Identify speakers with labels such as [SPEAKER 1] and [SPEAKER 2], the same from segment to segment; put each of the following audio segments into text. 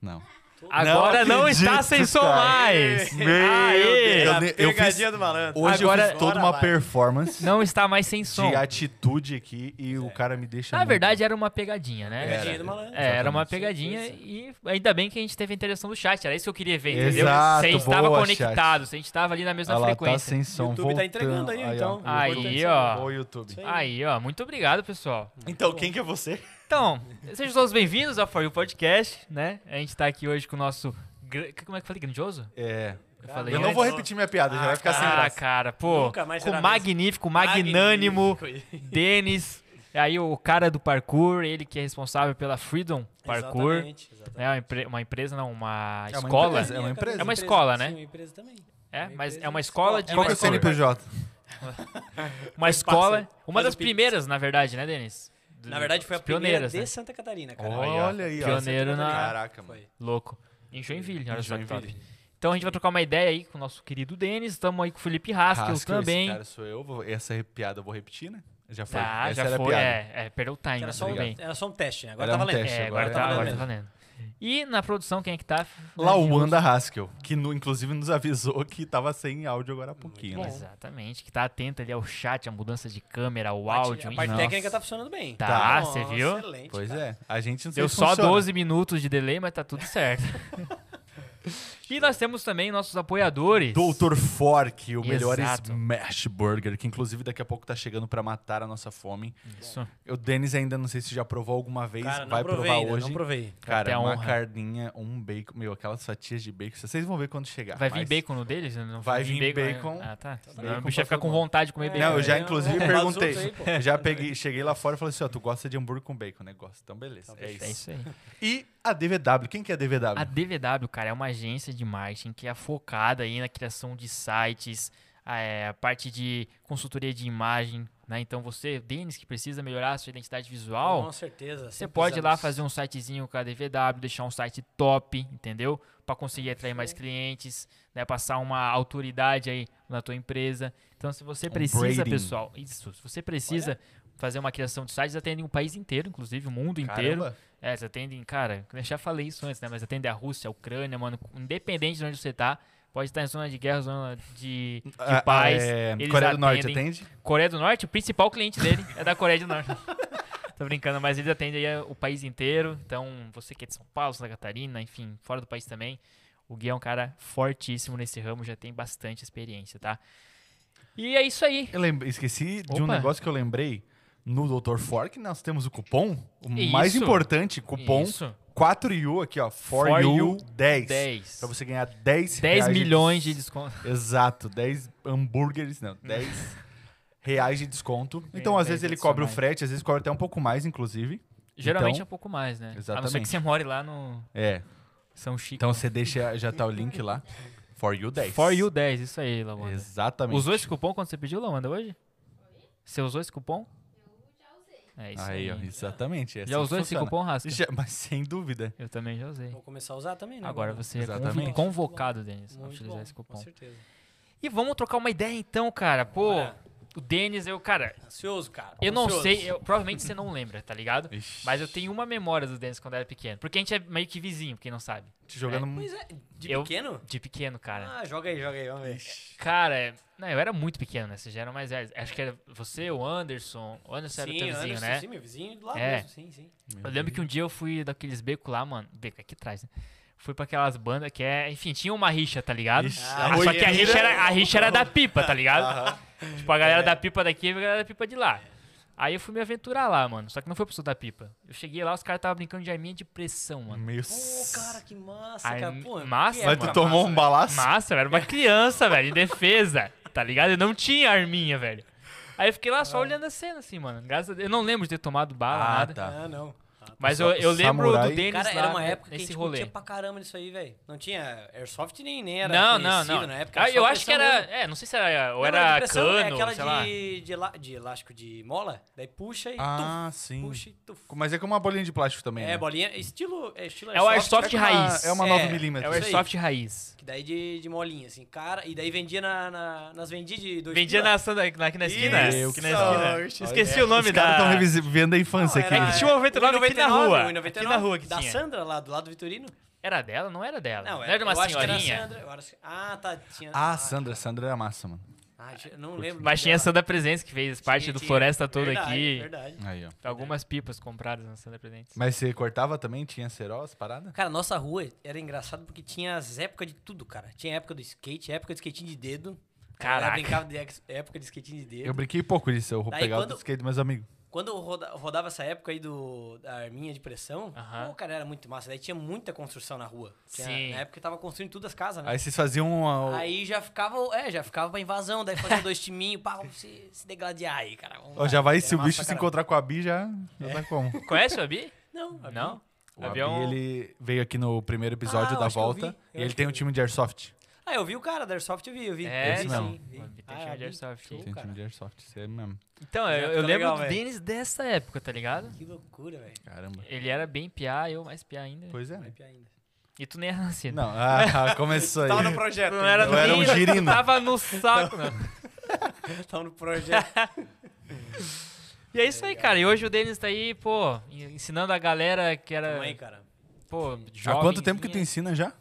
[SPEAKER 1] Não.
[SPEAKER 2] Agora não,
[SPEAKER 3] acredito,
[SPEAKER 2] está sem som
[SPEAKER 3] cara.
[SPEAKER 2] mais.
[SPEAKER 3] Meu
[SPEAKER 2] Aê!
[SPEAKER 3] Deus.
[SPEAKER 4] a
[SPEAKER 3] eu ne- eu
[SPEAKER 4] É, pegadinha
[SPEAKER 3] fiz-
[SPEAKER 4] do malandro.
[SPEAKER 3] Hoje eu
[SPEAKER 2] Agora-
[SPEAKER 3] fiz toda
[SPEAKER 4] Bora,
[SPEAKER 3] uma
[SPEAKER 4] vai.
[SPEAKER 3] performance
[SPEAKER 2] Não está mais sem som.
[SPEAKER 3] de atitude aqui e
[SPEAKER 4] É.
[SPEAKER 3] o cara me deixa.
[SPEAKER 2] Na
[SPEAKER 3] muito-
[SPEAKER 2] verdade, era uma pegadinha, né?
[SPEAKER 4] Pegadinha do malandro.
[SPEAKER 2] É, era uma
[SPEAKER 3] Exatamente.
[SPEAKER 2] pegadinha e ainda bem que a gente teve a interação do chat, era isso que eu queria ver, entendeu?
[SPEAKER 3] Exato,
[SPEAKER 2] se a gente estava
[SPEAKER 3] boa,
[SPEAKER 2] conectado, se a gente estava ali na mesma
[SPEAKER 3] Olha lá, tá
[SPEAKER 2] é frequência.
[SPEAKER 3] sem som.
[SPEAKER 4] O YouTube tá
[SPEAKER 3] voltando.
[SPEAKER 4] entregando aí, então.
[SPEAKER 3] ó.
[SPEAKER 2] Aí, ó.
[SPEAKER 3] Boa, YouTube.
[SPEAKER 4] Isso
[SPEAKER 2] Aí, ó, muito obrigado, pessoal.
[SPEAKER 4] Então, quem que é você?
[SPEAKER 2] Então, sejam todos bem-vindos ao For You Podcast, né? A gente tá aqui hoje com o nosso. gra- Como é que eu falei? Grandioso?
[SPEAKER 3] É.
[SPEAKER 2] Eu falei.
[SPEAKER 3] Eu não
[SPEAKER 2] antes.
[SPEAKER 3] vou repetir minha piada, já
[SPEAKER 4] Ah,
[SPEAKER 3] vai ficar sem
[SPEAKER 2] Ah,
[SPEAKER 3] graça.
[SPEAKER 2] cara, pô.
[SPEAKER 4] Nunca mais
[SPEAKER 2] Com
[SPEAKER 4] será
[SPEAKER 2] o magnífico, magnânimo Denis. Aí o cara do parkour, ele que é responsável pela Freedom Parkour.
[SPEAKER 4] Exatamente, exatamente.
[SPEAKER 2] Né? Uma, empre- uma empresa, não, uma
[SPEAKER 3] É uma
[SPEAKER 2] escola.
[SPEAKER 3] empresa, é uma empresa.
[SPEAKER 2] É uma escola, né?
[SPEAKER 4] Sim, uma empresa também.
[SPEAKER 2] É,
[SPEAKER 4] Uma
[SPEAKER 2] mas
[SPEAKER 4] empresa
[SPEAKER 2] é uma
[SPEAKER 4] de
[SPEAKER 2] escola
[SPEAKER 4] escola.
[SPEAKER 2] de
[SPEAKER 3] É uma
[SPEAKER 2] parkour.
[SPEAKER 3] CNPJ.
[SPEAKER 2] Uma escola, uma
[SPEAKER 4] Faz
[SPEAKER 2] das
[SPEAKER 4] o pix.
[SPEAKER 2] primeiras, na verdade, né, Denis? Do-
[SPEAKER 4] Na verdade, foi a
[SPEAKER 2] dos
[SPEAKER 4] primeira
[SPEAKER 2] pioneiras,
[SPEAKER 4] de
[SPEAKER 2] né?
[SPEAKER 4] Santa Catarina, cara.
[SPEAKER 2] Olha aí, ó.
[SPEAKER 3] Olha aí, ó.
[SPEAKER 2] Pioneiro na-
[SPEAKER 3] Caraca, mano.
[SPEAKER 4] Foi.
[SPEAKER 2] Louco. Em Joinville, olha
[SPEAKER 3] Em
[SPEAKER 2] só que top.
[SPEAKER 3] Joinville.
[SPEAKER 2] Então a gente vai trocar uma ideia aí com o nosso querido Denis, estamos aí com o Felipe Haskell,
[SPEAKER 3] Haskell,
[SPEAKER 2] também.
[SPEAKER 3] Esse cara sou eu. vou- Essa é piada eu vou repetir, né? Já foi.
[SPEAKER 2] Tá,
[SPEAKER 3] Essa
[SPEAKER 2] já
[SPEAKER 3] era a
[SPEAKER 2] foi,
[SPEAKER 3] piada.
[SPEAKER 2] é, é, perdeu o time,
[SPEAKER 4] Era
[SPEAKER 2] mas
[SPEAKER 4] só,
[SPEAKER 2] tudo
[SPEAKER 4] um,
[SPEAKER 2] bem.
[SPEAKER 4] era só um teste, né? Agora
[SPEAKER 3] Era
[SPEAKER 4] tá
[SPEAKER 3] um
[SPEAKER 4] valendo.
[SPEAKER 3] teste,
[SPEAKER 2] É,
[SPEAKER 3] agora
[SPEAKER 2] agora
[SPEAKER 3] tá
[SPEAKER 2] tá, agora tá
[SPEAKER 4] valendo.
[SPEAKER 2] valendo. E na produção, quem é que tá?
[SPEAKER 3] Lawanda Haskell, que no- inclusive nos avisou que tava sem áudio agora há pouquinho, né?
[SPEAKER 2] Exatamente, que tá atenta ali ao chat, à mudança de câmera, ao
[SPEAKER 4] A parte-
[SPEAKER 2] áudio.
[SPEAKER 4] A parte
[SPEAKER 2] enfim.
[SPEAKER 4] técnica tá funcionando bem.
[SPEAKER 2] Tá,
[SPEAKER 4] Nossa,
[SPEAKER 2] você viu?
[SPEAKER 4] Excelente.
[SPEAKER 3] Pois
[SPEAKER 4] cara.
[SPEAKER 3] é, a gente não sei
[SPEAKER 2] Deu
[SPEAKER 3] se
[SPEAKER 2] só
[SPEAKER 3] funciona.
[SPEAKER 2] 12 minutos de delay, mas tá tudo certo. e nós temos também nossos apoiadores.
[SPEAKER 3] Doutor Fork, o melhor
[SPEAKER 2] Exato.
[SPEAKER 3] smash burger, que inclusive daqui a pouco tá chegando pra matar a nossa fome.
[SPEAKER 2] Isso.
[SPEAKER 3] O Denis ainda não sei se já provou alguma vez,
[SPEAKER 4] Cara, não
[SPEAKER 3] vai
[SPEAKER 4] provei
[SPEAKER 3] provar
[SPEAKER 4] ainda,
[SPEAKER 3] hoje.
[SPEAKER 4] não provei.
[SPEAKER 2] ter
[SPEAKER 3] Cara,
[SPEAKER 2] a
[SPEAKER 3] uma
[SPEAKER 2] honra.
[SPEAKER 3] carninha, um bacon, meu, aquelas fatias de bacon, vocês vão ver quando chegar.
[SPEAKER 2] Vai vir
[SPEAKER 3] mas-
[SPEAKER 2] bacon no deles? Não
[SPEAKER 3] Vai vir
[SPEAKER 2] né?
[SPEAKER 3] bacon. Então
[SPEAKER 2] Ah, tá.
[SPEAKER 3] Bacon
[SPEAKER 2] o bicho
[SPEAKER 3] pra
[SPEAKER 2] ia ficar
[SPEAKER 3] todo
[SPEAKER 2] com
[SPEAKER 3] mundo.
[SPEAKER 2] vontade de comer bacon.
[SPEAKER 3] Não, eu já
[SPEAKER 4] É,
[SPEAKER 3] inclusive
[SPEAKER 2] Tá
[SPEAKER 4] é,
[SPEAKER 3] perguntei.
[SPEAKER 4] faz outro aí, pô.
[SPEAKER 3] já peguei, cheguei lá fora e falei assim, ó, tu gosta de hambúrguer com bacon, né? Gosto. Então beleza, é isso.
[SPEAKER 2] É isso aí.
[SPEAKER 3] E a DVW, quem que é a DVW?
[SPEAKER 2] A DVW, cara, é uma agência de marketing que é focada aí na criação de sites, é, a parte de consultoria de imagem, né? Então você, Denis, que precisa melhorar a sua identidade visual,
[SPEAKER 4] Com certeza.
[SPEAKER 2] você pode ir lá fazer um sitezinho com a DVW, deixar um site top, entendeu? Pra conseguir atrair mais clientes, né? Passar uma autoridade aí na tua empresa. Então, se você precisa,
[SPEAKER 3] branding.
[SPEAKER 2] pessoal, isso, se você precisa fazer uma criação de sites, atendem o país inteiro, inclusive o mundo inteiro.
[SPEAKER 3] Caramba.
[SPEAKER 2] É, você atendem, cara, eu já falei isso antes, né? Mas atende a Rússia, a Ucrânia, mano, independente de onde você tá, pode estar em zona de guerra, zona de, de
[SPEAKER 3] Ah,
[SPEAKER 2] paz.
[SPEAKER 3] é,
[SPEAKER 2] eles
[SPEAKER 3] Coreia do Norte
[SPEAKER 2] atendem.
[SPEAKER 3] atende?
[SPEAKER 2] Coreia do Norte, o principal cliente dele é da Coreia do Norte. Tô brincando, mas eles atendem aí o país inteiro. Então, você que é de São Paulo, Santa Catarina, enfim, fora do país também. O Gui é um cara fortíssimo nesse ramo, já tem bastante experiência, tá? E é isso aí.
[SPEAKER 3] Eu lembrei- esqueci de um
[SPEAKER 2] Opa.
[SPEAKER 3] negócio que eu lembrei. No Dr. Fork, nós temos o cupom. O
[SPEAKER 2] Isso.
[SPEAKER 3] mais importante, cupom
[SPEAKER 2] Isso.
[SPEAKER 3] 4U aqui, ó. For,
[SPEAKER 2] For
[SPEAKER 3] you
[SPEAKER 2] you
[SPEAKER 3] 10.
[SPEAKER 2] 10.
[SPEAKER 3] Pra você ganhar 10
[SPEAKER 2] 10
[SPEAKER 3] reais
[SPEAKER 2] milhões de desconto.
[SPEAKER 3] Exato, 10 hambúrgueres, não, 10 reais de desconto. Então,
[SPEAKER 2] Tem
[SPEAKER 3] às vezes
[SPEAKER 2] 10
[SPEAKER 3] ele cobra o
[SPEAKER 2] adicionais.
[SPEAKER 3] frete, às vezes cobra até um pouco mais, inclusive.
[SPEAKER 2] Geralmente
[SPEAKER 3] Então,
[SPEAKER 2] é um pouco mais, né? A não ser que
[SPEAKER 3] exatamente.
[SPEAKER 2] você more lá no
[SPEAKER 3] É.
[SPEAKER 2] São Chico.
[SPEAKER 3] Então você deixa, já tá o link lá. For you 10.
[SPEAKER 2] For you né? 10, isso aí, Lamanda.
[SPEAKER 3] Exatamente.
[SPEAKER 2] Usou esse cupom quando você pediu, Lamanda, hoje? Você usou esse cupom? Eu já usei. É isso
[SPEAKER 3] Aí,
[SPEAKER 2] aí.
[SPEAKER 3] ó, exatamente. é assim
[SPEAKER 2] Já
[SPEAKER 3] que
[SPEAKER 2] usou esse
[SPEAKER 3] funciona.
[SPEAKER 2] cupom, Rasca?
[SPEAKER 3] Já- mas sem dúvida.
[SPEAKER 2] Eu também já usei.
[SPEAKER 4] Vou começar a usar também, né?
[SPEAKER 2] Agora você é
[SPEAKER 3] Exatamente.
[SPEAKER 2] convi- convocado, Denis, a
[SPEAKER 4] Muito
[SPEAKER 2] utilizar
[SPEAKER 4] bom,
[SPEAKER 2] esse
[SPEAKER 4] Com
[SPEAKER 2] cupom.
[SPEAKER 4] certeza.
[SPEAKER 2] E vamos trocar uma ideia então, cara. Pô,
[SPEAKER 4] Bora.
[SPEAKER 2] o Denis, eu, cara,
[SPEAKER 4] Ansioso, cara.
[SPEAKER 2] eu não
[SPEAKER 4] ansioso.
[SPEAKER 2] sei, eu- provavelmente você não lembra, tá ligado?
[SPEAKER 3] Ixi.
[SPEAKER 2] Mas eu tenho uma memória do Denis quando era pequeno. Porque a gente é meio que vizinho, quem não sabe.
[SPEAKER 3] Te jogando
[SPEAKER 4] Pois é, de
[SPEAKER 2] Eu- É.
[SPEAKER 4] pequeno?
[SPEAKER 2] De pequeno, cara.
[SPEAKER 4] Ah, joga aí, joga aí, vamos ver.
[SPEAKER 2] Cara, é- não, eu era muito pequeno, né? Vocês já eram mais velhos. Acho que era você, o Anderson. O Anderson era teu vizinho,
[SPEAKER 4] Anderson,
[SPEAKER 2] né?
[SPEAKER 4] Sim, meu vizinho do lado
[SPEAKER 2] É.
[SPEAKER 4] mesmo, sim, sim.
[SPEAKER 2] Eu lembro
[SPEAKER 3] Uhum.
[SPEAKER 2] que um dia eu fui daqueles becos lá, mano. Beco aqui atrás, né? Fui pra aquelas bandas que é. Enfim, tinha uma rixa, tá ligado?
[SPEAKER 3] Ixi,
[SPEAKER 2] Ah,
[SPEAKER 3] a é
[SPEAKER 2] só que a
[SPEAKER 3] roqueira.
[SPEAKER 2] rixa, era, a rixa era da pipa, tá ligado? tipo, a
[SPEAKER 3] É.
[SPEAKER 2] galera da pipa daqui e a galera da pipa de lá. Aí eu fui me aventurar lá, mano. Só que não foi pro sul da pipa. Eu cheguei lá, os caras estavam brincando de arminha de pressão, mano.
[SPEAKER 3] Meio...
[SPEAKER 4] Pô, cara, que é, massa,
[SPEAKER 2] Ai,
[SPEAKER 4] cara. Pô,
[SPEAKER 2] massa,
[SPEAKER 4] que
[SPEAKER 3] Mas
[SPEAKER 4] época
[SPEAKER 3] tu tomou
[SPEAKER 4] massa,
[SPEAKER 3] um balaço?
[SPEAKER 2] Massa, eu era uma criança, velho, em defesa, tá ligado? Eu não tinha arminha, velho. Aí eu fiquei lá só olhando a cena, assim, mano. Graças a Deus. Eu não lembro de ter tomado bala,
[SPEAKER 3] Ah,
[SPEAKER 2] nada.
[SPEAKER 3] tá.
[SPEAKER 4] velho. Ah, não.
[SPEAKER 2] Mas eu, eu lembro
[SPEAKER 3] Samurai.
[SPEAKER 2] do Denis
[SPEAKER 4] Cara,
[SPEAKER 2] lá né,
[SPEAKER 4] era uma época que a
[SPEAKER 2] nesse
[SPEAKER 4] gente
[SPEAKER 2] rolê.
[SPEAKER 4] curtia pra caramba disso aí, velho. Não tinha Airsoft nem, nem era
[SPEAKER 2] não, não,
[SPEAKER 4] conhecido
[SPEAKER 2] não.
[SPEAKER 4] na época.
[SPEAKER 2] Ah,
[SPEAKER 4] era só
[SPEAKER 2] eu acho que
[SPEAKER 4] pressão
[SPEAKER 2] era.
[SPEAKER 4] mesmo.
[SPEAKER 2] É, não sei se era. Ou
[SPEAKER 4] Não,
[SPEAKER 2] era,
[SPEAKER 4] não, de pressão,
[SPEAKER 2] cano,
[SPEAKER 4] é aquela
[SPEAKER 2] sei lá.
[SPEAKER 4] de, de, ela- de elástico de mola, daí puxa e
[SPEAKER 3] Ah,
[SPEAKER 4] tuf,
[SPEAKER 3] sim.
[SPEAKER 4] É, então, puxa e tuf.
[SPEAKER 3] Mas é como uma bolinha de plástico também.
[SPEAKER 4] É,
[SPEAKER 3] né?
[SPEAKER 4] bolinha, estilo, é estilo
[SPEAKER 2] É o airsoft
[SPEAKER 3] É uma-
[SPEAKER 2] raiz.
[SPEAKER 3] É uma
[SPEAKER 4] É,
[SPEAKER 3] 9mm.
[SPEAKER 2] É o
[SPEAKER 4] isso aí.
[SPEAKER 2] airsoft raiz.
[SPEAKER 4] Que daí de, de molinha, assim, cara. E daí vendia na, na- nas vendias de dois
[SPEAKER 2] Vendia
[SPEAKER 4] pila.
[SPEAKER 2] na, na- aqui na esquina.
[SPEAKER 3] Isso.
[SPEAKER 2] Aqui na esquina. Esqueci o nome
[SPEAKER 3] Os caras
[SPEAKER 2] da.
[SPEAKER 3] estão vivendo a infância
[SPEAKER 4] Não,
[SPEAKER 3] aqui. né?
[SPEAKER 4] era-
[SPEAKER 2] É que tinha um 99 aqui na na rua. Aqui
[SPEAKER 4] 1,99,
[SPEAKER 2] na rua que
[SPEAKER 4] Da
[SPEAKER 2] tinha.
[SPEAKER 4] Sandra, lá do lado do Vitorino?
[SPEAKER 2] Era dela? Não era dela. Não,
[SPEAKER 4] Não, é,
[SPEAKER 2] era, de uma
[SPEAKER 4] eu acho que
[SPEAKER 2] senhorinha.
[SPEAKER 4] era Sandra, eu acho- ah, tá. Tinha,
[SPEAKER 3] Ah, Sandra. Sandra é a massa, mano.
[SPEAKER 4] Ah, eu não lembro.
[SPEAKER 2] Mas tinha a Sandra Presentes que fez parte do Floresta toda
[SPEAKER 4] toda
[SPEAKER 2] aqui.
[SPEAKER 4] Verdade.
[SPEAKER 3] Aí, ó.
[SPEAKER 2] Algumas pipas compradas na Sandra Presentes.
[SPEAKER 3] Mas você cortava também? Tinha cerol, as paradas?
[SPEAKER 4] Cara, nossa rua era engraçado porque tinha as épocas de tudo, cara. Tinha época do skate, época de skatinho de dedo. A galera
[SPEAKER 2] Caraca.
[SPEAKER 4] brincava de ex- época de skatinho de dedo.
[SPEAKER 3] Eu brinquei pouco disso. Eu vou
[SPEAKER 4] Daí
[SPEAKER 3] pegar o
[SPEAKER 4] quando-
[SPEAKER 3] do skate dos meus amigos.
[SPEAKER 4] Quando eu roda- rodava essa época aí do, da arminha de pressão,
[SPEAKER 2] Aham.
[SPEAKER 4] pô, cara, era muito massa. Daí tinha muita construção na rua. Tinha-
[SPEAKER 2] Sim.
[SPEAKER 4] Na época tava construindo todas as casas, né?
[SPEAKER 3] Aí vocês faziam uma...
[SPEAKER 4] Aí já ficava, é, já ficava pra invasão, daí fazia dois timinhos, pá, vamos se, se degladiar aí, cara. vamos
[SPEAKER 3] Ó,
[SPEAKER 4] lá.
[SPEAKER 3] já vai,
[SPEAKER 4] Era
[SPEAKER 3] se o
[SPEAKER 4] é massa
[SPEAKER 3] bicho
[SPEAKER 4] pra É.
[SPEAKER 3] se
[SPEAKER 4] caramba.
[SPEAKER 3] encontrar com a Bi, já, já tá como.
[SPEAKER 2] Conhece o Abi?
[SPEAKER 4] Não, a
[SPEAKER 2] Não?
[SPEAKER 4] Bi-
[SPEAKER 3] O
[SPEAKER 2] Abi
[SPEAKER 3] Abi,
[SPEAKER 2] é um-
[SPEAKER 3] ele veio aqui no primeiro episódio
[SPEAKER 4] Ah, eu
[SPEAKER 3] da
[SPEAKER 4] acho que eu
[SPEAKER 3] volta.
[SPEAKER 4] vi. Eu
[SPEAKER 3] E ele
[SPEAKER 4] acho
[SPEAKER 3] tem
[SPEAKER 4] que
[SPEAKER 3] um
[SPEAKER 4] eu vi.
[SPEAKER 3] time de airsoft.
[SPEAKER 4] Ah, eu vi o cara da Airsoft, eu vi, eu vi.
[SPEAKER 2] É,
[SPEAKER 4] eu vi,
[SPEAKER 3] não.
[SPEAKER 4] sim, vi.
[SPEAKER 2] O Abi tem
[SPEAKER 4] Ah,
[SPEAKER 2] time
[SPEAKER 4] a
[SPEAKER 2] de
[SPEAKER 4] Bi,
[SPEAKER 2] airsoft.
[SPEAKER 4] show,
[SPEAKER 3] tem um
[SPEAKER 4] cara.
[SPEAKER 3] time de airsoft, isso é mesmo.
[SPEAKER 2] Então,
[SPEAKER 4] Já
[SPEAKER 2] eu,
[SPEAKER 4] ficou
[SPEAKER 2] eu lembro
[SPEAKER 4] legal,
[SPEAKER 2] do
[SPEAKER 4] velho.
[SPEAKER 2] Denis dessa época, tá ligado?
[SPEAKER 4] Que loucura, velho.
[SPEAKER 3] Caramba.
[SPEAKER 2] Ele era bem piá, eu mais piá ainda.
[SPEAKER 3] Pois é.
[SPEAKER 4] Vai piar ainda.
[SPEAKER 2] E tu nem era nascido.
[SPEAKER 3] Não, ah, começou aí.
[SPEAKER 4] Tava Tá no projeto.
[SPEAKER 2] Tu não era
[SPEAKER 3] Eu
[SPEAKER 2] do
[SPEAKER 3] era um
[SPEAKER 2] Minas, tu
[SPEAKER 3] girino.
[SPEAKER 2] Tava no saco, não.
[SPEAKER 4] Tava Tá no projeto.
[SPEAKER 2] E é isso aí, cara. E hoje o Denis tá aí, pô, ensinando a galera que era,
[SPEAKER 4] Mãe, cara.
[SPEAKER 2] pô,
[SPEAKER 3] Há
[SPEAKER 2] jovem.
[SPEAKER 3] quanto tempo que tu ensina já?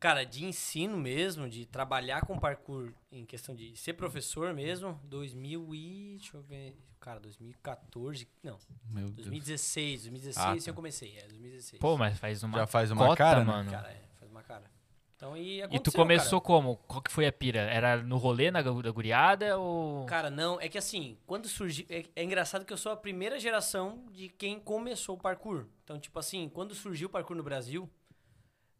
[SPEAKER 4] Cara, de ensino mesmo, de trabalhar com parkour em questão de ser professor mesmo, 2000 e... deixa eu ver... Cara, 2014... Não,
[SPEAKER 3] Meu Deus.
[SPEAKER 4] 2016. 2016
[SPEAKER 3] Ah, tá.
[SPEAKER 4] eu comecei, é, 2016.
[SPEAKER 2] Pô, mas faz uma
[SPEAKER 3] Já faz uma
[SPEAKER 2] cota,
[SPEAKER 3] cara, né?
[SPEAKER 2] mano.
[SPEAKER 4] Cara, é, faz uma cara. Então, e
[SPEAKER 2] E tu
[SPEAKER 4] aconteceu,
[SPEAKER 2] começou como? Qual que foi a pira? Era no rolê, na gu- da guriada ou...
[SPEAKER 4] Cara. Cara, não, é que assim, quando surgiu... É, é engraçado que eu sou a primeira geração de quem começou o parkour. Então, tipo assim, quando surgiu o parkour no Brasil,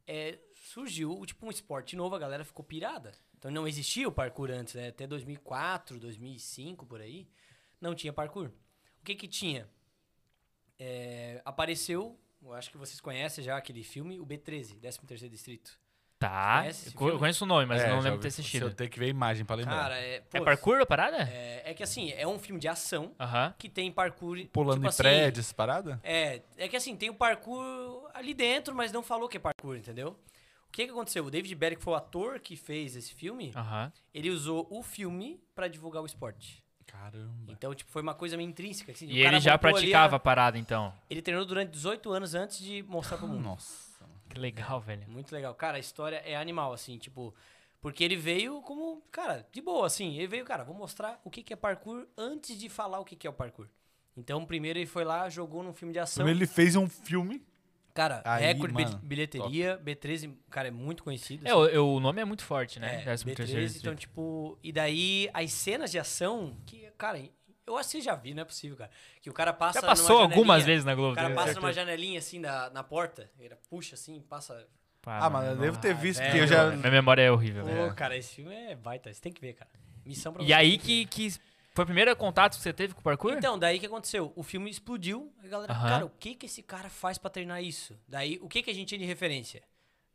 [SPEAKER 4] é, surgiu, tipo, um esporte novo, a galera ficou pirada. Então, não existia o parkour antes, né? Até 2004, 2005, por aí, não tinha parkour. O que que tinha? É, apareceu, eu acho que vocês conhecem já aquele filme, o B13, 13º Distrito.
[SPEAKER 2] tá,
[SPEAKER 4] conhece esse
[SPEAKER 2] eu co-
[SPEAKER 4] filme?
[SPEAKER 2] eu conheço o nome, mas
[SPEAKER 3] É,
[SPEAKER 2] não
[SPEAKER 3] já
[SPEAKER 2] lembro de
[SPEAKER 3] ouvi-
[SPEAKER 2] ter
[SPEAKER 3] Se
[SPEAKER 2] assistido.
[SPEAKER 3] eu tenho que ver a imagem pra lembrar.
[SPEAKER 4] Cara, é. pô,
[SPEAKER 2] É parkour a parada?
[SPEAKER 4] É, é que assim, é um filme de ação
[SPEAKER 2] Aham.
[SPEAKER 4] que tem parkour.
[SPEAKER 3] Pulando
[SPEAKER 4] tipo
[SPEAKER 3] em
[SPEAKER 4] assim,
[SPEAKER 3] prédios, parada?
[SPEAKER 4] É, é que assim, tem o parkour ali dentro, mas não falou que é parkour, entendeu? O que, que aconteceu? O David Berry, que foi o ator que fez esse filme,
[SPEAKER 2] Aham.
[SPEAKER 4] ele usou o filme pra divulgar o esporte.
[SPEAKER 3] Caramba.
[SPEAKER 4] Então, tipo, foi uma coisa meio intrínseca. assim, o
[SPEAKER 2] Tá. E
[SPEAKER 4] cara
[SPEAKER 2] ele já
[SPEAKER 4] voltou ali a-
[SPEAKER 2] praticava a parada, então.
[SPEAKER 4] Ele treinou durante 18 anos antes de mostrar
[SPEAKER 3] Então,
[SPEAKER 4] pro mundo.
[SPEAKER 3] Nossa. mano.
[SPEAKER 2] Que legal, velho.
[SPEAKER 4] É Muito legal. Cara, a história é animal, assim, tipo. Porque ele veio como, cara, de boa, assim. Ele veio, cara, vou mostrar o que, que é parkour antes de falar o que, que é o parkour. Então, primeiro ele foi lá, jogou num filme de ação.
[SPEAKER 3] Primeiro ele fez um filme.
[SPEAKER 4] Cara,
[SPEAKER 3] Aí,
[SPEAKER 4] recorde bi-
[SPEAKER 3] mano,
[SPEAKER 4] bilheteria. B13, cara, é muito conhecido.
[SPEAKER 2] É, o, eu- o nome é muito forte, né?
[SPEAKER 4] É,
[SPEAKER 2] 13º
[SPEAKER 4] B13, então,
[SPEAKER 2] Distrito.
[SPEAKER 4] tipo. E daí, as cenas de ação, que, cara, eu acho que você já vi, não é possível, cara. Que o cara
[SPEAKER 2] Já
[SPEAKER 4] passa. numa
[SPEAKER 2] passou algumas
[SPEAKER 4] janelinha,
[SPEAKER 2] vezes na Globo. né?
[SPEAKER 4] O cara
[SPEAKER 2] tenho
[SPEAKER 4] passa
[SPEAKER 2] certeza.
[SPEAKER 4] numa janelinha assim na, na porta, ele puxa assim, passa.
[SPEAKER 3] Ah, mas eu devo ter
[SPEAKER 4] Ah,
[SPEAKER 3] visto,
[SPEAKER 4] velho,
[SPEAKER 3] porque eu já...
[SPEAKER 2] Minha memória é horrível.
[SPEAKER 4] Pô,
[SPEAKER 2] velho.
[SPEAKER 4] cara, esse filme é baita. Você tem que ver, cara. Missão pra
[SPEAKER 2] E
[SPEAKER 4] você,
[SPEAKER 2] aí
[SPEAKER 4] tem
[SPEAKER 2] que,
[SPEAKER 4] ver.
[SPEAKER 2] que foi o primeiro contato que você teve com o parkour?
[SPEAKER 4] Então, daí que aconteceu? O filme explodiu. A galera,
[SPEAKER 2] Aham.
[SPEAKER 4] cara, o que que esse cara faz pra treinar isso? Daí, o que que a gente tinha de referência?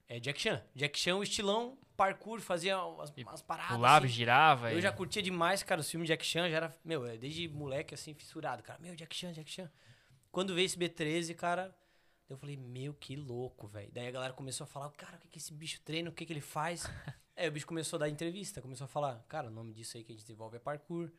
[SPEAKER 4] É Jack Chan. Jack Chan, o estilão, parkour, fazia umas, umas paradas.
[SPEAKER 2] Pulava,
[SPEAKER 4] assim.
[SPEAKER 2] girava.
[SPEAKER 4] Eu
[SPEAKER 2] e-
[SPEAKER 4] já curtia demais, cara, o filme Jack Chan. Já era, meu, é desde moleque, assim, fissurado, cara. Meu, Jack Chan, Jack Chan. Quando veio esse B13, cara, eu falei, meu, que louco, velho. Daí a galera começou a falar, cara, o que que esse bicho treina, o que que ele faz? Aí o bicho começou a dar entrevista, começou a falar, cara, o nome disso aí que a gente desenvolve é parkour.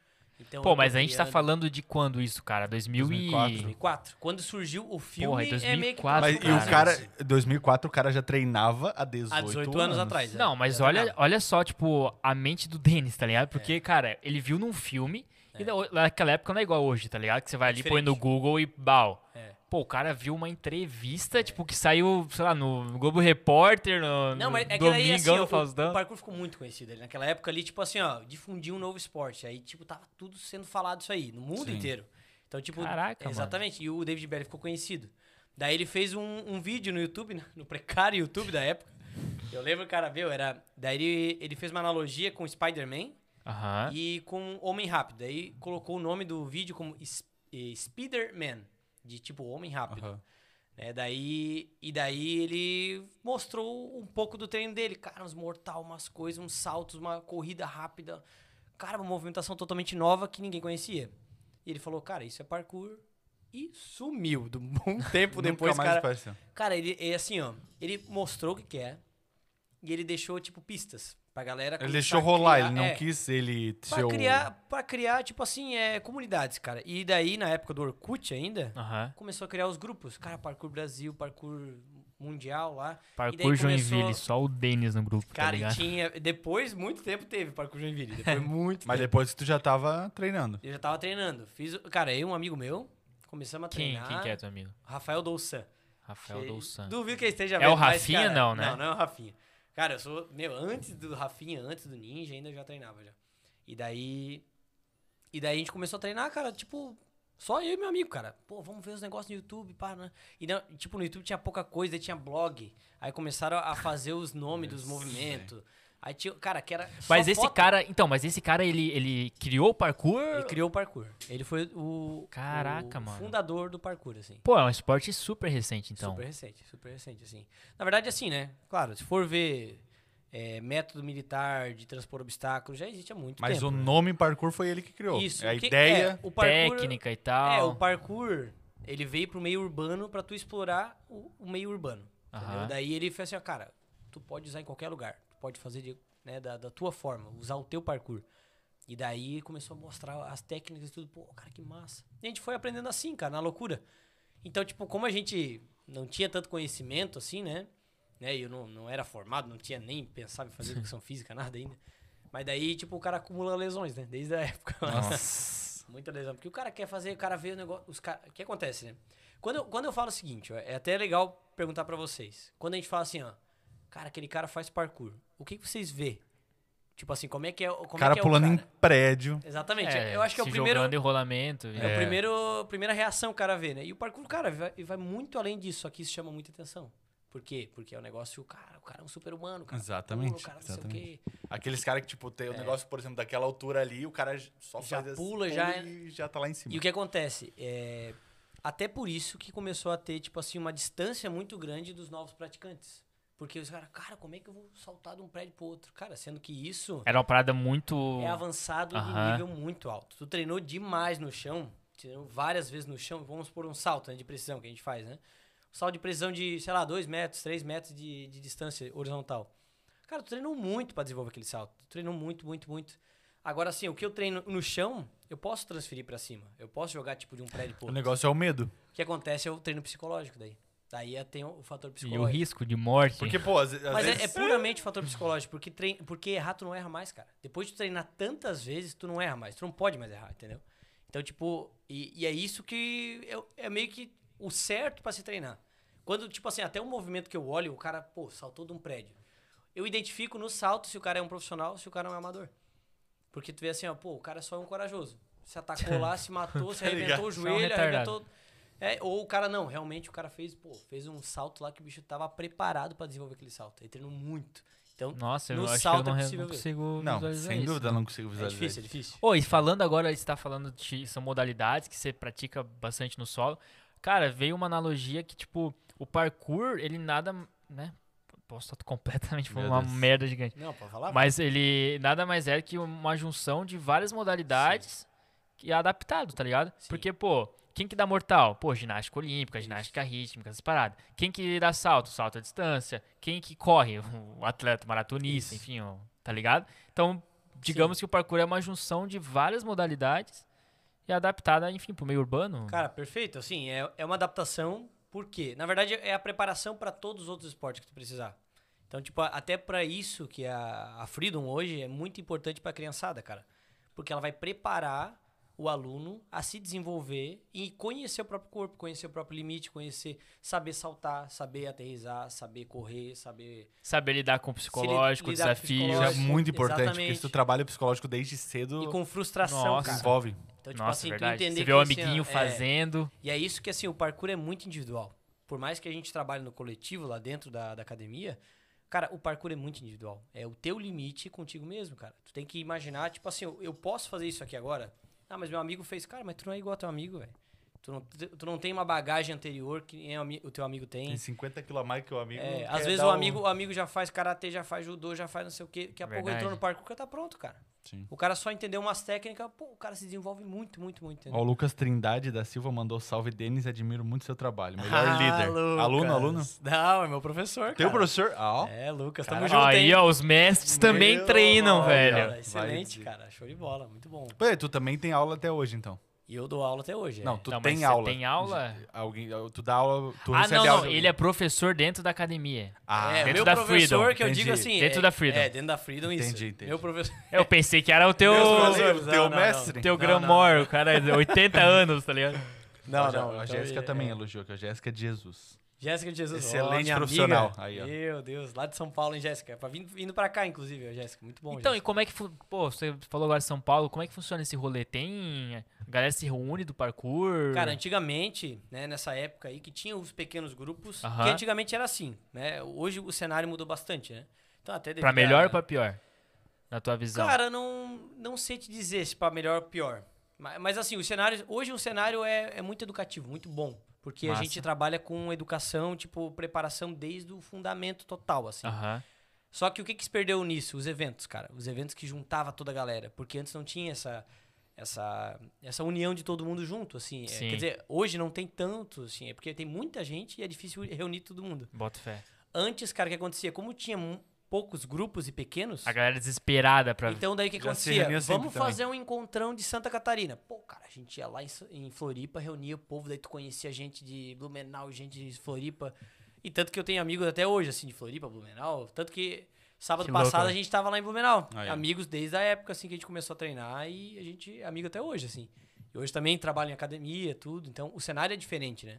[SPEAKER 4] Então,
[SPEAKER 2] Pô, mas a gente tá
[SPEAKER 4] apropriando-
[SPEAKER 2] falando de quando isso, cara? 2000 e...
[SPEAKER 3] 2004.
[SPEAKER 4] 2004. Quando surgiu o filme,
[SPEAKER 2] Porra, em
[SPEAKER 4] é meio que...
[SPEAKER 2] 2004,
[SPEAKER 3] Mas,
[SPEAKER 2] Nossa,
[SPEAKER 3] e o
[SPEAKER 2] cara.
[SPEAKER 3] cara... 2004, o cara já treinava há 18,
[SPEAKER 4] Há 18 anos atrás. é. É.
[SPEAKER 2] Não, mas
[SPEAKER 4] Era
[SPEAKER 2] olha,
[SPEAKER 4] nada.
[SPEAKER 2] olha só, tipo, a mente do Denis, tá ligado? Porque, cara, ele viu num filme, e da- naquela época não é igual hoje, tá ligado? Que você vai ali, põe no
[SPEAKER 4] Diferente.
[SPEAKER 2] Google e bau.
[SPEAKER 4] É.
[SPEAKER 2] Pô, o cara viu uma entrevista, tipo, que saiu, sei lá, no Globo Repórter, no,
[SPEAKER 4] Não,
[SPEAKER 2] no
[SPEAKER 4] mas é que daí,
[SPEAKER 2] Domingão
[SPEAKER 4] assim,
[SPEAKER 2] do
[SPEAKER 4] o, o
[SPEAKER 2] Faustão.
[SPEAKER 4] parkour ficou muito conhecido ali. Naquela época ali, tipo assim, ó, difundiu um novo esporte. Aí, tipo, tava tudo sendo falado isso aí, no mundo
[SPEAKER 3] Sim.
[SPEAKER 4] inteiro. Então, tipo...
[SPEAKER 2] Caraca, mano.
[SPEAKER 4] Exatamente. E o David Berry ficou conhecido. Daí ele fez um, um vídeo no YouTube, né, no precário YouTube da época. Eu lembro, cara, viu, era... Daí ele, ele fez uma analogia com o Spider-Man
[SPEAKER 2] Aham.
[SPEAKER 4] e com Homem Rápido. Daí colocou o nome do vídeo como Sp- eh, Spider-Man, de tipo Homem Rápido.
[SPEAKER 3] Aham.
[SPEAKER 4] né? Daí, e daí ele mostrou um pouco do treino dele. Cara, uns mortal, umas coisas, uns saltos, uma corrida rápida. Cara, uma movimentação totalmente nova que ninguém conhecia. E ele falou, cara, isso é parkour. E sumiu. Do bom tempo
[SPEAKER 3] Nunca
[SPEAKER 4] depois,
[SPEAKER 3] mais
[SPEAKER 4] cara.
[SPEAKER 3] apareceu.
[SPEAKER 4] Cara, ele é assim, ó. Ele mostrou o que que é e ele deixou, tipo, pistas. Pra galera
[SPEAKER 3] Ele
[SPEAKER 4] começar
[SPEAKER 3] deixou
[SPEAKER 4] a
[SPEAKER 3] rolar,
[SPEAKER 4] criar-
[SPEAKER 3] ele não
[SPEAKER 4] é,
[SPEAKER 3] quis ele
[SPEAKER 4] Pra
[SPEAKER 3] ser o-
[SPEAKER 4] criar, pra criar, tipo assim, é, comunidades, cara. E daí, na época do Orkut ainda,
[SPEAKER 2] Aham.
[SPEAKER 4] começou a criar os grupos. Cara,
[SPEAKER 2] Uhum.
[SPEAKER 4] Parkour Brasil, Parkour Mundial lá. daí
[SPEAKER 2] Parkour
[SPEAKER 4] começou-
[SPEAKER 2] Joinville, só o Denis no grupo, tá
[SPEAKER 4] Cara, e
[SPEAKER 2] ligado?
[SPEAKER 4] tinha. Depois, muito tempo teve Parkour Joinville. Depois, muito
[SPEAKER 3] Mas
[SPEAKER 4] tempo.
[SPEAKER 3] depois tu já tava treinando.
[SPEAKER 4] Eu já tava treinando. Fiz, o- cara, eu e um amigo meu, começamos a
[SPEAKER 2] Quem,
[SPEAKER 4] treinar.
[SPEAKER 2] quem que é teu amigo?
[SPEAKER 4] Rafael Dolçan.
[SPEAKER 2] Rafael
[SPEAKER 4] Que-
[SPEAKER 2] Dolsan.
[SPEAKER 4] Duvido que ele esteja
[SPEAKER 2] É
[SPEAKER 4] vendo.
[SPEAKER 2] o
[SPEAKER 4] mas,
[SPEAKER 2] Rafinha,
[SPEAKER 4] cara,
[SPEAKER 2] não, né?
[SPEAKER 4] Não, não é o Rafinha. Cara, eu sou. Meu, antes do Rafinha, antes do Ninja, ainda eu já treinava já. E daí. E daí a gente começou a treinar, cara, tipo. Só eu e meu amigo, cara. Pô, vamos ver os negócios no YouTube, pá, né? E não- tipo, no YouTube tinha pouca coisa, aí tinha blog. Aí começaram a fazer os nomes dos movimentos. Aí tinha. Cara, que era. só
[SPEAKER 2] Mas esse
[SPEAKER 4] foto.
[SPEAKER 2] cara, então, mas esse cara, ele, ele criou o parkour?
[SPEAKER 4] Ele criou o parkour. Ele foi o.
[SPEAKER 2] Caraca,
[SPEAKER 4] o
[SPEAKER 2] mano.
[SPEAKER 4] Fundador do parkour, assim.
[SPEAKER 2] Pô, é um esporte super recente, então.
[SPEAKER 4] Super recente, super recente, assim. Na verdade, assim, né? Claro, se for ver é, método militar de transpor obstáculos, já existe há muito
[SPEAKER 3] Mas
[SPEAKER 4] tempo.
[SPEAKER 3] o
[SPEAKER 4] né?
[SPEAKER 3] nome parkour foi ele que criou.
[SPEAKER 4] Isso.
[SPEAKER 3] É a
[SPEAKER 4] que-
[SPEAKER 3] ideia.
[SPEAKER 4] é, o parkour,
[SPEAKER 2] Técnica e
[SPEAKER 4] É, o
[SPEAKER 2] tal.
[SPEAKER 4] parkour, ele veio pro meio urbano pra tu explorar o, o meio urbano. entendeu?
[SPEAKER 2] Aham.
[SPEAKER 4] Daí ele fez assim, ó, cara, tu pode usar em qualquer lugar. Tu pode fazer de- né, da, da tua forma, usar o teu parkour. E daí começou a mostrar as técnicas e tudo. Pô, cara, que massa. E a gente foi aprendendo assim, cara, na loucura. Então, tipo, como a gente não tinha tanto conhecimento assim, né? né? Eu não, não era formado, não tinha nem pensava em fazer educação física, nada ainda. Mas daí, tipo, o cara acumula lesões, né? Desde a época.
[SPEAKER 3] Nossa.
[SPEAKER 4] Muita lesão. Porque o cara quer fazer, o cara vê o negócio. Os cara... O que acontece, né? Quando eu, quando eu falo o seguinte, ó, é até legal perguntar pra vocês. Quando a gente fala assim, ó, cara, aquele cara faz parkour, o que, que vocês vê? Tipo assim, como é que é, como
[SPEAKER 3] O
[SPEAKER 4] é
[SPEAKER 3] cara
[SPEAKER 4] que é
[SPEAKER 3] pulando
[SPEAKER 4] o
[SPEAKER 3] em
[SPEAKER 4] cara?
[SPEAKER 3] prédio.
[SPEAKER 4] Exatamente. eu acho que é o
[SPEAKER 2] se
[SPEAKER 4] primeiro.
[SPEAKER 2] jogando enrolamento.
[SPEAKER 4] É, o primeiro, primeira reação que o cara vê, né? E o parkour, cara, vai, vai muito além disso, só que isso chama muita atenção. Por quê? Porque é um negócio, cara, o cara é um super humano, cara.
[SPEAKER 3] Exatamente,
[SPEAKER 4] Pula, o cara não
[SPEAKER 3] exatamente.
[SPEAKER 4] sei o quê.
[SPEAKER 3] Aqueles caras que, tipo, tem o negócio, por exemplo, daquela altura ali, o cara j- só
[SPEAKER 4] É. Já
[SPEAKER 3] faz esse
[SPEAKER 4] pula, já-
[SPEAKER 3] e já tá lá em cima.
[SPEAKER 4] E o que acontece? É, até por isso que começou a ter, tipo assim, uma distância muito grande dos novos praticantes. Porque os caras, cara, como é que eu vou saltar de um prédio pro outro? Cara, sendo que isso
[SPEAKER 2] Era uma parada muito.
[SPEAKER 4] é avançado de
[SPEAKER 2] Aham.
[SPEAKER 4] nível muito alto. Tu treinou demais no chão, treinou várias vezes no chão, vamos por um salto né, de precisão que a gente faz, né? Um salto de precisão de, sei lá, 2 metros, 3 metros de, de distância horizontal. Cara, tu treinou muito pra desenvolver aquele salto. Tu treinou muito, muito, muito. Agora, assim, o que eu treino no chão, eu posso transferir pra cima. Eu posso jogar, tipo, de um prédio
[SPEAKER 3] O
[SPEAKER 4] pro outro.
[SPEAKER 3] negócio é o medo.
[SPEAKER 4] O que acontece é o treino psicológico daí. Daí é- tem o o fator
[SPEAKER 2] E o
[SPEAKER 4] psicológico.
[SPEAKER 2] risco de morte.
[SPEAKER 3] Porque, pô, às, às
[SPEAKER 4] Mas é, é
[SPEAKER 3] vezes...
[SPEAKER 4] puramente fator psicológico, porque, trein... porque errar tu não erra mais, cara. Depois de treinar tantas vezes, tu não erra mais, tu não pode mais errar, entendeu? Então, tipo, e, e é isso que é, é meio que o certo pra se treinar. Quando, tipo assim, até um movimento que eu olho, o cara, pô, saltou de um prédio. Eu identifico no salto se o cara é um profissional, se o cara é um amador. Porque tu vê assim, ó, pô, o cara só é um corajoso. Se atacou lá, se matou, se
[SPEAKER 3] Tá ligado?
[SPEAKER 4] arrebentou o
[SPEAKER 2] Só um
[SPEAKER 4] joelho,
[SPEAKER 2] retardado.
[SPEAKER 4] arrebentou. É, ou o cara não, realmente o cara fez, pô, fez um salto lá que o bicho tava preparado pra desenvolver aquele salto. Ele treinou muito. Então,
[SPEAKER 2] Nossa, eu
[SPEAKER 4] No
[SPEAKER 2] acho
[SPEAKER 4] salto
[SPEAKER 2] que eu não,
[SPEAKER 4] é
[SPEAKER 2] re-
[SPEAKER 4] possível
[SPEAKER 2] não
[SPEAKER 4] ver.
[SPEAKER 2] consigo.
[SPEAKER 3] Não,
[SPEAKER 2] visualizar
[SPEAKER 3] sem
[SPEAKER 2] isso.
[SPEAKER 3] dúvida eu não consigo
[SPEAKER 4] é
[SPEAKER 3] visualizar.
[SPEAKER 4] difícil, é
[SPEAKER 3] isso.
[SPEAKER 4] difícil.
[SPEAKER 2] Ô, e falando agora, você tá falando de são modalidades que você pratica bastante no solo. Cara, veio uma analogia que, tipo, o parkour, ele nada, né? Posso estar completamente
[SPEAKER 3] Meu
[SPEAKER 2] falando uma
[SPEAKER 3] Deus.
[SPEAKER 2] merda gigante.
[SPEAKER 4] Não, pode falar?
[SPEAKER 2] Mas ele nada mais é que uma junção de várias modalidades que é adaptado, tá ligado?
[SPEAKER 4] Sim.
[SPEAKER 2] Porque, pô, quem que dá mortal? Pô, ginástica olímpica, ginástica rítmica, essas paradas. Quem que dá salto? Salto à distância. Quem que corre? O atleta, o maratonista, enfim, ó, tá ligado? Então, digamos que o parkour é uma junção de várias modalidades e adaptada, enfim, pro meio urbano.
[SPEAKER 4] Cara, perfeito. Assim, é, é uma adaptação, porque, na verdade, é a preparação pra todos os outros esportes que tu precisar. Então, tipo, a- até pra isso que a, a Freedom hoje é muito importante pra criançada, cara. Porque ela vai preparar o aluno a se desenvolver e conhecer o próprio corpo, conhecer o próprio limite, conhecer, saber saltar, saber aterrizar, saber correr, saber
[SPEAKER 2] Saber lidar com o psicológico,
[SPEAKER 4] lidar com o
[SPEAKER 2] desafios.
[SPEAKER 3] Isso é
[SPEAKER 4] psicológico.
[SPEAKER 3] muito importante, porque
[SPEAKER 4] Exatamente.
[SPEAKER 3] se tu trabalha psicológico desde
[SPEAKER 4] e
[SPEAKER 3] cedo,
[SPEAKER 4] com frustração,
[SPEAKER 2] Nossa.
[SPEAKER 4] cara.
[SPEAKER 3] desenvolve.
[SPEAKER 4] Então,
[SPEAKER 2] Nossa, é verdade. Você vê
[SPEAKER 4] que,
[SPEAKER 2] o
[SPEAKER 4] assim, ó,
[SPEAKER 2] amiguinho
[SPEAKER 4] é,
[SPEAKER 2] fazendo.
[SPEAKER 4] E é isso que, assim, o parkour é muito individual. Por mais que a gente trabalhe no coletivo lá dentro da, da academia, cara, o parkour é muito individual. É o teu limite contigo mesmo, cara. Tu tem que imaginar, tipo assim, eu, eu posso fazer isso aqui agora? Ah, mas meu amigo fez. Cara, mas tu não é igual ao teu amigo, velho. Tu não, tu não tem uma bagagem anterior que nem o ami- o teu amigo tem.
[SPEAKER 3] Tem 50 quilos a mais que o amigo.
[SPEAKER 4] É,
[SPEAKER 3] quer
[SPEAKER 4] às vezes
[SPEAKER 3] dar um
[SPEAKER 4] o amigo, o amigo já faz karatê, já faz judô, já faz não sei o quê. Daqui a pouco
[SPEAKER 2] Verdade.
[SPEAKER 4] entrou no parkour que tá pronto, cara.
[SPEAKER 3] Sim.
[SPEAKER 4] O cara só entendeu umas técnicas, pô, o cara se desenvolve muito, muito, muito.
[SPEAKER 3] Ó,
[SPEAKER 4] Entendeu?
[SPEAKER 3] o Lucas Trindade da Silva mandou salve, Denis, admiro muito seu trabalho. Melhor
[SPEAKER 4] Ah,
[SPEAKER 3] líder.
[SPEAKER 4] Lucas.
[SPEAKER 3] Aluno, aluno?
[SPEAKER 4] Não, é meu professor,
[SPEAKER 3] Teu
[SPEAKER 4] cara.
[SPEAKER 3] professor? Ah, ó.
[SPEAKER 4] É, Lucas, tamo
[SPEAKER 3] Cara,
[SPEAKER 4] junto,
[SPEAKER 2] Aí,
[SPEAKER 4] hein?
[SPEAKER 2] ó, os mestres também
[SPEAKER 3] Meu
[SPEAKER 2] treinam,
[SPEAKER 3] nome,
[SPEAKER 2] velho.
[SPEAKER 3] Vai
[SPEAKER 4] Cara, excelente,
[SPEAKER 3] dizer.
[SPEAKER 4] cara. Show de bola, muito bom.
[SPEAKER 3] Pô, e tu também tem aula até hoje, então.
[SPEAKER 4] E eu dou aula até hoje. é.
[SPEAKER 3] Não, tu
[SPEAKER 2] Não, mas
[SPEAKER 3] tem
[SPEAKER 2] você
[SPEAKER 3] aula.
[SPEAKER 2] tem aula?
[SPEAKER 3] Alguém, tu dá aula, tu
[SPEAKER 2] Ah,
[SPEAKER 3] recebe
[SPEAKER 2] não, não.
[SPEAKER 3] aula.
[SPEAKER 2] Ele é professor dentro da academia.
[SPEAKER 3] Ah,
[SPEAKER 4] é,
[SPEAKER 2] dentro
[SPEAKER 4] meu
[SPEAKER 2] da
[SPEAKER 4] professor,
[SPEAKER 2] Freedom,
[SPEAKER 4] que eu digo
[SPEAKER 3] entendi.
[SPEAKER 4] assim.
[SPEAKER 2] Dentro
[SPEAKER 4] é-
[SPEAKER 2] da Freedom.
[SPEAKER 4] É, dentro da Freedom, isso.
[SPEAKER 3] Entendi, entendi.
[SPEAKER 4] Meu professor.
[SPEAKER 2] Eu pensei que era o teu.
[SPEAKER 4] Meus
[SPEAKER 3] professores.
[SPEAKER 4] professores,
[SPEAKER 3] teu
[SPEAKER 4] não, não,
[SPEAKER 3] mestre?
[SPEAKER 2] Teu
[SPEAKER 4] não,
[SPEAKER 2] Gramor, o cara é de 80 anos, tá ligado?
[SPEAKER 4] Não,
[SPEAKER 3] A
[SPEAKER 4] não.
[SPEAKER 3] Ja-
[SPEAKER 4] não,
[SPEAKER 3] a
[SPEAKER 4] então
[SPEAKER 3] Jéssica
[SPEAKER 4] ele-
[SPEAKER 3] também
[SPEAKER 4] é.
[SPEAKER 3] elogiou, que a Jéssica é de Jesus.
[SPEAKER 4] Jéssica de Jesus. ó,
[SPEAKER 3] Excelente
[SPEAKER 4] minha
[SPEAKER 3] profissional.
[SPEAKER 4] amiga.
[SPEAKER 3] Aí, ó.
[SPEAKER 4] Meu Deus, lá de São Paulo, hein, Jéssica? É Pra vim- Vindo pra cá, inclusive, ó, Jéssica. Muito bom,
[SPEAKER 2] então, e
[SPEAKER 4] Jéssica.
[SPEAKER 2] como é que. fu- Pô, você falou agora de São Paulo, como é que funciona esse rolê? Tem. A galera se reúne do parkour?
[SPEAKER 4] Cara, antigamente, né, nessa época aí, que tinha os pequenos grupos,
[SPEAKER 2] Aham.
[SPEAKER 4] que antigamente era assim, né? Hoje o cenário mudou bastante, né? Então, até
[SPEAKER 2] pra
[SPEAKER 4] devido
[SPEAKER 2] melhor
[SPEAKER 4] a-
[SPEAKER 2] ou pra pior? Na tua visão?
[SPEAKER 4] Cara, não, não sei te dizer se pra melhor ou pior. Ma- Mas, assim, o cenário, hoje o cenário é, é muito educativo, muito bom. Porque
[SPEAKER 2] Massa.
[SPEAKER 4] a gente trabalha com educação, tipo, preparação desde o fundamento total, assim.
[SPEAKER 2] Aham.
[SPEAKER 4] Só que o que, que se perdeu nisso? Os eventos, cara. Os eventos que juntava toda a galera. Porque antes não tinha essa, essa, essa união de todo mundo junto, assim. É,
[SPEAKER 2] Sim.
[SPEAKER 4] quer dizer, hoje não tem tanto, assim. É porque tem muita gente e é difícil reunir todo mundo.
[SPEAKER 2] Bota fé.
[SPEAKER 4] Antes, cara, o que acontecia? Como tinha mu- poucos grupos e pequenos...
[SPEAKER 2] A galera desesperada pra.
[SPEAKER 4] Então daí o que
[SPEAKER 3] Já se
[SPEAKER 4] acontecia?
[SPEAKER 3] reunia sempre
[SPEAKER 4] Vamos
[SPEAKER 3] também.
[SPEAKER 4] fazer um encontrão de Santa Catarina. Pô, cara, a gente ia lá em, Sa- em Floripa, reunia o povo, daí tu conhecia gente de Blumenau, gente de Floripa. E tanto que eu tenho amigos até hoje, assim, de Floripa, Blumenau. Tanto que sábado
[SPEAKER 2] Que louco,
[SPEAKER 4] passado
[SPEAKER 2] né?
[SPEAKER 4] a gente tava lá em Blumenau.
[SPEAKER 3] Aí, ó.
[SPEAKER 4] amigos desde a época, assim, que a gente começou a treinar e a gente é amigo até hoje, assim. E hoje também trabalho em academia, tudo. Então o cenário é diferente, né?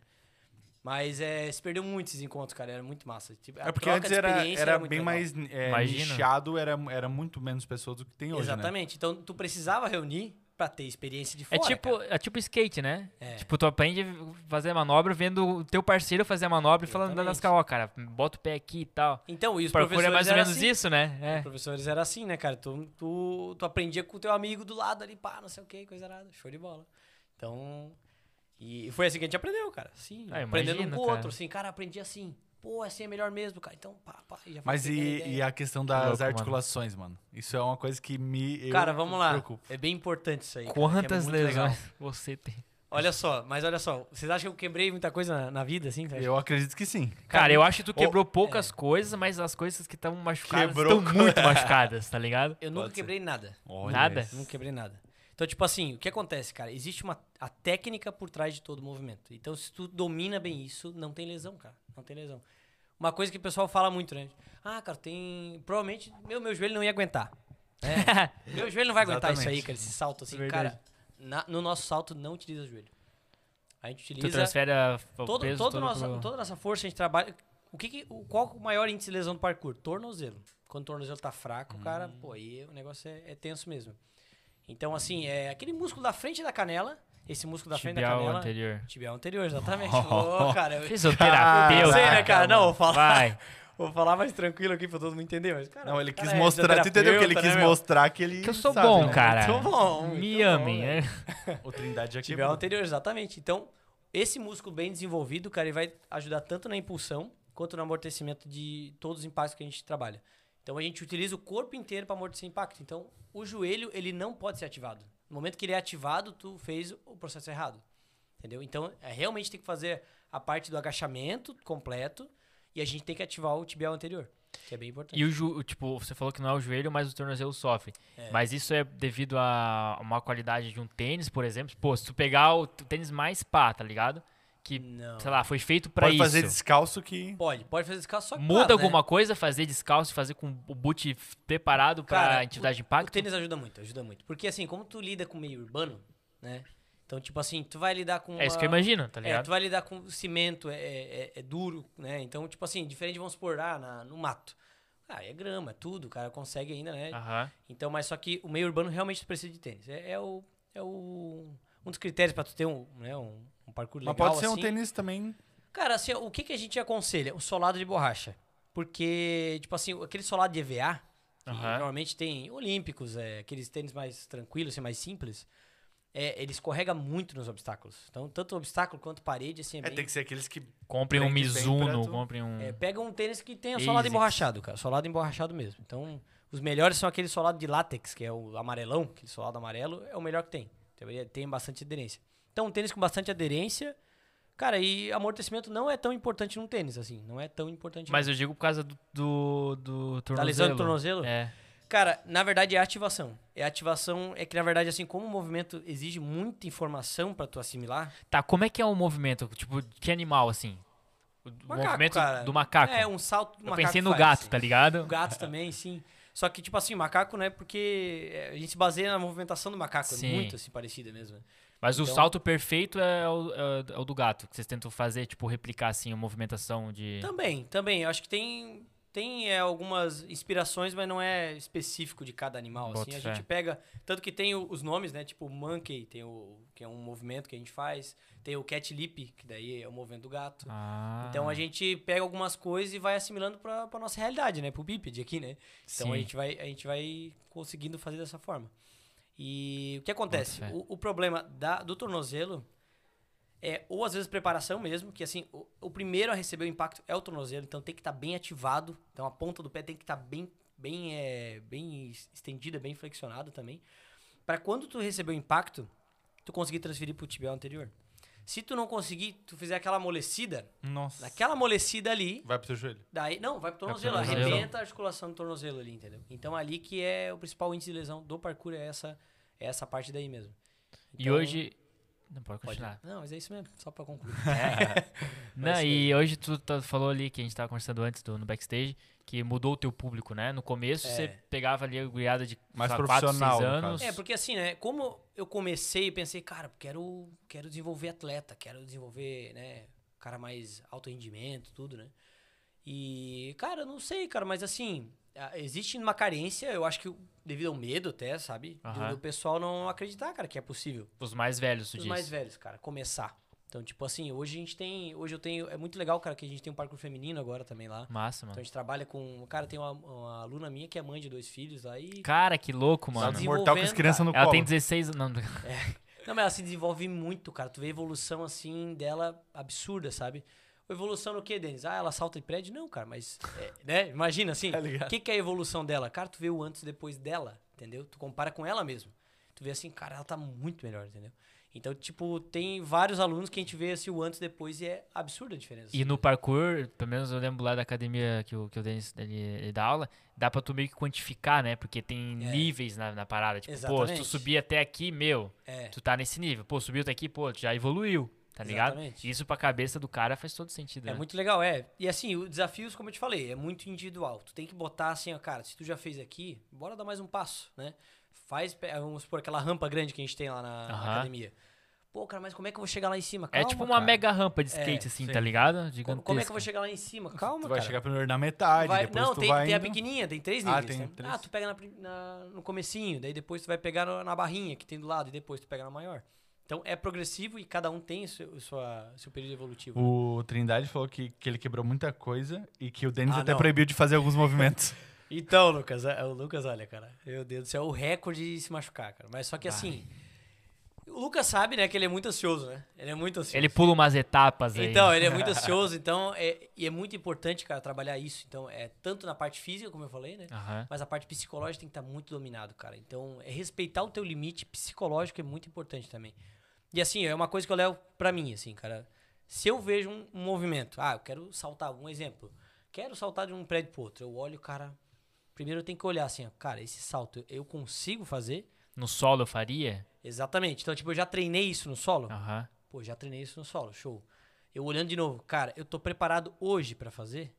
[SPEAKER 4] Mas é, se perdeu muito esses encontros, cara. Era muito massa. Tipo, a
[SPEAKER 3] É porque
[SPEAKER 4] troca
[SPEAKER 3] antes
[SPEAKER 4] de
[SPEAKER 3] era,
[SPEAKER 4] experiência
[SPEAKER 3] era,
[SPEAKER 4] muito
[SPEAKER 3] bem
[SPEAKER 4] legal.
[SPEAKER 3] mais é,
[SPEAKER 2] Imagino.
[SPEAKER 3] nichado, era, era muito menos pessoas do que tem hoje, né?
[SPEAKER 4] Exatamente. Então, tu precisava reunir pra ter experiência de
[SPEAKER 2] É
[SPEAKER 4] fora.
[SPEAKER 2] tipo,
[SPEAKER 4] cara.
[SPEAKER 2] é tipo skate, né?
[SPEAKER 4] É.
[SPEAKER 2] Tipo, tu aprende a fazer a manobra vendo o teu parceiro fazer a manobra e falando das
[SPEAKER 4] Exatamente.
[SPEAKER 2] caô, cara, bota o pé aqui e tal.
[SPEAKER 4] Então, e os
[SPEAKER 2] Parkour
[SPEAKER 4] professores
[SPEAKER 2] é mais ou
[SPEAKER 4] era
[SPEAKER 2] menos
[SPEAKER 4] assim.
[SPEAKER 2] isso, né?
[SPEAKER 4] Os
[SPEAKER 2] É.
[SPEAKER 4] professores era assim, né, cara? Tu, tu, tu aprendia com o teu amigo do lado ali, pá, não sei o que, coisa nada. Show de bola. Então. E foi assim que a gente aprendeu, cara. Sim,
[SPEAKER 2] Ah,
[SPEAKER 4] aprendendo um
[SPEAKER 2] imagino,
[SPEAKER 4] com o
[SPEAKER 2] cara.
[SPEAKER 4] outro, assim, cara, aprendi assim. Pô, assim é melhor mesmo, cara. Então, pá, pá. e Já foi
[SPEAKER 3] Mas
[SPEAKER 4] trocando
[SPEAKER 3] e,
[SPEAKER 4] ideia.
[SPEAKER 3] e a questão
[SPEAKER 2] Que
[SPEAKER 3] das
[SPEAKER 2] louco, mano.
[SPEAKER 3] articulações, mano. Isso é uma coisa que me. eu
[SPEAKER 4] Cara, vamos lá.
[SPEAKER 3] preocupo.
[SPEAKER 4] É bem importante isso aí. cara, que é
[SPEAKER 2] Quantas
[SPEAKER 4] muito legal.
[SPEAKER 2] lesões você tem?
[SPEAKER 4] Olha só, mas olha só. Vocês acham que eu quebrei muita coisa na, na vida, assim?
[SPEAKER 3] Eu acredito que sim.
[SPEAKER 2] Cara, eu acho que tu
[SPEAKER 3] Ou-
[SPEAKER 4] é.
[SPEAKER 2] quebrou poucas coisas, mas as coisas que estavam machucadas
[SPEAKER 3] Quebrou
[SPEAKER 2] estão muito machucadas, tá ligado?
[SPEAKER 4] eu nunca
[SPEAKER 3] Pode ser.
[SPEAKER 4] quebrei nada.
[SPEAKER 3] Olha
[SPEAKER 2] Nada.
[SPEAKER 3] isso.
[SPEAKER 4] Não quebrei nada. Então, tipo assim, o que acontece, cara? Existe uma a técnica por trás de todo movimento. Então, se tu domina bem isso, não tem lesão, cara. Não tem lesão. Uma coisa que o pessoal fala muito, né? Ah, cara, tem. Provavelmente meu, meu joelho não ia aguentar. É. meu joelho não vai aguentar isso aí,
[SPEAKER 3] Exatamente.
[SPEAKER 4] cara. Esse salto assim,
[SPEAKER 2] É Verdade.
[SPEAKER 4] cara. na- no nosso salto não utiliza joelho. A gente
[SPEAKER 2] Tu
[SPEAKER 4] utiliza
[SPEAKER 2] transfere a, o
[SPEAKER 4] todo,
[SPEAKER 2] peso
[SPEAKER 4] todo
[SPEAKER 2] todo
[SPEAKER 4] nossa,
[SPEAKER 2] pro-
[SPEAKER 4] toda a nossa força a gente trabalha. O que que- o, qual que é o maior índice de lesão do parkour? Tornozelo. Quando o tornozelo tá fraco, o
[SPEAKER 3] Hum.
[SPEAKER 4] cara, pô, aí o negócio é, é tenso mesmo. Então, assim, é aquele músculo da frente da canela, esse músculo da frente da
[SPEAKER 2] tibial
[SPEAKER 4] canela.
[SPEAKER 2] anterior.
[SPEAKER 4] Tibial anterior, exatamente. Ô, cara, eu
[SPEAKER 2] Fisioterapeuta.
[SPEAKER 4] eu sei, né, cara? Não, vou falar,
[SPEAKER 2] Vai.
[SPEAKER 4] vou falar mais tranquilo aqui pra todo mundo entender, mas, cara.
[SPEAKER 3] Não, ele
[SPEAKER 4] o
[SPEAKER 3] quis
[SPEAKER 4] cara é
[SPEAKER 3] mostrar. Tu entendeu que ele
[SPEAKER 4] fisioterapeuta,
[SPEAKER 3] quis
[SPEAKER 4] né, meu?
[SPEAKER 3] mostrar que ele.
[SPEAKER 2] Que eu sou
[SPEAKER 3] sabe,
[SPEAKER 2] bom,
[SPEAKER 3] né?
[SPEAKER 2] cara.
[SPEAKER 4] Muito bom, muito
[SPEAKER 2] Me
[SPEAKER 4] bom,
[SPEAKER 2] amem,
[SPEAKER 4] velho.
[SPEAKER 2] né?
[SPEAKER 3] O Trindade é já
[SPEAKER 4] tibial
[SPEAKER 3] quebrou.
[SPEAKER 4] Tipo, anterior, exatamente. Então, esse músculo bem desenvolvido, cara, ele vai ajudar tanto na impulsão quanto no amortecimento de todos os impactos que a gente trabalha. Então, a gente utiliza o corpo inteiro para amortecer impacto. Então, o joelho, ele não pode ser ativado. No momento que ele é ativado, tu fez o processo errado. Entendeu? Então, é, realmente tem que fazer a parte do agachamento completo e a gente tem que ativar o tibial anterior, que é bem importante.
[SPEAKER 2] E o ju- o tipo, você falou que não é o joelho, mas o tornozelo sofre. Mas isso é devido a uma qualidade de um tênis, por exemplo. Pô, se tu pegar o t- tênis mais pá, tá ligado? Que,
[SPEAKER 4] Não.
[SPEAKER 2] sei lá, foi feito pra
[SPEAKER 3] Pode
[SPEAKER 2] isso.
[SPEAKER 3] fazer descalço que.
[SPEAKER 4] Pode, pode fazer esse caso só que,
[SPEAKER 2] Muda
[SPEAKER 4] claro, né?
[SPEAKER 2] alguma coisa fazer descalço, fazer com o boot f- preparado pra
[SPEAKER 4] Cara,
[SPEAKER 2] atividade de
[SPEAKER 4] O
[SPEAKER 2] impacto?
[SPEAKER 4] tênis ajuda muito, ajuda muito. Porque assim, como tu lida com o meio urbano, né? Então, tipo assim, tu vai lidar com.
[SPEAKER 2] É isso que eu
[SPEAKER 4] uma-
[SPEAKER 2] imagino, tá
[SPEAKER 4] É,
[SPEAKER 2] ligado?
[SPEAKER 4] tu vai lidar com cimento, é, é- é duro, né? Então, tipo assim, diferente, vamos supor, ah, na- no mato. Ah, é grama, é tudo, o cara consegue ainda, né?
[SPEAKER 2] Aham.
[SPEAKER 4] Então, mas só que o meio urbano realmente tu precisa de tênis. É, é o, é o- um dos critérios pra tu ter um, né, um, um parkour legal.
[SPEAKER 3] Mas pode ser um
[SPEAKER 4] assim.
[SPEAKER 3] tênis também.
[SPEAKER 4] Cara, assim, ó, o que, que a gente aconselha? O solado de borracha. Porque, tipo assim, aquele solado de EVA, que
[SPEAKER 2] Aham.
[SPEAKER 4] normalmente tem olímpicos, é, aqueles tênis mais tranquilos, assim, mais simples, é, ele escorrega muito nos obstáculos. Então, tanto obstáculo quanto parede, assim, é,
[SPEAKER 1] É,
[SPEAKER 4] bem...
[SPEAKER 1] tem que ser aqueles que.
[SPEAKER 2] Compre um
[SPEAKER 1] Frente bem
[SPEAKER 2] Mizuno,
[SPEAKER 1] preto.
[SPEAKER 2] compre um.
[SPEAKER 4] É, pega um tênis que tenha solado
[SPEAKER 2] ASICS.
[SPEAKER 4] emborrachado, cara. Solado emborrachado mesmo. Então, os melhores são aquele solado de látex, que é o amarelão, aquele solado amarelo, é o melhor que tem. Então, ele Tem bastante aderência. Então, um tênis com bastante aderência. Cara, e amortecimento não é tão importante num tênis, assim. Não é tão importante.
[SPEAKER 2] Mas eu digo por causa do, do, do tornozelo.
[SPEAKER 4] Tá lesão do tornozelo?
[SPEAKER 2] É.
[SPEAKER 4] Cara, na verdade é ativação. É ativação, é que na verdade, assim, como o movimento exige muita informação pra tu assimilar.
[SPEAKER 2] Tá, como é que é o movimento? Tipo, que animal, assim? O d-
[SPEAKER 4] Macaco,
[SPEAKER 2] movimento
[SPEAKER 4] cara.
[SPEAKER 2] do macaco.
[SPEAKER 4] É, um salto do
[SPEAKER 2] eu
[SPEAKER 4] macaco.
[SPEAKER 2] pensei no
[SPEAKER 4] faz,
[SPEAKER 2] gato,
[SPEAKER 4] assim.
[SPEAKER 2] tá ligado?
[SPEAKER 4] O gato também, sim. Só que, tipo assim, macaco, né? Porque é, a gente se baseia na movimentação do macaco.
[SPEAKER 2] Sim.
[SPEAKER 4] É muito assim, parecida mesmo. né?
[SPEAKER 2] Mas o
[SPEAKER 4] Então-
[SPEAKER 2] salto perfeito é o, é o do gato, que vocês tentam fazer, tipo, replicar, assim, a movimentação de...
[SPEAKER 4] Também, também. Eu acho que tem, tem é, algumas inspirações, mas não é específico de cada animal.
[SPEAKER 2] Boto
[SPEAKER 4] assim. A
[SPEAKER 2] fé.
[SPEAKER 4] gente pega. Tanto que tem o- os nomes, né? Tipo, monkey, tem o, que é um movimento que a gente faz. Tem o cat lip, que daí é o movimento do gato.
[SPEAKER 2] Ah,
[SPEAKER 4] Então a gente pega algumas coisas e vai assimilando pra, pra nossa realidade, né? Pro bípede aqui, né? Então a
[SPEAKER 2] Sim.
[SPEAKER 4] gente, vai, a gente vai conseguindo fazer dessa forma. E o que acontece?
[SPEAKER 2] fé.
[SPEAKER 4] O, o problema da- do tornozelo é, ou às vezes preparação mesmo, que assim, o, o primeiro a receber o impacto é o tornozelo, então tem que estar bem ativado, então a ponta do pé tem que estar bem, bem, é, bem es- estendida, bem flexionada também, Pra quando tu receber o impacto, tu conseguir transferir pro tibial anterior. Se tu não conseguir, tu fizer aquela amolecida,
[SPEAKER 3] Nossa.
[SPEAKER 4] Daquela amolecida ali,
[SPEAKER 3] Vai pro seu joelho.
[SPEAKER 4] daí. Não, vai pro tornozelo,
[SPEAKER 2] Vai É pro tornozelo.
[SPEAKER 4] arrebenta a articulação do tornozelo ali, entendeu? Então ali que é o principal índice de lesão do parkour, é essa, é essa parte daí mesmo.
[SPEAKER 2] E
[SPEAKER 4] Então,
[SPEAKER 2] hoje... Não, pode
[SPEAKER 4] pode-
[SPEAKER 2] continuar. É,
[SPEAKER 4] Não, mas é isso mesmo, só pra concluir.
[SPEAKER 2] Não,
[SPEAKER 4] ser.
[SPEAKER 2] e hoje tu tá- falou ali que a gente tava conversando antes do- no backstage, que mudou o teu público, né? No começo você pegava ali a guriada de
[SPEAKER 3] Mais
[SPEAKER 2] 4, 6
[SPEAKER 3] profissional, no caso.
[SPEAKER 2] anos.
[SPEAKER 4] É, porque assim, né? Como eu comecei, pensei, cara, quero, quero desenvolver atleta, quero desenvolver, né? Cara mais alto rendimento, tudo, né? E, cara, não sei, cara, mas assim, a- existe uma carência, eu acho que o- devido ao medo até, sabe? Do-
[SPEAKER 2] Aham.
[SPEAKER 4] Do, pessoal não acreditar, cara, que é possível.
[SPEAKER 2] Os mais velhos, tu
[SPEAKER 4] Os
[SPEAKER 2] diz.
[SPEAKER 4] mais velhos, cara, começar. Então, tipo assim, hoje a gente tem. Hoje eu tenho. É muito legal, cara, que a gente tem um parkour feminino agora também lá.
[SPEAKER 2] Massa,
[SPEAKER 4] Então
[SPEAKER 2] mano.
[SPEAKER 4] a gente trabalha com. Cara, tem uma, uma aluna minha que é mãe de dois filhos lá e.
[SPEAKER 2] Cara, que louco, mano.
[SPEAKER 4] desenvolvendo,
[SPEAKER 3] é Mortal com as crianças no
[SPEAKER 2] Ela
[SPEAKER 3] colo.
[SPEAKER 2] tem 16 anos. Não,
[SPEAKER 4] Não, mas ela se desenvolve muito, cara. Tu vê a evolução, assim, dela absurda, sabe? Evolução no quê, Denis? Ah, ela salta de prédio? Não, cara, mas... é, né? Imagina, assim,
[SPEAKER 3] Tá
[SPEAKER 4] o
[SPEAKER 3] ligado.
[SPEAKER 4] que, que é a evolução dela? Cara, tu vê o antes e depois dela, entendeu? Tu compara com ela mesmo. Tu vê assim, cara, ela tá muito melhor, entendeu? Então, tipo, tem vários alunos que a gente vê, assim, o antes e depois e é absurda a diferença.
[SPEAKER 2] E no parkour, pelo menos eu lembro lá da academia que o, que o Denis ele, ele dá aula, dá pra tu meio que quantificar, né? Porque tem níveis na, na parada. Tipo, pô, se tu
[SPEAKER 4] É. Exatamente.
[SPEAKER 2] subir até aqui, meu,
[SPEAKER 4] É.
[SPEAKER 2] tu tá nesse nível. Pô, subiu até aqui, pô, tu já evoluiu, tá ligado?
[SPEAKER 4] Exatamente.
[SPEAKER 2] Isso pra cabeça do cara faz todo sentido,
[SPEAKER 4] É
[SPEAKER 2] né?
[SPEAKER 4] muito legal, é. E assim, os desafios, como eu te falei, é muito individual. Tu tem que botar assim, ó, cara, se tu já fez aqui, bora dar mais um passo, né? Faz, pe- vamos supor, aquela rampa grande que a gente tem lá na, na
[SPEAKER 2] Aham.
[SPEAKER 4] academia. Pô, cara, mas como é que eu vou chegar lá em cima?
[SPEAKER 2] É
[SPEAKER 4] Calma,
[SPEAKER 2] tipo uma
[SPEAKER 4] cara.
[SPEAKER 2] mega rampa de skate,
[SPEAKER 4] É,
[SPEAKER 2] assim,
[SPEAKER 3] sim.
[SPEAKER 2] tá ligado?
[SPEAKER 4] Como,
[SPEAKER 2] Gigantesca.
[SPEAKER 4] como é que eu vou chegar lá em cima? Calma,
[SPEAKER 3] Tu vai
[SPEAKER 4] cara.
[SPEAKER 3] chegar primeiro na metade,
[SPEAKER 4] Vai-
[SPEAKER 3] depois
[SPEAKER 4] não,
[SPEAKER 3] tu
[SPEAKER 4] tem,
[SPEAKER 3] vai
[SPEAKER 4] tem a
[SPEAKER 3] indo.
[SPEAKER 4] pequenininha, tem três
[SPEAKER 3] Ah,
[SPEAKER 4] níveis.
[SPEAKER 3] tem
[SPEAKER 4] né?
[SPEAKER 3] três.
[SPEAKER 4] Ah, tu pega na prim- na- no comecinho, daí depois tu vai pegar no- na barrinha que tem do lado, e depois tu pega na maior. Então é progressivo e cada um tem o seu, sua- seu período evolutivo. né?
[SPEAKER 3] O Trindade falou que, que ele quebrou muita coisa e que o Denis
[SPEAKER 4] Ah,
[SPEAKER 3] até
[SPEAKER 4] não.
[SPEAKER 3] proibiu de fazer alguns movimentos.
[SPEAKER 4] Então, Lucas, é, o Lucas, olha, cara, meu Deus do céu, o recorde de se machucar, cara. Mas só que assim, o Lucas sabe, né, que ele é muito ansioso, né? Ele é muito ansioso.
[SPEAKER 2] Ele pula umas etapas aí.
[SPEAKER 4] Então, ele é muito ansioso, então, é, e é muito importante, cara, trabalhar isso. Então, é tanto na parte física, como eu falei, né?
[SPEAKER 2] Aham.
[SPEAKER 4] Mas a parte psicológica tem que estar muito dominado, cara. Então, é respeitar o teu limite psicológico é muito importante também. E assim, é uma coisa que eu levo pra mim, assim, cara. Se eu vejo um, um movimento, ah, eu quero saltar, um exemplo. Quero saltar de um prédio pro outro. Eu olho, cara. Primeiro eu tenho que olhar assim, ó, cara, esse salto eu consigo fazer?
[SPEAKER 2] No solo eu faria?
[SPEAKER 4] Exatamente. Então, tipo, eu já treinei isso no solo?
[SPEAKER 2] Aham.
[SPEAKER 4] Pô, já treinei isso no solo, show. Eu olhando de novo, cara, eu tô preparado hoje pra fazer?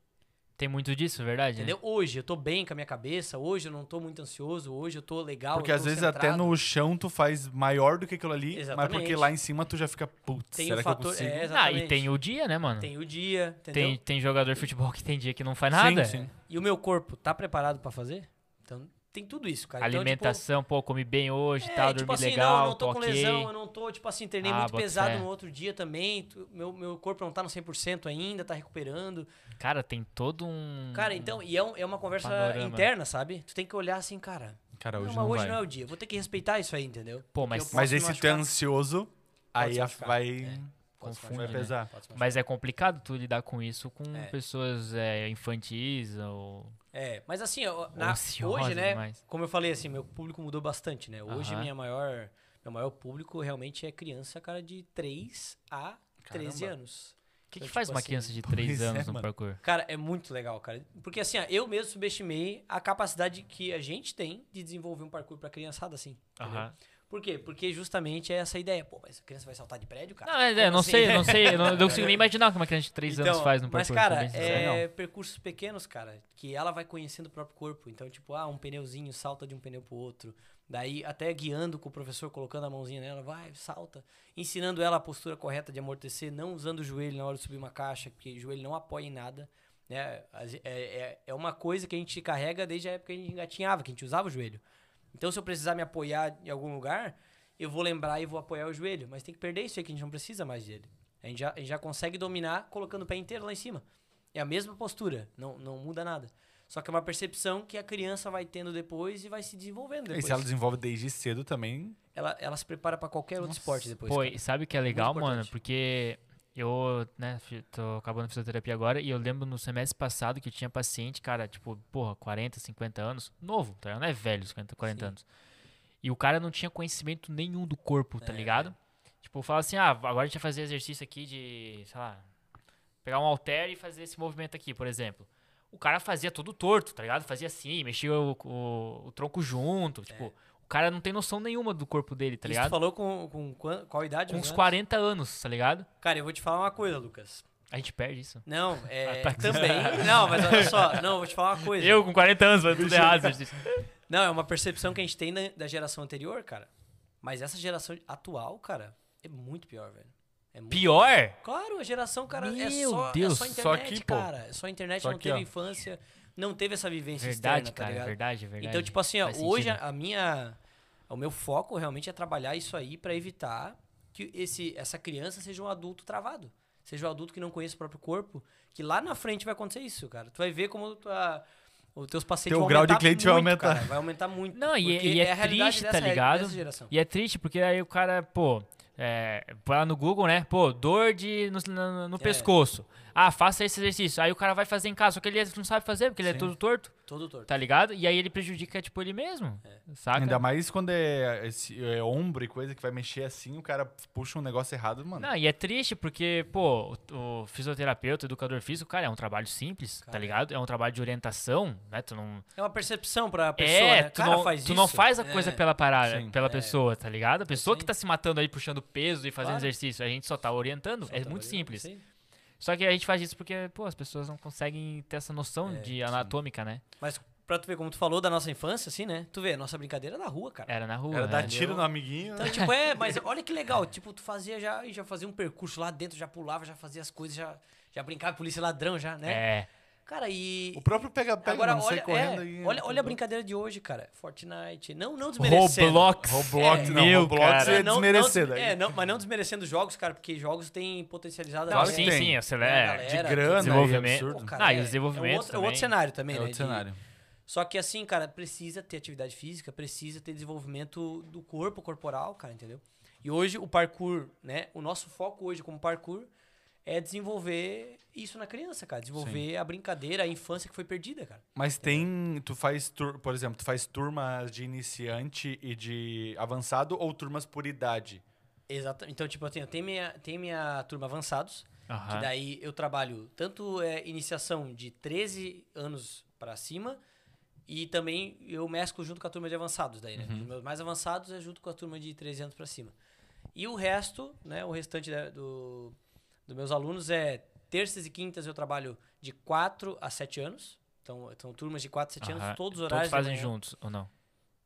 [SPEAKER 2] Tem muito disso, é verdade? né?
[SPEAKER 4] Entendeu? Hoje eu tô bem com a minha cabeça, hoje eu não tô muito ansioso, hoje eu tô legal.
[SPEAKER 3] Porque
[SPEAKER 4] eu
[SPEAKER 3] às
[SPEAKER 4] tô
[SPEAKER 3] vezes até
[SPEAKER 4] Ah, centrado.
[SPEAKER 3] no chão tu faz maior do que aquilo ali,
[SPEAKER 4] Exatamente.
[SPEAKER 3] mas porque lá em cima tu já fica, putz,
[SPEAKER 4] Tem
[SPEAKER 3] será
[SPEAKER 4] o
[SPEAKER 3] que eu
[SPEAKER 4] fator.
[SPEAKER 3] consigo?
[SPEAKER 4] é,
[SPEAKER 2] Ah,
[SPEAKER 4] exatamente.
[SPEAKER 2] e tem o dia, né, mano?
[SPEAKER 4] Tem o dia, entendeu?
[SPEAKER 2] Tem, tem jogador de futebol que tem dia que não faz nada.
[SPEAKER 3] Sim, sim.
[SPEAKER 4] E o meu corpo tá preparado pra fazer? Então tem tudo isso, cara. Então,
[SPEAKER 2] Alimentação, pô, comi bem hoje
[SPEAKER 4] tipo,
[SPEAKER 2] e
[SPEAKER 4] é,
[SPEAKER 2] tal,
[SPEAKER 4] tipo
[SPEAKER 2] dormi
[SPEAKER 4] assim,
[SPEAKER 2] legal,
[SPEAKER 4] não, eu não tô com
[SPEAKER 2] ok.
[SPEAKER 4] lesão, eu não tô, tipo assim, treinei
[SPEAKER 2] Ah,
[SPEAKER 4] muito
[SPEAKER 2] boto
[SPEAKER 4] pesado
[SPEAKER 2] fé.
[SPEAKER 4] no outro dia também, tu- meu, meu corpo não tá no 100% ainda, tá recuperando.
[SPEAKER 2] Cara, tem todo um.
[SPEAKER 4] Cara, então, e é, um- é uma conversa
[SPEAKER 2] Panorama.
[SPEAKER 4] interna, sabe? Tu tem que olhar assim, cara,
[SPEAKER 3] Cara,
[SPEAKER 4] Não,
[SPEAKER 3] hoje
[SPEAKER 4] mas
[SPEAKER 3] não,
[SPEAKER 4] hoje
[SPEAKER 3] vai.
[SPEAKER 4] não é o dia. Vou ter que respeitar isso aí, entendeu?
[SPEAKER 2] Pô, mas,
[SPEAKER 4] posso
[SPEAKER 3] Mas
[SPEAKER 4] me
[SPEAKER 3] esse tu é
[SPEAKER 4] machucar.
[SPEAKER 3] ansioso, aí
[SPEAKER 4] se
[SPEAKER 3] a-
[SPEAKER 4] machucar. É.
[SPEAKER 3] vai,
[SPEAKER 4] Pode se
[SPEAKER 2] Confunde,
[SPEAKER 3] vai
[SPEAKER 4] machucar.
[SPEAKER 2] né?
[SPEAKER 3] pesar.
[SPEAKER 4] Pode se machucar.
[SPEAKER 2] mas é complicado tu lidar com isso com
[SPEAKER 4] É.
[SPEAKER 2] pessoas é, infantis ou.
[SPEAKER 4] É, mas assim, eu- na-
[SPEAKER 2] Ansiosa
[SPEAKER 4] hoje, né?
[SPEAKER 2] demais.
[SPEAKER 4] Como eu falei, assim, meu público mudou bastante, né? Hoje,
[SPEAKER 2] Aham.
[SPEAKER 4] minha maior, meu maior público realmente é criança, cara, de 3 a 13
[SPEAKER 3] Caramba.
[SPEAKER 4] anos.
[SPEAKER 2] O que,
[SPEAKER 4] Então,
[SPEAKER 2] que faz
[SPEAKER 4] tipo
[SPEAKER 2] uma
[SPEAKER 4] assim,
[SPEAKER 2] criança de
[SPEAKER 3] pois
[SPEAKER 2] 3
[SPEAKER 3] é,
[SPEAKER 2] anos no
[SPEAKER 3] mano.
[SPEAKER 2] parkour?
[SPEAKER 4] Cara, é muito legal, cara. Porque assim, ó, eu mesmo subestimei a capacidade que a gente tem de desenvolver um parkour pra criançada, assim. entendeu?
[SPEAKER 2] Aham.
[SPEAKER 4] Por quê? Porque justamente é essa ideia. Pô, mas a criança vai saltar de prédio, cara?
[SPEAKER 2] Não, mas é,
[SPEAKER 4] Como
[SPEAKER 2] não
[SPEAKER 4] assim? Então,
[SPEAKER 2] sei, não sei. Eu não, eu não consigo nem imaginar o que uma criança de 3 anos faz no né?
[SPEAKER 4] Mas,
[SPEAKER 2] parkour. pra
[SPEAKER 4] cara,
[SPEAKER 2] ser bem sincero.
[SPEAKER 4] é percursos pequenos, cara, que ela vai conhecendo o próprio corpo. Então, tipo, ah, um pneuzinho salta de um pneu pro outro. Daí, até guiando com o professor, colocando a mãozinha nela, vai, salta. Ensinando ela a postura correta de amortecer, não usando o joelho na hora de subir uma caixa, porque o joelho não apoia em nada. Né? As- É, é, é uma coisa que a gente carrega desde a época que a gente engatinhava, que a gente usava o joelho. Então, se eu precisar me apoiar em algum lugar, eu vou lembrar e vou apoiar o joelho. Mas tem que perder isso aí, que a gente não precisa mais dele. A gente já, a gente já consegue dominar colocando o pé inteiro lá em cima. É a mesma postura, não, não muda nada. Só que é uma percepção que a criança vai tendo depois e vai se desenvolvendo
[SPEAKER 3] E
[SPEAKER 4] depois.
[SPEAKER 3] se ela
[SPEAKER 4] Ela...
[SPEAKER 3] desenvolve desde cedo também,
[SPEAKER 4] Ela, se prepara pra qualquer outro esporte depois.
[SPEAKER 2] Pô,
[SPEAKER 4] cara.
[SPEAKER 2] e sabe o que é legal,
[SPEAKER 4] Muito
[SPEAKER 2] mano?
[SPEAKER 4] importante.
[SPEAKER 2] Porque eu, né, fi- tô acabando a fisioterapia agora e eu lembro no semestre passado que eu tinha paciente, cara, tipo, porra, 40, 50 anos, novo, tá ligado? Não é velho, 50, 40
[SPEAKER 4] Sim.
[SPEAKER 2] anos. E o cara não tinha conhecimento nenhum do corpo, tá
[SPEAKER 4] É,
[SPEAKER 2] ligado? Tipo, fala assim, ah, agora a gente vai fazer exercício aqui de, sei lá, pegar um halter e fazer esse movimento aqui, por exemplo. O cara fazia todo torto, tá ligado? Fazia assim, mexia o, o- o tronco junto, tipo... O cara não tem noção nenhuma do corpo dele, tá
[SPEAKER 4] É. Isso tu
[SPEAKER 2] ligado?
[SPEAKER 4] falou com, com quan- qual idade?
[SPEAKER 2] Com
[SPEAKER 4] mais
[SPEAKER 2] uns
[SPEAKER 4] ou menos?
[SPEAKER 2] 40 anos, tá ligado?
[SPEAKER 4] Cara, eu vou te falar uma coisa, Lucas.
[SPEAKER 2] A gente perde isso.
[SPEAKER 4] Não, é,
[SPEAKER 2] Ah, tá.
[SPEAKER 4] também. Não, mas olha só. Não, eu vou te falar uma coisa.
[SPEAKER 2] Eu com 40 anos, vai tudo
[SPEAKER 4] é.
[SPEAKER 2] errado. gente.
[SPEAKER 4] Não, é uma percepção que a gente tem na- da geração anterior, cara. Mas essa geração atual, cara, é muito pior, velho. É muito
[SPEAKER 2] Pior?
[SPEAKER 4] Claro, a geração, cara, é
[SPEAKER 2] Meu
[SPEAKER 4] só, é
[SPEAKER 2] Deus,
[SPEAKER 4] só
[SPEAKER 2] só
[SPEAKER 4] internet,
[SPEAKER 3] aqui, pô.
[SPEAKER 4] cara. É só internet,
[SPEAKER 3] Só
[SPEAKER 4] não
[SPEAKER 3] aqui,
[SPEAKER 4] teve
[SPEAKER 3] ó.
[SPEAKER 4] infância, não teve essa vivência
[SPEAKER 2] Verdade,
[SPEAKER 4] externa, tá
[SPEAKER 2] cara. é
[SPEAKER 4] ligado?
[SPEAKER 2] verdade, verdade.
[SPEAKER 4] Então, tipo assim, ó,
[SPEAKER 2] Faz
[SPEAKER 4] hoje
[SPEAKER 2] sentido.
[SPEAKER 4] a, a minha... O meu foco realmente é trabalhar isso aí pra evitar que esse, essa criança seja um adulto travado. Seja um adulto que não conhece o próprio corpo. Que lá na frente vai acontecer isso, cara. Tu vai ver como tua... Os teus pacientes
[SPEAKER 3] Teu
[SPEAKER 4] vão
[SPEAKER 3] grau de
[SPEAKER 4] aumentar
[SPEAKER 3] cliente vai
[SPEAKER 4] muito,
[SPEAKER 3] aumentar.
[SPEAKER 4] cara, vai aumentar muito.
[SPEAKER 2] Não, e-
[SPEAKER 4] porque
[SPEAKER 2] e é
[SPEAKER 4] a realidade
[SPEAKER 2] triste, tá
[SPEAKER 4] dessa-
[SPEAKER 2] ligado?
[SPEAKER 4] Dessa geração.
[SPEAKER 2] E é triste, porque aí o cara, pô, é, vai lá no Google, né? Pô, dor de, no, no- no
[SPEAKER 4] É.
[SPEAKER 2] pescoço. Ah, faça esse exercício. Aí o cara vai fazer em casa, só que ele não sabe fazer, porque ele é todo torto,
[SPEAKER 4] Todo torto.
[SPEAKER 2] tá ligado? E aí ele prejudica, tipo, ele mesmo.
[SPEAKER 4] É. Ah,
[SPEAKER 2] Saca?
[SPEAKER 3] ainda mais quando é, esse, é ombro e coisa que vai mexer assim, o cara puxa um negócio errado, mano.
[SPEAKER 2] Não, e é triste porque, pô, o, o fisioterapeuta, o educador físico, cara, é um trabalho simples, tá
[SPEAKER 4] Cara, é.
[SPEAKER 2] ligado? É um trabalho de orientação, né? Tu não,
[SPEAKER 4] É uma percepção pra pessoa,
[SPEAKER 2] É,
[SPEAKER 4] né?
[SPEAKER 2] tu,
[SPEAKER 4] Cara,
[SPEAKER 2] não,
[SPEAKER 4] faz
[SPEAKER 2] tu
[SPEAKER 4] isso.
[SPEAKER 2] não faz a
[SPEAKER 4] É.
[SPEAKER 2] coisa pela parada,
[SPEAKER 3] Sim.
[SPEAKER 2] pela pessoa, tá ligado? A pessoa que
[SPEAKER 4] sim.
[SPEAKER 2] tá se matando aí, puxando peso e fazendo
[SPEAKER 4] Claro.
[SPEAKER 2] exercício, a gente só tá orientando, é
[SPEAKER 4] Tá
[SPEAKER 2] muito
[SPEAKER 4] vendo?
[SPEAKER 2] simples.
[SPEAKER 4] Sim.
[SPEAKER 2] Só que a gente faz isso porque, pô, as pessoas não conseguem ter essa noção
[SPEAKER 4] É,
[SPEAKER 2] de anatômica, né?
[SPEAKER 4] Mas pra tu ver como tu falou da nossa infância, assim, né? Tu vê, a nossa brincadeira era na rua, cara.
[SPEAKER 2] Era na rua,
[SPEAKER 3] Era
[SPEAKER 2] né?
[SPEAKER 3] dar tiro no amiguinho.
[SPEAKER 4] Então, tipo, é, mas olha que legal. Tipo, tu fazia já, já fazia um percurso lá dentro, já pulava, já fazia as coisas, já, já brincava com polícia e ladrão, já, né?
[SPEAKER 2] É,
[SPEAKER 4] Cara, e.
[SPEAKER 3] O próprio pega-pega,
[SPEAKER 4] Então, Agora,
[SPEAKER 3] mano, sai
[SPEAKER 4] olha,
[SPEAKER 3] correndo
[SPEAKER 4] é,
[SPEAKER 3] aí.
[SPEAKER 4] olha, olha a brincadeira de hoje, cara. Fortnite. Não, não né? desmerecendo.
[SPEAKER 2] Roblox.
[SPEAKER 3] Roblox,
[SPEAKER 2] é,
[SPEAKER 3] não,
[SPEAKER 2] Meu,
[SPEAKER 3] Roblox
[SPEAKER 2] cara.
[SPEAKER 3] é- desmerecendo
[SPEAKER 4] Não,
[SPEAKER 3] aí.
[SPEAKER 4] é, não, mas não desmerecendo jogos, cara, porque jogos têm potencializado
[SPEAKER 2] Não,
[SPEAKER 4] a
[SPEAKER 3] Claro que
[SPEAKER 2] sim,
[SPEAKER 3] tem.
[SPEAKER 2] sim,
[SPEAKER 4] É,
[SPEAKER 2] acelera.
[SPEAKER 4] galera.
[SPEAKER 3] De
[SPEAKER 4] Era,
[SPEAKER 3] grana,
[SPEAKER 2] desenvolvimento.
[SPEAKER 3] é absurdo.
[SPEAKER 2] Pô, cara, Ah, e os
[SPEAKER 4] é-
[SPEAKER 2] desenvolvimentos
[SPEAKER 4] é outro, é
[SPEAKER 2] também.
[SPEAKER 4] outro cenário também,
[SPEAKER 3] É
[SPEAKER 4] né?
[SPEAKER 3] outro
[SPEAKER 4] de-
[SPEAKER 3] cenário.
[SPEAKER 4] Só que assim, cara, precisa ter atividade física, precisa ter desenvolvimento do corpo corporal, cara, entendeu? E hoje o parkour, né? O nosso foco hoje como parkour é desenvolver isso na criança, cara. Desenvolver a brincadeira, a infância que foi perdida, cara.
[SPEAKER 3] Mas tem. Tu faz, tur- por exemplo, tu faz turmas de iniciante e de avançado ou turmas por idade?
[SPEAKER 4] Exato. Então, tipo, eu tenho, tem, minha, tem minha turma avançados,
[SPEAKER 2] Aham.
[SPEAKER 4] que daí eu trabalho tanto é, iniciação de 13 anos pra cima e também eu mesclo junto com a turma de avançados daí,
[SPEAKER 2] Uhum.
[SPEAKER 4] né? Os meus mais avançados é junto com a turma de 13 anos pra cima. E o resto, né, o restante da- do, dos meus alunos é terças e quintas eu trabalho de 4 a 7 anos. Então, são turmas de 4 a 7
[SPEAKER 2] Aham.
[SPEAKER 4] anos, todos os horários. da
[SPEAKER 2] fazem
[SPEAKER 4] manhã.
[SPEAKER 2] juntos, ou não?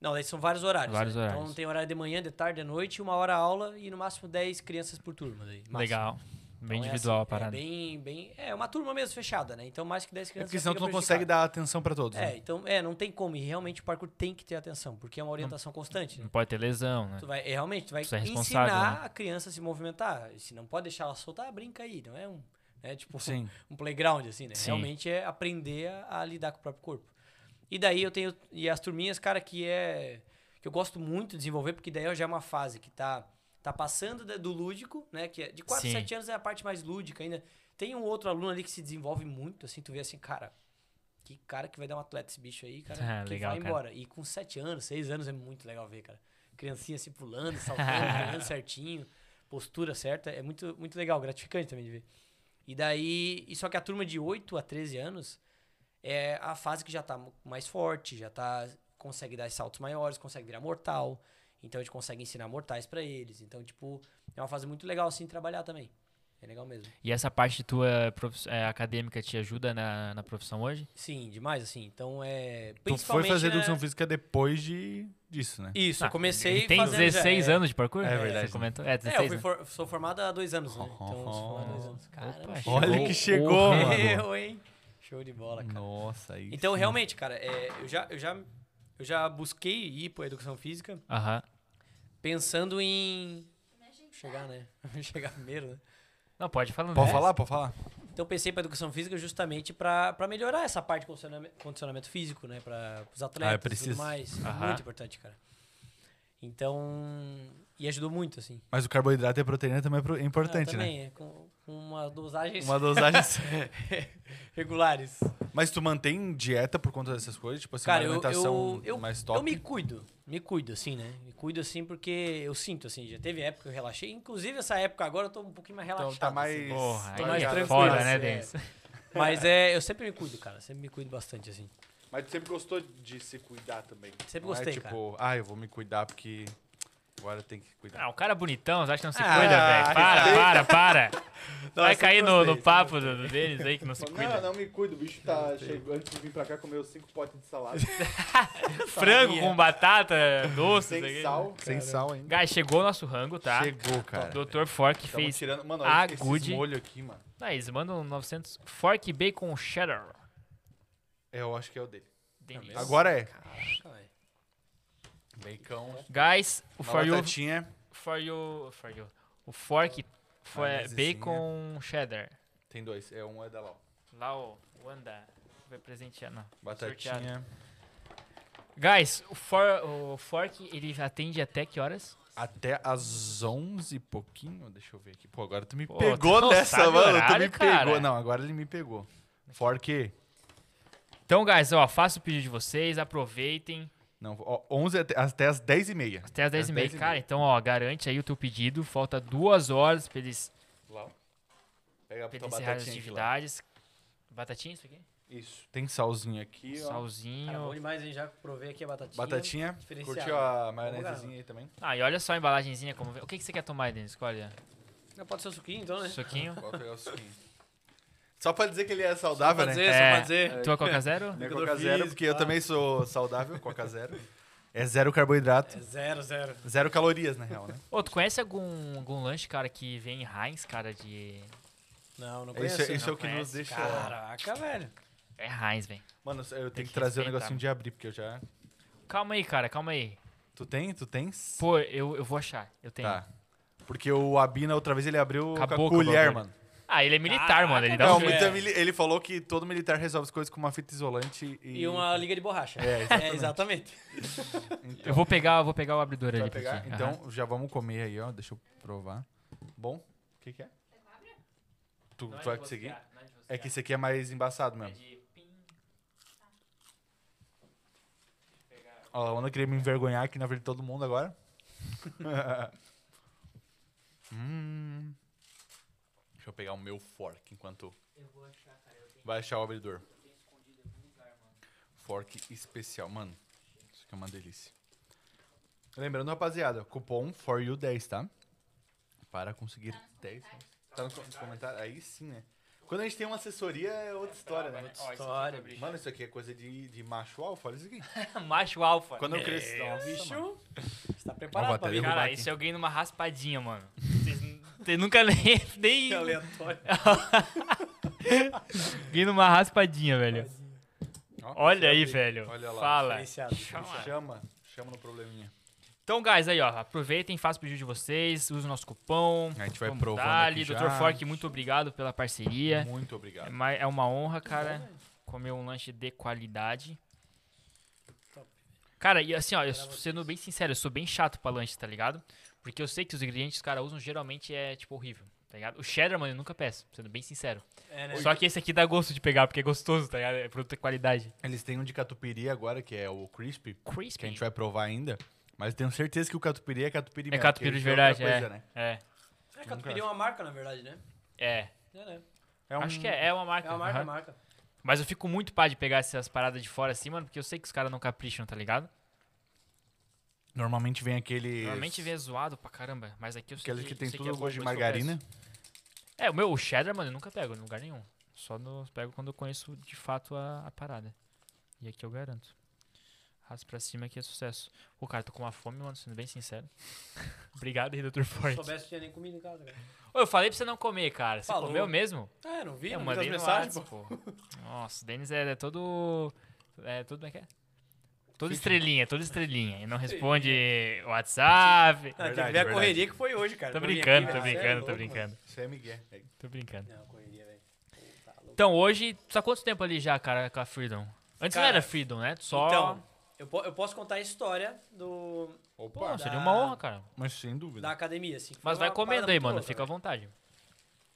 [SPEAKER 4] Não, daí são vários horários.
[SPEAKER 2] Vários
[SPEAKER 4] né?
[SPEAKER 2] horários.
[SPEAKER 4] Então tem horário de manhã, de tarde, de noite, uma hora aula e no máximo 10 crianças por turma. Daí, máximo.
[SPEAKER 2] Legal.
[SPEAKER 4] Então,
[SPEAKER 2] Bem
[SPEAKER 4] é
[SPEAKER 2] individual
[SPEAKER 4] assim,
[SPEAKER 2] a parada.
[SPEAKER 4] É bem, bem. É uma turma mesmo fechada, né? Então mais que 10
[SPEAKER 3] É
[SPEAKER 4] crianças.
[SPEAKER 3] porque
[SPEAKER 4] já
[SPEAKER 3] senão tu
[SPEAKER 4] fica
[SPEAKER 3] não consegue
[SPEAKER 4] prejudicado.
[SPEAKER 3] dar atenção pra todos.
[SPEAKER 4] É,
[SPEAKER 3] né?
[SPEAKER 4] então, é, não tem como. E realmente o parkour tem que ter atenção, porque é uma orientação constante. né?
[SPEAKER 2] Não pode ter lesão, né?
[SPEAKER 4] Tu vai, é, realmente, tu vai
[SPEAKER 2] Tu é responsável,
[SPEAKER 4] ensinar a criança a se movimentar. E Se não pode deixar ela soltar, ah, brinca aí. Não é um. É tipo
[SPEAKER 3] Sim.
[SPEAKER 4] um playground, assim, né?
[SPEAKER 2] Sim.
[SPEAKER 4] Realmente é aprender a, a lidar com o próprio corpo. E daí eu tenho. E as turminhas, cara, que é. Que eu gosto muito de desenvolver, porque daí já é uma fase que tá, tá passando da- do lúdico, né? Que é de 4 a
[SPEAKER 2] Sim.
[SPEAKER 4] 7 anos é a parte mais lúdica ainda. Tem um outro aluno ali que se desenvolve muito, assim, tu vê assim, cara. Que cara que vai dar um atleta esse bicho aí,
[SPEAKER 3] É,
[SPEAKER 4] cara.
[SPEAKER 2] Ah,
[SPEAKER 4] que
[SPEAKER 2] legal,
[SPEAKER 4] vai
[SPEAKER 2] cara.
[SPEAKER 4] embora. E com 7 anos, 6 anos é muito legal ver, cara. Criancinha assim pulando, saltando, treinando certinho, postura certa. É muito, muito legal, gratificante também de ver. E daí. E só que a turma de 8 a 13 anos é a fase que já tá mu- mais forte, já tá consegue dar saltos maiores, consegue virar mortal. Então a gente consegue ensinar mortais pra eles. Então, tipo, é uma fase muito legal assim de trabalhar também. É legal mesmo.
[SPEAKER 2] E essa parte tua profi- é, acadêmica te ajuda na, na profissão hoje?
[SPEAKER 4] Sim, demais assim. Então é
[SPEAKER 3] Tu foi
[SPEAKER 4] principalmente
[SPEAKER 3] fazer
[SPEAKER 4] né,
[SPEAKER 3] educação física depois de, disso, né?
[SPEAKER 4] Isso, eu
[SPEAKER 2] Ah,
[SPEAKER 4] comecei
[SPEAKER 2] ele tem
[SPEAKER 4] fazendo já,
[SPEAKER 2] 16
[SPEAKER 4] é.
[SPEAKER 2] anos de parkour?
[SPEAKER 3] É verdade,
[SPEAKER 2] Você
[SPEAKER 3] né?
[SPEAKER 2] comentou? É,
[SPEAKER 4] É,
[SPEAKER 2] 16,
[SPEAKER 4] eu fui
[SPEAKER 2] né?
[SPEAKER 4] for- sou formado há dois anos, né? Então, sou formado há dois
[SPEAKER 3] Opa,
[SPEAKER 4] anos. Caramba,
[SPEAKER 2] chegou.
[SPEAKER 3] Olha que chegou, mano.
[SPEAKER 4] Eu, hein? Show de bola, cara.
[SPEAKER 3] Nossa, aí.
[SPEAKER 4] Então,
[SPEAKER 3] sim.
[SPEAKER 4] realmente, cara, é, eu, já, eu, já, eu já busquei ir pra educação física.
[SPEAKER 2] Aham.
[SPEAKER 4] pensando em chegar, né? chegar primeiro, né?
[SPEAKER 2] Não, pode falar.
[SPEAKER 3] Pode
[SPEAKER 2] né?
[SPEAKER 3] falar, pode falar.
[SPEAKER 4] Então pensei para educação física justamente para melhorar essa parte de condicionamento, condicionamento físico, né, para os atletas e
[SPEAKER 3] preciso.
[SPEAKER 4] tudo mais. É
[SPEAKER 2] Aham.
[SPEAKER 4] muito importante, cara. Então, e ajudou muito assim.
[SPEAKER 3] Mas o carboidrato e a proteína também é pro- é
[SPEAKER 4] Ah,
[SPEAKER 3] importante, né?
[SPEAKER 4] também, é, com, com uma dosagem
[SPEAKER 3] Uma dosagem.
[SPEAKER 4] regulares.
[SPEAKER 3] Mas tu mantém dieta por conta dessas coisas? Tipo assim, uma
[SPEAKER 4] Cara, eu-
[SPEAKER 3] alimentação
[SPEAKER 4] eu- eu-
[SPEAKER 3] mais top?
[SPEAKER 4] Eu me cuido, me cuido assim, né? Me cuido assim porque eu sinto assim, já teve época que eu relaxei, inclusive essa época agora eu tô um pouquinho mais relaxado.
[SPEAKER 3] Então tá
[SPEAKER 4] assim.
[SPEAKER 3] mais...
[SPEAKER 2] Porra,
[SPEAKER 4] Tô
[SPEAKER 2] aí
[SPEAKER 4] mais
[SPEAKER 2] é
[SPEAKER 4] tranquilo,
[SPEAKER 2] foda,
[SPEAKER 4] assim,
[SPEAKER 2] né,
[SPEAKER 4] é.
[SPEAKER 2] Denis?
[SPEAKER 4] Mas é, eu sempre me cuido, cara, sempre me cuido bastante assim.
[SPEAKER 3] Mas tu sempre gostou de se cuidar também?
[SPEAKER 4] Sempre
[SPEAKER 3] Não
[SPEAKER 4] gostei,
[SPEAKER 3] é, tipo, ah, eu vou me cuidar porque agora tem que cuidar.
[SPEAKER 2] Ah, o cara é bonitão, você acha que não se
[SPEAKER 4] Ah,
[SPEAKER 2] cuida, velho? Para, para, para. Vai
[SPEAKER 3] eu
[SPEAKER 2] cair no,
[SPEAKER 3] gostei,
[SPEAKER 2] no
[SPEAKER 3] sempre
[SPEAKER 2] papo do, do Denis aí que não se
[SPEAKER 1] Fala, Não,
[SPEAKER 2] cuida.
[SPEAKER 1] não me cuido, o bicho tá chegando antes de vir pra cá comeu cinco potes de salada,
[SPEAKER 2] Frango
[SPEAKER 4] Farinha.
[SPEAKER 2] com batata, doce, não sei o
[SPEAKER 1] sem
[SPEAKER 2] quê.
[SPEAKER 1] sal.
[SPEAKER 3] Sem sal ainda.
[SPEAKER 2] Guys, chegou o nosso rango, tá?
[SPEAKER 3] Chegou, cara.
[SPEAKER 2] Dr. Fork
[SPEAKER 1] Tamo
[SPEAKER 2] fez.
[SPEAKER 1] tirando. Mano,
[SPEAKER 2] a
[SPEAKER 1] olha
[SPEAKER 2] good.
[SPEAKER 1] esse molho aqui, mano.
[SPEAKER 2] Ah, eles mandam 900. Fork Bacon Cheddar.
[SPEAKER 3] É, Eu acho que é o dele.
[SPEAKER 2] Delícia.
[SPEAKER 4] mesmo?
[SPEAKER 3] Agora é.
[SPEAKER 4] Caraca, velho.
[SPEAKER 3] Bacon.
[SPEAKER 2] Guys, o
[SPEAKER 3] Uma
[SPEAKER 2] For You.
[SPEAKER 3] batatinha.
[SPEAKER 2] For You. For You. O Fork foi
[SPEAKER 3] Maionesezinha.
[SPEAKER 2] Bacon Cheddar.
[SPEAKER 3] Tem dois. É, um é da Lau.
[SPEAKER 2] Lá, o Wanda. Vai presentear, não.
[SPEAKER 3] Batatinha.
[SPEAKER 2] Guys, o, for, o Fork, ele atende até que horas?
[SPEAKER 3] Até às 11 e pouquinho. Deixa eu ver aqui. Pô, agora tu me
[SPEAKER 2] Pô,
[SPEAKER 3] pegou
[SPEAKER 2] tu não
[SPEAKER 3] nessa,
[SPEAKER 2] sabe o
[SPEAKER 3] mano. tu
[SPEAKER 2] horário,
[SPEAKER 3] me
[SPEAKER 2] cara.
[SPEAKER 3] pegou. Não, agora ele me pegou. Fork.
[SPEAKER 2] Então, guys, ó, faço o pedido de vocês, aproveitem.
[SPEAKER 3] Não, ó, 11 até, até às 10 e meia.
[SPEAKER 2] Até às 10 e meia,
[SPEAKER 3] 10h30.
[SPEAKER 2] cara. Então, ó, garante aí o teu pedido. Falta duas horas pra eles,
[SPEAKER 3] Lau. Pega a
[SPEAKER 2] pra
[SPEAKER 3] tua
[SPEAKER 2] eles encerrarem as
[SPEAKER 3] batatinha aqui, Lau.
[SPEAKER 2] atividades. Batatinha, isso aqui?
[SPEAKER 3] Isso. Tem salzinho aqui, ó.
[SPEAKER 4] Cara, bom
[SPEAKER 2] Salzinho.
[SPEAKER 4] demais, hein? Já provei aqui a batatinha.
[SPEAKER 3] Batatinha.
[SPEAKER 4] Diferenciado.
[SPEAKER 3] Curtiu a maionesezinha aí também?
[SPEAKER 2] Ah, e olha só a embalagenzinha como vem. O que, que você quer tomar, Denis? Escolhe.
[SPEAKER 4] Não, pode ser o suquinho, então, né?
[SPEAKER 2] Suquinho.
[SPEAKER 3] Vou pegar o suquinho. Só pra dizer que ele é saudável, né?
[SPEAKER 4] Fazer,
[SPEAKER 2] É.
[SPEAKER 4] só fazer.
[SPEAKER 2] Tua Coca Zero?
[SPEAKER 3] Não é
[SPEAKER 4] Educador
[SPEAKER 3] Coca Zero,
[SPEAKER 4] físico,
[SPEAKER 3] porque eu
[SPEAKER 4] tá?
[SPEAKER 3] também sou saudável, Coca Zero. É zero carboidrato,
[SPEAKER 4] É zero, zero.
[SPEAKER 3] zero calorias, na real, né?
[SPEAKER 2] Ô, tu conhece algum, algum lanche, cara, que vem em Heinz, cara, de...
[SPEAKER 4] Não, não
[SPEAKER 3] É Isso,
[SPEAKER 4] conheço.
[SPEAKER 3] é- isso é o que
[SPEAKER 2] conhece,
[SPEAKER 3] nos deixa...
[SPEAKER 4] Caraca, velho.
[SPEAKER 2] É Heinz, vem.
[SPEAKER 3] Mano, eu
[SPEAKER 2] Tem
[SPEAKER 3] tenho
[SPEAKER 2] que
[SPEAKER 3] que trazer o
[SPEAKER 2] respeitar.
[SPEAKER 3] negocinho de abrir, porque eu já...
[SPEAKER 2] Calma aí, cara, calma aí.
[SPEAKER 3] Tu tem? Tu tens?
[SPEAKER 2] Pô, eu, eu vou achar. Eu tenho.
[SPEAKER 3] Tá. Porque o Abina, outra vez, ele abriu
[SPEAKER 2] Acabou com o
[SPEAKER 3] com a colher,
[SPEAKER 2] bagulho.
[SPEAKER 3] mano.
[SPEAKER 2] Ah, ele é militar, mano. Ele dá
[SPEAKER 3] Não,
[SPEAKER 2] um jeito.
[SPEAKER 3] muito
[SPEAKER 4] É.
[SPEAKER 3] mili- ele falou que todo militar resolve as coisas com uma fita isolante e...
[SPEAKER 4] E uma liga de borracha.
[SPEAKER 3] É,
[SPEAKER 4] exatamente. É, exatamente.
[SPEAKER 2] Eu vou pegar, eu vou pegar o abridor
[SPEAKER 3] então, Tu
[SPEAKER 2] ali.
[SPEAKER 3] vai
[SPEAKER 2] pra
[SPEAKER 3] pegar?
[SPEAKER 2] ti.
[SPEAKER 3] Então,
[SPEAKER 2] Aham.
[SPEAKER 3] já vamos comer aí, ó. Deixa eu provar. Bom, o que que é? Tu, tu vai conseguir? É que esse aqui é mais embaçado mesmo. Ó, a Ana queria me envergonhar aqui na frente de todo mundo agora. Hum. Deixa eu pegar o meu fork enquanto. Vai achar o abridor. Fork especial. Mano, isso aqui é uma delícia. Lembrando, rapaziada, cupom for you 10, tá? Para conseguir 10. Tá nos comentários? Aí sim, né? Quando a gente tem uma assessoria é outra história, né?
[SPEAKER 4] História, bicho.
[SPEAKER 3] Mano, isso aqui é coisa de, de macho alfa, olha isso aqui.
[SPEAKER 2] Macho alfa.
[SPEAKER 3] Quando eu cresci.
[SPEAKER 2] é um
[SPEAKER 3] Nossa, mano.
[SPEAKER 4] Bicho, você tá
[SPEAKER 3] Ó,
[SPEAKER 4] preparado
[SPEAKER 3] vou até
[SPEAKER 4] pra mim?
[SPEAKER 3] derrubar
[SPEAKER 2] Cara,
[SPEAKER 3] aqui.
[SPEAKER 2] isso é alguém numa raspadinha, mano. Vocês n- Vocês nunca nem... nem...
[SPEAKER 4] Que aleatório.
[SPEAKER 2] Alguém numa raspadinha, velho.
[SPEAKER 3] Ó,
[SPEAKER 2] Olha
[SPEAKER 3] deixa eu
[SPEAKER 2] aí,
[SPEAKER 3] abrir.
[SPEAKER 2] velho.
[SPEAKER 3] Olha lá.
[SPEAKER 2] Fala.
[SPEAKER 4] Diferenciado.
[SPEAKER 2] Chama.
[SPEAKER 3] Chama, chama no probleminha.
[SPEAKER 2] Então, guys, aí, ó. Aproveitem, façam o pedido de vocês, usem o nosso cupom.
[SPEAKER 3] A gente vai
[SPEAKER 2] Vamos
[SPEAKER 3] provando
[SPEAKER 2] dar
[SPEAKER 3] aqui
[SPEAKER 2] ali.
[SPEAKER 3] já.
[SPEAKER 2] Dr. Fork, muito obrigado pela parceria.
[SPEAKER 3] Muito
[SPEAKER 2] É
[SPEAKER 3] obrigado.
[SPEAKER 2] ma- É uma honra, cara, comer um lanche de qualidade. Cara, e assim, ó, eu sendo bem sincero, eu sou bem chato pra lanche, tá ligado? Porque eu sei que os ingredientes que os caras usam geralmente é, tipo, horrível, tá ligado? O cheddar, mano, eu nunca peço, sendo bem sincero.
[SPEAKER 4] É, né?
[SPEAKER 2] Só que esse aqui dá gosto de pegar, porque é gostoso, tá ligado? É produto de qualidade.
[SPEAKER 3] Eles têm um de catupiry agora, que é o crispy, que a
[SPEAKER 2] Crispy.
[SPEAKER 3] gente vai provar ainda. Mas tenho certeza que o catupiry é catupiry
[SPEAKER 2] É
[SPEAKER 3] mesmo,
[SPEAKER 2] catupiry
[SPEAKER 3] porque
[SPEAKER 2] de
[SPEAKER 3] ele é outra
[SPEAKER 2] verdade, é.
[SPEAKER 3] coisa, né?
[SPEAKER 2] É,
[SPEAKER 4] É, Catupiry é uma marca, na verdade, né?
[SPEAKER 2] é.
[SPEAKER 4] É, né?
[SPEAKER 3] É um-
[SPEAKER 2] Acho que é, é uma marca.
[SPEAKER 4] É uma marca,
[SPEAKER 2] aham.
[SPEAKER 4] marca.
[SPEAKER 2] Mas eu fico muito pá de pegar essas paradas de fora assim, mano, porque eu sei que os caras não capricham, tá ligado?
[SPEAKER 3] Normalmente vem aquele.
[SPEAKER 2] Normalmente vem zoado pra caramba, mas aqui eu sei
[SPEAKER 3] Aqueles que tem
[SPEAKER 2] sei
[SPEAKER 3] tudo
[SPEAKER 2] é bom,
[SPEAKER 3] gosto de
[SPEAKER 2] por isso que eu peço.
[SPEAKER 3] margarina.
[SPEAKER 2] É, o meu, o cheddar, mano, eu nunca pego em lugar nenhum. Só no- pego quando eu conheço de fato a, a parada. E aqui eu garanto. Raspa pra cima que é sucesso. Pô, cara, tô com uma fome, mano, sendo bem sincero. Obrigado aí, Dr.
[SPEAKER 4] Se
[SPEAKER 2] Forte.
[SPEAKER 4] soubesse, tinha nem comido em casa, cara.
[SPEAKER 2] Ô, eu falei pra você não comer, cara. Você
[SPEAKER 4] Falou.
[SPEAKER 2] comeu mesmo?
[SPEAKER 4] Ah, eu não vi,
[SPEAKER 2] eu
[SPEAKER 4] não vi as
[SPEAKER 2] mandei É, no
[SPEAKER 4] mensagens, pô.
[SPEAKER 2] WhatsApp, pô. Nossa, o Denis é, é todo... É todo... Como é que é? Todo estrelinha, todo estrelinha. E não responde WhatsApp.
[SPEAKER 4] Ah, teve
[SPEAKER 3] Verdade,
[SPEAKER 4] a
[SPEAKER 3] verdade.
[SPEAKER 4] correria que foi hoje, cara.
[SPEAKER 2] Tô
[SPEAKER 4] Pra vir
[SPEAKER 2] brincando,
[SPEAKER 4] aqui,
[SPEAKER 2] tô
[SPEAKER 4] velho. Cê é
[SPEAKER 2] brincando, tô
[SPEAKER 4] louco,
[SPEAKER 2] brincando.
[SPEAKER 3] Isso é Miguel. É.
[SPEAKER 2] Tô brincando.
[SPEAKER 4] mano. Não, correria, velho. Pô, tá louco.
[SPEAKER 2] Então, hoje, tu tá quanto tempo ali já, cara, com a Freedom? Antes não
[SPEAKER 4] Cara,
[SPEAKER 2] era Freedom, né? Tu Só.
[SPEAKER 4] Então, eu, po- eu posso contar a história do,
[SPEAKER 2] Pô,
[SPEAKER 3] Opa,
[SPEAKER 2] seria
[SPEAKER 4] dá-
[SPEAKER 2] uma honra, cara.
[SPEAKER 3] mas sem dúvida.
[SPEAKER 4] da academia, assim. Foi
[SPEAKER 2] Mas vai
[SPEAKER 4] uma
[SPEAKER 2] comendo
[SPEAKER 4] parada
[SPEAKER 2] aí,
[SPEAKER 4] muito
[SPEAKER 2] mano.
[SPEAKER 4] louca,
[SPEAKER 2] Fica à vontade.
[SPEAKER 4] velho.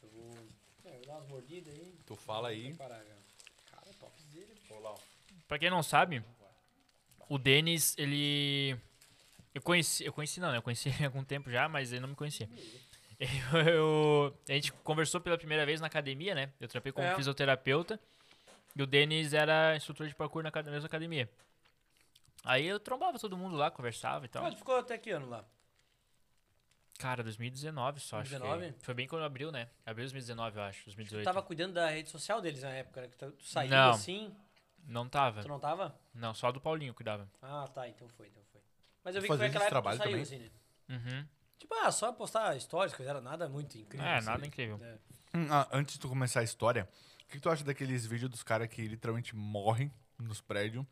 [SPEAKER 4] Eu vou, é, eu vou dar umas mordidas aí.
[SPEAKER 3] Tu fala aí.
[SPEAKER 4] Parar, cara. Cara, é top dele.
[SPEAKER 2] Pra quem não sabe, o Denis, ele. Eu conheci, eu conheci não, né? Eu conheci ele há algum tempo já, mas ele não me conhecia. Eu- eu- a gente conversou pela primeira vez na academia, né? Eu trampei como
[SPEAKER 4] É.
[SPEAKER 2] fisioterapeuta. E o Denis era instrutor de parkour na acad- mesma academia. Aí eu trombava todo mundo lá, conversava e tal.
[SPEAKER 4] Mas ficou até que ano lá?
[SPEAKER 2] Cara, 2019 só, acho. que
[SPEAKER 4] 2019?
[SPEAKER 2] Foi bem quando abriu, né? Abriu 2019, eu acho. 2018.
[SPEAKER 4] Tu Tipo, tava cuidando da rede social deles na época, né? Que tu tu saiu
[SPEAKER 2] Não.
[SPEAKER 4] assim,
[SPEAKER 2] Não tava.
[SPEAKER 4] tu não tava?
[SPEAKER 2] Não, só do Paulinho cuidava.
[SPEAKER 4] Ah, tá, então foi, então foi. Mas eu vi
[SPEAKER 3] Vou
[SPEAKER 4] que foi
[SPEAKER 3] fazer esse
[SPEAKER 4] aquela época que tu
[SPEAKER 3] trabalho
[SPEAKER 4] saiu,
[SPEAKER 3] também.
[SPEAKER 4] assim, né?
[SPEAKER 2] Uhum.
[SPEAKER 4] Tipo, ah, só postar stories, coisa, era nada muito incrível.
[SPEAKER 2] É,
[SPEAKER 4] assim,
[SPEAKER 2] nada
[SPEAKER 4] né?
[SPEAKER 2] incrível.
[SPEAKER 4] É.
[SPEAKER 3] Hum, ah, antes de tu começar a história, o que, que tu acha daqueles vídeos dos caras que literalmente morrem nos prédios?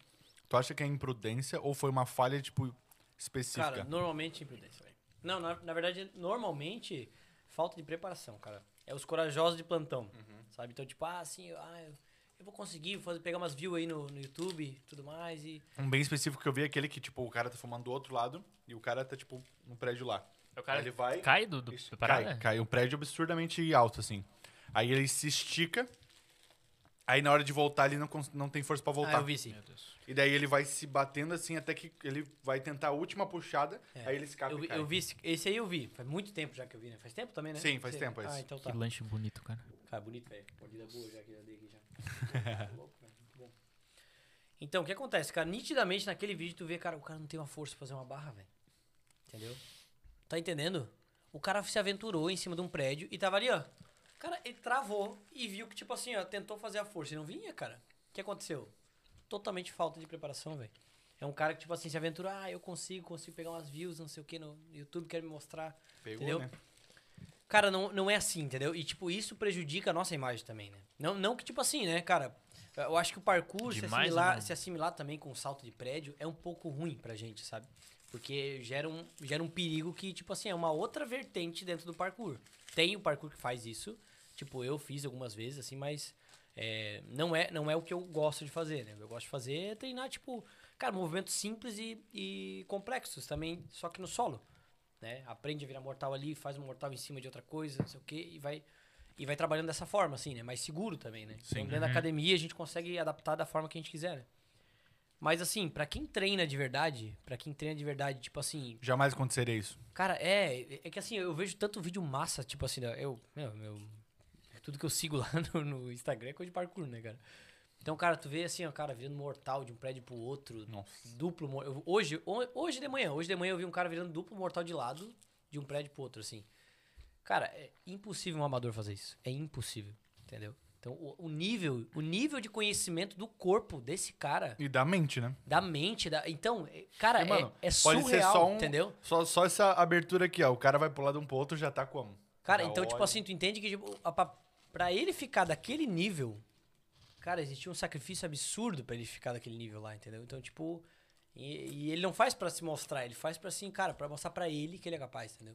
[SPEAKER 3] Tu acha que é imprudência ou foi uma falha, tipo, específica?
[SPEAKER 4] Cara, normalmente imprudência, velho. Não, na, na verdade, normalmente, falta de preparação, cara. É os corajosos de plantão,
[SPEAKER 2] Uhum.
[SPEAKER 4] sabe? Então, tipo, ah, assim, ah, eu, eu vou conseguir vou fazer, pegar umas views aí no, no YouTube e tudo mais e...
[SPEAKER 3] Um bem específico que eu vi é aquele que, tipo, o cara tá fumando do outro lado e o cara tá, tipo, no prédio lá.
[SPEAKER 2] O cara
[SPEAKER 3] Aí ele vai.
[SPEAKER 2] cai do, do,
[SPEAKER 3] Isso,
[SPEAKER 2] do parada?
[SPEAKER 3] cai, cai. Um prédio absurdamente alto, assim. Aí ele se estica. Aí na hora de voltar, ele não, cons- não tem força pra
[SPEAKER 4] Ah,
[SPEAKER 3] voltar.
[SPEAKER 4] eu vi sim.
[SPEAKER 2] Meu Deus.
[SPEAKER 3] e daí ele vai se batendo assim até que ele vai tentar a última puxada.
[SPEAKER 4] É.
[SPEAKER 3] Aí ele escapa
[SPEAKER 4] Eu,
[SPEAKER 3] e
[SPEAKER 4] vi-
[SPEAKER 3] cai.
[SPEAKER 4] eu vi, esse- esse aí eu vi. Faz muito tempo já que eu vi, né? Faz tempo também, né?
[SPEAKER 3] Sim, faz
[SPEAKER 4] Sei.
[SPEAKER 3] tempo, é
[SPEAKER 4] Ah,
[SPEAKER 3] isso.
[SPEAKER 4] então
[SPEAKER 2] Que
[SPEAKER 4] tá.
[SPEAKER 2] lanche bonito, cara.
[SPEAKER 4] Cara, bonito, velho. Mordida boa já que já dei aqui já. Tá louco, velho. Muito bom. Então, o que acontece, cara? Nitidamente naquele vídeo tu vê, cara, o cara não tem uma força pra fazer uma barra, velho. Entendeu? Tá entendendo? O cara se aventurou em cima de um prédio e tava ali, ó. Cara, ele travou e viu que, tipo assim, ó, tentou fazer a força e não vinha, cara. O que aconteceu? Totalmente falta de preparação, velho. É um cara que, tipo assim, se aventura, ah, eu consigo, consigo pegar umas views, não sei o que, no YouTube, quer me mostrar.
[SPEAKER 3] Pegou,
[SPEAKER 4] Entendeu?
[SPEAKER 3] né?
[SPEAKER 4] Cara, não, não é assim, entendeu? E, tipo, isso prejudica a nossa imagem também, né? Não, não que, tipo assim, né, cara? Eu acho que o parkour, se,
[SPEAKER 2] Demais, né,
[SPEAKER 4] assimilar,
[SPEAKER 2] mano?
[SPEAKER 4] se assimilar também com o salto de prédio, é um pouco ruim pra gente, sabe? Porque gera um, gera um perigo que, tipo assim, é uma outra vertente dentro do parkour. Tem o parkour que faz isso. Tipo, eu fiz algumas vezes, assim, mas é, não, é, não é o que eu gosto de fazer, né? Eu gosto de fazer é treinar, tipo, cara, movimentos simples e, e complexos também, só que no solo. Né? Aprende a virar mortal ali, faz um mortal em cima de outra coisa, não sei o quê, e vai, e vai trabalhando dessa forma, assim, né? Mais seguro também, né? Então, dentro da academia a gente consegue adaptar da forma que a gente quiser, né? Mas assim, pra quem treina de verdade, pra quem treina de verdade, tipo assim,
[SPEAKER 3] Jamais aconteceria isso.
[SPEAKER 4] Cara, é. É que assim, eu vejo tanto vídeo massa, tipo assim, né, eu. Meu, meu- tudo que eu sigo lá no, no Instagram é coisa de parkour, né, cara? Então, cara, tu vê assim, ó, cara, virando mortal de um prédio pro outro.
[SPEAKER 3] Nossa.
[SPEAKER 4] Duplo mor- eu- Hoje, ho- hoje de manhã, hoje de manhã eu vi um cara virando duplo mortal de lado de um prédio pro outro, assim. Cara, é impossível um amador fazer isso. É impossível, entendeu? Então, o, o nível, o nível de conhecimento do corpo desse cara,
[SPEAKER 3] E da mente, né?
[SPEAKER 4] da mente, da. Então, é- cara,
[SPEAKER 3] E, mano,
[SPEAKER 4] é, é
[SPEAKER 3] pode
[SPEAKER 4] surreal,
[SPEAKER 3] ser só um-
[SPEAKER 4] entendeu?
[SPEAKER 3] Só, só essa abertura aqui, ó. O cara vai pular de um pro outro já tá como?
[SPEAKER 4] Cara,
[SPEAKER 3] Já
[SPEAKER 4] então, tipo
[SPEAKER 3] olha.
[SPEAKER 4] assim, tu entende que tipo, a pa- pra ele ficar daquele nível, cara, existia um sacrifício absurdo pra ele ficar daquele nível lá, entendeu? Então, tipo, e, e ele não faz pra se mostrar, ele faz pra assim, cara, pra mostrar pra ele que ele é capaz, entendeu?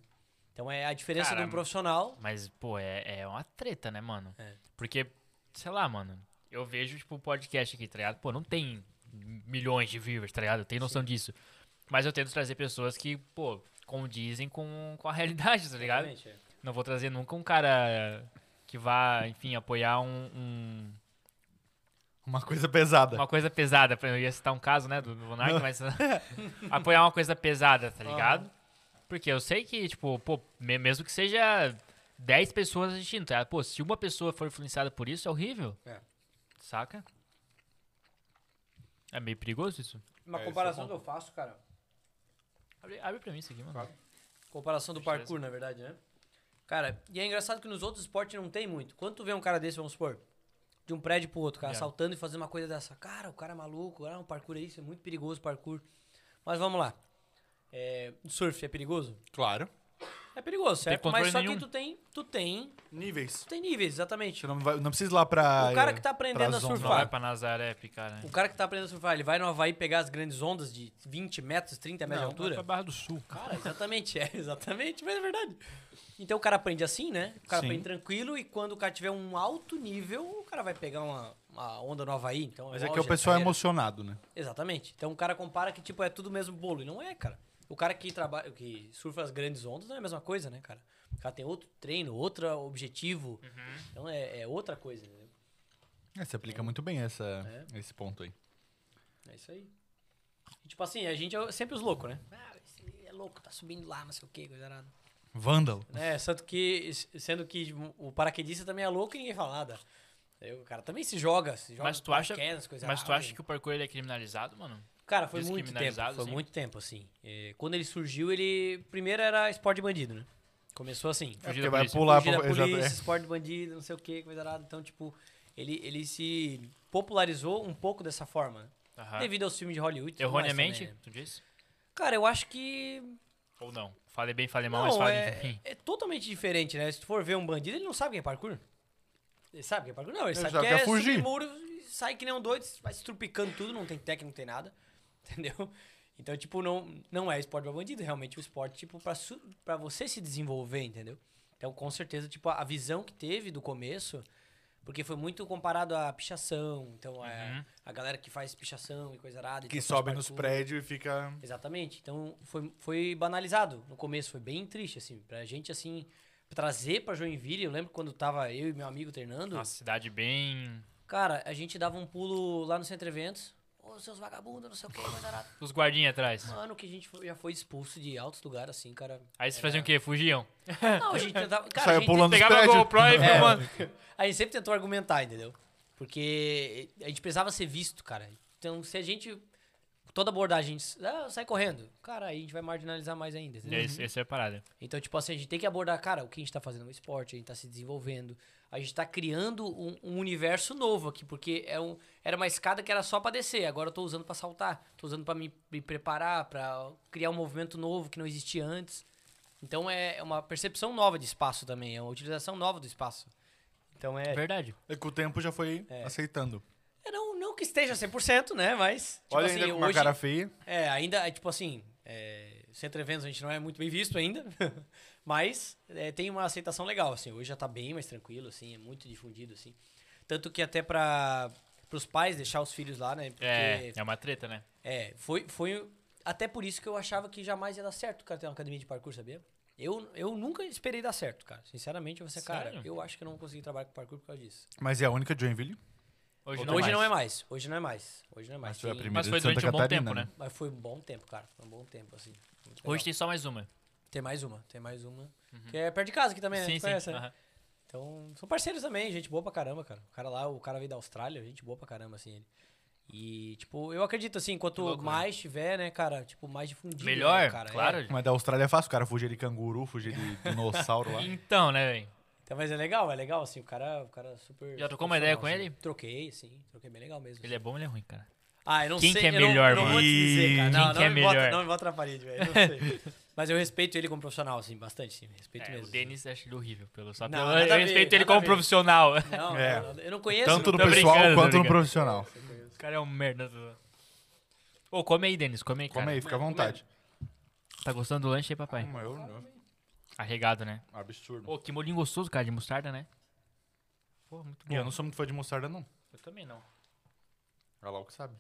[SPEAKER 4] Então é a diferença de um
[SPEAKER 2] Caramba.
[SPEAKER 3] Tá
[SPEAKER 4] profissional.
[SPEAKER 2] Mas, pô, é, é uma treta, né, mano?
[SPEAKER 4] É.
[SPEAKER 2] um Porque, sei lá, mano, eu vejo, tipo, o podcast aqui, tá ligado? Pô, não tem milhões de viewers, tá ligado? Eu tenho noção disso. Mas eu tento trazer pessoas que, pô, condizem com, com a realidade, tá ligado?
[SPEAKER 4] Exatamente, é.
[SPEAKER 2] Não vou trazer nunca um cara que vá, enfim, apoiar um- um,
[SPEAKER 3] Uma coisa pesada.
[SPEAKER 2] Uma coisa pesada, por exemplo, eu ia citar um caso, né, do do Monark, mas apoiar uma coisa pesada,
[SPEAKER 4] Ah.
[SPEAKER 2] tá ligado? Porque eu sei que, tipo, pô, me- mesmo que seja 10 pessoas assistindo, tá? Pô, se uma pessoa for influenciada por isso, é horrível.
[SPEAKER 4] É.
[SPEAKER 2] Saca? É meio perigoso isso.
[SPEAKER 4] Uma
[SPEAKER 3] É, esse
[SPEAKER 4] comparação
[SPEAKER 3] é
[SPEAKER 4] que eu faço, cara.
[SPEAKER 2] Abre, abre pra mim isso aqui, mano.
[SPEAKER 4] Claro. Comparação do parkour, na verdade, né? Cara, e é engraçado que nos outros esportes não tem muito. Quando tu vê um cara desse, vamos supor, de um prédio pro outro, cara,
[SPEAKER 2] Yeah.
[SPEAKER 4] saltando e fazendo uma coisa dessa. Cara, o cara é maluco, ah, um parkour é isso, é muito perigoso o parkour. Mas vamos lá. É, surf é perigoso?
[SPEAKER 3] Claro.
[SPEAKER 4] É
[SPEAKER 2] Tem
[SPEAKER 4] perigoso, certo? Mas
[SPEAKER 2] controle
[SPEAKER 4] só
[SPEAKER 2] nenhum.
[SPEAKER 4] que tu tem, tu tem,
[SPEAKER 3] Níveis.
[SPEAKER 4] tu tem níveis, exatamente.
[SPEAKER 3] Você não, vai- não precisa ir lá pra. eh,
[SPEAKER 4] O cara que tá
[SPEAKER 3] pra
[SPEAKER 4] aprendendo a
[SPEAKER 3] zona.
[SPEAKER 2] Não vai
[SPEAKER 4] surfar,
[SPEAKER 2] pra Nazaré picar, né?
[SPEAKER 4] o cara que tá aprendendo a surfar, ele vai no Havaí pegar as grandes ondas de 20 metros, 30 metros de
[SPEAKER 2] Vai pra
[SPEAKER 4] altura?
[SPEAKER 2] Barra do Sul.
[SPEAKER 4] Cara, exatamente, é, exatamente, mas é verdade. Então o cara aprende assim, né? O cara
[SPEAKER 3] Sim.
[SPEAKER 4] aprende tranquilo e quando o cara tiver um alto nível, o cara vai pegar uma, uma onda no Havaí. Então,
[SPEAKER 3] Mas é que
[SPEAKER 4] auge
[SPEAKER 3] o
[SPEAKER 4] da
[SPEAKER 3] pessoal é
[SPEAKER 4] carreira.
[SPEAKER 3] emocionado, né?
[SPEAKER 4] Exatamente. Então o cara compara que, tipo, é tudo o mesmo bolo. E não é, cara. O cara que trabalha, que surfa as grandes ondas não é a mesma coisa, né, cara? O cara tem outro treino, outro objetivo.
[SPEAKER 2] Uhum.
[SPEAKER 4] Então é, é outra coisa, entendeu?
[SPEAKER 3] É, você aplica muito bem essa, esse ponto aí.
[SPEAKER 4] É isso aí. E, tipo assim, a gente é sempre os loucos, né? Ah, esse é louco, tá subindo lá, não sei o que, coisa nada.
[SPEAKER 3] Vândalo.
[SPEAKER 4] né? Sendo que, sendo que o paraquedista também é louco e ninguém fala nada. Aí o cara também se joga, se joga
[SPEAKER 2] Mas
[SPEAKER 4] com
[SPEAKER 2] tu acha-
[SPEAKER 4] paraquedas, coisa
[SPEAKER 2] Mas tu
[SPEAKER 4] errada.
[SPEAKER 2] acha que o parkour ele é criminalizado, mano?
[SPEAKER 4] Cara, foi muito tempo,
[SPEAKER 2] descriminalizado,
[SPEAKER 4] foi
[SPEAKER 2] assim?
[SPEAKER 4] muito tempo, assim. É, quando ele surgiu, ele... Primeiro era esporte de bandido, né? Começou assim.
[SPEAKER 3] É
[SPEAKER 2] Fugir
[SPEAKER 3] porque
[SPEAKER 2] da
[SPEAKER 3] vai
[SPEAKER 2] polícia.
[SPEAKER 3] pular
[SPEAKER 4] Fugir da
[SPEAKER 3] pra... exato,
[SPEAKER 4] polícia,
[SPEAKER 3] é.
[SPEAKER 4] esporte de bandido, não sei o que, coisa errada. Então, tipo, ele, ele se popularizou um pouco dessa forma, né?
[SPEAKER 2] Aham.
[SPEAKER 4] Devido aos filmes de Hollywood. e tudo mais
[SPEAKER 2] Ah. Erroneamente,
[SPEAKER 4] também, né?
[SPEAKER 2] tu disse?
[SPEAKER 4] Cara, eu acho que
[SPEAKER 2] Ou não? Falei bem, falei mal, mas
[SPEAKER 4] não,
[SPEAKER 2] falei
[SPEAKER 4] é,
[SPEAKER 2] enfim.
[SPEAKER 4] é totalmente diferente, né? Se tu for ver um bandido, ele não sabe o que é parkour. Ele sabe o que é parkour? Não, ele, sabe, que é,
[SPEAKER 3] fugir.
[SPEAKER 4] subir muro, e sai que nem um doido, vai se trupicando tudo, não tem técnica, não tem nada. Entendeu? Então, tipo, não, não é esporte pra bandido, realmente o esporte, tipo, pra, su- pra você se desenvolver, entendeu? Então, com certeza, tipo, a a visão que teve do começo, porque foi muito comparado à pichação, então, é,
[SPEAKER 2] Uhum.
[SPEAKER 4] a galera que faz pichação e coisa arada.
[SPEAKER 3] Que
[SPEAKER 4] então faz
[SPEAKER 3] sobe nos
[SPEAKER 4] parkour.
[SPEAKER 3] prédios e fica...
[SPEAKER 4] Exatamente. Então foi, foi banalizado no começo, foi bem triste assim, pra gente assim trazer pra Joinville, eu lembro quando tava eu e meu amigo treinando.
[SPEAKER 2] Uma cidade bem...
[SPEAKER 4] Cara, a gente dava um pulo lá no centro de eventos. Ô, seus vagabundos, não sei o que, coisa arada.
[SPEAKER 2] Os guardinhas atrás.
[SPEAKER 4] Mano, um que a gente foi- já foi expulso de altos lugares assim, cara.
[SPEAKER 2] Aí vocês
[SPEAKER 4] Era-
[SPEAKER 2] faziam o quê? Fugiam?
[SPEAKER 4] Não, a gente tentava, cara, a
[SPEAKER 3] Saiu
[SPEAKER 4] gente
[SPEAKER 3] pulando nos
[SPEAKER 2] Pegava a
[SPEAKER 3] prédios.
[SPEAKER 2] GoPro e
[SPEAKER 4] É.
[SPEAKER 2] filmando.
[SPEAKER 4] A gente sempre tentou argumentar, entendeu? Porque a gente precisava ser visto, cara. Então, se a gente. Toda abordagem, a gente ah, sai correndo. Cara, aí a gente vai marginalizar mais ainda. entendeu?
[SPEAKER 2] Esse- Essa é a parada.
[SPEAKER 4] Então, tipo assim, a gente tem que abordar, cara, o que a gente tá fazendo no esporte, a gente tá se desenvolvendo, a gente tá criando um, um universo novo aqui, porque é um, era uma escada que era só pra descer, agora eu tô usando pra saltar, tô usando pra me, me preparar, pra criar um movimento novo que não existia antes. Então é, é uma percepção nova de espaço também, é uma utilização nova do espaço. Então é.
[SPEAKER 2] Verdade.
[SPEAKER 3] É que o tempo já foi aceitando.
[SPEAKER 4] é não, não que esteja 100%, né? Mas. Tipo
[SPEAKER 3] Olha
[SPEAKER 4] assim,
[SPEAKER 3] ainda com uma
[SPEAKER 4] hoje-
[SPEAKER 3] cara feia.
[SPEAKER 4] é, ainda, é, tipo assim, é, centro de eventos a gente não é muito bem visto ainda, mas é, tem uma aceitação legal, assim, hoje já tá bem mais tranquilo, assim, é muito difundido, assim. Tanto que até para os pais deixar os filhos lá, né? Porque,
[SPEAKER 2] É,
[SPEAKER 4] é.
[SPEAKER 2] é uma treta, né?
[SPEAKER 4] foi, foi até por isso que eu achava que jamais ia dar certo, cara, ter uma academia de parkour, sabia? Eu, eu nunca esperei dar certo, cara. Sinceramente, eu vou ser, cara,
[SPEAKER 2] Sério?
[SPEAKER 4] eu acho que eu não vou conseguir trabalhar com parkour por causa disso.
[SPEAKER 3] Mas é a única de Joinville.
[SPEAKER 2] Hoje,
[SPEAKER 4] Hoje,
[SPEAKER 2] não, mais.
[SPEAKER 4] é mais, hoje não é mais, hoje não é mais.
[SPEAKER 3] foi a
[SPEAKER 4] Tem-
[SPEAKER 3] primeira
[SPEAKER 2] Mas foi
[SPEAKER 3] de Santa
[SPEAKER 2] durante um bom
[SPEAKER 3] Catarina,
[SPEAKER 2] tempo, né?
[SPEAKER 4] mas foi um bom tempo, cara, foi um bom tempo, assim. Muito legal.
[SPEAKER 2] Hoje tem só mais uma.
[SPEAKER 4] Tem mais uma, tem mais uma. Que é perto de casa aqui também, né?
[SPEAKER 2] Uhum. sim,
[SPEAKER 4] Tu
[SPEAKER 2] sim.
[SPEAKER 4] conhece, né?
[SPEAKER 2] aham.
[SPEAKER 4] Então, são parceiros também, gente boa pra caramba, cara. O cara lá, o cara veio da Austrália, gente boa pra caramba, assim, ele. E, tipo, eu acredito, assim, quanto
[SPEAKER 2] louco, né?
[SPEAKER 4] mais tiver, né, cara, tipo, mais difundido. né,
[SPEAKER 2] Melhor,
[SPEAKER 4] cara,
[SPEAKER 2] claro.
[SPEAKER 4] É.
[SPEAKER 3] Mas da Austrália é fácil o cara fugir de canguru, fugir de dinossauro lá.
[SPEAKER 2] Então, né, velho?
[SPEAKER 4] Então, mas é legal, é legal, assim, o cara, o cara super...
[SPEAKER 2] Já trocou uma ideia com
[SPEAKER 4] profissional,
[SPEAKER 2] ele?
[SPEAKER 4] assim. Troquei, sim, troquei bem legal mesmo.
[SPEAKER 2] Ele é bom ou ele é ruim, cara?
[SPEAKER 4] Ah, eu não
[SPEAKER 2] Quem
[SPEAKER 4] sei.
[SPEAKER 2] que é
[SPEAKER 4] eu não-
[SPEAKER 2] melhor,
[SPEAKER 4] eu não,
[SPEAKER 2] mano?
[SPEAKER 4] vou te dizer,
[SPEAKER 2] Ih,
[SPEAKER 4] cara. Não,
[SPEAKER 2] quem
[SPEAKER 4] não
[SPEAKER 2] que é
[SPEAKER 4] me bota-
[SPEAKER 2] melhor?
[SPEAKER 4] não me bota na parede, velho, eu não sei. Mas eu respeito ele como profissional, assim, bastante, sim, respeito
[SPEAKER 2] É,
[SPEAKER 4] mesmo.
[SPEAKER 2] o
[SPEAKER 4] assim.
[SPEAKER 2] Denis acha ele horrível. Pelo, só
[SPEAKER 4] Não,
[SPEAKER 2] pelo,
[SPEAKER 4] nada
[SPEAKER 2] eu
[SPEAKER 4] a ver,
[SPEAKER 2] respeito ele
[SPEAKER 4] nada a
[SPEAKER 2] como
[SPEAKER 4] ver.
[SPEAKER 2] profissional.
[SPEAKER 4] Não,
[SPEAKER 3] É.
[SPEAKER 4] não, eu não conheço. né?
[SPEAKER 3] Tanto no
[SPEAKER 2] tô
[SPEAKER 3] pessoal
[SPEAKER 2] tá brincando, tô
[SPEAKER 3] quanto no
[SPEAKER 2] brincando.
[SPEAKER 3] profissional.
[SPEAKER 2] O cara é um merda. Ô, come aí, Denis. Come aí, cara.
[SPEAKER 3] Come aí, fica à vontade.
[SPEAKER 2] Tá gostando do lanche aí, papai?
[SPEAKER 3] Hum, eu não-
[SPEAKER 2] Arregado, né?
[SPEAKER 3] Absurdo.
[SPEAKER 2] Ô, que molinho gostoso, cara, de mostarda, né? Pô, muito
[SPEAKER 3] E
[SPEAKER 2] bom.
[SPEAKER 3] eu não sou muito fã de mostarda, não.
[SPEAKER 2] Eu também não.
[SPEAKER 3] Olha lá o que sabe.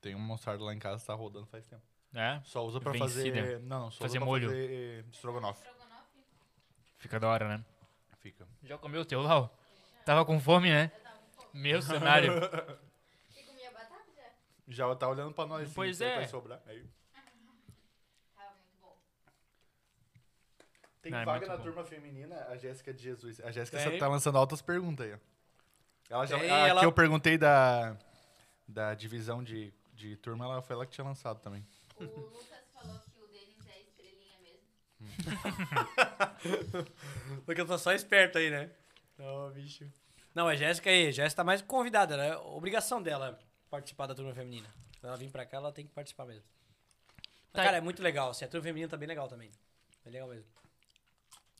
[SPEAKER 3] Tem uma mostarda lá em casa, tá rodando faz tempo.
[SPEAKER 2] É,
[SPEAKER 3] Só usa pra
[SPEAKER 2] Vencida.
[SPEAKER 3] fazer. Não, não, só
[SPEAKER 2] Fazer
[SPEAKER 3] usa
[SPEAKER 2] molho.
[SPEAKER 3] pra fazer eh, estrogonofe.
[SPEAKER 2] fica da hora, né?
[SPEAKER 3] Fica.
[SPEAKER 2] Já comeu o teu, Lau? Tava com fome, né? Meu cenário.
[SPEAKER 5] Você comia batata já?
[SPEAKER 3] Já tá olhando pra nós. assim,
[SPEAKER 2] Pois
[SPEAKER 3] será que
[SPEAKER 2] é.
[SPEAKER 3] Vai sobrar. Aí.
[SPEAKER 5] Tava muito bom.
[SPEAKER 3] Tem
[SPEAKER 2] Não, é
[SPEAKER 3] vaga
[SPEAKER 2] muito
[SPEAKER 3] na
[SPEAKER 2] bom.
[SPEAKER 3] turma feminina, a Jéssica de Jesus. A Jéssica
[SPEAKER 4] Tem.
[SPEAKER 3] tá lançando altas perguntas aí. ó. Ela já,
[SPEAKER 4] Tem,
[SPEAKER 3] a
[SPEAKER 4] ela-
[SPEAKER 3] que eu perguntei da, da divisão de, de turma, ela foi ela que tinha lançado também.
[SPEAKER 5] O Lucas falou que o Denis é estrelinha mesmo.
[SPEAKER 4] Porque eu tô só esperto aí, né? Não, bicho. Não, a Jéssica aí, a Jéssica tá mais convidada, né? Obrigação dela participar da turma feminina. Quando ela vir pra cá, ela tem que participar mesmo.
[SPEAKER 2] Tá.
[SPEAKER 4] Mas, Cara, é muito legal, assim, a turma feminina tá bem legal também. É legal mesmo.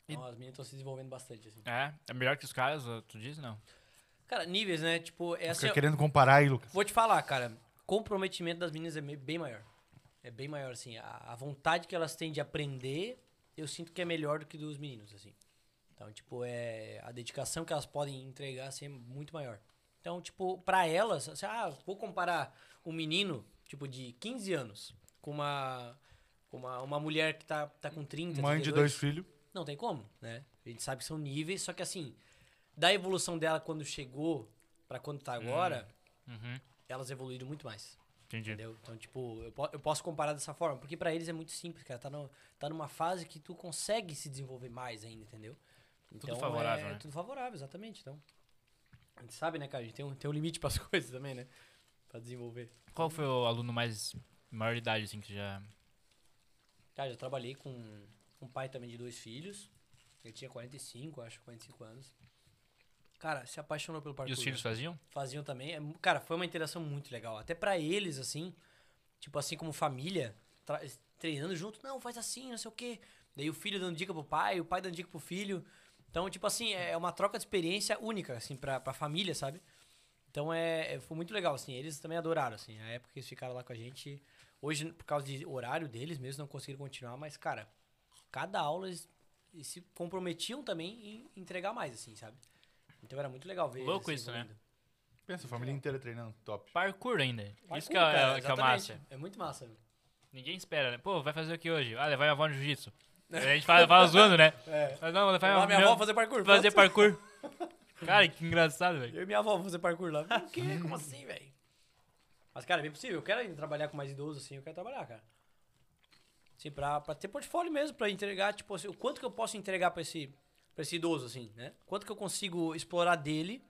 [SPEAKER 2] E-
[SPEAKER 4] Ó, as meninas estão se desenvolvendo bastante, assim.
[SPEAKER 2] É, é melhor que os caras, ó, tu diz? Não.
[SPEAKER 4] Cara, níveis, né? Tipo, é assim,
[SPEAKER 3] Fica
[SPEAKER 4] ó,
[SPEAKER 3] querendo comparar aí, Lucas.
[SPEAKER 4] vou te falar, cara, comprometimento das meninas é me- bem maior. É bem maior, assim, a, a vontade que elas têm de aprender, eu sinto que é melhor do que dos meninos, assim. Então, tipo, é a dedicação que elas podem entregar assim, é muito maior. Então, tipo, pra elas, assim, ah, vou comparar um menino, tipo, de 15 anos com uma com uma, uma mulher que tá, tá com 30,
[SPEAKER 3] Mãe de
[SPEAKER 4] 32.
[SPEAKER 3] dois filhos.
[SPEAKER 4] Não tem como, né? A gente sabe que são níveis, só que assim, da evolução dela quando chegou pra quando tá agora,
[SPEAKER 2] Uhum.
[SPEAKER 4] elas evoluíram muito mais.
[SPEAKER 2] Entendi.
[SPEAKER 4] Entendeu? Então, tipo, eu, po- eu posso comparar dessa forma, porque pra eles é muito simples, cara. Tá, no, tá numa fase que tu consegue se desenvolver mais ainda, entendeu?
[SPEAKER 2] Tudo favorável,
[SPEAKER 4] é,
[SPEAKER 2] né?
[SPEAKER 4] Tudo favorável, exatamente. Então, a gente sabe, né, cara? A gente tem um, tem um limite pras coisas também, né? Pra desenvolver.
[SPEAKER 2] Qual foi o aluno mais maior de idade, assim, que já.
[SPEAKER 4] Cara, já trabalhei com um pai também de dois filhos. Ele tinha 45, acho, 45 anos. Cara, se apaixonou pelo parkour.
[SPEAKER 2] E os filhos
[SPEAKER 4] né?
[SPEAKER 2] faziam?
[SPEAKER 4] faziam também. É mu- Cara, foi uma interação muito legal. Até pra eles, assim, tipo assim, como família, tra- treinando junto. Não, faz assim, não sei o quê. Daí o filho dando dica pro pai, o pai dando dica pro filho. Então, tipo assim, é uma troca de experiência única, assim, pra, pra família, sabe? Então, é, é- foi muito legal, assim. Eles também adoraram, assim. A época que eles ficaram lá com a gente. Hoje, por causa de horário deles mesmo, não conseguiram continuar. Mas, cara, cada aula eles, eles se comprometiam também em entregar mais, assim, sabe? Então, era muito legal ver eles
[SPEAKER 2] Louco
[SPEAKER 4] se
[SPEAKER 2] isso, né?
[SPEAKER 4] evoluindo.
[SPEAKER 3] Pensa, a família inteira treinando. Top.
[SPEAKER 2] Parkour ainda. Isso que é, é,
[SPEAKER 4] Parkour, cara,
[SPEAKER 2] que é o
[SPEAKER 4] exatamente.
[SPEAKER 2] massa.
[SPEAKER 4] É muito massa.
[SPEAKER 2] Ninguém espera, né? Pô, vai fazer o que hoje? Ah, levar minha avó no jiu-jitsu. A gente fala, fala zoando, né?
[SPEAKER 4] É.
[SPEAKER 2] Mas não, levar
[SPEAKER 4] Lá
[SPEAKER 2] minha,
[SPEAKER 4] minha
[SPEAKER 2] meu-
[SPEAKER 4] avó fazer parkour.
[SPEAKER 2] fazer
[SPEAKER 4] pronto.
[SPEAKER 2] parkour. Cara, que engraçado, velho.
[SPEAKER 4] Eu e minha avó vou fazer parkour lá. O quê? Como assim, velho? Mas, cara, é bem possível. Eu quero ainda trabalhar com mais idosos, assim. Eu quero trabalhar, cara. Assim, pra, pra ter portfólio mesmo, pra entregar, tipo assim, o quanto que eu posso entregar pra esse, pra esse idoso, assim, né? Quanto que eu consigo explorar dele,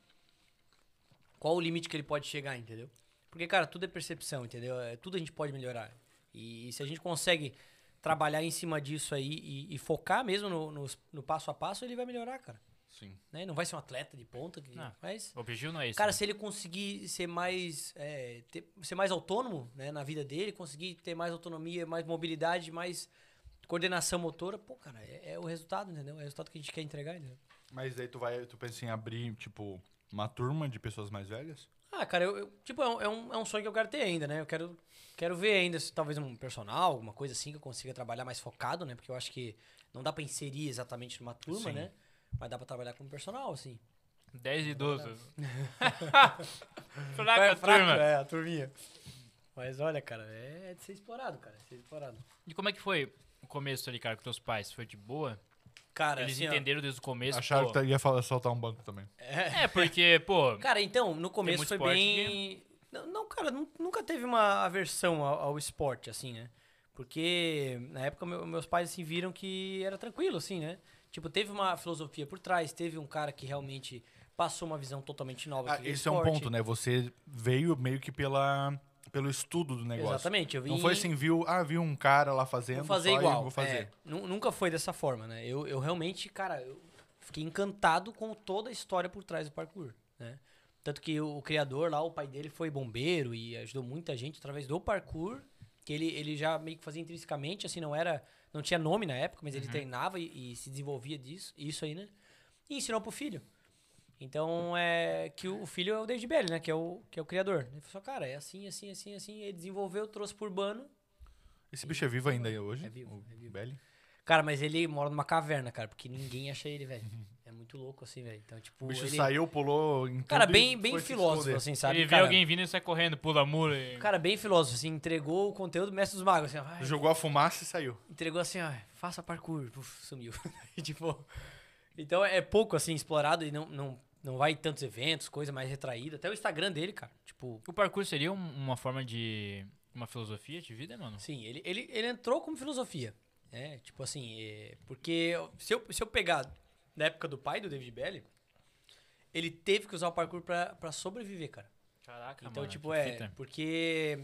[SPEAKER 4] qual o limite que ele pode chegar, entendeu? Porque, cara, tudo é percepção, entendeu? É, tudo a gente pode melhorar. E, se a gente consegue trabalhar em cima disso aí e, e focar mesmo no, no, no passo a passo, ele vai melhorar, cara.
[SPEAKER 3] Sim.
[SPEAKER 4] Né? Não vai ser um atleta de ponta, que,
[SPEAKER 2] Não.
[SPEAKER 4] mas...
[SPEAKER 2] O objetivo não é esse.
[SPEAKER 4] Cara,
[SPEAKER 2] né?
[SPEAKER 4] se ele conseguir ser mais, é, ter- ser mais autônomo né, na vida dele, conseguir ter mais autonomia, mais mobilidade, mais coordenação motora, pô, cara, é, é o resultado, entendeu? É o resultado que a gente quer entregar, entendeu?
[SPEAKER 3] Mas daí tu vai, tu pensa em abrir, tipo, uma turma de pessoas mais velhas?
[SPEAKER 4] Ah, cara, eu, eu- tipo, é um, é, um, é um sonho que eu quero ter ainda, né? Eu quero, quero ver ainda se talvez um personal, alguma coisa assim que eu consiga trabalhar mais focado, né? Porque eu acho que não dá pra inserir exatamente numa turma,
[SPEAKER 2] Sim.
[SPEAKER 4] né? Mas dá pra trabalhar com personal, assim.
[SPEAKER 2] 10 idosos. Fraca,
[SPEAKER 4] É, fraco,
[SPEAKER 2] turma.
[SPEAKER 4] É, a turminha. Mas olha, cara, é de ser explorado, cara. É de ser explorado.
[SPEAKER 2] E como é que foi o começo ali, cara, com teus pais? Foi de boa?
[SPEAKER 4] Cara,
[SPEAKER 2] Eles
[SPEAKER 4] assim, ó,
[SPEAKER 2] entenderam desde o começo?
[SPEAKER 3] Acharam
[SPEAKER 2] pô?
[SPEAKER 3] que tu ia falar, soltar um banco também.
[SPEAKER 2] É, porque, pô,
[SPEAKER 4] Cara, então, no começo
[SPEAKER 2] muito
[SPEAKER 4] foi
[SPEAKER 2] esporte
[SPEAKER 4] bem. Não, não, cara, nu- nunca teve uma aversão ao, ao esporte, assim, né? Porque na época meu- meus pais assim, viram que era tranquilo, assim, né? Tipo, teve uma filosofia por trás, teve um cara que realmente passou uma visão totalmente nova.
[SPEAKER 3] Ah,
[SPEAKER 4] que
[SPEAKER 3] esse é um
[SPEAKER 4] esporte.
[SPEAKER 3] ponto, né? Você veio meio que pela, pelo estudo do negócio.
[SPEAKER 4] Exatamente, eu vim.
[SPEAKER 3] Não foi assim, viu, ah, viu um cara lá fazendo,
[SPEAKER 4] Vou fazer
[SPEAKER 3] só eu
[SPEAKER 4] igual.
[SPEAKER 3] vou fazer.
[SPEAKER 4] É, nu- nunca foi dessa forma, né? Eu, eu realmente, cara, eu fiquei encantado com toda a história por trás do parkour, né? Tanto que o, o criador lá, o pai dele foi bombeiro e ajudou muita gente através do parkour, que ele, ele já meio que fazia intrinsecamente, assim, não era, não tinha nome na época, mas ele
[SPEAKER 3] Uhum.
[SPEAKER 4] treinava e, e se desenvolvia disso, isso aí, né? E ensinou pro filho. Então, é que o o filho é o David Belly, né? Que é o, que é o criador. Ele falou, cara, é assim, assim, assim, assim. Ele desenvolveu, trouxe pro urbano
[SPEAKER 3] Esse bicho é vivo ainda hoje?
[SPEAKER 4] É vivo,
[SPEAKER 3] o
[SPEAKER 4] é vivo.
[SPEAKER 3] Belly?
[SPEAKER 4] Cara, mas ele mora numa caverna, cara, porque ninguém acha ele, velho.
[SPEAKER 2] Uhum.
[SPEAKER 4] É muito louco, assim, velho. Então, tipo.
[SPEAKER 3] O bicho
[SPEAKER 4] ele-
[SPEAKER 3] saiu, pulou em
[SPEAKER 4] Cara,
[SPEAKER 3] tudo
[SPEAKER 4] bem,
[SPEAKER 3] e
[SPEAKER 4] bem
[SPEAKER 3] foi se
[SPEAKER 4] filósofo,
[SPEAKER 3] esconder.
[SPEAKER 4] assim, sabe?
[SPEAKER 2] Ele vê
[SPEAKER 4] cara,
[SPEAKER 2] alguém vindo e sai correndo, pula muro e...
[SPEAKER 4] Cara, bem filósofo, assim, entregou o conteúdo do Mestre dos Magos, assim, ó, vai,
[SPEAKER 3] Jogou a fumaça e saiu.
[SPEAKER 4] entregou assim, ó, faça parkour, puf, sumiu. E, tipo, então é pouco, assim, explorado e não, não, não vai em tantos eventos, coisa mais retraída. Até o Instagram dele, cara, tipo,
[SPEAKER 2] O parkour seria um- uma forma de... Uma filosofia de vida, mano?
[SPEAKER 4] sim, ele, ele, ele entrou como filosofia, né? Tipo assim, é, porque se eu, se eu pegar da época do pai do David Belly, ele teve que usar o parkour pra, pra sobreviver, cara.
[SPEAKER 2] Caraca,
[SPEAKER 4] Então, tipo, é. Porque.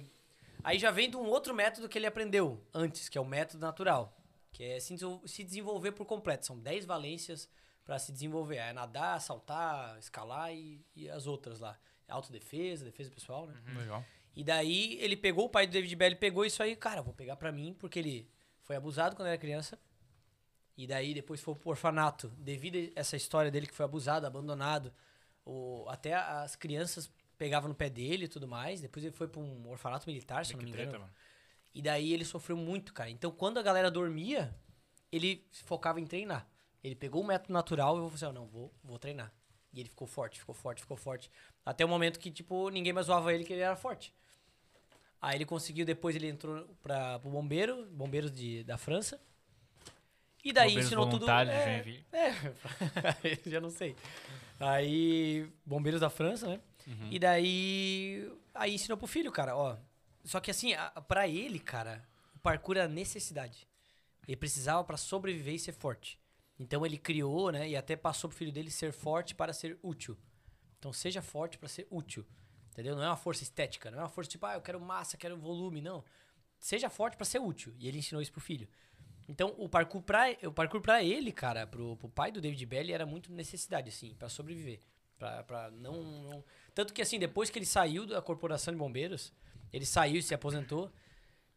[SPEAKER 4] Aí já vem de um outro método que ele aprendeu antes, que é o método natural. Que é se desenvol- se desenvolver por completo. São 10 valências pra se desenvolver. É nadar, saltar, escalar e, e as outras lá. Autodefesa, defesa pessoal, né?
[SPEAKER 3] Legal.
[SPEAKER 4] E daí ele pegou, o pai do David Bell pegou isso aí, cara, vou pegar pra mim, porque ele foi abusado quando era criança. E daí depois foi pro orfanato. Devido a essa história dele que foi abusado, abandonado, o, até as crianças pegavam no pé dele e tudo mais. Depois ele foi pra um orfanato militar, se eu não me engano. E daí ele sofreu muito, cara. Então quando a galera dormia, ele se focava em treinar. Ele pegou o método natural e falou assim, ó, não, vou, vou treinar. E ele ficou forte, ficou forte, ficou forte. Até o momento que, tipo, ninguém mais zoava ele que ele era forte. Aí ele conseguiu, depois ele entrou pra, pro bombeiro, bombeiros de, da França. E daí
[SPEAKER 2] Bombeiros
[SPEAKER 4] ensinou tudo.
[SPEAKER 2] voluntários de
[SPEAKER 4] é,
[SPEAKER 2] Joinville.
[SPEAKER 4] é, já não sei. Aí, bombeiros da França, né?
[SPEAKER 2] Uhum.
[SPEAKER 4] E daí, aí ensinou pro filho, cara, ó. Só que assim, a- pra ele, cara, o parkour era necessidade. Ele precisava pra sobreviver e ser forte. Então ele criou, né, e até passou pro filho dele ser forte para ser útil. Então seja forte pra ser útil. Entendeu? Não é uma força estética, não é uma força tipo, ah, eu quero massa, quero volume, não. Seja forte pra ser útil. E ele ensinou isso pro filho. Então, o parkour pra, o parkour pra ele, cara, pro, pro pai do David Belly, era muito necessidade, assim, pra sobreviver. Pra, pra não, não- Tanto que, assim, depois que ele saiu da corporação de bombeiros, ele saiu, se aposentou.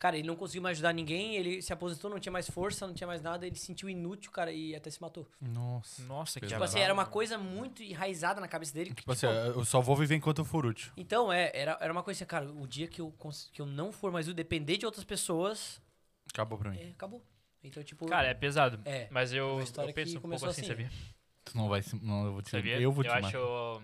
[SPEAKER 4] Cara, ele não conseguiu mais ajudar ninguém, ele se aposentou, não tinha mais força, não tinha mais nada, ele se sentiu inútil, cara, e até se matou.
[SPEAKER 3] Nossa.
[SPEAKER 2] Nossa, que
[SPEAKER 4] Tipo assim,
[SPEAKER 2] abalo.
[SPEAKER 4] era uma coisa muito enraizada na cabeça dele. que,
[SPEAKER 3] Tipo assim,
[SPEAKER 4] tipo,
[SPEAKER 3] eu só vou viver enquanto eu for útil.
[SPEAKER 4] Então, é, era, era uma coisa assim, cara, o dia que eu, cons- que eu não for mais o depender de outras pessoas,
[SPEAKER 3] Acabou pra mim.
[SPEAKER 4] é, acabou. Então, tipo...
[SPEAKER 2] Cara, é pesado.
[SPEAKER 4] É,
[SPEAKER 2] Mas eu,
[SPEAKER 4] uma
[SPEAKER 2] eu
[SPEAKER 4] história que
[SPEAKER 2] penso um pouco
[SPEAKER 4] começou
[SPEAKER 2] assim,
[SPEAKER 4] assim.
[SPEAKER 2] sabia?
[SPEAKER 3] Tu não vai se. Não, eu vou te.
[SPEAKER 2] Sabia?
[SPEAKER 3] Eu vou te
[SPEAKER 2] eu
[SPEAKER 3] matar.
[SPEAKER 2] acho...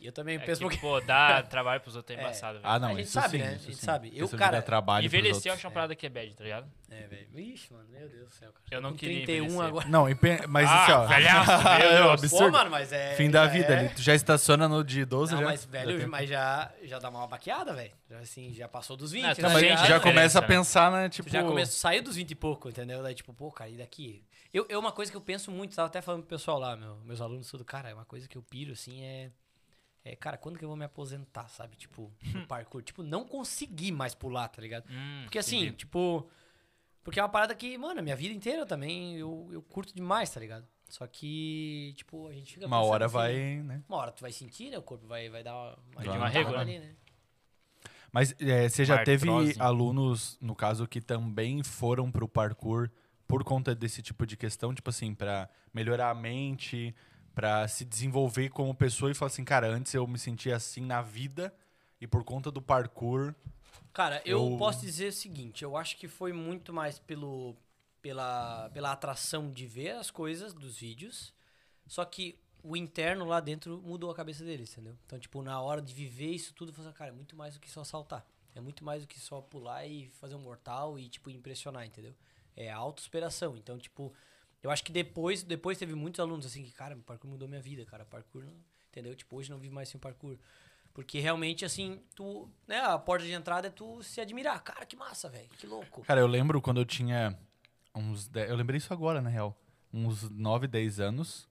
[SPEAKER 4] eu também
[SPEAKER 2] É
[SPEAKER 4] penso um
[SPEAKER 2] que, pô, dar trabalho pros outros é
[SPEAKER 4] É.
[SPEAKER 2] embaçado, velho.
[SPEAKER 3] Ah, não,
[SPEAKER 4] a gente
[SPEAKER 3] isso
[SPEAKER 4] sabe,
[SPEAKER 3] sim,
[SPEAKER 4] né?
[SPEAKER 3] isso
[SPEAKER 4] A gente
[SPEAKER 3] sim.
[SPEAKER 4] sabe. Eu,
[SPEAKER 3] Essa de
[SPEAKER 4] cara-
[SPEAKER 3] dar trabalho pros
[SPEAKER 2] Envelhecer eu
[SPEAKER 3] outros.
[SPEAKER 2] acho uma parada que é bad, tá ligado?
[SPEAKER 4] É, velho. Ixi, mano, meu Deus do céu, cara.
[SPEAKER 2] Eu não
[SPEAKER 4] Com
[SPEAKER 2] queria
[SPEAKER 4] 31
[SPEAKER 2] envelhecer.
[SPEAKER 4] agora.
[SPEAKER 3] Não, e pe- mas assim, ó.
[SPEAKER 2] Ah, velhaço, meu
[SPEAKER 3] é um
[SPEAKER 2] Deus.
[SPEAKER 3] absurdo.
[SPEAKER 4] Pô, mano, mas é.
[SPEAKER 3] Fim da
[SPEAKER 4] já
[SPEAKER 3] vida
[SPEAKER 4] é...
[SPEAKER 3] ali. Tu já estaciona no de 12
[SPEAKER 4] Não,
[SPEAKER 3] já.
[SPEAKER 4] mas
[SPEAKER 3] Dá
[SPEAKER 4] velho,
[SPEAKER 3] tempo.
[SPEAKER 4] mas já, já dá uma baqueada, velho. Já, assim, já passou dos 20.
[SPEAKER 2] Não,
[SPEAKER 4] né?
[SPEAKER 2] tá
[SPEAKER 3] Não, mas
[SPEAKER 2] Gente,
[SPEAKER 3] a gente
[SPEAKER 2] é
[SPEAKER 3] já
[SPEAKER 2] diferença,
[SPEAKER 3] começa a
[SPEAKER 2] né?
[SPEAKER 3] pensar, né? Tipo.
[SPEAKER 4] Tu já começou, saiu dos 20 e pouco, entendeu? Daí, tipo, pô, cara, e daqui? Eu, eu, uma coisa que eu penso muito, tava até falando pro pessoal lá, meu, meus alunos, tudo, cara, é uma coisa que eu piro, assim, é. É, cara, quando que eu vou me aposentar, sabe? Tipo, no parkour. Tipo, não consegui mais pular, tá ligado?
[SPEAKER 2] Hum,
[SPEAKER 4] Porque assim,
[SPEAKER 2] entendi.
[SPEAKER 4] tipo. Porque é uma parada que, mano, a minha vida inteira também eu, eu curto demais, tá ligado? Só que, tipo, a gente fica.
[SPEAKER 3] Uma
[SPEAKER 4] pensando
[SPEAKER 3] hora
[SPEAKER 4] assim,
[SPEAKER 3] vai, né?
[SPEAKER 4] Uma hora tu vai sentir, né? O corpo vai, vai dar uma,
[SPEAKER 3] Vai
[SPEAKER 2] uma
[SPEAKER 4] adiantada
[SPEAKER 2] régua,
[SPEAKER 4] ali, né?
[SPEAKER 3] Mas é, você já
[SPEAKER 2] Uma
[SPEAKER 3] teve
[SPEAKER 2] artrose.
[SPEAKER 3] alunos, no caso, que também foram pro parkour por conta desse tipo de questão, tipo assim, pra melhorar a mente, pra se desenvolver como pessoa e falar assim, cara, antes eu me sentia assim na vida e por conta do parkour.
[SPEAKER 4] Cara, eu,
[SPEAKER 3] Eu-
[SPEAKER 4] posso dizer o seguinte, eu acho que foi muito mais pelo, pela, pela atração de ver as coisas dos vídeos. Só que o interno lá dentro mudou a cabeça deles, entendeu? Então, tipo, na hora de viver isso tudo, eu falei assim, cara, é muito mais do que só saltar. É muito mais do que só pular e fazer um mortal e, tipo, impressionar, entendeu? É autossuperação. Então, tipo, eu acho que depois, depois teve muitos alunos assim que, cara, o parkour mudou minha vida, cara. Parkour, não- entendeu? Tipo, hoje não vivo mais sem parkour. Porque realmente, assim, tu. Né, a porta de entrada é tu se admirar. Cara, que massa, velho. Que louco.
[SPEAKER 3] Cara, eu lembro quando eu tinha uns 10, eu lembrei isso agora, na real, uns 9, 10 anos,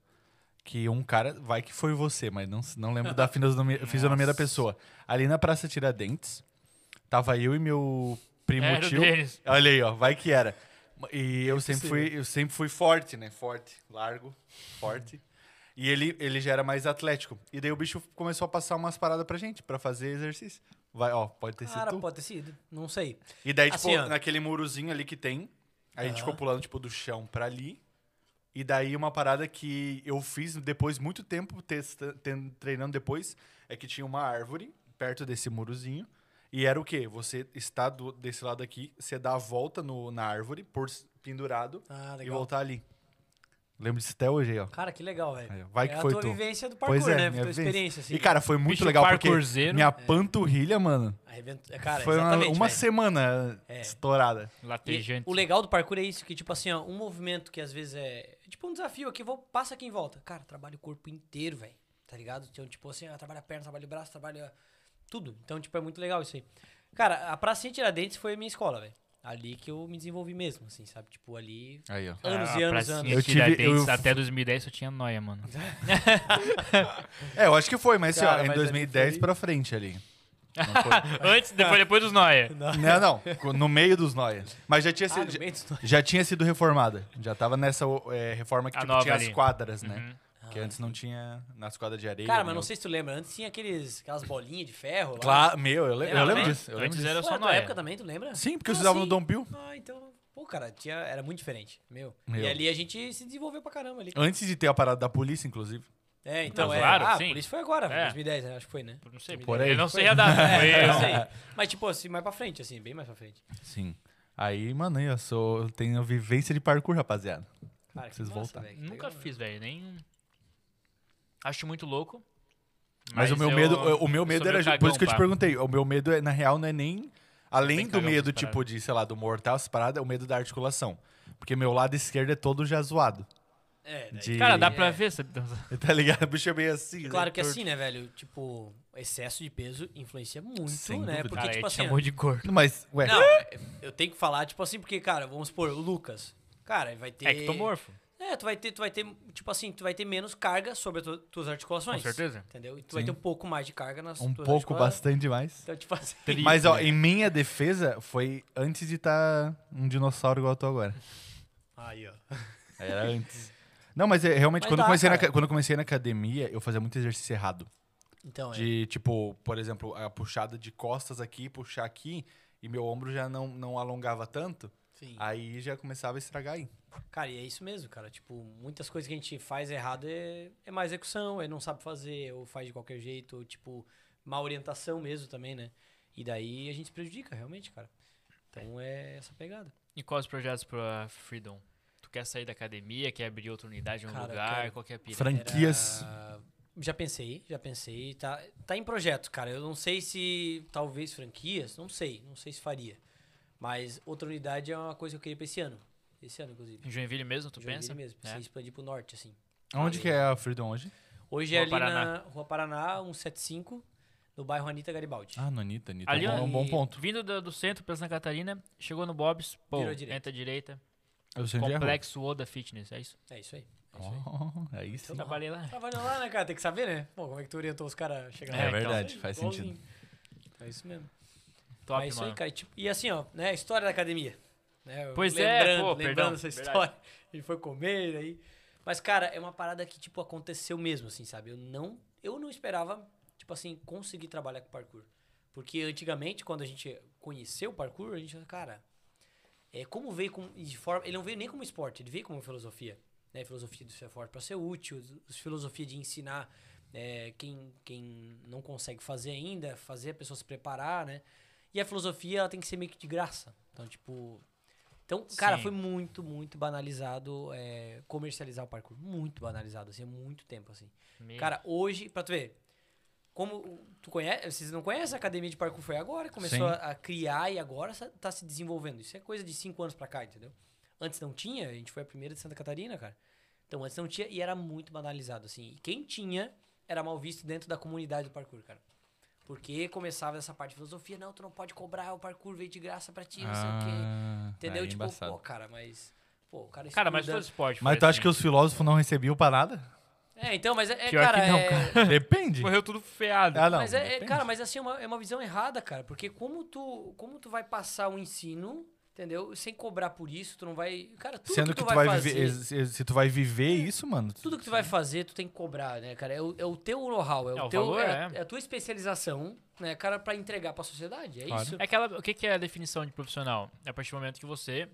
[SPEAKER 3] que um cara, vai que foi você, mas não, não lembro da fisionomia, fisionomia da pessoa. Ali na Praça Tiradentes, tava eu e meu primo
[SPEAKER 2] Era o
[SPEAKER 3] tio.
[SPEAKER 2] É, deles.
[SPEAKER 3] Olha aí, ó, vai que era. E eu sempre fui, eu sempre fui forte, né? Forte, largo, forte. E ele, ele já era mais atlético. E daí o bicho começou a passar umas paradas pra gente, pra fazer exercício. Vai, ó, pode ter sido
[SPEAKER 4] Cara,
[SPEAKER 3] tu.
[SPEAKER 4] pode ter sido. Não sei.
[SPEAKER 3] E daí, tipo,
[SPEAKER 4] Assim, ó.
[SPEAKER 3] naquele murozinho ali que tem, a gente
[SPEAKER 4] Aham.
[SPEAKER 3] ficou pulando, tipo, do chão pra ali. E daí, uma parada que eu fiz depois, muito tempo, testa- ten- treinando depois, é que tinha uma árvore perto desse murozinho. E era o quê? Você está do- desse lado aqui, você dá a volta no- na árvore por, pendurado
[SPEAKER 4] Ah,
[SPEAKER 3] e
[SPEAKER 4] legal.
[SPEAKER 3] voltar ali. Lembro disso até hoje aí, ó.
[SPEAKER 4] Cara, que legal,
[SPEAKER 3] Aí, ó.
[SPEAKER 4] velho.
[SPEAKER 3] Vai que
[SPEAKER 4] é
[SPEAKER 3] foi
[SPEAKER 4] a tua
[SPEAKER 3] tu.
[SPEAKER 4] vivência do parkour,
[SPEAKER 3] Pois é,
[SPEAKER 4] né?
[SPEAKER 3] minha
[SPEAKER 4] Tua
[SPEAKER 3] vivência.
[SPEAKER 4] experiência, assim.
[SPEAKER 3] E, cara, foi muito
[SPEAKER 2] Bicho
[SPEAKER 3] legal porque
[SPEAKER 2] parkourzeiro.
[SPEAKER 3] minha panturrilha, mano,
[SPEAKER 4] Arrebent... é, Cara,
[SPEAKER 3] foi uma,
[SPEAKER 4] exatamente,
[SPEAKER 3] uma
[SPEAKER 4] velho.
[SPEAKER 3] semana
[SPEAKER 4] É.
[SPEAKER 3] estourada.
[SPEAKER 4] E
[SPEAKER 2] Latejante.
[SPEAKER 4] o legal do parkour é isso, que tipo assim, ó, um movimento que às vezes é. é Tipo um desafio aqui, vou, passa aqui em volta. Cara, trabalha o corpo inteiro, velho. Tá ligado? Então, tipo assim, ó, trabalha a perna, trabalha o braço, trabalha tudo. Então, tipo, é muito legal isso aí. Cara, a Pracinha Tiradentes foi a minha escola, velho. Ali que eu me desenvolvi mesmo, assim, sabe? Tipo, ali.
[SPEAKER 3] Aí, ó.
[SPEAKER 4] Anos e
[SPEAKER 2] Ah,
[SPEAKER 4] anos,
[SPEAKER 2] pracinha
[SPEAKER 4] anos.
[SPEAKER 3] Eu tive-
[SPEAKER 2] Tiradentes,
[SPEAKER 3] eu-
[SPEAKER 2] Até 2010 eu tinha noia, mano.
[SPEAKER 3] É, eu acho que foi, mas assim,
[SPEAKER 4] Cara,
[SPEAKER 3] ó, em
[SPEAKER 4] mas ali
[SPEAKER 3] 2010
[SPEAKER 4] foi-
[SPEAKER 3] pra frente ali.
[SPEAKER 2] Antes, depois, depois dos noia.
[SPEAKER 3] Não, não, no meio dos noias. Mas já tinha
[SPEAKER 4] Ah,
[SPEAKER 3] sido,
[SPEAKER 4] no meio do-
[SPEAKER 3] já tinha sido reformada. Já tava nessa é, reforma que
[SPEAKER 2] A
[SPEAKER 3] tipo,
[SPEAKER 2] nova
[SPEAKER 3] tinha as
[SPEAKER 2] ali.
[SPEAKER 3] quadras, né?
[SPEAKER 2] Uhum.
[SPEAKER 3] Porque antes não tinha nas quadras de areia.
[SPEAKER 4] Cara, mas
[SPEAKER 3] né?
[SPEAKER 4] não sei se tu lembra. Antes tinha aqueles, aquelas bolinhas de ferro lá.
[SPEAKER 3] Claro, meu, eu, le-
[SPEAKER 4] Era,
[SPEAKER 3] eu lembro
[SPEAKER 4] né?
[SPEAKER 3] disso. Eu lembro
[SPEAKER 2] Antes
[SPEAKER 3] disso.
[SPEAKER 2] era
[SPEAKER 4] Pô,
[SPEAKER 2] só
[SPEAKER 4] na tua
[SPEAKER 2] noia.
[SPEAKER 4] época também, tu lembra?
[SPEAKER 3] Sim, porque eu
[SPEAKER 4] Ah,
[SPEAKER 3] estudava no
[SPEAKER 4] sim.
[SPEAKER 3] Dom Pio.
[SPEAKER 4] Ah, então. Pô, cara, tinha, era muito diferente. Meu.
[SPEAKER 3] Meu.
[SPEAKER 4] E ali a gente se desenvolveu pra caramba ali.
[SPEAKER 3] Antes de ter a parada da polícia, inclusive.
[SPEAKER 4] É, então.
[SPEAKER 2] Não,
[SPEAKER 4] é,
[SPEAKER 2] Então, claro,
[SPEAKER 4] ah,
[SPEAKER 2] sim.
[SPEAKER 4] por isso foi agora,
[SPEAKER 2] É.
[SPEAKER 4] 2010, né? acho que foi, né?
[SPEAKER 2] Não sei,
[SPEAKER 4] Por
[SPEAKER 2] por
[SPEAKER 3] aí.
[SPEAKER 2] Eu não sei a data. foi
[SPEAKER 4] É,
[SPEAKER 2] eu.
[SPEAKER 4] não sei. Mas, tipo, assim, mais pra frente, assim, bem mais pra frente.
[SPEAKER 3] Sim. Aí, mano, eu sou. Eu tenho vivência de parkour, rapaziada.
[SPEAKER 4] Cara, que
[SPEAKER 3] Vocês
[SPEAKER 4] massa,
[SPEAKER 3] voltam.
[SPEAKER 4] velho, que
[SPEAKER 2] Nunca
[SPEAKER 4] legal, né?
[SPEAKER 2] fiz, velho. Nem. um. Acho muito louco.
[SPEAKER 3] Mas, o meu
[SPEAKER 2] eu-
[SPEAKER 3] medo, o meu
[SPEAKER 2] eu
[SPEAKER 3] medo
[SPEAKER 2] sou
[SPEAKER 3] era.
[SPEAKER 2] meio
[SPEAKER 3] por isso que eu te
[SPEAKER 2] cagão,
[SPEAKER 3] perguntei. O meu medo, é, na real, não é nem. Além
[SPEAKER 2] bem
[SPEAKER 3] do
[SPEAKER 2] cagão
[SPEAKER 3] medo,
[SPEAKER 2] essas
[SPEAKER 3] tipo,
[SPEAKER 2] paradas.
[SPEAKER 3] de, sei lá, do mortal, essas paradas, é o medo da articulação. Porque meu lado esquerdo é todo já zoado.
[SPEAKER 4] É, daí-
[SPEAKER 3] De-
[SPEAKER 2] pá. Cara, dá
[SPEAKER 4] É.
[SPEAKER 2] pra ver, sabe?
[SPEAKER 3] Tá ligado? O bicho é meio assim.
[SPEAKER 4] Claro que
[SPEAKER 3] né?
[SPEAKER 4] assim, né, velho? Tipo, excesso de peso influencia muito,
[SPEAKER 3] Sem
[SPEAKER 4] né?
[SPEAKER 3] dúvida.
[SPEAKER 4] Porque,
[SPEAKER 2] Cara,
[SPEAKER 4] tipo
[SPEAKER 2] ele te
[SPEAKER 4] assim. ó,
[SPEAKER 2] chamou de gordo.
[SPEAKER 3] Mas, ué. um
[SPEAKER 4] Não, eu tenho que falar, tipo assim, porque, cara, vamos supor, o Lucas. Cara,
[SPEAKER 2] É
[SPEAKER 4] ele vai ter.
[SPEAKER 2] Ectomorfo.
[SPEAKER 4] É, tu vai ter, tu vai ter, tipo assim, tu vai ter menos carga sobre as tu- tuas articulações.
[SPEAKER 2] Com certeza.
[SPEAKER 4] Entendeu? E tu
[SPEAKER 3] Sim.
[SPEAKER 4] vai ter um pouco mais de carga nas
[SPEAKER 3] Um
[SPEAKER 4] tuas
[SPEAKER 3] pouco,
[SPEAKER 4] articulações.
[SPEAKER 3] bastante demais.
[SPEAKER 4] Então, tipo assim.
[SPEAKER 3] Mas, ó, em minha defesa, foi antes de estar um dinossauro igual eu tô agora.
[SPEAKER 4] Aí, ó.
[SPEAKER 3] Era antes. Não, mas é, realmente,
[SPEAKER 4] Mas
[SPEAKER 3] quando, eu
[SPEAKER 4] dá,
[SPEAKER 3] comecei na,
[SPEAKER 4] cara.
[SPEAKER 3] ca- quando eu comecei na academia, eu fazia muito exercício errado.
[SPEAKER 4] Então, é.
[SPEAKER 3] De, tipo, por exemplo, a puxada de costas aqui, puxar aqui, e meu ombro já não, não alongava tanto,
[SPEAKER 4] Sim.
[SPEAKER 3] aí já começava a estragar aí.
[SPEAKER 4] Cara, e é isso mesmo, cara. Tipo, muitas coisas que a gente faz errado é, é má execução, é não sabe fazer, ou faz de qualquer jeito, ou, tipo, má orientação mesmo também, né? E daí a gente se prejudica, realmente, cara. Então é essa pegada.
[SPEAKER 2] E quais os projetos pra Freedom? Tu quer sair da academia, quer abrir outra unidade em um
[SPEAKER 4] Cara, eu
[SPEAKER 2] lugar,
[SPEAKER 4] quero.
[SPEAKER 2] qualquer pira?
[SPEAKER 3] Franquias.
[SPEAKER 4] Era- Já pensei, já pensei. Tá, tá em projeto, cara. Eu não sei se talvez franquias, não sei, não sei se faria. Mas outra unidade é uma coisa que eu queria pra esse ano. Esse ano, inclusive.
[SPEAKER 2] Em Joinville mesmo, tu
[SPEAKER 4] Joinville
[SPEAKER 2] pensa?
[SPEAKER 4] mesmo,
[SPEAKER 2] É.
[SPEAKER 4] pensei em expandir pro norte, assim.
[SPEAKER 3] Onde que é a Freedom hoje?
[SPEAKER 4] Hoje
[SPEAKER 2] Rua
[SPEAKER 4] é ali na
[SPEAKER 2] Paraná.
[SPEAKER 4] Rua Paraná, 175, no bairro Anitta Garibaldi.
[SPEAKER 3] Ah, no Anitta. Anitta
[SPEAKER 2] Ali,
[SPEAKER 3] é um
[SPEAKER 2] ó,
[SPEAKER 3] bom- é um bom
[SPEAKER 4] e-
[SPEAKER 3] ponto.
[SPEAKER 2] Vindo do, do centro pra Santa Catarina, chegou no Bob's, pô,
[SPEAKER 4] Virou à direita.
[SPEAKER 2] entra à direita,
[SPEAKER 3] Eu sei onde é. a rua.
[SPEAKER 2] complexo Oda Fitness, é isso?
[SPEAKER 4] É isso aí. É isso aí.
[SPEAKER 3] Oh, aí
[SPEAKER 4] Uhum.
[SPEAKER 3] sim.
[SPEAKER 2] Eu trabalhei lá.
[SPEAKER 4] Trabalhando lá, né, cara? Tem que saber, né? Bom, como é que tu orientou os caras a chegar
[SPEAKER 2] É,
[SPEAKER 4] lá?
[SPEAKER 3] É
[SPEAKER 2] então,
[SPEAKER 3] verdade,
[SPEAKER 4] Igualzinho.
[SPEAKER 3] faz sentido.
[SPEAKER 4] É isso mesmo.
[SPEAKER 2] Top,
[SPEAKER 4] é isso
[SPEAKER 2] mano.
[SPEAKER 4] aí, cara. E, tipo, e assim, ó, né? História da academia. Né? eu
[SPEAKER 2] Pois é,
[SPEAKER 4] lembrando,
[SPEAKER 2] pô,
[SPEAKER 4] lembrando
[SPEAKER 2] perdão,
[SPEAKER 4] essa
[SPEAKER 2] verdade.
[SPEAKER 4] história. Ele foi comer, aí. Mas, cara, é uma parada que, tipo, aconteceu mesmo, assim, sabe? Eu não, eu não esperava, tipo assim, conseguir trabalhar com parkour. Porque antigamente, quando a gente conheceu o parkour, a gente, falava, cara, é, como veio com, de forma. Ele não veio nem como esporte, ele veio como filosofia. Né? Filosofia do ser forte para ser útil, os- filosofia de ensinar é, quem, quem não consegue fazer ainda, fazer a pessoa se preparar, né? E a filosofia, ela tem que ser meio que de graça. Então, tipo. Então, cara,
[SPEAKER 2] Sim.
[SPEAKER 4] foi muito, muito banalizado é, comercializar o parkour. Muito banalizado, assim, há muito tempo, assim.
[SPEAKER 2] Me-
[SPEAKER 4] Cara, hoje, pra tu ver, como tu conhece, vocês não conhecem a academia de parkour, foi agora, que começou
[SPEAKER 3] Sim.
[SPEAKER 4] a, a criar e agora sa- tá se desenvolvendo. Isso é coisa de cinco anos pra cá, entendeu? Antes não tinha, a gente foi a primeira de Santa Catarina, cara. Então antes não tinha e era muito banalizado, assim. E quem tinha era mal visto dentro da comunidade do parkour, cara. Porque começava essa parte de filosofia, não, tu não pode cobrar, o parkour veio de graça pra ti, não sei o quê.
[SPEAKER 3] Ah,
[SPEAKER 4] Entendeu?
[SPEAKER 3] aí é
[SPEAKER 4] tipo,
[SPEAKER 3] embaçado.
[SPEAKER 4] pô, cara, mas. Pô, o cara
[SPEAKER 2] Cara, mas
[SPEAKER 4] estuda-
[SPEAKER 2] todo esporte
[SPEAKER 3] Mas
[SPEAKER 2] foi
[SPEAKER 3] tu acha
[SPEAKER 2] assim.
[SPEAKER 3] que os filósofos não recebiam pra nada?
[SPEAKER 4] É, então, mas é, é,
[SPEAKER 2] Pior que
[SPEAKER 4] cara,
[SPEAKER 2] não,
[SPEAKER 4] é-
[SPEAKER 2] cara.
[SPEAKER 3] Depende.
[SPEAKER 2] Correu tudo feado.
[SPEAKER 3] Ah, não.
[SPEAKER 4] mas é- é,
[SPEAKER 3] depende.
[SPEAKER 4] cara, mas assim, é uma, é uma visão errada, cara. Porque como tu, como tu vai passar o ensino, entendeu? Sem cobrar por isso, tu não vai. Cara, tudo
[SPEAKER 3] Sendo
[SPEAKER 4] que
[SPEAKER 3] que,
[SPEAKER 4] tu,
[SPEAKER 3] tu
[SPEAKER 4] vai,
[SPEAKER 3] vai
[SPEAKER 4] fazer.
[SPEAKER 3] viver, se, se tu vai viver isso, mano.
[SPEAKER 4] Tudo que tu vai fazer, tu tem que cobrar, né, cara? É o, é o teu know-how, é,
[SPEAKER 2] É,
[SPEAKER 4] o
[SPEAKER 2] o
[SPEAKER 4] teu-
[SPEAKER 2] valor,
[SPEAKER 4] é a-
[SPEAKER 2] é.
[SPEAKER 4] é a tua especialização, né, cara, pra entregar pra sociedade. É
[SPEAKER 3] Claro.
[SPEAKER 4] isso.
[SPEAKER 2] É aquela, o que, que é a definição de profissional? É a partir do momento que você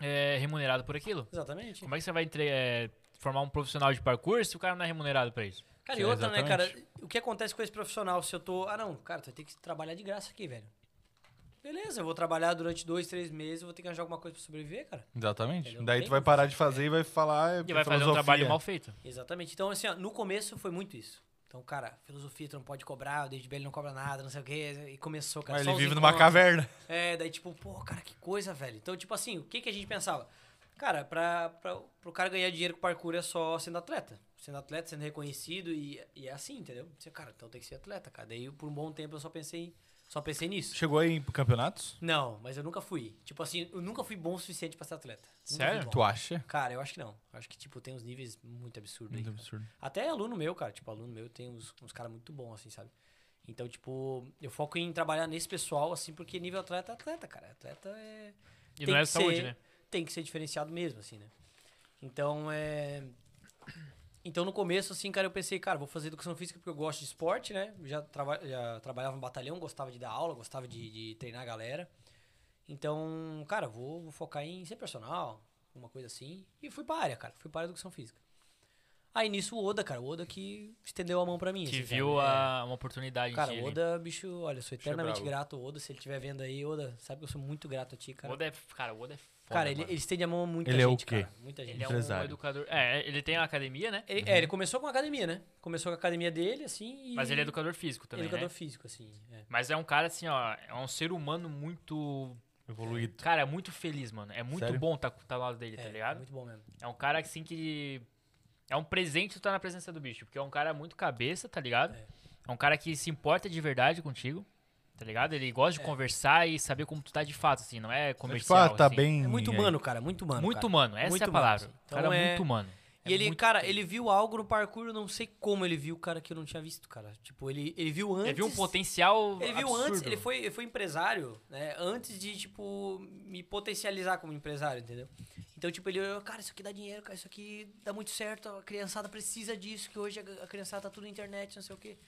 [SPEAKER 2] é remunerado por aquilo.
[SPEAKER 4] Exatamente.
[SPEAKER 2] Como é que você vai entre- é, formar um profissional de parkour se o cara não é remunerado pra isso?
[SPEAKER 4] Cara,
[SPEAKER 3] Sim,
[SPEAKER 4] e outra, né,
[SPEAKER 3] é? exatamente.
[SPEAKER 4] cara? O que acontece com esse profissional se eu tô. Ah, não, cara, tu vai ter que trabalhar de graça aqui, velho. Beleza, eu vou trabalhar durante dois, três meses, eu vou ter que arranjar alguma coisa pra sobreviver, cara.
[SPEAKER 3] Exatamente.
[SPEAKER 4] Ele não
[SPEAKER 3] Daí
[SPEAKER 4] tem
[SPEAKER 3] tu vai parar de fazer e vai falar. é,
[SPEAKER 2] E vai fazer um trabalho mal feito.
[SPEAKER 4] Exatamente. Então, assim, ó, no começo foi muito isso. Então, cara, filosofia, tu não pode cobrar, o David Bell não cobra nada, não sei o quê. E começou, cara.
[SPEAKER 3] Mas
[SPEAKER 4] só
[SPEAKER 3] ele
[SPEAKER 4] os
[SPEAKER 3] vive numa
[SPEAKER 4] encontros.
[SPEAKER 3] caverna.
[SPEAKER 4] É, daí tipo, pô, cara, que coisa, velho. Então, tipo assim, o que, que a gente pensava? Cara, pra, pra, pro cara ganhar dinheiro com parkour é só sendo atleta. Sendo atleta, sendo reconhecido e, e é assim, entendeu? Você, cara, então tem que ser atleta, cara. Daí por um bom tempo eu só pensei, só pensei nisso.
[SPEAKER 3] Chegou aí em campeonatos?
[SPEAKER 4] Não, mas eu nunca fui. Tipo assim, eu nunca fui bom o suficiente pra ser atleta. Nunca fui
[SPEAKER 2] Sério?
[SPEAKER 4] bom.
[SPEAKER 3] Tu acha?
[SPEAKER 4] Cara, eu acho que não. Eu acho que, tipo, tem uns níveis muito absurdos aí.
[SPEAKER 3] Muito
[SPEAKER 4] cara.
[SPEAKER 3] absurdo.
[SPEAKER 4] Até aluno meu, cara. Tipo, aluno meu tem uns, uns caras muito bons, assim, sabe? Então, tipo, eu foco em trabalhar nesse pessoal, assim, porque nível atleta é atleta, cara. Atleta é.
[SPEAKER 2] E
[SPEAKER 4] tem
[SPEAKER 2] não é
[SPEAKER 4] que
[SPEAKER 2] saúde,
[SPEAKER 4] ser-
[SPEAKER 2] né?
[SPEAKER 4] Tem que ser diferenciado mesmo, assim, né? Então, é. Então, no começo, assim, cara, eu pensei, cara, vou fazer educação física porque eu gosto de esporte, né? Já, trava... já trabalhava no batalhão, gostava de dar aula, gostava de, de treinar a galera. Então, cara, vou, vou focar em ser personal, alguma coisa assim. E fui pra área, cara. Fui pra área de educação física. Aí nisso o Oda, cara, o Oda que estendeu a mão pra mim.
[SPEAKER 2] Que
[SPEAKER 4] assim,
[SPEAKER 2] viu
[SPEAKER 4] sabe? É.
[SPEAKER 2] a, uma oportunidade
[SPEAKER 4] Cara,
[SPEAKER 2] em
[SPEAKER 4] o
[SPEAKER 2] ti. ali.
[SPEAKER 4] Oda, é bicho, olha, eu sou
[SPEAKER 3] Bicho é
[SPEAKER 4] eternamente
[SPEAKER 3] brabo.
[SPEAKER 4] grato, ao Oda. Se ele estiver vendo aí, Oda, sabe que eu sou muito grato a ti,
[SPEAKER 2] O
[SPEAKER 4] cara.
[SPEAKER 2] Oda é, cara, o Oda é foda,
[SPEAKER 4] cara, ele,
[SPEAKER 2] mano.
[SPEAKER 4] ele estende a mão a muita
[SPEAKER 3] Ele é o
[SPEAKER 4] gente,
[SPEAKER 3] quê?
[SPEAKER 4] cara. Muita gente.
[SPEAKER 2] Ele é um
[SPEAKER 3] empresário.
[SPEAKER 2] educador. É, ele tem a academia, né?
[SPEAKER 4] Ele, é, ele começou com a academia, né? Começou com a academia dele, assim. E...
[SPEAKER 2] Mas ele é educador físico também,
[SPEAKER 4] educador
[SPEAKER 2] né?
[SPEAKER 4] físico, assim. é.
[SPEAKER 2] Mas é um cara assim, ó, é um ser humano muito,
[SPEAKER 3] Evoluído.
[SPEAKER 2] cara, é muito feliz, mano. É muito
[SPEAKER 3] Sério?
[SPEAKER 2] bom estar tá, tá ao lado dele,
[SPEAKER 4] É,
[SPEAKER 2] tá ligado?
[SPEAKER 4] Muito bom mesmo.
[SPEAKER 2] É um cara assim que é um presente tu tá na presença do bicho, porque é um cara muito cabeça, tá ligado?
[SPEAKER 4] É.
[SPEAKER 2] É, um cara que se importa de verdade contigo. Tá ligado? Ele
[SPEAKER 4] É.
[SPEAKER 2] gosta de conversar e saber como tu tá de fato, assim, não é
[SPEAKER 3] Tipo,
[SPEAKER 2] comercial.
[SPEAKER 3] ah, tá
[SPEAKER 2] assim.
[SPEAKER 3] bem.
[SPEAKER 4] É muito
[SPEAKER 3] aí.
[SPEAKER 4] humano, cara. Muito humano.
[SPEAKER 2] Muito
[SPEAKER 4] cara.
[SPEAKER 2] humano, essa
[SPEAKER 4] Muito
[SPEAKER 2] é a
[SPEAKER 4] humano,
[SPEAKER 2] palavra.
[SPEAKER 4] assim.
[SPEAKER 2] o cara
[SPEAKER 4] Então é-
[SPEAKER 2] muito humano.
[SPEAKER 4] E
[SPEAKER 2] É
[SPEAKER 4] ele,
[SPEAKER 2] muito-
[SPEAKER 4] cara, ele viu algo no parkour, eu não sei como ele viu, cara, que eu não tinha visto, cara. Tipo, ele, ele viu antes.
[SPEAKER 2] ele viu um potencial
[SPEAKER 4] Ele viu
[SPEAKER 2] absurdo.
[SPEAKER 4] antes, ele foi, ele foi empresário, né? Antes de, tipo, me potencializar como empresário, entendeu? Então, tipo, ele olhou, cara, isso aqui dá dinheiro, cara, isso aqui dá muito certo, a criançada precisa disso, que hoje a a criançada tá tudo na internet, não sei o quê.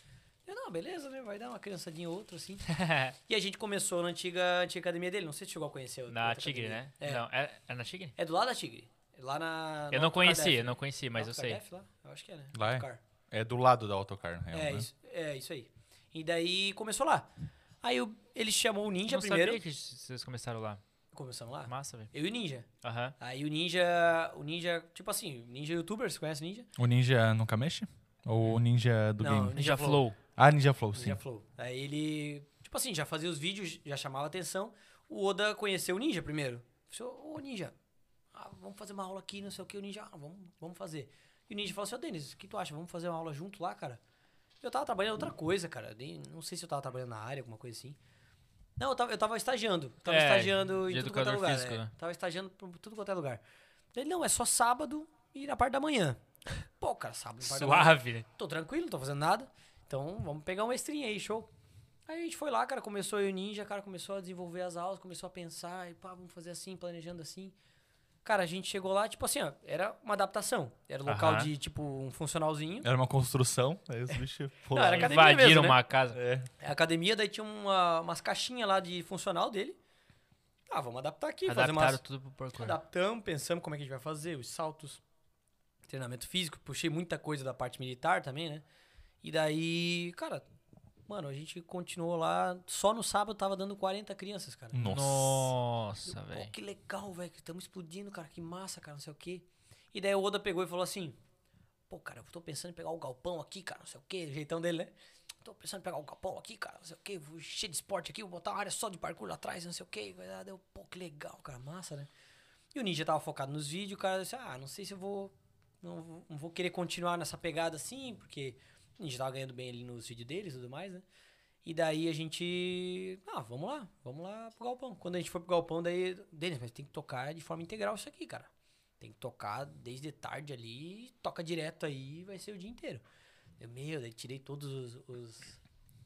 [SPEAKER 4] Eu, não, beleza, né? Vai dar uma criançadinha ou outra, assim. e a gente começou na antiga, antiga academia dele, não sei se chegou a conhecer. a
[SPEAKER 2] Na
[SPEAKER 4] outra
[SPEAKER 2] Tigre,
[SPEAKER 4] academia.
[SPEAKER 2] né?
[SPEAKER 4] É,
[SPEAKER 2] Não, é, é na Tigre?
[SPEAKER 4] é do lado da Tigre. Lá na...
[SPEAKER 2] Eu
[SPEAKER 4] no Tá
[SPEAKER 2] não conheci,
[SPEAKER 4] Autocar
[SPEAKER 2] eu não conheci,
[SPEAKER 4] Def.
[SPEAKER 2] mas eu
[SPEAKER 4] Autocar
[SPEAKER 2] sei.
[SPEAKER 4] Def lá? Eu acho que é, né?
[SPEAKER 3] Lá é?
[SPEAKER 4] Autocar.
[SPEAKER 3] É do lado da autocar, na real.
[SPEAKER 4] É,
[SPEAKER 3] né?
[SPEAKER 4] isso, é isso aí. E daí começou lá. Aí o- ele chamou o Ninja
[SPEAKER 2] não
[SPEAKER 4] primeiro.
[SPEAKER 2] sabia que vocês começaram lá.
[SPEAKER 4] Começamos lá?
[SPEAKER 2] Massa, velho.
[SPEAKER 4] Eu e o Ninja.
[SPEAKER 2] Aham.
[SPEAKER 4] Aí o Ninja. O Ninja, tipo assim, o Ninja youtuber, você conhece o Ninja?
[SPEAKER 3] O ninja nunca mexe? Ou o ninja do
[SPEAKER 4] Não,
[SPEAKER 3] game?
[SPEAKER 4] Ninja
[SPEAKER 2] Ninja
[SPEAKER 4] Flow.
[SPEAKER 2] Flow.
[SPEAKER 3] Ah, Ninja Flow, sim.
[SPEAKER 4] Ninja Flow. Aí ele, tipo assim, já fazia os vídeos, já chamava atenção. O Oda conheceu o Ninja primeiro. Falou, assim, ô Ninja, ah, vamos fazer uma aula aqui, não sei o que, o Ninja, ah, vamos, vamos fazer. E o Ninja falou assim, ô Denis, o que tu acha? Vamos fazer uma aula junto lá, cara? Eu tava trabalhando em outra coisa, cara. Nem, não sei se eu tava trabalhando na área, alguma coisa assim. Não, eu tava, eu tava estagiando. Tava
[SPEAKER 2] É,
[SPEAKER 4] estagiando em
[SPEAKER 2] de
[SPEAKER 4] tudo quanto é
[SPEAKER 2] educador
[SPEAKER 4] lugar.
[SPEAKER 2] físico,
[SPEAKER 4] é.
[SPEAKER 2] né?
[SPEAKER 4] Tava estagiando por tudo quanto é lugar. Ele, não, é só sábado e na parte da manhã. Pô, cara, sábado na parte da manhã
[SPEAKER 2] Suave, né?
[SPEAKER 4] tô tranquilo, não tô fazendo nada. Então vamos pegar uma estrinha aí, show. Aí a gente foi lá, cara, começou eu e o Ninja, cara, começou a desenvolver as aulas, começou a pensar, e pá, vamos fazer assim, planejando assim. Cara, a gente chegou lá, tipo assim, ó, era uma adaptação. Era um local
[SPEAKER 2] Aham.
[SPEAKER 4] de, tipo, um funcionalzinho.
[SPEAKER 3] Era uma construção. Aí os bichos
[SPEAKER 4] Cara,
[SPEAKER 3] pularam.
[SPEAKER 4] era academia
[SPEAKER 2] Invadiram
[SPEAKER 4] mesmo, né?
[SPEAKER 2] uma casa.
[SPEAKER 3] É.
[SPEAKER 4] A academia, daí tinha uma- umas caixinhas lá de funcional dele. Ah, vamos adaptar aqui, fazer
[SPEAKER 2] Adaptaram
[SPEAKER 4] umas,
[SPEAKER 2] tudo pro parkour.
[SPEAKER 4] Adaptamos, pensamos como é que a gente vai fazer, os saltos, treinamento físico, puxei muita coisa da parte militar também, né? E daí, cara, mano, a gente continuou lá, só no sábado tava dando 40 crianças, cara.
[SPEAKER 3] Nossa.
[SPEAKER 2] Nossa,
[SPEAKER 4] Eu, pô,
[SPEAKER 2] velho.
[SPEAKER 4] que legal, velho, que estamos explodindo, cara, que massa, cara, não sei o quê. E daí o Oda pegou e falou assim: Pô, cara, eu tô pensando em pegar o galpão aqui, cara, não sei o quê, o jeitão dele, né? Tô pensando em pegar o galpão aqui, cara, não sei o quê, vou cheio de esporte aqui, vou botar uma área só de parkour lá atrás, não sei o quê. Daí eu, pô, que legal, cara, massa, né? E o Ninja tava focado nos vídeos, o cara disse, ah, não sei se eu vou. Não, vou- não vou querer continuar nessa pegada assim, porque o Ninja tava ganhando bem ali nos vídeos deles e tudo mais, né? E daí a gente. Ah, vamos lá, vamos lá pro galpão. Quando a gente for pro galpão, daí. Denis, mas tem que tocar de forma integral isso aqui, cara. Tem que tocar desde tarde ali, toca direto aí, vai ser o dia inteiro. Eu, meu, daí tirei todos os, os,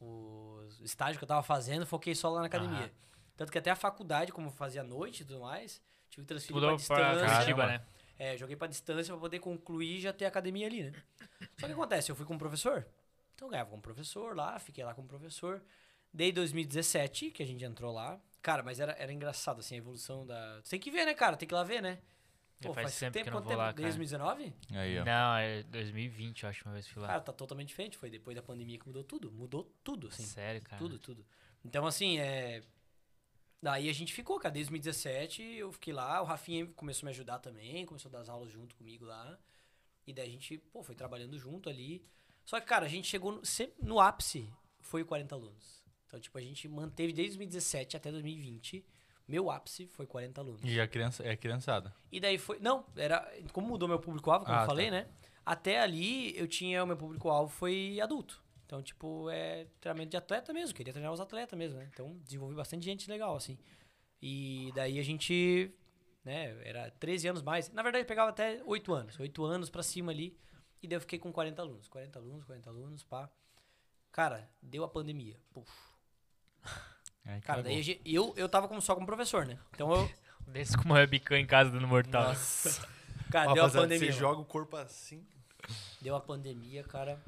[SPEAKER 4] os estágios que eu tava fazendo, foquei só lá na academia.
[SPEAKER 2] Aham.
[SPEAKER 4] Tanto que até a faculdade, como eu fazia à noite e tudo mais, tive que transferir
[SPEAKER 2] Mudou
[SPEAKER 4] pra
[SPEAKER 2] pra
[SPEAKER 4] distância.
[SPEAKER 2] Curitiba,
[SPEAKER 3] Caramba.
[SPEAKER 2] né?
[SPEAKER 4] É, joguei pra distância pra poder concluir e já ter academia ali, né? Só que acontece, eu fui como professor. Então eu ganhava como professor lá, fiquei lá como professor. Dei 2017, que a gente entrou lá. Cara, mas era, era engraçado, assim, a evolução da. Você tem que ver, né, cara? Tem que ir lá ver, né?
[SPEAKER 2] Já faz tempo que eu não vou lá, cara.
[SPEAKER 4] Desde 2019?
[SPEAKER 3] Aí, ó.
[SPEAKER 2] Não, é 2020, eu acho, uma vez que fui lá.
[SPEAKER 4] Cara, tá totalmente diferente. Foi depois da pandemia que mudou tudo. Mudou tudo, assim.
[SPEAKER 2] Sério, cara.
[SPEAKER 4] Tudo, tudo. Então, assim, é. Daí a gente ficou, cara, desde 2017 eu fiquei lá, o Rafinha começou a me ajudar também, começou a dar as aulas junto comigo lá. E daí a gente, pô, foi trabalhando junto ali. Só que, cara, a gente chegou no, sempre no ápice, foi 40 alunos. Então, tipo, a gente manteve desde 2017 até 2020, meu ápice foi 40 alunos.
[SPEAKER 3] E a criança, é a criançada.
[SPEAKER 4] E daí foi. Não, era. Como mudou meu público-alvo, como
[SPEAKER 3] Ah,
[SPEAKER 4] eu falei,
[SPEAKER 3] tá.
[SPEAKER 4] né? Até ali eu tinha. O meu público-alvo foi adulto. Então, tipo, é treinamento de atleta mesmo. Queria treinar os atletas mesmo, né? Então, desenvolvi bastante gente legal, assim. E daí a gente. Né, era 13 anos mais. Na verdade, eu pegava até 8 anos. 8 anos pra cima ali. E daí eu fiquei com 40 alunos. 40 alunos, 40 alunos, pá. Cara, deu a pandemia. Puf.
[SPEAKER 3] Aí
[SPEAKER 4] Cara,
[SPEAKER 3] cagou.
[SPEAKER 4] daí a gente- eu, eu tava como, só como professor, né? Então eu.
[SPEAKER 2] Desse com uma webcam em casa dando mortal.
[SPEAKER 4] Cara,
[SPEAKER 3] Ó,
[SPEAKER 4] deu a
[SPEAKER 3] rapaziada,
[SPEAKER 4] pandemia.
[SPEAKER 3] Você
[SPEAKER 4] mano.
[SPEAKER 3] joga o corpo assim.
[SPEAKER 4] Deu a pandemia, cara.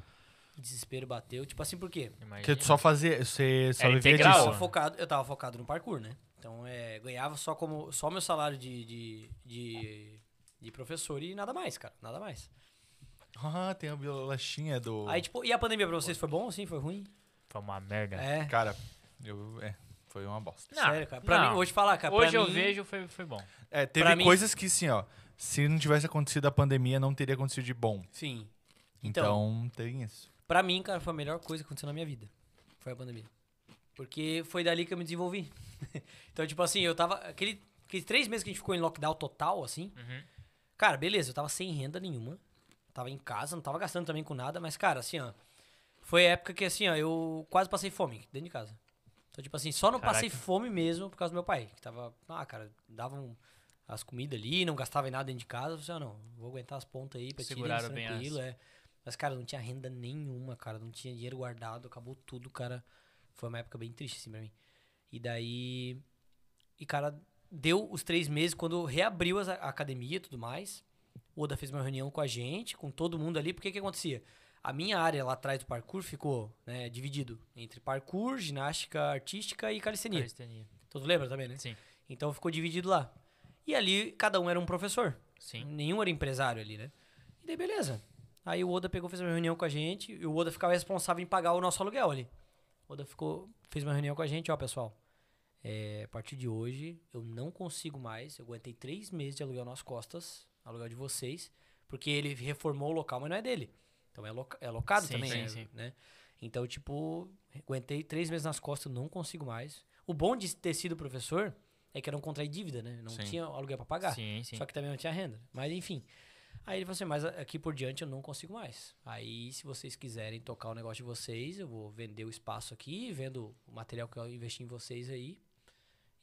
[SPEAKER 4] Desespero bateu. Tipo assim, por quê?
[SPEAKER 2] Imagina.
[SPEAKER 3] Porque tu só fazia. Você só
[SPEAKER 2] Era
[SPEAKER 3] vivia
[SPEAKER 4] Eu
[SPEAKER 2] integral.
[SPEAKER 3] disso.
[SPEAKER 4] tava, focado, eu tava focado no parkour, né? Então, é, ganhava só como só meu salário de, de, de, de professor e nada mais, cara. Nada mais.
[SPEAKER 3] Ah, tem a bolachinha do.
[SPEAKER 4] Aí, tipo, e a pandemia pra vocês foi bom assim? Foi ruim?
[SPEAKER 2] Foi uma merda.
[SPEAKER 4] É.
[SPEAKER 3] Cara, eu. É, foi uma bosta.
[SPEAKER 2] Não,
[SPEAKER 4] sério, cara. Pra
[SPEAKER 2] não.
[SPEAKER 4] mim, hoje falar, cara.
[SPEAKER 2] Hoje
[SPEAKER 4] pra
[SPEAKER 2] eu
[SPEAKER 4] mim,
[SPEAKER 2] vejo, foi, foi bom.
[SPEAKER 3] É,
[SPEAKER 4] Pra
[SPEAKER 3] teve
[SPEAKER 4] mim-
[SPEAKER 3] coisas que assim, ó. Se não tivesse acontecido a pandemia, não teria acontecido de bom.
[SPEAKER 4] Sim.
[SPEAKER 3] Então, tem isso.
[SPEAKER 4] Pra mim, cara, foi a melhor coisa que aconteceu na minha vida. Foi a pandemia. Porque foi dali que eu me desenvolvi. então, tipo assim, eu tava. Aquele, aqueles três meses que a gente ficou em lockdown total, assim. Cara, beleza, eu tava sem renda nenhuma. Tava em casa, não tava gastando também com nada, mas, cara, assim, ó. Foi a época que, assim, ó, eu quase passei fome dentro de casa. Então, tipo assim, só não passei
[SPEAKER 2] Caraca.
[SPEAKER 4] fome mesmo por causa do meu pai, que tava. Ah, cara, davam as comidas ali, não gastava em nada dentro de casa. Eu falei, ah, não, vou aguentar as pontas aí pra ti,
[SPEAKER 2] Seguraram bem
[SPEAKER 4] tranquilo,
[SPEAKER 2] as-
[SPEAKER 4] é. Mas, cara, não tinha renda nenhuma, cara. Não tinha dinheiro guardado, acabou tudo, cara. Foi uma época bem triste, assim, pra mim. E daí. E, cara, deu os três meses, quando reabriu as- a academia e tudo mais. O Oda fez uma reunião com a gente, com todo mundo ali, porque o que acontecia? A minha área lá atrás do parkour ficou né, dividido entre parkour, ginástica artística e calistenia.
[SPEAKER 2] Calistenia.
[SPEAKER 4] Então tu lembra também, né?
[SPEAKER 2] Sim.
[SPEAKER 4] Então ficou dividido lá. E ali cada um era um professor.
[SPEAKER 2] Sim.
[SPEAKER 4] Nenhum era empresário ali, né? E daí, beleza. Aí o Oda pegou, fez uma reunião com a gente, e o Oda ficava responsável em pagar o nosso aluguel ali. O Oda ficou, fez uma reunião com a gente, ó, pessoal. é, a partir de hoje, eu não consigo mais. Eu aguentei três meses de aluguel nas costas, aluguel de vocês, porque ele reformou o local, mas não é dele. Então é, loca, é locado
[SPEAKER 2] Sim,
[SPEAKER 4] também,
[SPEAKER 2] sim,
[SPEAKER 4] é,
[SPEAKER 2] sim.
[SPEAKER 4] né? Então, tipo, aguentei três meses nas costas, não consigo mais. O bom de ter sido professor é que eu não contraí dívida, né? Não
[SPEAKER 3] Sim.
[SPEAKER 4] tinha aluguel pra pagar.
[SPEAKER 2] Sim, sim.
[SPEAKER 4] Só que também não tinha renda. né? Mas enfim. Aí ele falou assim, mas a- aqui por diante eu não consigo mais. Aí, se vocês quiserem tocar o negócio de vocês, eu vou vender o espaço aqui, vendo o material que eu investi em vocês aí.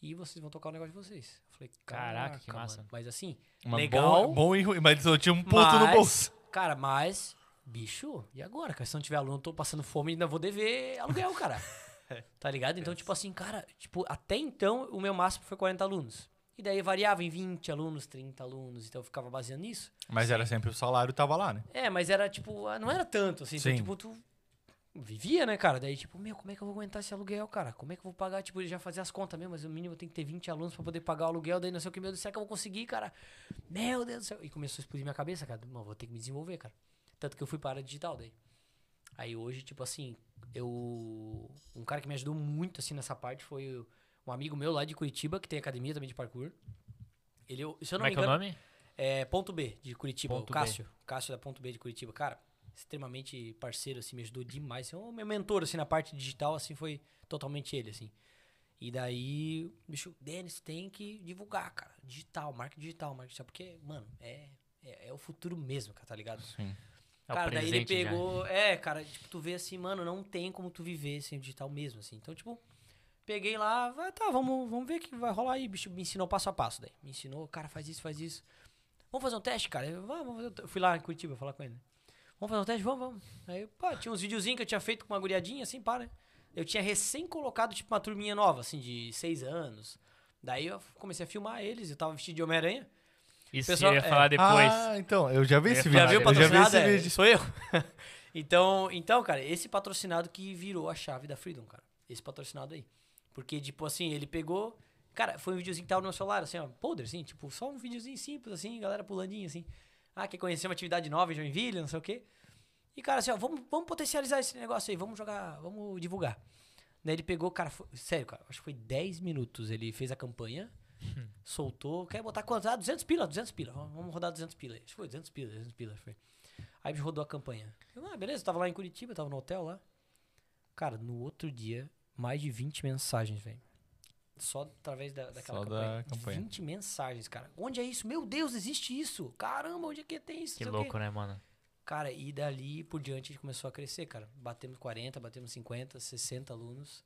[SPEAKER 4] E vocês vão tocar o negócio de vocês. Eu falei,
[SPEAKER 2] Caraca,
[SPEAKER 4] caraca,
[SPEAKER 2] que massa."
[SPEAKER 4] mano. Mas assim,
[SPEAKER 3] Mas
[SPEAKER 4] legal.
[SPEAKER 3] Bom, bom e ruim, mas eu tinha um ponto no
[SPEAKER 4] mas-
[SPEAKER 3] bolso.
[SPEAKER 4] Cara, mas, bicho, e agora, cara? Se não tiver aluno, eu tô passando fome e ainda vou dever aluguel, cara. tá ligado? Então, tipo assim, cara, tipo, até então o meu máximo foi 40 alunos. E daí variava em 20 alunos, 30 alunos, então eu ficava baseando nisso.
[SPEAKER 3] Mas era sempre o salário tava lá, né?
[SPEAKER 4] É, mas era tipo, ah, não era tanto, assim. Então,
[SPEAKER 3] Sim.
[SPEAKER 4] tipo, tu vivia, né, cara? Daí, tipo, meu, como é que eu vou aguentar esse aluguel, cara? Como é que eu vou pagar? Tipo, eu já fazia as contas mesmo, mas o mínimo tem que ter 20 alunos pra poder pagar o aluguel. Daí, não sei o que, meu Deus, será que eu vou conseguir, cara? Meu Deus do céu. E começou a explodir minha cabeça, cara. Mano, vou ter que me desenvolver, cara. Tanto que eu fui para a área digital daí. Aí hoje, tipo assim, eu. Um cara que me ajudou muito, assim, nessa parte foi o- um amigo meu lá de Curitiba, que tem academia também de parkour. Ele, eu- se eu não
[SPEAKER 2] Como é
[SPEAKER 4] me
[SPEAKER 2] que é o
[SPEAKER 4] engano,
[SPEAKER 2] nome?
[SPEAKER 4] é, ponto B de Curitiba,
[SPEAKER 2] Ponto
[SPEAKER 4] o
[SPEAKER 2] B.
[SPEAKER 4] Cássio. Cássio da Ponto B de Curitiba, cara, extremamente parceiro, assim, me ajudou demais. Assim, é o meu mentor, assim, na parte digital, assim, foi totalmente ele, assim. E daí, bicho, Denis, tem que divulgar, cara. Digital, marca digital, marca digital, porque, mano, é, é, é o futuro mesmo, cara, tá ligado?
[SPEAKER 2] É o
[SPEAKER 4] cara, daí ele
[SPEAKER 2] presente já. né?
[SPEAKER 4] pegou. É, cara, tipo, tu vê assim, mano, não tem como tu viver sem o digital mesmo, assim. Então, tipo, peguei lá, vai, tá, vamos, vamos ver o que vai rolar aí, bicho. Me ensinou passo a passo daí. Me ensinou, cara, faz isso, faz isso. Vamos fazer um teste, cara? Eu, "Vá, vamos fazer um te-" eu fui lá em Curitiba falar com ele. né? Vamos fazer um teste? Vamos, vamos. Aí, pá, tinha uns videozinhos que eu tinha feito com uma guriadinha, assim, pá, né? Eu tinha recém colocado, tipo, uma turminha nova, assim, de seis anos. Daí eu comecei a filmar eles, eu tava vestido de Homem-Aranha.
[SPEAKER 2] Isso
[SPEAKER 4] Pessoal,
[SPEAKER 2] eu ia
[SPEAKER 4] é.
[SPEAKER 2] falar depois.
[SPEAKER 3] Ah, então, eu já vi
[SPEAKER 2] Eu
[SPEAKER 3] esse
[SPEAKER 2] ia
[SPEAKER 3] vídeo.
[SPEAKER 2] falar
[SPEAKER 3] eu já
[SPEAKER 4] Já viu
[SPEAKER 3] vi
[SPEAKER 4] patrocinado?
[SPEAKER 3] esse
[SPEAKER 4] É,
[SPEAKER 3] vídeo.
[SPEAKER 4] sou eu. então, então, cara, esse patrocinado que virou a chave da Freedom, cara. Esse patrocinado aí. Porque, tipo assim, ele pegou. Cara, foi um videozinho que tava no meu celular, assim, ó, podre, assim, tipo, só um videozinho simples, assim, galera pulandinho, assim. Ah, quer conhecer uma atividade nova em Joinville, não sei o quê. E, cara, assim, ó, vamos, vamos potencializar esse negócio aí, vamos jogar, vamos divulgar. Daí ele pegou, cara, foi- sério, cara, acho que foi 10 minutos. Ele fez a campanha,
[SPEAKER 3] Hum.
[SPEAKER 4] soltou, quer botar quanto? Ah, 200 pila, 200 pila. Ó, Vamos rodar 200 pila. Acho que foi 200 pila, 200 pila. Foi. Aí a gente rodou a campanha. Eu, ah, beleza, eu tava lá em Curitiba, tava no hotel lá. Cara, no outro dia, mais de 20 mensagens, velho. Só através da, daquela
[SPEAKER 3] Só da
[SPEAKER 4] campanha.
[SPEAKER 3] campanha.
[SPEAKER 4] 20 mensagens, cara. Onde é isso? Meu Deus, existe isso? Caramba, onde é que tem isso?
[SPEAKER 2] Que
[SPEAKER 4] Não sei o quê.
[SPEAKER 2] louco, né, mano?
[SPEAKER 4] Cara, e dali por diante a gente começou a crescer, cara. Batemos 40, batemos 50, 60 alunos.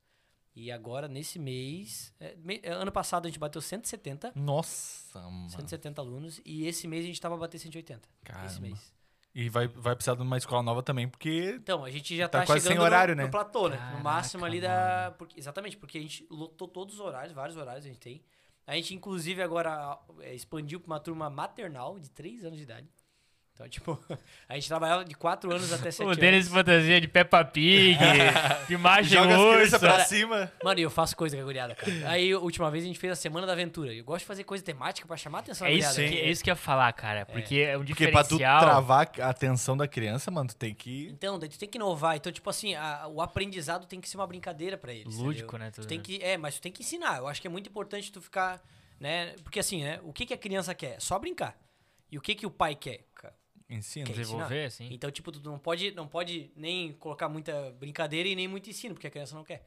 [SPEAKER 4] E agora, nesse mês. é, me- é, ano passado a gente bateu 170,
[SPEAKER 3] Nossa, mano.
[SPEAKER 4] 170 alunos. E esse mês a gente tava batendo 180. Esse
[SPEAKER 3] Caramba.
[SPEAKER 4] mês.
[SPEAKER 3] E vai, vai precisar de uma escola nova também, porque.
[SPEAKER 4] Então, a gente já
[SPEAKER 3] Tá
[SPEAKER 4] tá,
[SPEAKER 3] quase
[SPEAKER 4] chegando
[SPEAKER 3] sem horário,
[SPEAKER 4] no,
[SPEAKER 3] né?
[SPEAKER 4] no platô, né?
[SPEAKER 2] Caraca,
[SPEAKER 4] no máximo ali da. porque- exatamente, porque a gente lotou todos os horários, vários horários a gente tem. A gente, inclusive, agora é, expandiu pra uma turma maternal de 3 anos de idade. Então, tipo, a gente trabalhava de 4 anos até 7
[SPEAKER 2] O
[SPEAKER 4] anos.
[SPEAKER 2] Denis fantasia de Peppa Pig, de Margem
[SPEAKER 3] Joga as
[SPEAKER 2] Urso.
[SPEAKER 3] crianças pra
[SPEAKER 4] Ah, Cara,
[SPEAKER 3] cima.
[SPEAKER 4] Mano, e eu faço coisa com a gurizada, cara. Aí, a última vez a gente fez a Semana da Aventura. Eu gosto de fazer coisa temática pra chamar a atenção
[SPEAKER 2] É
[SPEAKER 4] da
[SPEAKER 2] isso,
[SPEAKER 4] gurizada.
[SPEAKER 2] que, é isso que eu ia falar, cara. Porque é, um
[SPEAKER 3] Porque pra tu
[SPEAKER 2] diferencial.
[SPEAKER 3] travar a atenção da criança, mano, tu tem que.
[SPEAKER 4] Então, daí tu tem que inovar. Então, tipo assim, a- o aprendizado tem que ser uma brincadeira pra eles.
[SPEAKER 2] Lúdico,
[SPEAKER 4] entendeu?
[SPEAKER 2] né,
[SPEAKER 4] Tu
[SPEAKER 2] tudo,
[SPEAKER 4] tem
[SPEAKER 2] né?
[SPEAKER 4] que, é, mas tu tem que ensinar. Eu acho que é muito importante tu ficar, né? Porque assim, né? O que, que a criança quer? Só brincar. E o que, que o pai quer? Ca-
[SPEAKER 3] Ensina.
[SPEAKER 4] Quer ensinar.
[SPEAKER 2] desenvolver, assim.
[SPEAKER 4] Então, tipo, tu não pode, não pode nem colocar muita brincadeira e nem muito ensino, porque a criança não quer.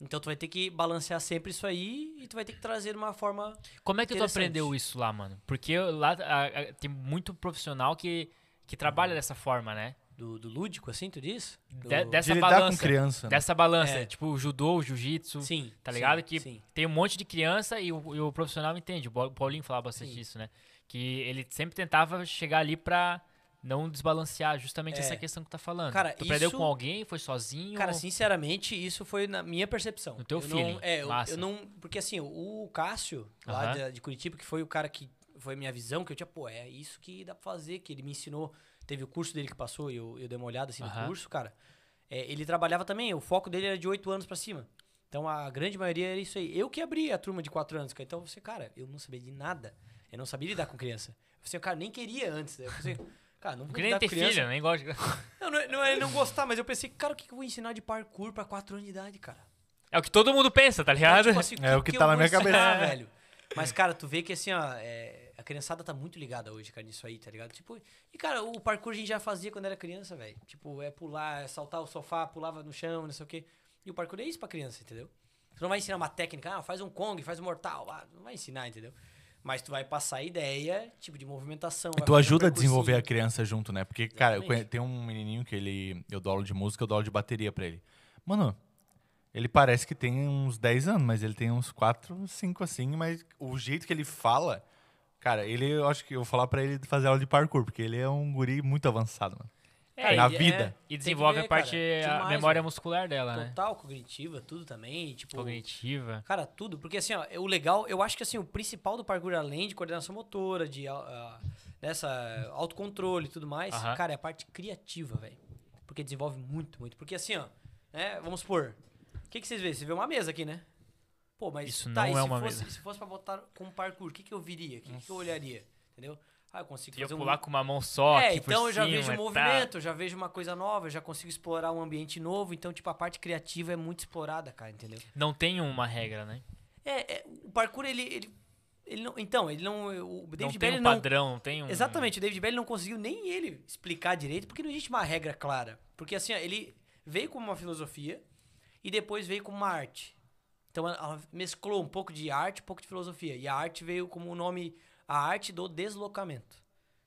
[SPEAKER 4] Então, tu vai ter que balancear sempre isso aí e tu vai ter que trazer uma forma
[SPEAKER 2] Como é que tu
[SPEAKER 4] Interessante.
[SPEAKER 2] aprendeu isso lá, mano? Porque lá a- a- tem muito profissional que, que
[SPEAKER 3] Uhum.
[SPEAKER 2] trabalha dessa forma, né?
[SPEAKER 4] do, do lúdico, assim, tu diz? Do-
[SPEAKER 3] De
[SPEAKER 2] De- dessa
[SPEAKER 3] lidar com
[SPEAKER 2] balança.
[SPEAKER 3] criança. né?
[SPEAKER 2] dessa balança.
[SPEAKER 4] É.
[SPEAKER 2] Tipo, o judô, o jiu-jitsu.
[SPEAKER 4] Sim.
[SPEAKER 2] Tá ligado?
[SPEAKER 4] sim,
[SPEAKER 2] que
[SPEAKER 4] sim.
[SPEAKER 2] tem um monte de criança e o, e o profissional entende. O Bo- Paulinho falava bastante
[SPEAKER 4] Sim.
[SPEAKER 2] disso, né? Que ele sempre tentava chegar ali pra não desbalancear justamente
[SPEAKER 4] É.
[SPEAKER 2] essa questão que tu tá falando.
[SPEAKER 4] Cara,
[SPEAKER 2] tu aprendeu
[SPEAKER 4] isso-
[SPEAKER 2] com alguém, foi sozinho?
[SPEAKER 4] Cara, assim, sinceramente, isso foi na minha percepção.
[SPEAKER 2] No teu
[SPEAKER 4] eu
[SPEAKER 2] feeling,
[SPEAKER 4] Não, é, eu,
[SPEAKER 2] massa.
[SPEAKER 4] eu não. Porque assim, o Cássio, lá
[SPEAKER 2] Aham.
[SPEAKER 4] de, de Curitiba, que foi o cara que. Foi minha visão, que eu tinha, pô, é isso que dá pra fazer, que ele me ensinou. Teve o curso dele que passou, e eu, eu dei uma olhada assim
[SPEAKER 2] Aham.
[SPEAKER 4] no curso, cara. É, ele trabalhava também, o foco dele era de 8 anos pra cima. Então a grande maioria era isso aí. Eu que abri a turma de 4 anos, cara. Então você, cara, eu não sabia de nada. Eu não sabia lidar com criança. Eu falei, assim, cara, nem queria antes. né? Eu falei, cara, não
[SPEAKER 2] Não
[SPEAKER 4] vou
[SPEAKER 2] queria nem
[SPEAKER 4] lidar
[SPEAKER 2] ter
[SPEAKER 4] com criança.
[SPEAKER 2] filho, né? nem gosto. de-
[SPEAKER 4] Não, não, é- não é não gostar, mas eu pensei, cara, o que que eu vou ensinar de parkour pra 4 anos de idade, cara?
[SPEAKER 2] É o que todo mundo pensa, tá
[SPEAKER 4] Então,
[SPEAKER 2] ligado?
[SPEAKER 4] tipo assim,
[SPEAKER 3] É o que tá
[SPEAKER 4] eu
[SPEAKER 3] na
[SPEAKER 4] vou
[SPEAKER 3] minha
[SPEAKER 4] ensinar,
[SPEAKER 3] cabeça.
[SPEAKER 4] velho? Mas, cara, tu vê que assim, ó, é, a criançada tá muito ligada hoje, cara, nisso aí, tá ligado? Tipo, e cara, o parkour a gente já fazia quando era criança, velho. Tipo, é pular, é saltar o sofá, pulava no chão, não sei o quê. E o parkour é isso pra criança, entendeu? Tu não vai ensinar uma técnica, ah, faz um Kong, faz um mortal, ah, não vai ensinar, entendeu? Mas tu vai passar a ideia, tipo, de movimentação.
[SPEAKER 3] E tu ajuda a desenvolver a criança junto, né? Porque, cara, eu
[SPEAKER 4] Exatamente.
[SPEAKER 3] conhe- tem um menininho que ele. Eu dou aula de música, eu dou aula de bateria pra ele. Mano, ele parece que tem uns 10 anos, mas ele tem uns 4, 5 assim, mas o jeito que ele fala. Cara, ele, eu acho que eu vou falar pra ele fazer aula de parkour, porque ele é um guri muito avançado, mano.
[SPEAKER 4] assim,
[SPEAKER 2] É,
[SPEAKER 3] na
[SPEAKER 2] e-
[SPEAKER 3] vida.
[SPEAKER 2] E desenvolve
[SPEAKER 4] ver,
[SPEAKER 2] a parte, eh,
[SPEAKER 4] cara.
[SPEAKER 2] a
[SPEAKER 4] Demais,
[SPEAKER 2] memória
[SPEAKER 4] velho.
[SPEAKER 2] muscular dela, né?
[SPEAKER 4] Total, cognitiva, tudo também, tipo...
[SPEAKER 2] Cognitiva.
[SPEAKER 4] Cara, tudo. Porque assim, ó, é o legal, eu acho que assim, o principal do parkour, além de coordenação motora, de ah, ah, dessa autocontrole e tudo mais,
[SPEAKER 2] Aham.
[SPEAKER 4] cara, é a parte criativa, velho. Porque desenvolve muito, muito. Porque assim, ó, né, vamos supor, o que, que vocês veem? Você vê uma mesa aqui, né? Pô, mas
[SPEAKER 2] Isso
[SPEAKER 4] tá,
[SPEAKER 2] não
[SPEAKER 4] e
[SPEAKER 2] é
[SPEAKER 4] se
[SPEAKER 2] uma
[SPEAKER 4] fosse,
[SPEAKER 2] mesa.
[SPEAKER 4] Se fosse pra botar com parkour, o que, que eu viria? O que, que eu olharia? Entendeu? Ah, eu consigo
[SPEAKER 2] Se eu
[SPEAKER 4] fazer um
[SPEAKER 2] pular com uma mão só,
[SPEAKER 4] é,
[SPEAKER 2] aqui por
[SPEAKER 4] então eu já
[SPEAKER 2] cima
[SPEAKER 4] vejo
[SPEAKER 2] e
[SPEAKER 4] um
[SPEAKER 2] tal.
[SPEAKER 4] movimento, eu já vejo uma coisa nova, eu já consigo explorar um ambiente novo, então, tipo, a parte criativa é muito explorada, cara, entendeu?
[SPEAKER 2] Não tem uma regra, né?
[SPEAKER 4] É, é, o parkour, ele, ele, ele não. Então, ele não. O
[SPEAKER 2] não tem
[SPEAKER 4] David Belly
[SPEAKER 2] um
[SPEAKER 4] não.
[SPEAKER 2] padrão, não tem um...
[SPEAKER 4] Exatamente, o David Belly não conseguiu nem ele explicar direito, porque não existe uma regra clara. Porque assim, ó, ele veio com uma filosofia e depois veio com uma arte. Então ela- ela mesclou um pouco de arte, um pouco de filosofia. E a arte veio como o nome, a arte do deslocamento.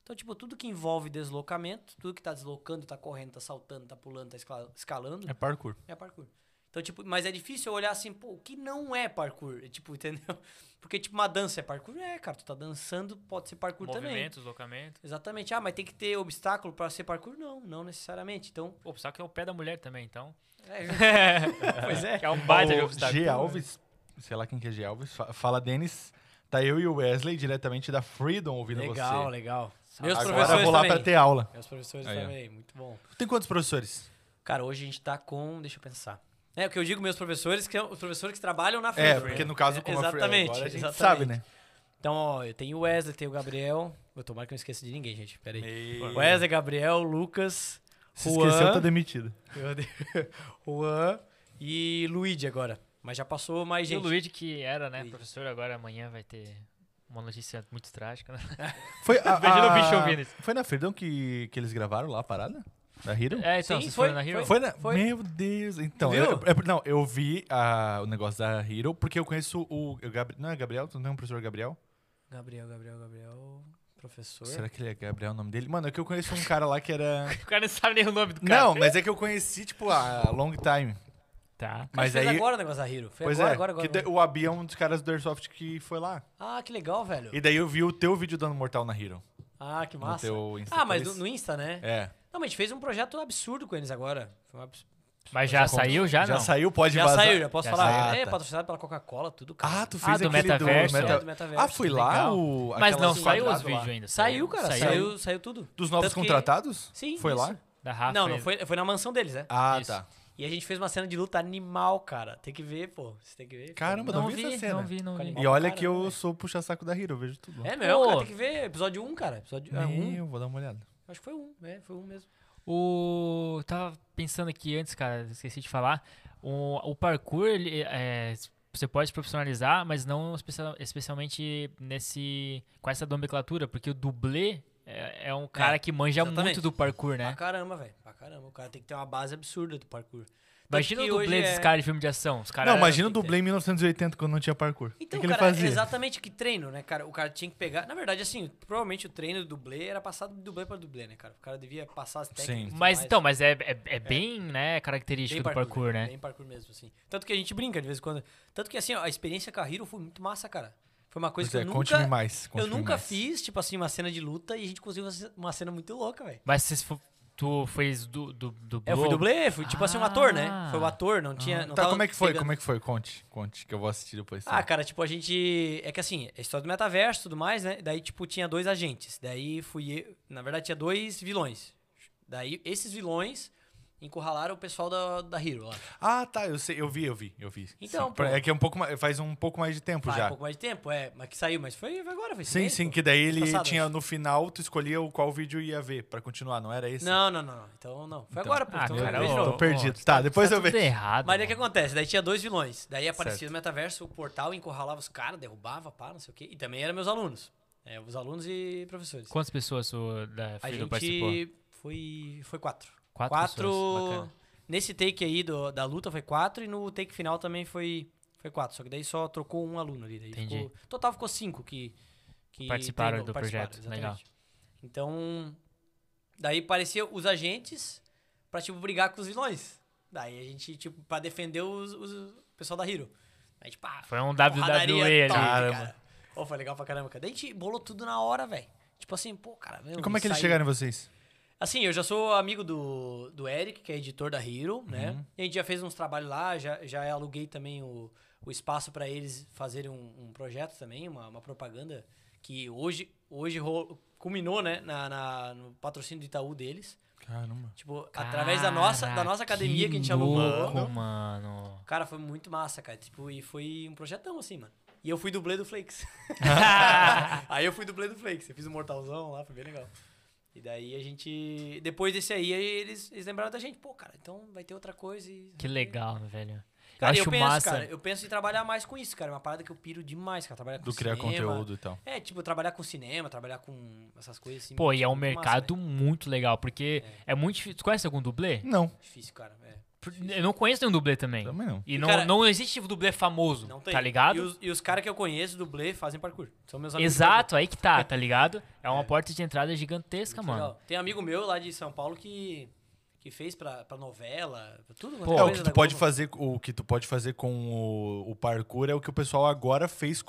[SPEAKER 4] Então, tipo, tudo que envolve deslocamento, tudo que tá deslocando, tá correndo, tá saltando, tá pulando, tá escala- escalando,
[SPEAKER 3] É parkour.
[SPEAKER 4] é parkour. Então, tipo, mas é difícil eu olhar assim, pô, o que não é parkour? É, Tipo, entendeu? Porque, tipo, uma dança é parkour? É, cara, tu tá dançando, pode ser parkour também.
[SPEAKER 2] Movimento, deslocamento.
[SPEAKER 4] Exatamente. Ah, mas tem que ter obstáculo pra ser parkour? Não, não necessariamente. Então,
[SPEAKER 2] Pô, só que é o pé da mulher também, então.
[SPEAKER 4] é, pois é.
[SPEAKER 2] Que é um baita de
[SPEAKER 3] O
[SPEAKER 2] obstáculo.
[SPEAKER 3] tá G. Alves, sei lá quem que é G. Alves, fa- fala Denis. Tá eu e o Wesley diretamente da Freedom ouvindo
[SPEAKER 4] Legal,
[SPEAKER 3] você.
[SPEAKER 4] legal. Meus
[SPEAKER 3] Agora eu
[SPEAKER 4] professores
[SPEAKER 3] vou lá
[SPEAKER 4] também.
[SPEAKER 3] pra ter aula.
[SPEAKER 4] Meus professores
[SPEAKER 3] Aí, ó.
[SPEAKER 4] também, muito bom.
[SPEAKER 3] Tem quantos professores?
[SPEAKER 4] Cara, hoje a gente tá com, deixa eu pensar. É, o que eu digo meus professores, que são os professores que trabalham na frente.
[SPEAKER 3] É, porque no caso, como a Free-
[SPEAKER 4] Exatamente,
[SPEAKER 3] agora a gente
[SPEAKER 4] exatamente.
[SPEAKER 3] sabe, né?
[SPEAKER 4] Então, ó, eu tenho o Wesley, tenho o Gabriel. Eu tomara que eu não esqueça de ninguém, gente. Pera aí.
[SPEAKER 3] Ei.
[SPEAKER 4] Wesley, Gabriel, Lucas,
[SPEAKER 3] Se tá
[SPEAKER 4] Juan.
[SPEAKER 3] esqueceu, tá demitido.
[SPEAKER 4] Meu Deus. Juan E Luigi agora. Mas já passou mais
[SPEAKER 2] E o
[SPEAKER 4] gente.
[SPEAKER 2] Luigi, que era, né,
[SPEAKER 4] Luigi.
[SPEAKER 2] professor, agora amanhã vai ter uma notícia muito trágica, né?
[SPEAKER 3] Foi a,
[SPEAKER 2] Imagina o bicho
[SPEAKER 3] a-
[SPEAKER 2] ouvindo isso.
[SPEAKER 3] Foi na Freedom que, que eles gravaram lá a parada? Da Hero?
[SPEAKER 2] É, então,
[SPEAKER 4] Sim,
[SPEAKER 2] vocês
[SPEAKER 4] foi,
[SPEAKER 2] foram na Hero?
[SPEAKER 3] Foi na...
[SPEAKER 4] Foi.
[SPEAKER 3] Meu Deus. Então,
[SPEAKER 4] Viu?
[SPEAKER 3] eu, é por- não, eu vi a- o negócio da Hero porque eu conheço o. o Gabri- não é Gabriel? Tu não tem um professor Gabriel?
[SPEAKER 4] Gabriel, Gabriel, Gabriel. Professor.
[SPEAKER 3] Será que ele é Gabriel o nome dele? Mano, é que eu conheço um cara lá que era.
[SPEAKER 2] O cara não sabe nem o nome do cara.
[SPEAKER 3] Não, mas é que eu conheci, tipo, a long time.
[SPEAKER 2] Tá.
[SPEAKER 3] Mas
[SPEAKER 4] fez
[SPEAKER 3] aí.
[SPEAKER 4] agora o negócio da Hero. Foi
[SPEAKER 3] pois
[SPEAKER 4] agora,
[SPEAKER 3] é,
[SPEAKER 4] agora, agora.
[SPEAKER 3] que de- o Abi é um dos caras do Airsoft que foi lá.
[SPEAKER 4] Ah, que legal, velho.
[SPEAKER 3] E daí eu vi o teu vídeo dando mortal na Hero.
[SPEAKER 4] Ah, que
[SPEAKER 3] No
[SPEAKER 4] massa.
[SPEAKER 3] teu Insta,
[SPEAKER 4] ah, mas
[SPEAKER 3] talvez.
[SPEAKER 4] no, no Insta, né?
[SPEAKER 3] É.
[SPEAKER 4] Não, mas a gente fez um projeto absurdo com eles agora. Foi um abs-
[SPEAKER 2] Mas já saiu, já,
[SPEAKER 3] já
[SPEAKER 2] não?
[SPEAKER 3] saiu, pode
[SPEAKER 4] Já
[SPEAKER 3] vazar.
[SPEAKER 4] saiu, já posso
[SPEAKER 2] Já
[SPEAKER 4] falar.
[SPEAKER 3] saiu.
[SPEAKER 4] É,
[SPEAKER 3] Ah, tá.
[SPEAKER 4] patrocinado pela Coca-Cola, tudo, cara.
[SPEAKER 3] Ah, tu fez
[SPEAKER 2] do
[SPEAKER 3] aquele
[SPEAKER 2] metaverso,
[SPEAKER 3] do
[SPEAKER 4] É,
[SPEAKER 3] meta-
[SPEAKER 4] do metaverso. Então,
[SPEAKER 3] Ah, fui lá
[SPEAKER 2] legal.
[SPEAKER 3] o...
[SPEAKER 2] Mas não,
[SPEAKER 3] aquelas
[SPEAKER 2] saiu os
[SPEAKER 3] quadradas lá.
[SPEAKER 2] vídeos ainda.
[SPEAKER 4] assim, Saiu, cara. Saiu, saiu, tudo.
[SPEAKER 3] Dos novos
[SPEAKER 4] Tanto que-
[SPEAKER 3] contratados?
[SPEAKER 4] Sim,
[SPEAKER 3] Foi lá?
[SPEAKER 4] isso.
[SPEAKER 2] Da Rafa.
[SPEAKER 4] Não, não
[SPEAKER 2] ainda.
[SPEAKER 4] foi, foi na mansão deles, né?
[SPEAKER 3] Ah,
[SPEAKER 2] Isso.
[SPEAKER 3] tá.
[SPEAKER 4] E a gente fez uma cena de luta animal, cara. Tem que ver, pô. Você tem que ver.
[SPEAKER 3] Caramba, não,
[SPEAKER 2] Não
[SPEAKER 3] vi, essa
[SPEAKER 2] vi,
[SPEAKER 3] cena.
[SPEAKER 2] não vi, não vi.
[SPEAKER 3] E olha que é?
[SPEAKER 4] Caramba,
[SPEAKER 3] eu
[SPEAKER 4] velho.
[SPEAKER 3] sou puxa-saco da Hero, eu vejo tudo. lá.
[SPEAKER 4] né? É mesmo, cara.
[SPEAKER 2] Pô.
[SPEAKER 4] Tem que ver. Episódio 1, cara. Episódio é,
[SPEAKER 3] Meu,
[SPEAKER 4] 1.
[SPEAKER 3] eu vou dar uma olhada.
[SPEAKER 4] Acho que foi um, né? Foi um mesmo.
[SPEAKER 2] O. Tava pensando aqui antes, cara, esqueci de falar. O, o parkour, ele, é, você pode se profissionalizar, mas não especial- especialmente nesse, com essa nomenclatura, porque o dublê é, é um cara que manja
[SPEAKER 4] exatamente.
[SPEAKER 2] muito do parkour,
[SPEAKER 4] Pra
[SPEAKER 2] né?
[SPEAKER 4] caramba, velho. Pra caramba. O cara tem que ter uma base absurda do parkour. Tanto
[SPEAKER 2] Imagina
[SPEAKER 4] que
[SPEAKER 2] o dublê
[SPEAKER 4] hoje
[SPEAKER 2] desses
[SPEAKER 4] é-
[SPEAKER 2] caras de filme de ação. Os caras.
[SPEAKER 3] não, imagina o
[SPEAKER 4] tem é que
[SPEAKER 3] dublê em 1980, quando não tinha parkour. O que
[SPEAKER 4] Então,
[SPEAKER 3] que ele
[SPEAKER 4] cara,
[SPEAKER 3] fazia?
[SPEAKER 4] exatamente que treino, né, cara? O cara tinha que pegar. Na verdade, assim, provavelmente o treino do dublê era passado de dublê pra dublê, né, cara? O cara devia passar as técnicas. e tudo
[SPEAKER 2] Mas
[SPEAKER 4] mais.
[SPEAKER 2] então, mas é, é, é bem, né, característico
[SPEAKER 4] Bem
[SPEAKER 2] do parkour,
[SPEAKER 4] velho,
[SPEAKER 2] né?
[SPEAKER 4] Bem parkour mesmo, assim. Tanto que a gente brinca de vez em quando. Tanto que, assim, ó, a experiência com a Hero foi muito massa, cara. Foi uma coisa
[SPEAKER 3] Pois é,
[SPEAKER 4] que eu
[SPEAKER 3] conte-me
[SPEAKER 4] nunca.
[SPEAKER 3] mais.
[SPEAKER 4] eu
[SPEAKER 3] conte-me
[SPEAKER 4] nunca
[SPEAKER 3] mais.
[SPEAKER 4] fiz, tipo assim, uma cena de luta e a gente conseguiu uma cena muito louca, velho.
[SPEAKER 2] Mas vocês fo- tu fez do, do, dublô?
[SPEAKER 4] É, eu fui dublê, fui tipo assim, um ator, né?
[SPEAKER 2] Ah.
[SPEAKER 4] Foi o ator, não tinha. né? Não
[SPEAKER 3] Tá,
[SPEAKER 4] tava
[SPEAKER 3] como é que foi?
[SPEAKER 4] pegando-
[SPEAKER 3] Como é que foi? Conte, conte, que eu vou assistir depois.
[SPEAKER 4] Ah,
[SPEAKER 3] sim.
[SPEAKER 4] cara, tipo, a gente. É que assim, a história do metaverso e tudo mais, né? Daí, tipo, tinha dois agentes. Daí fui. eu- Na verdade, tinha dois vilões. Daí, esses vilões encurralaram o pessoal da, da Hero lá.
[SPEAKER 3] Ah, tá, eu sei, eu vi, eu vi, eu vi.
[SPEAKER 4] Então,
[SPEAKER 3] Sim.
[SPEAKER 4] pô.
[SPEAKER 3] É que é um pouco mais, faz um pouco mais de tempo
[SPEAKER 4] Faz
[SPEAKER 3] já.
[SPEAKER 4] um pouco mais de tempo, é. Mas que saiu, mas foi agora, foi esse
[SPEAKER 3] Sim,
[SPEAKER 4] mês,
[SPEAKER 3] sim,
[SPEAKER 4] pô.
[SPEAKER 3] que daí ele
[SPEAKER 4] Passado.
[SPEAKER 3] tinha no final, tu escolhia o qual vídeo ia ver pra continuar, não era esse?
[SPEAKER 4] Não, não, não, não. Então não. Foi agora, pô.
[SPEAKER 2] Ah,
[SPEAKER 4] então,
[SPEAKER 2] cara,
[SPEAKER 4] fez de
[SPEAKER 2] ô,
[SPEAKER 4] novo.
[SPEAKER 3] Tô perdido. Tá, depois
[SPEAKER 2] tá
[SPEAKER 3] eu
[SPEAKER 2] tudo
[SPEAKER 3] vejo.
[SPEAKER 2] errado.
[SPEAKER 4] Mas daí o que é
[SPEAKER 2] mano.
[SPEAKER 4] acontece? Daí tinha dois vilões. Daí aparecia
[SPEAKER 3] Certo.
[SPEAKER 4] no metaverso o portal, encurralava os caras, derrubava, pá, não sei o quê. E também eram meus alunos. É, os alunos e professores.
[SPEAKER 2] Quantas pessoas o da
[SPEAKER 4] A
[SPEAKER 2] Freedom participou?
[SPEAKER 4] gente foi, foi quatro.
[SPEAKER 2] Quatro pessoas,
[SPEAKER 4] Quatro.
[SPEAKER 2] bacana.
[SPEAKER 4] Nesse take aí do- da luta foi quatro e no take final também foi, foi quatro. Só que daí só trocou um aluno ali. Daí
[SPEAKER 2] Entendi.
[SPEAKER 4] Ficou, total ficou cinco que, que
[SPEAKER 2] Participaram
[SPEAKER 4] treinou,
[SPEAKER 2] do
[SPEAKER 4] participaram,
[SPEAKER 2] projeto, legal.
[SPEAKER 4] Então, daí parecia os agentes pra, tipo, brigar com os vilões. Daí a gente, tipo, pra defender os, os- o pessoal da Hero. Aí, tipo, ah,
[SPEAKER 2] Foi um
[SPEAKER 4] porradaria
[SPEAKER 2] WWE ali.
[SPEAKER 4] top,
[SPEAKER 3] Caramba.
[SPEAKER 4] cara. Ô, foi legal pra caramba. cara. Daí a gente bolou tudo na hora, velho. Tipo assim, pô, cara... meu,
[SPEAKER 3] E como é que eles
[SPEAKER 4] saiu-
[SPEAKER 3] chegaram em vocês?
[SPEAKER 4] Assim, eu já sou amigo do, do Eric, que é editor da Hero, né? E a gente já fez uns trabalhos lá, já, já aluguei também o, o espaço pra eles fazerem um, um projeto também, uma, uma propaganda que hoje, hoje ro- culminou, né, na, na- no patrocínio do Itaú deles.
[SPEAKER 3] Caramba.
[SPEAKER 4] Tipo, através da nossa, da nossa
[SPEAKER 2] Cara,
[SPEAKER 4] academia que, a gente
[SPEAKER 2] louco,
[SPEAKER 4] alugou.
[SPEAKER 2] mano.
[SPEAKER 4] Cara, foi muito massa, cara. Tipo, e foi um projetão, assim, mano. E eu fui dublê do Flakes. aí eu fui dublê do Flakes. Eu fiz o Mortalzão lá, foi bem legal. E daí a gente. Depois desse aí, aí eles, eles lembraram da gente. Pô, cara, então vai ter outra coisa. E...
[SPEAKER 2] Que legal, velho. eu
[SPEAKER 4] Cara,
[SPEAKER 2] acho
[SPEAKER 4] eu penso,
[SPEAKER 2] massa.
[SPEAKER 4] cara. Eu penso em trabalhar mais com isso, cara. É uma parada que eu piro demais, cara. Trabalhar com
[SPEAKER 3] Do criar
[SPEAKER 4] cinema.
[SPEAKER 3] conteúdo e tal.
[SPEAKER 4] É, tipo, trabalhar com cinema, trabalhar com essas coisas assim.
[SPEAKER 2] Pô, e é um
[SPEAKER 4] muito massa,
[SPEAKER 2] mercado
[SPEAKER 4] velho.
[SPEAKER 2] muito legal, porque é, muito difícil. Tu conhece algum dublê?
[SPEAKER 3] Não,
[SPEAKER 4] Difícil, cara. É.
[SPEAKER 2] Por- Eu não conheço nenhum dublê também.
[SPEAKER 3] também não.
[SPEAKER 2] E
[SPEAKER 4] E,
[SPEAKER 2] não,
[SPEAKER 4] cara,
[SPEAKER 2] não existe dublê famoso,
[SPEAKER 4] Não tem.
[SPEAKER 2] tá ligado?
[SPEAKER 4] E os, e os caras que eu conheço, dublê, fazem parkour. São meus amigos.
[SPEAKER 2] Exato, aí que tá, tá ligado? É uma porta de entrada gigantesca,
[SPEAKER 3] Tá,
[SPEAKER 4] Muito
[SPEAKER 2] mano.
[SPEAKER 4] legal. Tem amigo meu lá de São Paulo que, que fez pra, pra novela, pra tudo. quanto
[SPEAKER 2] Pô,
[SPEAKER 3] é, o
[SPEAKER 4] coisa
[SPEAKER 3] que
[SPEAKER 4] da
[SPEAKER 3] tu pode
[SPEAKER 4] Globo.
[SPEAKER 3] fazer, o que tu pode fazer com o, o parkour é o que o pessoal agora fez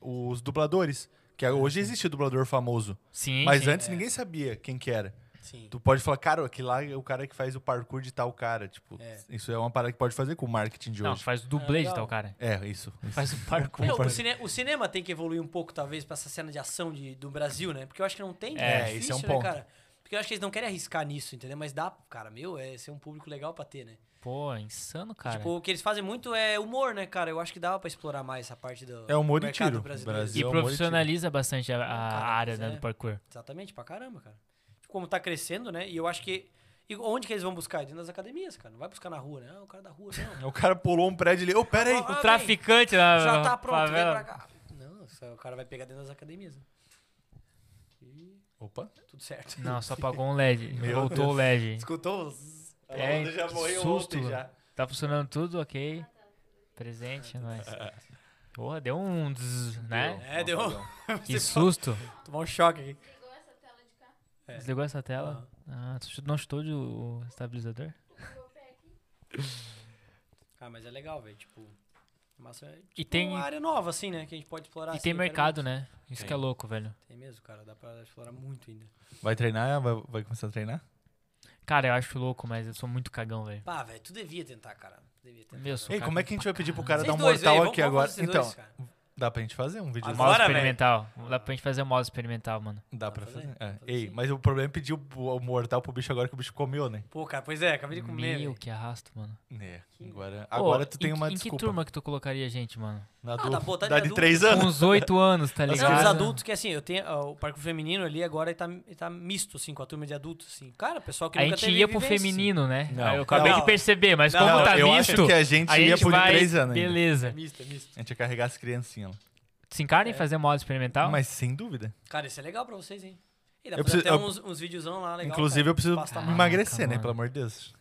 [SPEAKER 3] com os dubladores. Que é, hoje existe dublador famoso.
[SPEAKER 2] Sim,
[SPEAKER 3] mas é
[SPEAKER 2] sim.
[SPEAKER 4] é.
[SPEAKER 3] antes ninguém sabia quem que era.
[SPEAKER 4] Sim.
[SPEAKER 3] Tu pode falar, cara, aquele lá é o cara que faz o parkour de tal cara. Tipo,
[SPEAKER 4] É.
[SPEAKER 3] isso é uma parada que pode fazer com o marketing de
[SPEAKER 2] Não,
[SPEAKER 3] hoje.
[SPEAKER 2] faz o dublê de
[SPEAKER 4] legal.
[SPEAKER 2] tal cara.
[SPEAKER 3] É, isso.
[SPEAKER 2] Faz o parkour.
[SPEAKER 4] É, o, cine- o cinema tem que evoluir um pouco, talvez, pra essa cena de ação de, do Brasil, né? Porque eu acho que não tem.
[SPEAKER 2] É,
[SPEAKER 4] né?
[SPEAKER 3] esse é um
[SPEAKER 4] né,
[SPEAKER 3] ponto.
[SPEAKER 4] cara? Porque eu acho que eles não querem arriscar nisso, entendeu? Mas dá, cara, meu, é ser um público legal pra ter, né?
[SPEAKER 2] Pô, é insano, cara.
[SPEAKER 4] Tipo, o que eles fazem muito é humor, né, cara? Eu acho que dava pra explorar mais essa parte do.
[SPEAKER 3] É humor
[SPEAKER 4] do
[SPEAKER 3] e
[SPEAKER 4] mercado
[SPEAKER 3] tiro.
[SPEAKER 4] brasileiro.
[SPEAKER 3] Brasil.
[SPEAKER 2] e
[SPEAKER 3] é um
[SPEAKER 2] profissionaliza bastante a, a
[SPEAKER 4] Cara,
[SPEAKER 2] área
[SPEAKER 4] mas
[SPEAKER 2] né,
[SPEAKER 4] é.
[SPEAKER 2] do parkour.
[SPEAKER 4] Tipo, Exatamente, pra caramba, cara. Como tá crescendo, né? E eu acho que E onde que eles vão buscar? Dentro das academias, cara. Não vai buscar na rua, né? Ah, o cara da rua, não.
[SPEAKER 3] O cara pulou um prédio ali. Ô, pera aí.
[SPEAKER 4] Ah, vem.
[SPEAKER 2] O traficante né, lá.
[SPEAKER 4] Já
[SPEAKER 2] na
[SPEAKER 4] tá pronto, vem
[SPEAKER 2] favela.
[SPEAKER 4] pra cá. Não, só o cara vai pegar dentro das academias. Né? E
[SPEAKER 3] Opa.
[SPEAKER 4] tudo certo.
[SPEAKER 2] Não, só apagou um LED.
[SPEAKER 3] Meu
[SPEAKER 2] Voltou o
[SPEAKER 3] Deus.
[SPEAKER 2] LED.
[SPEAKER 4] Escutou?
[SPEAKER 2] É,
[SPEAKER 3] Ela já
[SPEAKER 2] que
[SPEAKER 3] morreu
[SPEAKER 2] susto.
[SPEAKER 3] ontem já.
[SPEAKER 2] Tá funcionando tudo, ok. Presente, nós. Porra, deu um zzz, né?
[SPEAKER 4] É, deu.
[SPEAKER 2] Que
[SPEAKER 4] Você falou-
[SPEAKER 2] susto.
[SPEAKER 4] Tomar um choque aqui.
[SPEAKER 5] Desligou essa tela de cá.
[SPEAKER 4] É.
[SPEAKER 2] Desligou essa tela? Ah, tu chu- não chutou de o o estabilizador?
[SPEAKER 5] Pegou o pé aqui.
[SPEAKER 4] Ah, mas é legal, velho. Tipo, massa é
[SPEAKER 2] E tem,
[SPEAKER 4] uma área nova, assim, né? Que a gente pode explorar.
[SPEAKER 2] e
[SPEAKER 4] assim,
[SPEAKER 2] tem
[SPEAKER 4] eu quero
[SPEAKER 2] mercado, né? Isso que é
[SPEAKER 3] Tem.
[SPEAKER 2] louco, velho.
[SPEAKER 4] muito. Tem mesmo, cara. Dá pra explorar muito ainda.
[SPEAKER 3] Vai treinar? Vai, vai começar a treinar?
[SPEAKER 2] Cara, eu acho louco, mas eu sou muito cagão, velho.
[SPEAKER 4] Pá, velho, tu devia tentar, cara. Tu devia tentar.
[SPEAKER 2] Meu, eu sou
[SPEAKER 3] Ei, como é que a gente vai pedir pro cara
[SPEAKER 4] Vocês
[SPEAKER 3] dar um
[SPEAKER 4] dois,
[SPEAKER 3] mortal
[SPEAKER 4] ei,
[SPEAKER 3] aqui
[SPEAKER 4] vamos-
[SPEAKER 3] agora?
[SPEAKER 4] vamos fazer
[SPEAKER 3] Então,
[SPEAKER 4] dois, cara.
[SPEAKER 3] dá pra gente fazer um vídeo?
[SPEAKER 2] cagão.
[SPEAKER 4] Agora,
[SPEAKER 2] mouse
[SPEAKER 4] velho. Ah.
[SPEAKER 2] experimental. Dá pra gente fazer um mouse experimental, mano.
[SPEAKER 3] Dá pra
[SPEAKER 4] pra
[SPEAKER 3] fazer?
[SPEAKER 4] fazer,
[SPEAKER 3] É.
[SPEAKER 4] fazer
[SPEAKER 3] Ei,
[SPEAKER 4] sim.
[SPEAKER 3] mas o problema é pedir o, o mortal pro bicho agora que o bicho comeu, né?
[SPEAKER 4] Pô, cara, pois é, acabei de comer.
[SPEAKER 2] Meu,
[SPEAKER 4] velho.
[SPEAKER 2] que arrasto, mano.
[SPEAKER 3] É. Agora, agora
[SPEAKER 2] Ô,
[SPEAKER 3] tu tem
[SPEAKER 2] em,
[SPEAKER 3] uma
[SPEAKER 2] em que
[SPEAKER 3] desculpa.
[SPEAKER 2] turma que tu colocaria a gente, mano?
[SPEAKER 3] Na
[SPEAKER 4] Ah,
[SPEAKER 3] do-
[SPEAKER 4] tá bom, tá de
[SPEAKER 3] da de
[SPEAKER 4] adulto.
[SPEAKER 3] três anos.
[SPEAKER 2] Uns oito anos, tá
[SPEAKER 4] Nós
[SPEAKER 2] ligado?
[SPEAKER 4] temos adultos que, assim, eu tenho. ah, o parque feminino ali agora ele tá, ele tá misto, assim, com a turma de adultos, assim. Cara, pessoal que
[SPEAKER 2] A
[SPEAKER 4] nunca
[SPEAKER 2] gente
[SPEAKER 4] teve
[SPEAKER 2] ia pro
[SPEAKER 4] vivência, assim.
[SPEAKER 2] feminino, né?
[SPEAKER 3] Não.
[SPEAKER 2] Aí eu acabei
[SPEAKER 4] Não.
[SPEAKER 2] de perceber, mas
[SPEAKER 4] Não,
[SPEAKER 2] como
[SPEAKER 4] não,
[SPEAKER 2] tá
[SPEAKER 3] eu
[SPEAKER 2] misto,
[SPEAKER 3] acho que a gente
[SPEAKER 2] aí
[SPEAKER 3] ia
[SPEAKER 2] a gente
[SPEAKER 3] por
[SPEAKER 2] vai...
[SPEAKER 3] três anos. ainda.
[SPEAKER 4] É
[SPEAKER 2] Beleza.
[SPEAKER 4] misto, é misto.
[SPEAKER 3] A gente ia carregar as criancinhas lá.
[SPEAKER 2] Se encarna em
[SPEAKER 4] É.
[SPEAKER 2] fazer mouse experimental?
[SPEAKER 3] Mas sem dúvida.
[SPEAKER 4] Cara, isso é legal pra vocês, hein? E dá
[SPEAKER 3] Eu
[SPEAKER 4] pra fazer
[SPEAKER 3] preciso-
[SPEAKER 4] até
[SPEAKER 3] eu-
[SPEAKER 4] uns, uns videozão lá, legal.
[SPEAKER 3] Inclusive,
[SPEAKER 4] cara.
[SPEAKER 3] eu preciso
[SPEAKER 4] Pasta
[SPEAKER 3] me
[SPEAKER 4] massa.
[SPEAKER 3] emagrecer,
[SPEAKER 2] Caraca,
[SPEAKER 3] né?
[SPEAKER 2] mano.
[SPEAKER 3] Pelo amor de Deus.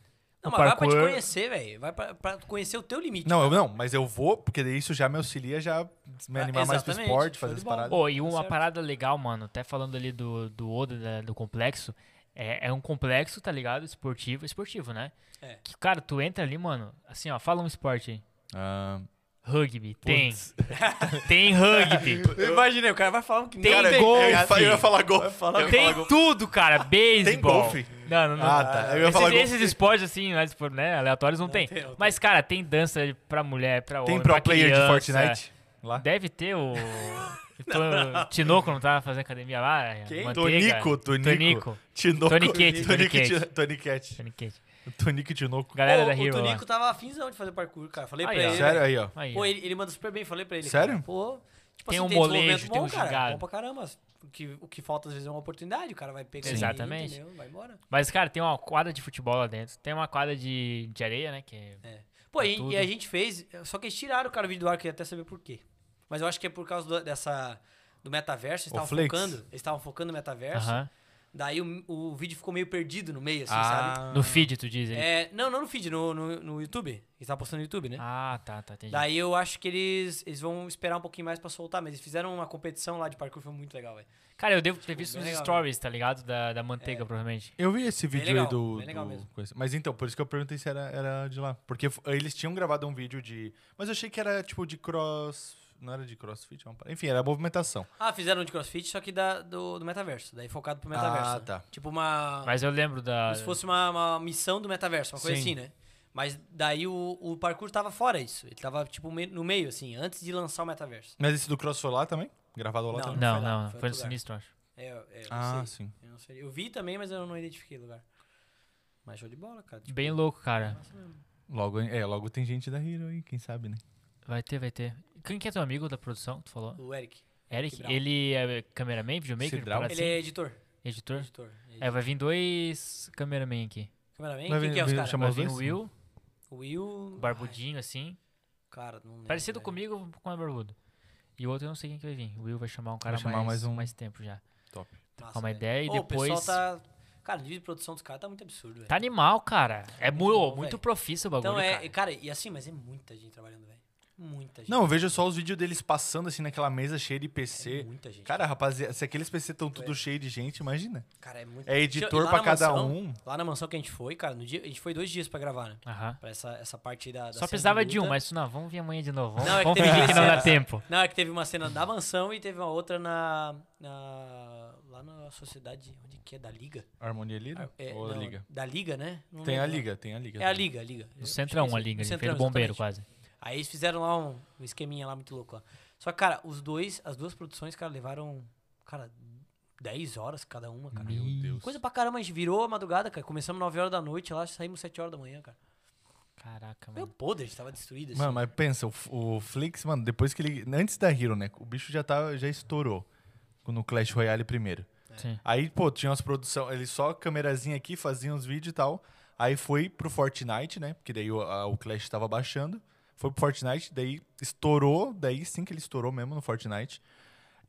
[SPEAKER 2] o
[SPEAKER 4] Não, mas vai pra te
[SPEAKER 2] parkour-
[SPEAKER 4] conhecer, velho. Vai pra, pra conhecer o teu limite.
[SPEAKER 3] Não, eu não, mas eu vou, porque daí isso já me auxilia já me
[SPEAKER 4] tipo- Ah,
[SPEAKER 3] animar mais pro
[SPEAKER 4] exatamente,
[SPEAKER 3] esporte,
[SPEAKER 4] show
[SPEAKER 3] fazer
[SPEAKER 4] de
[SPEAKER 3] as
[SPEAKER 4] bola.
[SPEAKER 3] paradas.
[SPEAKER 2] Pô, e uma
[SPEAKER 4] certo.
[SPEAKER 2] parada legal, mano, até falando ali do, do Oda, da- do complexo, é, é um complexo, tá ligado? Esportivo, esportivo, né?
[SPEAKER 4] É.
[SPEAKER 2] Que, cara, tu entra ali, mano, assim, ó, fala um esporte aí.
[SPEAKER 3] Ah,
[SPEAKER 2] Rugby, tem. Tem rugby.
[SPEAKER 4] Eu imaginei, o cara vai falar que
[SPEAKER 2] Tem
[SPEAKER 4] nem-
[SPEAKER 2] golfe.
[SPEAKER 3] eu, ia, fa- eu ia falar golfe. eu ia falar
[SPEAKER 2] tem
[SPEAKER 3] golfe.
[SPEAKER 2] tudo, cara. Beisebol.
[SPEAKER 3] golfe?
[SPEAKER 2] Não, não, não.
[SPEAKER 3] Ah, tá. Eu ia
[SPEAKER 2] esses,
[SPEAKER 3] falar
[SPEAKER 2] esses
[SPEAKER 3] golfe.
[SPEAKER 2] esportes, assim, né, tipo, né, aleatórios não, tem.
[SPEAKER 4] tem, não tem.
[SPEAKER 2] Mas, cara, tem dança pra mulher, pra homem,
[SPEAKER 3] Tem pro
[SPEAKER 2] pra
[SPEAKER 3] player de
[SPEAKER 2] criança.
[SPEAKER 3] Fortnite lá?
[SPEAKER 2] Deve ter o. Então, Tinoco não tava fazendo academia lá?
[SPEAKER 4] Quem?
[SPEAKER 2] Manteiga.
[SPEAKER 3] Tonico, Tonico.
[SPEAKER 2] Tonico.
[SPEAKER 3] Tinoco.
[SPEAKER 2] Toniquete, Toniquete.
[SPEAKER 3] Toniquete. Toniquete.
[SPEAKER 2] Toniquete.
[SPEAKER 3] Tonico e Tinoco.
[SPEAKER 2] Galera
[SPEAKER 4] Pô,
[SPEAKER 2] da
[SPEAKER 4] O
[SPEAKER 2] Hero lá.
[SPEAKER 4] Tonico tava afinzão de fazer parkour, cara. Falei
[SPEAKER 2] Aí,
[SPEAKER 4] pra
[SPEAKER 2] ó.
[SPEAKER 4] ele.
[SPEAKER 3] Sério
[SPEAKER 4] velho.
[SPEAKER 3] aí, ó.
[SPEAKER 2] Aí,
[SPEAKER 4] Pô,
[SPEAKER 2] ó.
[SPEAKER 4] ele, ele manda super bem, falei pra ele.
[SPEAKER 3] Sério?
[SPEAKER 4] cara. Pô, tipo
[SPEAKER 2] Tem
[SPEAKER 4] assim,
[SPEAKER 2] um
[SPEAKER 4] tem
[SPEAKER 2] molejo,
[SPEAKER 4] desenvolvimento
[SPEAKER 2] tem um
[SPEAKER 4] bom, cara.
[SPEAKER 2] gingado.
[SPEAKER 4] Bom pra caramba. Que, o que falta às vezes é uma oportunidade, o cara vai pegar.
[SPEAKER 2] Sim.
[SPEAKER 4] ali,
[SPEAKER 2] Exatamente.
[SPEAKER 4] entendeu? Vai embora.
[SPEAKER 2] Mas, cara, tem uma quadra de futebol lá dentro. Tem uma quadra de, de areia, né? Que é-
[SPEAKER 4] Pô,
[SPEAKER 2] Tá
[SPEAKER 4] e,
[SPEAKER 2] tudo.
[SPEAKER 4] e a gente fez, eh, só que eles tiraram, cara, o vídeo do ar, que eu ia até saber por quê. Mas eu acho que é por causa do- dessa, do metaverso, eles
[SPEAKER 3] O
[SPEAKER 4] estavam
[SPEAKER 3] Flex.
[SPEAKER 4] focando, eles estavam focando no metaverso,
[SPEAKER 2] Aham. Ah,
[SPEAKER 4] daí o, o vídeo ficou meio perdido no meio, assim, sabe?
[SPEAKER 2] No feed, tu diz aí.
[SPEAKER 4] É, não, não no feed, no, no, no YouTube, eles estavam postando no YouTube, né?
[SPEAKER 2] Ah, tá, tá. Entendi.
[SPEAKER 4] Daí eu acho que eles, eles vão esperar um pouquinho mais pra soltar, mas eles fizeram uma competição lá de parkour, foi muito legal, velho.
[SPEAKER 2] Cara, eu devo ter visto
[SPEAKER 4] bem
[SPEAKER 2] nos
[SPEAKER 4] legal, né? É.
[SPEAKER 2] stories, tá ligado? Da, da manteiga, provavelmente.
[SPEAKER 3] Eu vi esse vídeo
[SPEAKER 4] legal,
[SPEAKER 3] aí do.
[SPEAKER 4] bem legal
[SPEAKER 3] do
[SPEAKER 4] mesmo.
[SPEAKER 3] coisa. Mas então, por isso que eu perguntei se era, era de lá. Porque f- eles tinham gravado um vídeo de. Mas eu achei que era tipo de cross. Não era de crossfit, é uma parada. enfim, era movimentação.
[SPEAKER 4] Ah, fizeram um de crossfit, só que da, do, do metaverso, daí focado pro metaverso.
[SPEAKER 3] Ah,
[SPEAKER 4] né?
[SPEAKER 3] tá.
[SPEAKER 4] Tipo uma...
[SPEAKER 2] Mas eu lembro da.
[SPEAKER 4] Como se fosse uma, uma missão do metaverso, uma coisa
[SPEAKER 3] Sim.
[SPEAKER 4] assim, né? Mas daí o, o parkour tava fora isso. Ele tava, tipo, me- no meio, assim, antes de lançar o metaverso.
[SPEAKER 3] Mas esse do cross foi lá também? Gravado lá
[SPEAKER 4] Não.
[SPEAKER 3] também?
[SPEAKER 2] Não,
[SPEAKER 4] foi lá,
[SPEAKER 2] não,
[SPEAKER 4] foi
[SPEAKER 2] foi no
[SPEAKER 4] outro um lugar.
[SPEAKER 2] sinistro, eu acho.
[SPEAKER 4] É, eu- é, eu não
[SPEAKER 3] Ah,
[SPEAKER 4] sei.
[SPEAKER 3] sim.
[SPEAKER 4] Eu não sei. Eu vi também, mas eu não identifiquei o lugar. Mas show de bola, cara. Tipo,
[SPEAKER 2] Bem louco, cara.
[SPEAKER 3] Logo, é, logo tem gente da Hero aí, quem sabe, né?
[SPEAKER 2] Vai ter, vai ter. Quem que é teu amigo da produção? Tu falou?
[SPEAKER 4] o Eric.
[SPEAKER 2] Eric,
[SPEAKER 4] Cidral.
[SPEAKER 2] ele é cameraman, videomaker,
[SPEAKER 3] Cidral?
[SPEAKER 2] parada
[SPEAKER 4] Ele é
[SPEAKER 2] assim?
[SPEAKER 4] editor.
[SPEAKER 2] editor?
[SPEAKER 4] Editor.
[SPEAKER 2] É, vai vir dois cameraman aqui.
[SPEAKER 4] Cameraman?
[SPEAKER 3] Vai
[SPEAKER 4] Quem
[SPEAKER 3] vir-
[SPEAKER 4] que é os
[SPEAKER 3] vir
[SPEAKER 4] caras?
[SPEAKER 3] chamar-
[SPEAKER 2] Vai
[SPEAKER 3] os
[SPEAKER 2] vir o
[SPEAKER 3] dois?
[SPEAKER 2] Will,
[SPEAKER 4] O Will...
[SPEAKER 2] barbudinho assim,
[SPEAKER 4] Ai, cara, não lembro, né?
[SPEAKER 2] parecido
[SPEAKER 4] velho.
[SPEAKER 2] comigo, com a barbudo. E o outro eu não sei quem que vai vir. O Will vai chamar um cara
[SPEAKER 3] Vai chamar
[SPEAKER 2] mais,
[SPEAKER 3] mais um-
[SPEAKER 2] mais tempo já.
[SPEAKER 3] Top.
[SPEAKER 4] Massa,
[SPEAKER 2] Trocar uma
[SPEAKER 4] velho.
[SPEAKER 2] ideia e
[SPEAKER 4] Ô, O
[SPEAKER 2] depois...
[SPEAKER 4] pessoal tá... Cara, o nível de produção dos caras tá muito absurdo, velho.
[SPEAKER 2] Tá animal, cara. É mu-
[SPEAKER 4] Muito bom,
[SPEAKER 2] muito
[SPEAKER 4] velho.
[SPEAKER 2] profício o bagulho,
[SPEAKER 4] Então é...
[SPEAKER 2] cara.
[SPEAKER 4] Cara, e assim, mas é muita gente trabalhando, velho. Muita gente.
[SPEAKER 3] Não, eu vejo só os vídeos deles passando assim naquela mesa cheia de
[SPEAKER 4] É
[SPEAKER 3] PC.
[SPEAKER 4] muita gente.
[SPEAKER 3] Cara, rapaziada, se aqueles PC estão tudo
[SPEAKER 4] É.
[SPEAKER 3] cheio de gente, imagina.
[SPEAKER 4] Cara, é muito.
[SPEAKER 3] É editor
[SPEAKER 4] lá
[SPEAKER 3] pra
[SPEAKER 4] na
[SPEAKER 3] cada
[SPEAKER 4] mansão-
[SPEAKER 3] um.
[SPEAKER 4] Lá na mansão que a gente foi, cara, no dia, a gente foi dois dias pra gravar, né?
[SPEAKER 2] Aham.
[SPEAKER 4] Pra essa, essa parte aí da, da
[SPEAKER 2] Só
[SPEAKER 4] cena
[SPEAKER 2] precisava de um,
[SPEAKER 4] luta.
[SPEAKER 2] mas não, vamos vir amanhã de novo. Vamos,
[SPEAKER 4] Não, é que
[SPEAKER 2] vamos
[SPEAKER 4] teve
[SPEAKER 2] fingir que não dá
[SPEAKER 4] várias cenas.
[SPEAKER 2] tempo.
[SPEAKER 4] Não, é que teve uma cena da mansão e teve uma outra na. na- lá na sociedade. Onde que é? Da Liga?
[SPEAKER 3] Harmonia Lira?
[SPEAKER 4] É,
[SPEAKER 3] Ou a
[SPEAKER 4] não,
[SPEAKER 3] Liga?
[SPEAKER 4] Da Liga, né? Não
[SPEAKER 3] Tem a
[SPEAKER 4] lembro.
[SPEAKER 3] Liga, tem a Liga.
[SPEAKER 4] É a
[SPEAKER 3] também.
[SPEAKER 4] Liga, a Liga.
[SPEAKER 2] No centrão a liga, ele
[SPEAKER 4] é
[SPEAKER 2] fez do bombeiro
[SPEAKER 4] quase.
[SPEAKER 2] quase.
[SPEAKER 4] Aí eles fizeram lá um, um esqueminha lá muito louco lá. Só que, cara, os dois, as duas produções, cara, levaram, cara, 10 horas cada uma, cara.
[SPEAKER 2] Meu Deus.
[SPEAKER 4] Coisa pra caramba, a gente virou a madrugada, cara. Começamos 9 horas da noite lá, saímos 7 horas da manhã, cara.
[SPEAKER 2] Caraca,
[SPEAKER 4] Meu
[SPEAKER 2] mano.
[SPEAKER 4] podre, a gente tava destruído assim.
[SPEAKER 3] Hum. Mano, mas pensa, o, F- o Flix, mano, depois que ele. Antes da Hero, né? O bicho já, tá, já estourou no Clash Royale primeiro.
[SPEAKER 2] Sim.
[SPEAKER 3] Aí, pô, tinha umas produções, eles só câmerazinha aqui, faziam uns vídeos e tal. Aí foi pro Fortnite, né? Porque daí o, a- o Clash tava baixando. Foi pro Fortnite, daí estourou, daí sim que ele estourou mesmo no Fortnite.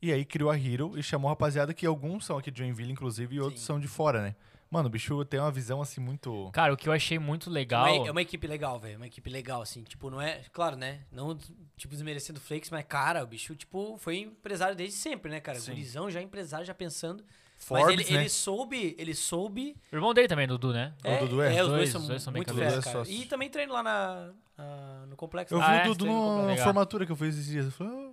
[SPEAKER 3] E aí criou a Hero e chamou a rapaziada que alguns são aqui de Joinville, inclusive, e outros
[SPEAKER 4] Sim.
[SPEAKER 3] são de fora, né? Mano, o bicho tem uma visão assim muito.
[SPEAKER 2] Cara, o que eu achei muito legal.
[SPEAKER 4] É uma- É uma equipe legal, velho. Uma equipe legal, assim. Tipo, não é. Claro, né? Não, tipo, desmerecendo o Flakes, mas, cara, o bicho, tipo, foi empresário desde sempre, né, cara?
[SPEAKER 3] Sim.
[SPEAKER 4] Gurizão já empresário, já pensando. mas
[SPEAKER 3] Forbes,
[SPEAKER 4] ele,
[SPEAKER 3] né?
[SPEAKER 4] ele soube, ele soube.
[SPEAKER 2] O irmão dele também, é Dudu, né?
[SPEAKER 3] O Dudu é?
[SPEAKER 4] os dois,
[SPEAKER 2] Dois-
[SPEAKER 4] são,
[SPEAKER 2] dois são bem
[SPEAKER 4] muito
[SPEAKER 3] cabeludos.
[SPEAKER 4] fera,
[SPEAKER 3] Dudu é
[SPEAKER 4] cara.
[SPEAKER 3] sócio.
[SPEAKER 4] E também treino lá na, na- no complexo.
[SPEAKER 3] Eu vi
[SPEAKER 4] lá.
[SPEAKER 2] Ah, é?
[SPEAKER 3] o Dudu
[SPEAKER 4] Treino no complexo.
[SPEAKER 3] numa
[SPEAKER 2] legal.
[SPEAKER 3] formatura que eu fiz esses dias. Eu falei,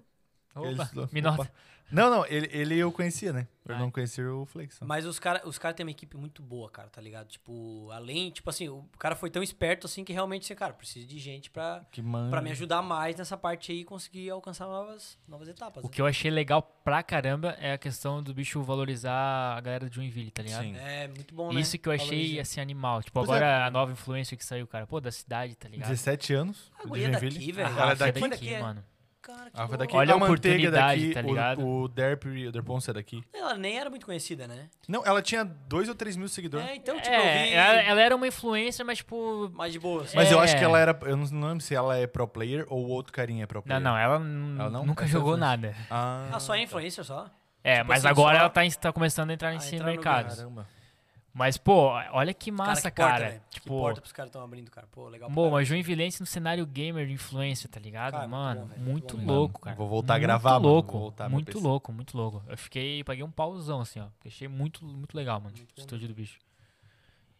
[SPEAKER 3] "Ah, Ele
[SPEAKER 2] Opa,
[SPEAKER 3] estudou-
[SPEAKER 2] me
[SPEAKER 3] opa.
[SPEAKER 2] nota.
[SPEAKER 3] Não, não, ele, ele eu conhecia, né? Eu
[SPEAKER 2] Ah.
[SPEAKER 3] não conhecia o Flakes. não.
[SPEAKER 4] Mas os caras os cara têm uma equipe muito boa, cara, tá ligado? Tipo, além, tipo assim, o cara foi tão esperto assim que realmente, assim, cara, precisa de gente pra,
[SPEAKER 3] Que mano.
[SPEAKER 2] Uhum.
[SPEAKER 4] pra me ajudar mais nessa parte aí e conseguir alcançar novas, novas etapas.
[SPEAKER 2] O
[SPEAKER 4] né?
[SPEAKER 2] que eu achei legal pra caramba é a questão do bicho valorizar a galera de Joinville, tá ligado?
[SPEAKER 3] Sim.
[SPEAKER 4] É, muito bom, né?
[SPEAKER 2] Isso que eu achei,
[SPEAKER 4] Valoriza.
[SPEAKER 2] assim, animal. Tipo,
[SPEAKER 4] é.
[SPEAKER 3] Pois
[SPEAKER 2] agora a nova influencer que saiu, cara. Pô, da cidade, tá ligado?
[SPEAKER 3] 17 anos.
[SPEAKER 4] A
[SPEAKER 3] de
[SPEAKER 4] Ah, guria
[SPEAKER 3] Joinville.
[SPEAKER 4] daqui,
[SPEAKER 2] A
[SPEAKER 4] velho.
[SPEAKER 3] Ela é
[SPEAKER 2] Rafa é
[SPEAKER 3] daqui?
[SPEAKER 2] daqui, mano.
[SPEAKER 4] Cara, que
[SPEAKER 3] Ah, foi
[SPEAKER 4] louco.
[SPEAKER 3] daqui.
[SPEAKER 2] Olha assim, a é
[SPEAKER 3] a manteiga
[SPEAKER 2] oportunidade,
[SPEAKER 3] daqui,
[SPEAKER 2] tá
[SPEAKER 3] o-
[SPEAKER 2] ligado?
[SPEAKER 3] O, Derp, o Derponce é daqui.
[SPEAKER 4] Ela nem era muito conhecida, né?
[SPEAKER 3] Não, ela tinha 2 ou 3 mil seguidores.
[SPEAKER 4] É, então, tipo, eu
[SPEAKER 2] é,
[SPEAKER 4] vi
[SPEAKER 2] ela, ela era uma influencer, mas tipo...
[SPEAKER 4] mais de assim. boas.
[SPEAKER 3] Mas eu acho
[SPEAKER 2] é.
[SPEAKER 3] que ela era. Eu não não lembro se ela é pro player ou o outro carinha é pro
[SPEAKER 2] Não,
[SPEAKER 3] player.
[SPEAKER 2] não, ela,
[SPEAKER 3] Ela não?
[SPEAKER 2] nunca
[SPEAKER 3] Essa
[SPEAKER 2] jogou
[SPEAKER 3] influencer.
[SPEAKER 2] nada.
[SPEAKER 3] Ah,
[SPEAKER 4] Ah, só é influencer, só?
[SPEAKER 2] É,
[SPEAKER 4] Tipo
[SPEAKER 2] mas
[SPEAKER 4] assim,
[SPEAKER 2] agora
[SPEAKER 4] só-
[SPEAKER 2] ela tá, em- tá começando a entrar nesse
[SPEAKER 4] entrar no
[SPEAKER 2] mercado.
[SPEAKER 3] caramba.
[SPEAKER 2] Mas, pô, olha que massa,
[SPEAKER 4] que porta,
[SPEAKER 2] cara.
[SPEAKER 4] velho. Que
[SPEAKER 2] tipo,
[SPEAKER 4] porta pros caras estão abrindo, cara. Pô, legal. pra
[SPEAKER 2] Bom,
[SPEAKER 4] caralho.
[SPEAKER 2] mas Joinvilense no cenário gamer de influência, tá ligado?
[SPEAKER 4] Tá Cara, muito
[SPEAKER 2] mano,
[SPEAKER 4] bom, velho.
[SPEAKER 2] muito
[SPEAKER 4] Muito bom.
[SPEAKER 2] louco, cara.
[SPEAKER 3] Vou voltar a
[SPEAKER 2] muito
[SPEAKER 3] gravar, mano. Vou
[SPEAKER 2] louco,
[SPEAKER 3] voltar meu
[SPEAKER 2] muito
[SPEAKER 3] PC.
[SPEAKER 2] louco, muito louco. Eu fiquei, paguei um pauzão, assim, ó. porque Achei muito, muito legal, mano. o estúdio do bicho.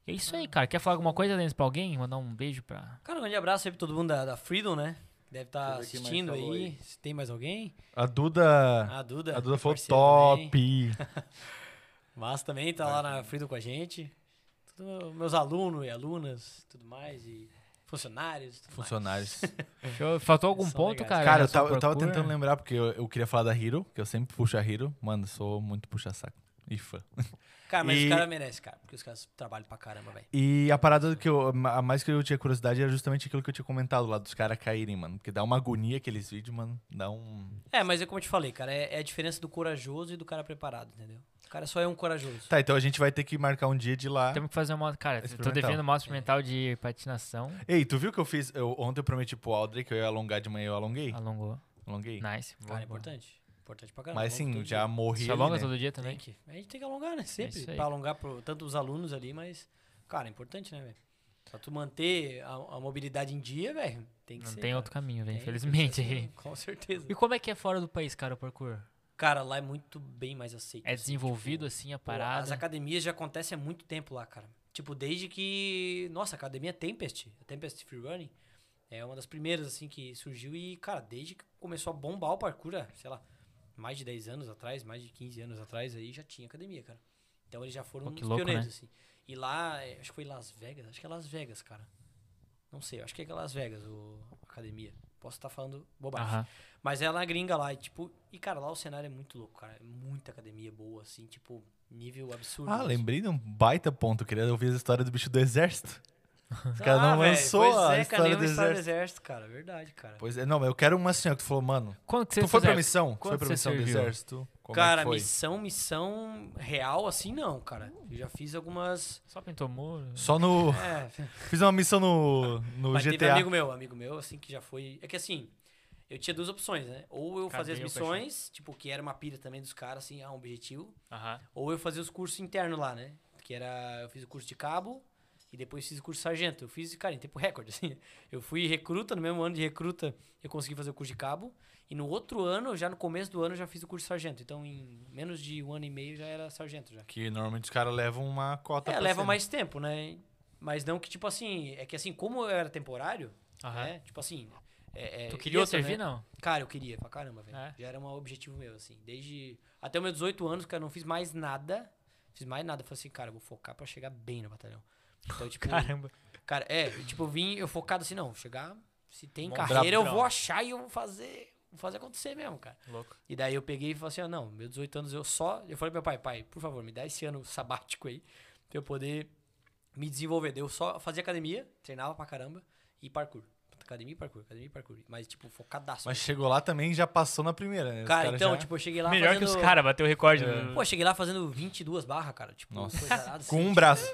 [SPEAKER 2] E é isso aí, cara. Quer falar alguma coisa, Denis, pra alguém? Mandar um beijo pra.
[SPEAKER 4] Cara, um grande abraço aí pra todo mundo da, da Freedom, né? Que Deve estar
[SPEAKER 1] Deixa eu ver quem mais
[SPEAKER 4] assistindo aí.
[SPEAKER 1] falou aí.
[SPEAKER 4] Se tem mais alguém.
[SPEAKER 3] A Duda.
[SPEAKER 2] Ah.
[SPEAKER 4] A Duda.
[SPEAKER 3] A Duda falou
[SPEAKER 4] parceira
[SPEAKER 3] top.
[SPEAKER 4] também. Mas também tá lá na Freedom com a gente. Tudo- meus alunos e alunas, tudo mais. E funcionários. tudo mais.
[SPEAKER 3] Funcionários.
[SPEAKER 4] É.
[SPEAKER 2] Show. Faltou algum
[SPEAKER 4] São
[SPEAKER 2] ponto,
[SPEAKER 4] legais.
[SPEAKER 2] cara?
[SPEAKER 3] Cara, né,
[SPEAKER 2] na
[SPEAKER 3] eu
[SPEAKER 2] sua
[SPEAKER 3] tava, eu tava
[SPEAKER 2] procura?
[SPEAKER 3] tentando lembrar, porque eu, eu queria falar da Hiro, que eu sempre puxo a Hiro. Mano, sou muito puxa-saco. E fã.
[SPEAKER 4] Cara, mas
[SPEAKER 3] E-
[SPEAKER 4] os caras merecem, cara. Porque os caras trabalham pra caramba, velho.
[SPEAKER 3] E a parada que eu. A mais que eu tinha curiosidade era justamente aquilo que eu tinha comentado lá dos caras caírem, mano. Porque dá uma agonia aqueles vídeos, mano. Dá um.
[SPEAKER 4] É, mas é como eu te falei, cara. É, é a diferença do corajoso e do cara preparado, entendeu? O cara só é um corajoso.
[SPEAKER 3] Tá, então a gente vai ter que marcar um dia de ir lá.
[SPEAKER 2] Temos que fazer uma. Cara, eu tô
[SPEAKER 3] Experimental.
[SPEAKER 2] devendo uma aula experimental de patinação.
[SPEAKER 3] Ei, tu viu que eu fiz. eu- ontem eu prometi pro Aldrey que eu ia alongar de manhã eu alonguei.
[SPEAKER 2] Alongou.
[SPEAKER 3] Alonguei.
[SPEAKER 2] Nice.
[SPEAKER 4] Cara,
[SPEAKER 2] Boa,
[SPEAKER 4] é
[SPEAKER 2] boa.
[SPEAKER 4] importante. Importante pra caramba.
[SPEAKER 3] Mas
[SPEAKER 4] Vamos
[SPEAKER 3] sim,
[SPEAKER 4] todo
[SPEAKER 3] já
[SPEAKER 4] dia.
[SPEAKER 3] morri.
[SPEAKER 2] Você
[SPEAKER 3] Ali,
[SPEAKER 2] alonga
[SPEAKER 3] né?
[SPEAKER 2] todo dia também?
[SPEAKER 4] Tem que. A gente tem que alongar, né? Sempre.
[SPEAKER 2] É isso aí.
[SPEAKER 4] pra alongar pro, tanto os alunos ali, mas. Cara, é importante, né, velho? Pra tu manter a, a mobilidade em dia, velho, tem que
[SPEAKER 2] Não
[SPEAKER 4] ser.
[SPEAKER 2] tem
[SPEAKER 4] cara.
[SPEAKER 2] outro caminho, velho,
[SPEAKER 4] Tem,
[SPEAKER 2] infelizmente.
[SPEAKER 4] tem que ser, assim, Com certeza.
[SPEAKER 2] E como é que é fora do país, cara, o parkour?
[SPEAKER 4] Cara, lá é muito bem mais aceito.
[SPEAKER 2] É
[SPEAKER 4] assim,
[SPEAKER 2] desenvolvido
[SPEAKER 4] tipo,
[SPEAKER 2] assim a
[SPEAKER 4] pô, As
[SPEAKER 2] parada?
[SPEAKER 4] academias já acontecem há muito tempo lá, cara. Tipo, desde que. Nossa, a academia Tempest, a Tempest Free Running, é uma das primeiras, assim, que surgiu e, cara, desde que começou a bombar o parkour, há, sei lá, mais de 10 anos atrás, mais de 15 anos atrás, aí já tinha academia, cara. Então eles já foram
[SPEAKER 2] Pô,
[SPEAKER 4] uns
[SPEAKER 2] que louco,
[SPEAKER 4] pioneiros,
[SPEAKER 2] né?
[SPEAKER 4] assim. E lá, é, acho que foi Las Vegas, acho que é Las Vegas, cara. Não sei, acho que é Las Vegas, o, a academia. Posso estar falando bobagem.
[SPEAKER 2] Aham.
[SPEAKER 4] Mas é na gringa lá, e tipo, e cara, lá o cenário é muito louco, cara. É muita academia boa, assim, tipo, nível absurdo.
[SPEAKER 3] Ah,
[SPEAKER 4] assim.
[SPEAKER 3] lembrei de um baita ponto. Eu queria ouvir a história do bicho do exército. Os caras
[SPEAKER 4] Ah,
[SPEAKER 3] não
[SPEAKER 4] velho,
[SPEAKER 3] lançou
[SPEAKER 4] pois
[SPEAKER 3] a
[SPEAKER 4] é, cara,
[SPEAKER 3] história do
[SPEAKER 4] nenhuma história
[SPEAKER 3] exército.
[SPEAKER 4] do exército, cara. Verdade, cara.
[SPEAKER 3] Pois é, não, mas eu quero uma senhora que tu falou, mano.
[SPEAKER 2] Quando que você
[SPEAKER 3] Tu foi pra
[SPEAKER 2] fizer?
[SPEAKER 3] missão?
[SPEAKER 2] Quando
[SPEAKER 3] foi pra
[SPEAKER 2] você
[SPEAKER 3] missão do
[SPEAKER 2] serviu?
[SPEAKER 3] exército? Como é que
[SPEAKER 4] cara,
[SPEAKER 3] foi?
[SPEAKER 4] missão, missão real, assim, não, cara. Eu já fiz algumas.
[SPEAKER 2] Só pintou muro?
[SPEAKER 3] Só no.
[SPEAKER 4] É,
[SPEAKER 3] Fiz uma missão no, no
[SPEAKER 4] mas teve
[SPEAKER 3] GTA.
[SPEAKER 4] amigo meu, amigo meu, assim, que já foi. É que assim, eu tinha duas opções, né? Ou eu
[SPEAKER 2] Cadê
[SPEAKER 4] fazia as
[SPEAKER 2] o
[SPEAKER 4] missões, tipo, que era uma pira também dos caras, assim, ah, um objetivo.
[SPEAKER 2] Aham.
[SPEAKER 4] Ou eu fazia os cursos internos lá, né? Que era. Eu fiz o curso de cabo e depois fiz o curso de sargento. Eu fiz, cara, em tempo recorde, assim. Eu fui recruta, no mesmo ano de recruta, eu consegui fazer o curso de cabo. E no outro ano, já no começo do ano, eu já fiz o curso de sargento. Então, em menos de um ano e meio, já era sargento já.
[SPEAKER 3] Que normalmente os caras levam uma cota
[SPEAKER 4] é,
[SPEAKER 3] pra
[SPEAKER 4] leva
[SPEAKER 3] cima.
[SPEAKER 4] mais tempo, né? Mas não que, tipo assim, é que assim, como eu era temporário,
[SPEAKER 2] Aham.
[SPEAKER 4] né? Tipo assim. é- é-
[SPEAKER 2] Tu
[SPEAKER 4] e
[SPEAKER 2] queria
[SPEAKER 4] outra, né?
[SPEAKER 2] servir, não?
[SPEAKER 4] Cara, eu queria pra caramba, velho.
[SPEAKER 2] É?
[SPEAKER 4] Já era um objetivo meu, assim. Desde. Até os meus 18 anos, cara, eu não fiz mais nada. Fiz mais nada. Eu falei assim, cara, eu vou focar pra chegar bem no batalhão. Então, tipo.
[SPEAKER 2] Caramba.
[SPEAKER 4] Cara, é, eu, tipo, eu vim, eu focado assim, não, chegar. Se tem
[SPEAKER 2] Bom
[SPEAKER 4] carreira, eu
[SPEAKER 2] brabão.
[SPEAKER 4] vou achar e eu vou fazer. Vou fazer acontecer mesmo, cara.
[SPEAKER 2] Louco.
[SPEAKER 4] E daí eu peguei e falei assim, ó, não, meus 18 anos eu só. Eu falei pro meu pai, pai, por favor, me dá esse ano sabático aí pra eu poder me desenvolver. Daí eu só fazia academia, treinava pra caramba e parkour. academia e parkour, academia e parkour. Mas, tipo, focadaço.
[SPEAKER 3] Mas chegou lá também e já passou na primeira, né? Os
[SPEAKER 4] cara, então,
[SPEAKER 3] já-
[SPEAKER 4] tipo, eu cheguei lá
[SPEAKER 2] Melhor que os
[SPEAKER 4] fazendo...
[SPEAKER 2] caras, bateu o recorde. né?
[SPEAKER 3] É.
[SPEAKER 2] do-
[SPEAKER 4] Pô, eu cheguei lá fazendo 22 barras, cara. Tipo,
[SPEAKER 3] Nossa.
[SPEAKER 4] coisa arada,
[SPEAKER 3] Com
[SPEAKER 4] assim.
[SPEAKER 3] um braço.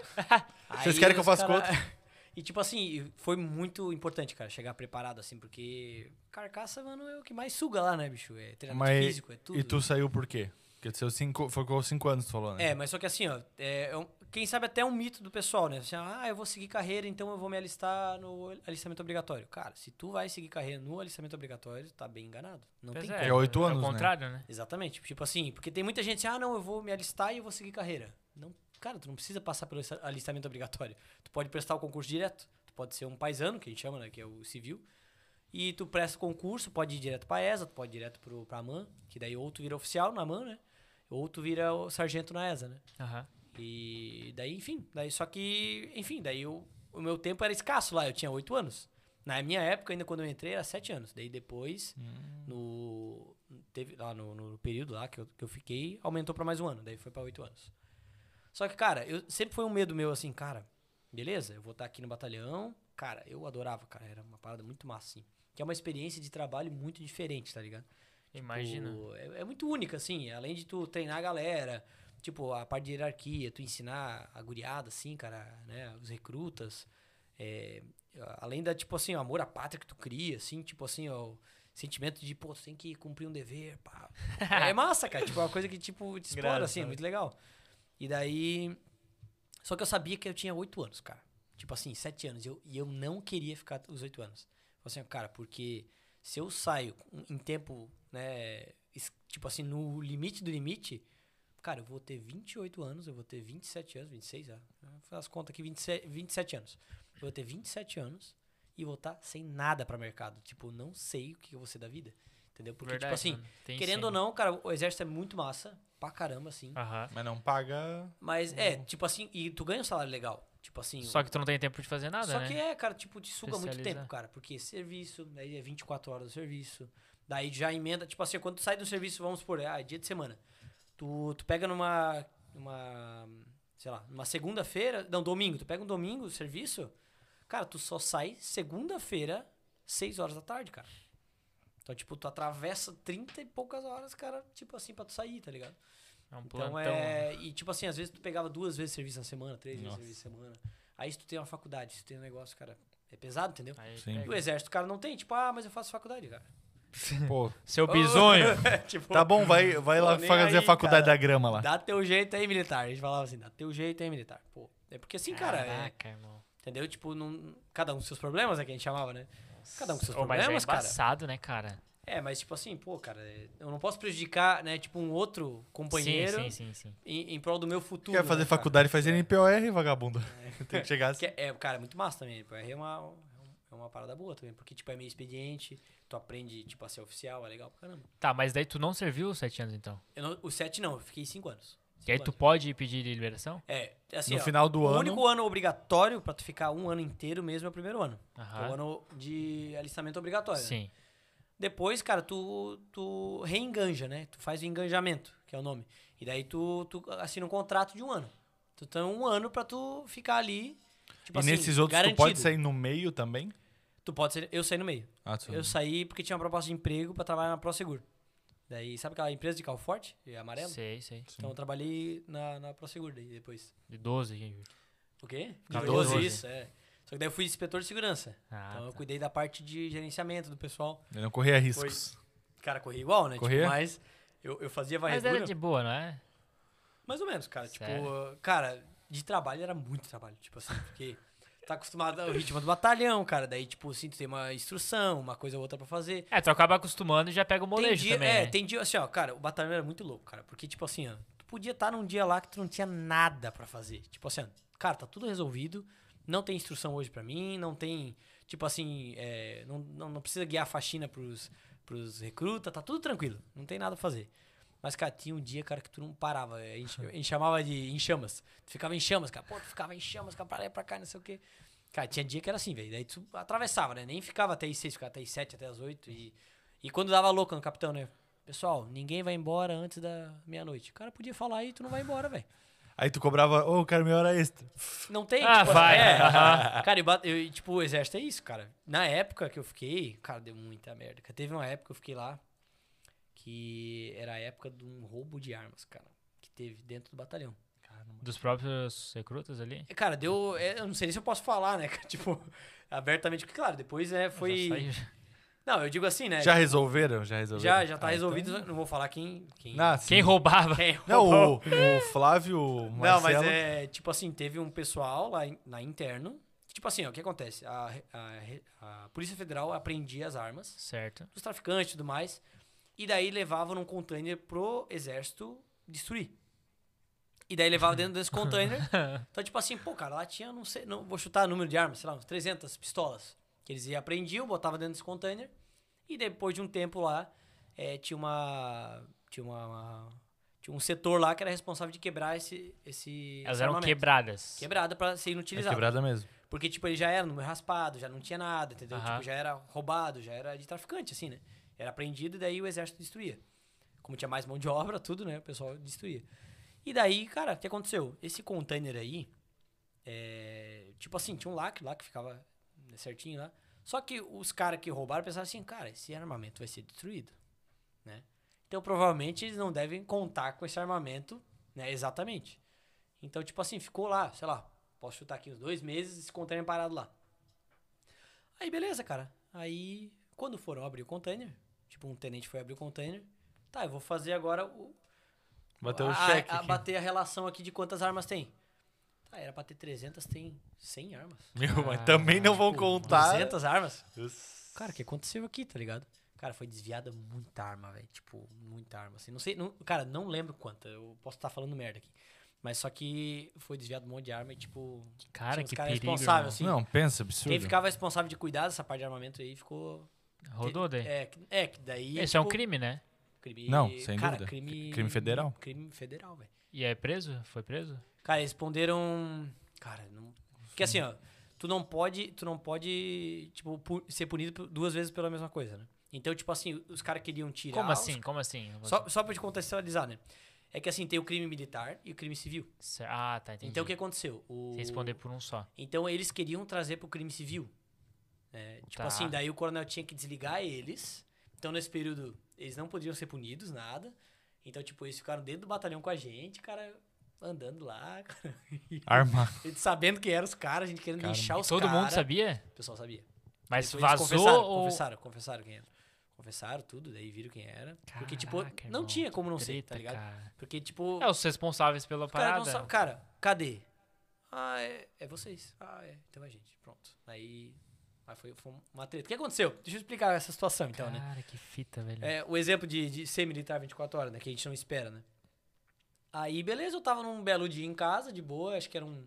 [SPEAKER 3] Vocês
[SPEAKER 4] Aí
[SPEAKER 3] querem que eu
[SPEAKER 4] os
[SPEAKER 3] faça
[SPEAKER 4] cara- E tipo assim, foi muito importante, cara, chegar preparado assim, porque carcaça, mano, é o que mais suga lá, né, bicho? É treinamento
[SPEAKER 3] Mas-
[SPEAKER 4] físico, é tudo.
[SPEAKER 3] E tu saiu por quê? Porque tu saiu cinco, foi com cinco anos, tu falou, né?
[SPEAKER 4] É, mas só que assim, ó, é, é um- quem sabe até é um mito do pessoal, né? Assim, ah, eu vou seguir carreira, então eu vou me alistar no alistamento obrigatório. Cara, se tu vai seguir carreira no alistamento obrigatório, tá bem enganado. Não
[SPEAKER 2] Pois
[SPEAKER 4] tem
[SPEAKER 2] é,
[SPEAKER 3] É oito anos,
[SPEAKER 2] É
[SPEAKER 3] né?
[SPEAKER 2] o contrário, né?
[SPEAKER 4] Exatamente. Tipo assim, porque tem muita gente assim, ah, não, eu vou me alistar e eu vou seguir carreira. Não, cara, tu não precisa passar pelo alista- alistamento obrigatório. Tu pode prestar o concurso direto. Tu pode ser um paisano, que a gente chama, né, que é o civil. E tu presta o concurso, pode ir direto pra ESA, tu pode ir direto pro, pra AMAN, que daí ou tu vira oficial na AMAN, né? Ou tu vira o sargento na ESA, né?
[SPEAKER 2] Aham.
[SPEAKER 4] E daí, enfim, daí só que, enfim, daí eu- o meu tempo era escasso lá, eu tinha oito anos. Na minha época, ainda quando eu entrei, era sete anos. Daí depois, no, teve, lá no, no período lá que eu, que eu fiquei, aumentou pra mais um ano, daí foi pra oito anos. Só que, cara, eu sempre foi um medo meu assim, cara, beleza, eu vou estar aqui no batalhão. Cara, eu adorava, cara, era uma parada muito massa, assim. Que é uma experiência de trabalho muito diferente, tá ligado?
[SPEAKER 2] Imagina.
[SPEAKER 4] Tipo, é, é muito única, assim. Além de tu treinar a galera, tipo, a parte de hierarquia, tu ensinar a guriada, assim, cara, né? Os recrutas. é, além da, tipo assim, o amor à pátria que tu cria, assim, tipo assim, ó. o Sentimento de, pô, tu tem que cumprir um dever, pá. É massa, cara. Tipo, é uma coisa que, tipo, te explora, assim, é
[SPEAKER 2] Engraçado.
[SPEAKER 4] muito legal. E daí. Só que eu sabia que eu tinha oito anos, cara. Tipo assim, sete anos. Eu, e eu não queria ficar os oito anos. Falei assim, cara, porque se eu saio com- em tempo, né, es- tipo assim, no limite do limite, cara, eu vou ter 28 anos, eu vou ter 27 anos, 26, ah, eu faço as contas aqui, 27, 27 anos. Eu vou ter 27 anos e vou estar sem nada pra mercado. Tipo, não sei o que eu vou ser da vida. Entendeu? Porque,
[SPEAKER 2] Verdade,
[SPEAKER 4] tipo assim,
[SPEAKER 2] mano. Tem
[SPEAKER 4] querendo
[SPEAKER 2] sim.
[SPEAKER 4] ou não, cara, o exército é muito massa, pra caramba, assim.
[SPEAKER 2] Aham.
[SPEAKER 3] Mas não paga.
[SPEAKER 4] Mas é, tipo assim, e tu ganha um salário legal. Tipo assim.
[SPEAKER 2] Só que tu não tem tempo de fazer nada,
[SPEAKER 4] Só
[SPEAKER 2] né?
[SPEAKER 4] que é, cara, tipo, te suga muito
[SPEAKER 2] Especializar.
[SPEAKER 4] tempo, cara. Porque serviço, daí é 24 horas do serviço. Daí já emenda, tipo assim, quando tu sai do serviço, vamos supor, ah, é dia de semana. Tu, tu pega numa, numa, sei lá, numa segunda-feira, não, domingo. Tu pega um domingo do serviço, cara, tu só sai segunda-feira, 6 horas da tarde, cara. Então, tipo, tu atravessa 30 e poucas horas, cara, tipo assim, pra tu sair, tá ligado?
[SPEAKER 2] É um
[SPEAKER 4] Então
[SPEAKER 2] plantão.
[SPEAKER 4] é. E tipo assim, às vezes tu pegava duas vezes serviço na semana, três
[SPEAKER 3] Nossa.
[SPEAKER 4] vezes serviço na semana. Aí se tu tem uma faculdade, se tu tem um negócio, cara, é pesado, entendeu?
[SPEAKER 2] Aí
[SPEAKER 3] Sim.
[SPEAKER 4] E o
[SPEAKER 2] pega.
[SPEAKER 4] exército, o cara não tem, tipo, ah, mas eu faço faculdade, cara.
[SPEAKER 3] Pô,
[SPEAKER 2] Seu bisonho.
[SPEAKER 4] tipo,
[SPEAKER 3] tá bom, vai, vai lá
[SPEAKER 4] nem
[SPEAKER 3] fazer a
[SPEAKER 4] aí,
[SPEAKER 3] faculdade
[SPEAKER 4] cara.
[SPEAKER 3] da grama lá.
[SPEAKER 4] Dá teu jeito aí, militar. A gente falava assim, dá teu jeito aí, militar. Pô. É porque assim, cara, é-
[SPEAKER 2] Caraca, irmão.
[SPEAKER 4] entendeu? Tipo, não, cada um com seus problemas, é que a gente chamava, né? Cada um com seus
[SPEAKER 2] Ô, mas é
[SPEAKER 4] problemas, cara.
[SPEAKER 2] embaçado, né, cara?
[SPEAKER 4] É, mas tipo assim, pô, cara, é, eu não posso prejudicar, né, tipo, um outro companheiro
[SPEAKER 2] Sim, sim, sim. sim.
[SPEAKER 4] Em, em prol do meu futuro.
[SPEAKER 3] Quer fazer
[SPEAKER 4] né, cara?
[SPEAKER 3] faculdade, faz NPOR, vagabundo. Tem que chegar assim.
[SPEAKER 4] Que é- é, cara, é muito massa também. né? Tipo, É uma, é um- é uma parada boa também, porque, tipo, é meio expediente, tu aprende, tipo, a ser oficial, é legal pra caramba.
[SPEAKER 2] Tá, mas daí tu não serviu os sete anos, então?
[SPEAKER 4] Eu não, o 7 não, eu fiquei 5 anos.
[SPEAKER 2] E aí tu
[SPEAKER 4] Cinco
[SPEAKER 2] pode pedir liberação?
[SPEAKER 4] anos. É, assim,
[SPEAKER 3] No
[SPEAKER 4] ó,
[SPEAKER 3] final do
[SPEAKER 4] o
[SPEAKER 3] ano.
[SPEAKER 4] único ano obrigatório pra tu ficar um ano inteiro mesmo é o primeiro ano. que É o
[SPEAKER 2] Aham.
[SPEAKER 4] ano de alistamento obrigatório. né?
[SPEAKER 2] Sim.
[SPEAKER 4] Depois, cara, tu, tu reenganja, né? Tu faz o enganjamento, que é o nome. E daí tu, tu assina um contrato de um ano. Tu tem um ano pra tu ficar ali,
[SPEAKER 3] e
[SPEAKER 4] tipo assim,
[SPEAKER 3] nesses outros,
[SPEAKER 4] garantido.
[SPEAKER 3] tu pode sair no meio também?
[SPEAKER 4] Tu pode sair, eu saí no meio.
[SPEAKER 3] Ah, tu
[SPEAKER 4] Eu saí porque tinha uma proposta de emprego pra trabalhar na ProSegur. Daí, sabe aquela empresa de Calforte, é amarelo?
[SPEAKER 2] Sei, sei.
[SPEAKER 4] Então eu trabalhei na, na ProSegur daí depois.
[SPEAKER 2] De 12. gente.
[SPEAKER 4] O quê?
[SPEAKER 2] Ficava
[SPEAKER 3] de
[SPEAKER 4] doze,
[SPEAKER 2] doze.
[SPEAKER 4] isso, é. Só que daí eu fui inspetor de segurança.
[SPEAKER 2] Ah,
[SPEAKER 4] então eu
[SPEAKER 2] tá.
[SPEAKER 4] cuidei da parte de gerenciamento do pessoal.
[SPEAKER 3] Eu não corria riscos.
[SPEAKER 4] Cara, corria igual, né? Tipo,
[SPEAKER 3] Corria?
[SPEAKER 4] mas eu, eu fazia
[SPEAKER 2] Mas
[SPEAKER 4] varredura.
[SPEAKER 2] era de boa, não é?
[SPEAKER 4] Mais ou menos, cara.
[SPEAKER 2] Sério?
[SPEAKER 4] Tipo, cara, de trabalho era muito trabalho. Tipo assim, porque tá acostumado ao ritmo do batalhão, cara. Daí, tipo, assim, tu tem uma instrução, uma coisa ou outra pra fazer.
[SPEAKER 2] É, tu acaba acostumando e já pega o
[SPEAKER 4] Tem
[SPEAKER 2] molejo
[SPEAKER 4] dia,
[SPEAKER 2] também.
[SPEAKER 4] é,
[SPEAKER 2] né?
[SPEAKER 4] tem dia assim, ó, cara, o batalhão era muito louco, cara, porque tipo assim, ó, tu podia estar num dia lá que tu não tinha nada pra fazer. Tipo assim, ó, cara, tá tudo resolvido, não tem instrução hoje pra mim, não tem, tipo assim, é, não, não, não precisa guiar a faxina pros, pros recrutas, tá tudo tranquilo, não tem nada pra fazer. Mas, cara, tinha um dia, cara, que tu não parava. A gente, a gente chamava de em chamas. Tu ficava em chamas, cara. Pô, tu ficava em chamas, cara, pra lá e pra cá, não sei o quê. Cara, tinha dia que era assim, velho. Daí tu atravessava, né? Nem ficava até as seis, ficava até as sete, até as oito. E e quando dava louca no capitão, né? Pessoal, ninguém vai embora antes da meia-noite. O cara podia falar e tu não vai embora, velho.
[SPEAKER 3] Aí tu cobrava, ô, eu quero meia hora extra.
[SPEAKER 4] Não tem.
[SPEAKER 2] Ah,
[SPEAKER 4] tipo,
[SPEAKER 2] vai.
[SPEAKER 4] É,
[SPEAKER 2] Aham.
[SPEAKER 4] Cara, e ba- eu, e, tipo, o exército é isso, cara. Na época que eu fiquei, cara, deu muita merda. cara. Teve uma época que eu fiquei lá que era a época de um roubo de armas, cara, que teve dentro do batalhão.
[SPEAKER 2] Dos próprios recrutas ali?
[SPEAKER 4] E, Cara, deu. é, Eu não sei nem se eu posso falar, né? cara? Tipo, abertamente. porque, Claro, depois né,
[SPEAKER 2] Já
[SPEAKER 4] foi.
[SPEAKER 2] saiu.
[SPEAKER 4] Não, eu digo assim, né?
[SPEAKER 3] Já resolveram? Já resolveram?
[SPEAKER 4] já, já tá
[SPEAKER 3] Ah,
[SPEAKER 4] resolvido.
[SPEAKER 3] então-
[SPEAKER 4] Não vou falar quem. Quem,
[SPEAKER 3] Ah, sim.
[SPEAKER 2] Quem roubava?
[SPEAKER 4] quem
[SPEAKER 3] Não, o,
[SPEAKER 4] roubou.
[SPEAKER 3] o Flávio Marcelo.
[SPEAKER 4] Não, mas é tipo assim, teve um pessoal lá in- na interno. que, Tipo assim, ó, o que acontece? A, re- a re- a Polícia Federal apreendia as armas
[SPEAKER 2] Certo.
[SPEAKER 4] dos traficantes e tudo mais. E daí levava num container pro exército destruir. E daí levava dentro desse container. Então, tipo assim, pô, cara, lá tinha, não sei, não, vou chutar número de armas, sei lá, uns 300 pistolas. Que eles apreendiam, botava dentro desse container. E depois de um tempo lá, eh, tinha uma. Tinha uma, uma- Tinha um setor lá que era responsável de quebrar esse. esse
[SPEAKER 2] Elas
[SPEAKER 4] esse
[SPEAKER 2] eram
[SPEAKER 4] armamento.
[SPEAKER 2] quebradas.
[SPEAKER 4] Quebrada pra ser
[SPEAKER 3] É
[SPEAKER 4] inutilizado.
[SPEAKER 3] quebrada mesmo.
[SPEAKER 4] Porque, tipo, ele já era número raspado, já não tinha nada, entendeu?
[SPEAKER 2] Aham.
[SPEAKER 4] Tipo, já era roubado, já era de traficante, assim, né? Era apreendido e daí o exército destruía. Como tinha mais mão de obra, tudo, né? O pessoal destruía. E daí, cara, o que aconteceu? Esse container aí, é, tipo assim, tinha um lacre lá que ficava né, certinho lá. Só que os caras que roubaram pensaram assim, cara, esse armamento vai ser destruído, né? Então, provavelmente, eles não devem contar com esse armamento, né? Exatamente. Então, tipo assim, ficou lá, sei lá, posso chutar aqui uns dois meses, esse container parado lá. Aí, beleza, cara. Aí, quando foram abrir o container, tipo, um tenente foi abrir o container, tá, eu vou fazer agora o...
[SPEAKER 3] Bateu o
[SPEAKER 4] a-
[SPEAKER 3] cheque.
[SPEAKER 4] a-
[SPEAKER 3] aqui.
[SPEAKER 4] Bater a relação aqui de quantas armas tem. Tá, era pra ter 300, tem 100 armas.
[SPEAKER 3] Meu, mas também não vão
[SPEAKER 4] Pô,
[SPEAKER 3] contar.
[SPEAKER 4] 200 armas. Ah, tipo, Cara, o que aconteceu aqui, tá ligado? Cara, foi desviada muita arma, velho. Tipo, muita arma. Assim, não sei, não- cara, não lembro quanta. Eu posso estar falando merda aqui. Mas só que foi desviado um monte de arma e, tipo.
[SPEAKER 2] Cara,
[SPEAKER 4] tinha uns
[SPEAKER 2] que
[SPEAKER 4] caras
[SPEAKER 2] perigo.
[SPEAKER 4] responsáveis,
[SPEAKER 2] irmão.
[SPEAKER 4] assim.
[SPEAKER 3] Não, pensa, absurdo.
[SPEAKER 4] Quem ficava responsável de cuidar dessa parte de armamento aí ficou.
[SPEAKER 2] Rodou daí.
[SPEAKER 4] É, que- é que daí.
[SPEAKER 2] Esse é um
[SPEAKER 4] tipo,
[SPEAKER 2] crime, né?
[SPEAKER 4] crime-
[SPEAKER 3] Não, sem
[SPEAKER 4] cara,
[SPEAKER 3] dúvida.
[SPEAKER 4] Crime,
[SPEAKER 3] Crime federal.
[SPEAKER 4] Crime federal, velho.
[SPEAKER 2] E é preso? Foi preso?
[SPEAKER 4] Cara, responderam. Cara, não. Porque assim, ó, tu não pode, tu não pode, tipo, pu- ser punido por- duas vezes pela mesma coisa, né? Então, tipo assim, os caras queriam tirar.
[SPEAKER 2] Como
[SPEAKER 4] os-
[SPEAKER 2] assim? Como assim?
[SPEAKER 4] Só, só pra te contextualizar, né? É que assim, tem o crime militar e o crime civil.
[SPEAKER 2] Cer- Ah, tá, entendi.
[SPEAKER 4] Então o que aconteceu? O...
[SPEAKER 2] Se responder por um só.
[SPEAKER 4] Então eles queriam trazer pro crime civil. né? Tipo
[SPEAKER 2] Tá.
[SPEAKER 4] assim, daí o coronel tinha que desligar eles. Então nesse período eles não podiam ser punidos, nada. Então, tipo, eles ficaram dentro do batalhão com a gente, cara, andando lá, cara.
[SPEAKER 3] Armar.
[SPEAKER 4] A gente sabendo quem eram os caras, a gente querendo
[SPEAKER 3] Caramba.
[SPEAKER 4] inchar os
[SPEAKER 2] Todo
[SPEAKER 4] caras.
[SPEAKER 2] mundo sabia?
[SPEAKER 4] O pessoal sabia.
[SPEAKER 2] Mas
[SPEAKER 4] Depois eles
[SPEAKER 2] vazou
[SPEAKER 4] confessaram,
[SPEAKER 2] ou...
[SPEAKER 4] confessaram, confessaram quem era. Confessaram tudo, daí viram quem era. Porque, tipo,
[SPEAKER 2] Caraca,
[SPEAKER 4] não
[SPEAKER 2] irmão,
[SPEAKER 4] tinha como não ser,
[SPEAKER 2] Treta,
[SPEAKER 4] tá ligado?
[SPEAKER 2] cara.
[SPEAKER 4] Porque, tipo,
[SPEAKER 2] É, os responsáveis pela
[SPEAKER 4] os caras
[SPEAKER 2] parada.
[SPEAKER 4] não sabem. Cara, cadê? Ah, é, é vocês. Ah, é. Então é a gente. Pronto. Aí, aí foi, foi uma treta. O que aconteceu? Deixa eu explicar essa situação, então, né?
[SPEAKER 2] Cara, que fita, velho.
[SPEAKER 4] É, o exemplo de, de ser militar 24 horas, né? Que a gente não espera, né? Aí, beleza, eu tava num belo dia em casa, de boa, acho que era um,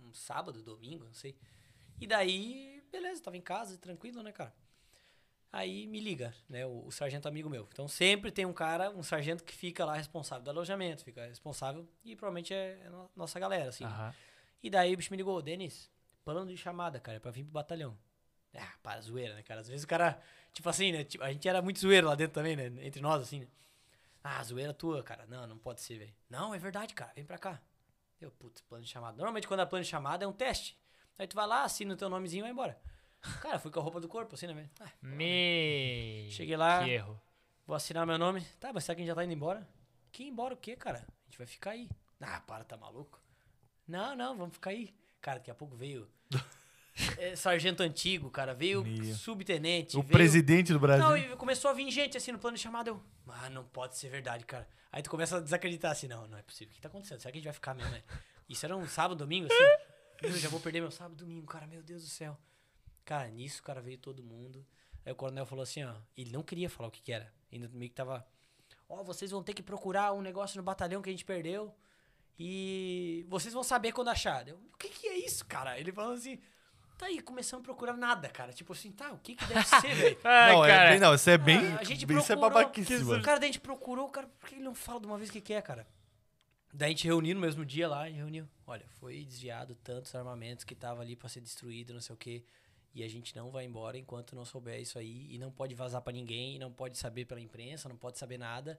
[SPEAKER 4] um sábado, domingo, não sei. E daí, beleza, tava em casa, tranquilo, né, cara? Aí me liga, né, o, o sargento amigo meu. Então sempre tem um cara, um sargento que fica lá responsável do alojamento, fica responsável e provavelmente é, é no- nossa galera, assim. né?
[SPEAKER 2] Aham.
[SPEAKER 4] E daí o bicho me ligou, Denis, plano de chamada, cara, é pra vir pro batalhão. Ah, para, zoeira, né, cara? Às vezes o cara, tipo assim, né? tipo, a gente era muito zoeiro lá dentro também, né? Entre nós, assim, né? Ah, zoeira tua, cara. Não, não pode ser, velho. Não, é verdade, cara. Vem pra cá. Eu, putz, plano de chamada. Normalmente quando é plano de chamada é um teste. Aí tu vai lá, assina o teu nomezinho e vai embora. Cara, fui com a roupa do corpo, assim, né, velho? Ah,
[SPEAKER 2] Me...
[SPEAKER 4] Cheguei lá.
[SPEAKER 2] Que erro.
[SPEAKER 4] Vou assinar meu nome. Tá, mas será que a gente já tá indo embora? Que ir embora o quê, cara? A gente vai ficar aí. Ah, para, tá maluco? Não, não, vamos ficar aí. Cara, daqui a pouco veio é, sargento antigo, cara. Veio
[SPEAKER 3] Meu.
[SPEAKER 4] subtenente.
[SPEAKER 3] O
[SPEAKER 4] veio...
[SPEAKER 3] presidente do Brasil.
[SPEAKER 4] Não, e começou a vir gente assim no plano de chamada. Eu, ah, não pode ser verdade, cara. Aí tu começa a desacreditar assim, não, não é possível. O que tá acontecendo? Será que a gente vai ficar mesmo, né? Isso era um sábado, domingo, assim. Eu já vou perder meu sábado, domingo, cara. Meu Deus do céu. Cara, nisso, cara, veio todo mundo. Aí o coronel falou assim, ó. Ele não queria falar o que que era. Ainda meio que tava... Ó, vocês vão ter que procurar um negócio no batalhão que a gente perdeu. E vocês vão saber quando achar. Eu, o que que é isso, cara? Ele falou assim... Tá aí, começamos a procurar nada, cara. Tipo assim, tá, o que que deve ser, velho?
[SPEAKER 2] Ai,
[SPEAKER 3] não,
[SPEAKER 2] cara.
[SPEAKER 3] é bem, não, isso é bem.
[SPEAKER 4] Ah, a gente
[SPEAKER 3] isso é
[SPEAKER 4] procurou,
[SPEAKER 3] babaquíssimo.
[SPEAKER 4] O cara, daí a gente procurou, cara, por que ele não fala de uma vez o que, que é, cara? Daí a gente reuniu no mesmo dia lá, a gente reuniu. Olha, foi desviado tantos armamentos que tava ali pra ser destruído, não sei o quê. E a gente não vai embora enquanto não souber isso aí. E não pode vazar pra ninguém, e não pode saber pela imprensa, não pode saber nada.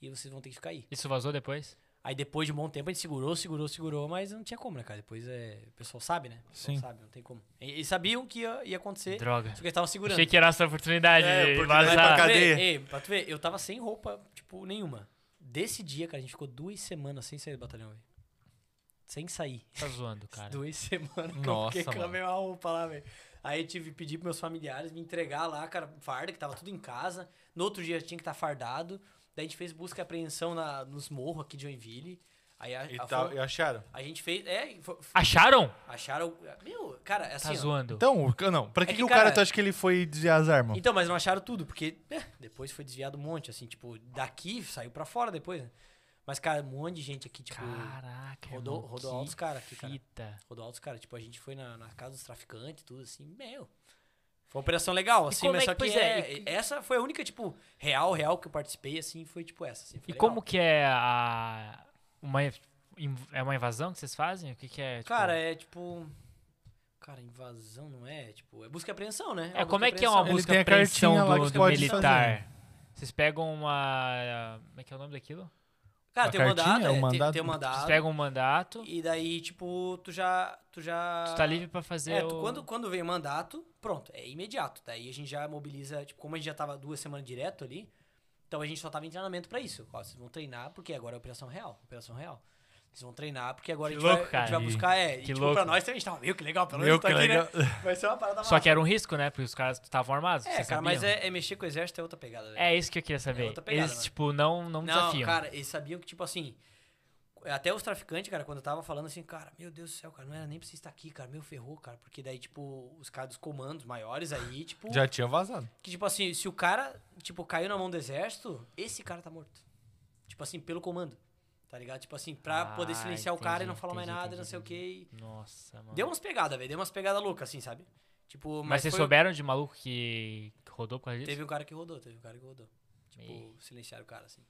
[SPEAKER 4] E vocês vão ter que ficar aí.
[SPEAKER 2] Isso vazou depois?
[SPEAKER 4] Aí depois de um bom tempo a gente segurou, segurou, segurou, mas não tinha como, né, cara? Depois é, o pessoal sabe, né? O pessoal
[SPEAKER 6] Sim.
[SPEAKER 4] sabe, não tem como. E, e sabiam que ia, ia acontecer,
[SPEAKER 2] Droga.
[SPEAKER 4] só que eles estavam segurando.
[SPEAKER 2] Achei que era essa oportunidade
[SPEAKER 3] É,
[SPEAKER 2] de
[SPEAKER 3] oportunidade pra
[SPEAKER 2] vazar.
[SPEAKER 3] cá.
[SPEAKER 4] Pra tu ver,
[SPEAKER 3] Cadeia.
[SPEAKER 4] ei, pra tu ver, eu tava sem roupa, tipo, nenhuma. Desse dia, cara, a gente ficou duas semanas sem sair do batalhão, velho. Sem sair.
[SPEAKER 2] Tá zoando, cara.
[SPEAKER 4] Duas semanas que
[SPEAKER 3] Nossa,
[SPEAKER 4] eu fiquei com
[SPEAKER 3] mano.
[SPEAKER 4] a mesma roupa lá, velho. Aí eu tive que pedir pros meus familiares me entregar lá, cara, farda, que tava tudo em casa. No outro dia tinha que estar fardado. Daí a gente fez busca e apreensão na, nos morros aqui de Joinville. Aí a,
[SPEAKER 3] E,
[SPEAKER 4] a-
[SPEAKER 3] tal, e acharam?
[SPEAKER 4] a gente fez. É, fo-
[SPEAKER 2] Acharam?
[SPEAKER 4] acharam. Meu, cara, é assim.
[SPEAKER 2] Tá
[SPEAKER 4] ó.
[SPEAKER 2] zoando.
[SPEAKER 6] Então, o ca- não.
[SPEAKER 3] Pra
[SPEAKER 4] É
[SPEAKER 3] que,
[SPEAKER 4] que,
[SPEAKER 3] que o cara,
[SPEAKER 4] cara-
[SPEAKER 3] tu acha que ele foi desviar as armas?
[SPEAKER 4] Então, mas não acharam tudo, porque é, depois foi desviado um monte, assim, tipo, daqui saiu pra fora depois, né? Mas, cara, um monte de gente aqui, tipo,
[SPEAKER 2] Caraca,
[SPEAKER 4] rodou-
[SPEAKER 2] irmão,
[SPEAKER 4] rodou
[SPEAKER 2] que
[SPEAKER 4] altos cara aqui, cara.
[SPEAKER 2] Fita.
[SPEAKER 4] rodou altos, cara. Tipo, a gente foi na, na casa dos traficantes, tudo assim, meu. Foi uma operação legal, assim,
[SPEAKER 2] como
[SPEAKER 4] mas
[SPEAKER 2] é
[SPEAKER 4] só
[SPEAKER 2] que-
[SPEAKER 4] que
[SPEAKER 2] pois é,
[SPEAKER 4] é,
[SPEAKER 2] e-
[SPEAKER 4] essa foi a única, tipo, real, real que eu participei, assim, foi tipo essa, assim. foi
[SPEAKER 2] E
[SPEAKER 4] legal.
[SPEAKER 2] como que é a. Uma, inv- é uma invasão que vocês fazem? O que, que é? tipo-
[SPEAKER 4] Cara, é tipo... Cara, invasão não é, tipo, é busca e apreensão, né?
[SPEAKER 2] É,
[SPEAKER 4] uma
[SPEAKER 2] como é
[SPEAKER 4] busca e
[SPEAKER 2] que é uma
[SPEAKER 4] apreensão.
[SPEAKER 2] busca
[SPEAKER 6] tem
[SPEAKER 2] e
[SPEAKER 6] a cartinha
[SPEAKER 2] apreensão
[SPEAKER 6] lá
[SPEAKER 2] do,
[SPEAKER 6] que
[SPEAKER 2] do
[SPEAKER 6] pode
[SPEAKER 2] militar? Vocês pegam uma. Como é que é o nome daquilo?
[SPEAKER 4] Cara,
[SPEAKER 6] uma
[SPEAKER 4] tem um
[SPEAKER 6] cartinha, um
[SPEAKER 4] mandato, é, tem-
[SPEAKER 6] mandato.
[SPEAKER 4] tem um
[SPEAKER 2] Vocês
[SPEAKER 4] mandato.
[SPEAKER 2] pegam um mandato,
[SPEAKER 4] E daí, tipo, tu já. Tu já.
[SPEAKER 2] tu tá livre pra fazer.
[SPEAKER 4] É, tu-
[SPEAKER 2] o...
[SPEAKER 4] quando, quando vem o mandato, pronto, é imediato. Daí a gente já mobiliza, tipo, como a gente já tava duas semanas direto ali, então a gente só tava em treinamento pra isso. Ó, vocês vão treinar porque agora é operação real. Operação real. Vocês vão treinar porque agora
[SPEAKER 2] Que
[SPEAKER 4] a, gente
[SPEAKER 2] louco,
[SPEAKER 4] vai, a gente
[SPEAKER 2] cara.
[SPEAKER 4] vai buscar. É,
[SPEAKER 2] Que
[SPEAKER 4] e, tipo,
[SPEAKER 2] louco.
[SPEAKER 4] pra nós também a gente tava, meu, que legal, pelo
[SPEAKER 3] Meu,
[SPEAKER 4] menos tá
[SPEAKER 3] que
[SPEAKER 4] aqui,
[SPEAKER 3] legal.
[SPEAKER 4] né? Vai ser uma parada
[SPEAKER 2] Só
[SPEAKER 4] massa.
[SPEAKER 2] que era um risco, né? Porque os caras estavam armados.
[SPEAKER 4] É,
[SPEAKER 2] vocês
[SPEAKER 4] cara, mas
[SPEAKER 2] sabiam.
[SPEAKER 4] é, é mexer com o exército é outra pegada, né?
[SPEAKER 2] É isso que eu queria saber.
[SPEAKER 4] outra pegada,
[SPEAKER 2] Eles,
[SPEAKER 4] mano.
[SPEAKER 2] tipo, não, não, desafiam.
[SPEAKER 4] cara, eles sabiam que, tipo assim. Até os traficantes, cara, quando eu tava falando assim, cara, meu Deus do céu, cara, não era nem pra você estar aqui, cara, meu ferrou, cara. Porque daí, tipo, os caras dos comandos maiores aí, tipo.
[SPEAKER 3] Já tinha vazado.
[SPEAKER 4] Que, tipo assim, se o cara, tipo, caiu na mão do exército, esse cara tá morto. Tipo assim, pelo comando. Tá ligado? Tipo assim, pra
[SPEAKER 2] Ah,
[SPEAKER 4] poder silenciar o cara e
[SPEAKER 2] entendi,
[SPEAKER 4] não falar mais
[SPEAKER 2] entendi,
[SPEAKER 4] nada,
[SPEAKER 2] entendi,
[SPEAKER 4] não sei o quê. e-
[SPEAKER 2] Nossa, mano.
[SPEAKER 4] Deu umas pegadas, velho. Deu umas pegadas loucas, assim, sabe? Tipo,
[SPEAKER 2] mas,
[SPEAKER 4] mas,
[SPEAKER 2] vocês
[SPEAKER 4] foi-
[SPEAKER 2] souberam de maluco que que rodou por causa disso?
[SPEAKER 4] Teve um cara que rodou, teve um cara que rodou. Tipo,
[SPEAKER 2] Meio.
[SPEAKER 4] silenciaram o cara, assim.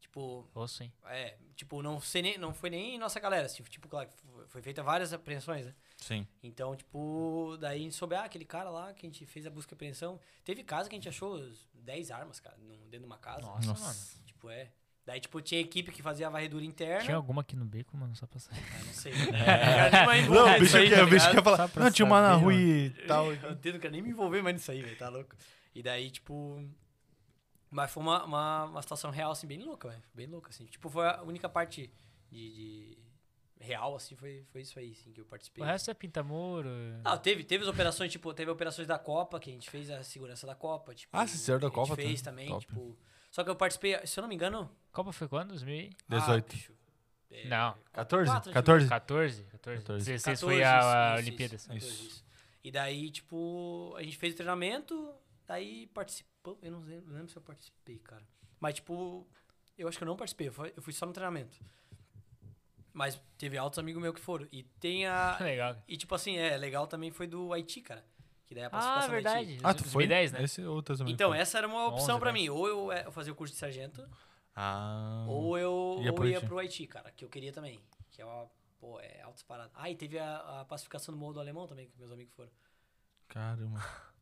[SPEAKER 4] Tipo,
[SPEAKER 2] Osso, hein?
[SPEAKER 4] é, tipo, não, sei nem, não foi nem nossa galera, assim, tipo, claro, que foi- foi feita várias apreensões, né?
[SPEAKER 6] Sim.
[SPEAKER 4] Então, tipo, daí a gente soube, ah, aquele cara lá que a gente fez a busca e apreensão. Teve casa que a gente achou 10 armas, cara, num- dentro de uma casa.
[SPEAKER 2] Nossa,
[SPEAKER 6] Nossa.
[SPEAKER 2] mano.
[SPEAKER 4] Tipo, é. Daí, tipo, tinha equipe que fazia a varredura interna.
[SPEAKER 2] Tinha É. alguma aqui no bico, mano, só pra saber.
[SPEAKER 4] Ah, não sei. Eu nem mais envolver
[SPEAKER 3] Não, o
[SPEAKER 4] nisso
[SPEAKER 3] bicho
[SPEAKER 4] aí, tá
[SPEAKER 3] quer, o bicho é
[SPEAKER 4] ligado?
[SPEAKER 3] quer
[SPEAKER 2] Só
[SPEAKER 3] falar.
[SPEAKER 2] pra
[SPEAKER 3] Não, tinha uma na
[SPEAKER 2] saber,
[SPEAKER 3] rua
[SPEAKER 2] mano.
[SPEAKER 3] e tal.
[SPEAKER 4] Eu entendo, não quero nem me envolver mais nisso aí, velho, tá louco? E daí, tipo. Mas foi uma, uma, uma situação real, assim, bem louca, velho. Bem louca, assim. Tipo, foi a única parte de. de- real, assim, foi, foi isso aí, assim, que eu participei.
[SPEAKER 2] O resto é pintamuro.
[SPEAKER 4] Ah, teve, teve as operações, tipo, teve operações da Copa, que a gente fez a segurança da Copa, tipo.
[SPEAKER 3] Ah, vocês fizeram da
[SPEAKER 4] a gente
[SPEAKER 3] Copa, tá?
[SPEAKER 4] fez também,
[SPEAKER 3] Top.
[SPEAKER 4] tipo. Só que eu participei, se eu não me engano.
[SPEAKER 2] Copa foi quando? 2000?
[SPEAKER 4] ah,
[SPEAKER 3] 18.
[SPEAKER 4] bicho, é,
[SPEAKER 2] Não.
[SPEAKER 3] 14?
[SPEAKER 4] 4,
[SPEAKER 3] 14?
[SPEAKER 2] 14? 14.
[SPEAKER 3] 14.
[SPEAKER 2] 16
[SPEAKER 4] 14,
[SPEAKER 2] foi a, a
[SPEAKER 4] isso, isso,
[SPEAKER 2] Olimpíadas.
[SPEAKER 4] isso, 14,
[SPEAKER 3] Isso.
[SPEAKER 4] isso. E daí, tipo, a gente fez o treinamento, daí participou. Eu não lem- não lembro se eu participei, cara. Mas, tipo, eu acho que eu não participei, eu fui- eu fui só no treinamento. Mas teve altos amigos meus que foram. E tem a.
[SPEAKER 2] Legal. cara.
[SPEAKER 4] E, tipo assim, é legal também foi do Haiti, cara. Que daí a
[SPEAKER 2] Ah,
[SPEAKER 4] participação do Haiti.
[SPEAKER 2] verdade.
[SPEAKER 3] Ah, tu foi?
[SPEAKER 2] 2010, né?
[SPEAKER 3] Esse outro também.
[SPEAKER 4] Então,
[SPEAKER 3] foi.
[SPEAKER 4] essa era uma
[SPEAKER 2] 11,
[SPEAKER 4] opção pra
[SPEAKER 2] né?
[SPEAKER 4] mim. Ou eu eh, fazia o curso de sargento,
[SPEAKER 3] Ah.
[SPEAKER 4] ou eu
[SPEAKER 3] Ia
[SPEAKER 4] ia, ou
[SPEAKER 3] pro
[SPEAKER 4] pro, ia
[SPEAKER 3] Haiti.
[SPEAKER 4] pro Haiti, cara, que eu queria também. Que é uma. Pô, é altas paradas. Ah, e teve a, a pacificação do Morro do Alemão também, que meus amigos foram.
[SPEAKER 3] Caramba.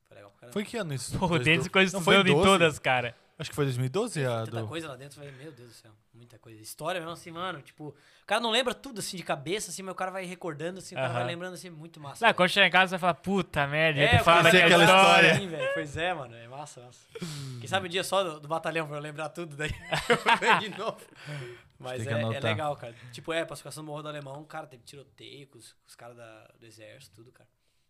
[SPEAKER 4] Foi legal pra caramba.
[SPEAKER 3] Foi que ano isso?
[SPEAKER 2] Pô, o Denis ficou
[SPEAKER 3] Não, foi em
[SPEAKER 2] estudando em
[SPEAKER 3] 12?
[SPEAKER 2] todas, cara.
[SPEAKER 3] Acho que foi 2012 a
[SPEAKER 4] Tanta
[SPEAKER 3] do...
[SPEAKER 4] coisa lá dentro, velho. Meu Deus do céu. Muita coisa. História mesmo assim, mano. Tipo, o cara não lembra tudo assim de cabeça, assim, mas o cara vai recordando, assim, o cara
[SPEAKER 2] Aham.
[SPEAKER 4] vai lembrando assim, muito massa.
[SPEAKER 2] Lá,
[SPEAKER 4] velho.
[SPEAKER 2] quando chegar em casa, você vai falar, puta merda, ia
[SPEAKER 4] É, eu
[SPEAKER 2] ter falado
[SPEAKER 4] conheci
[SPEAKER 2] aquela
[SPEAKER 3] aquela
[SPEAKER 2] história.
[SPEAKER 3] história.
[SPEAKER 4] assim, velho. pois é, mano. É massa, massa. Quem sabe um dia só do, do batalhão pra eu lembrar tudo, daí eu venho de novo. Mas
[SPEAKER 3] Tem
[SPEAKER 4] é,
[SPEAKER 3] que
[SPEAKER 4] é
[SPEAKER 3] anotar.
[SPEAKER 4] legal, cara. Tipo, é, pacificação do Morro do Alemão, cara, teve tiroteio com os, com os caras da- do exército, tudo, cara.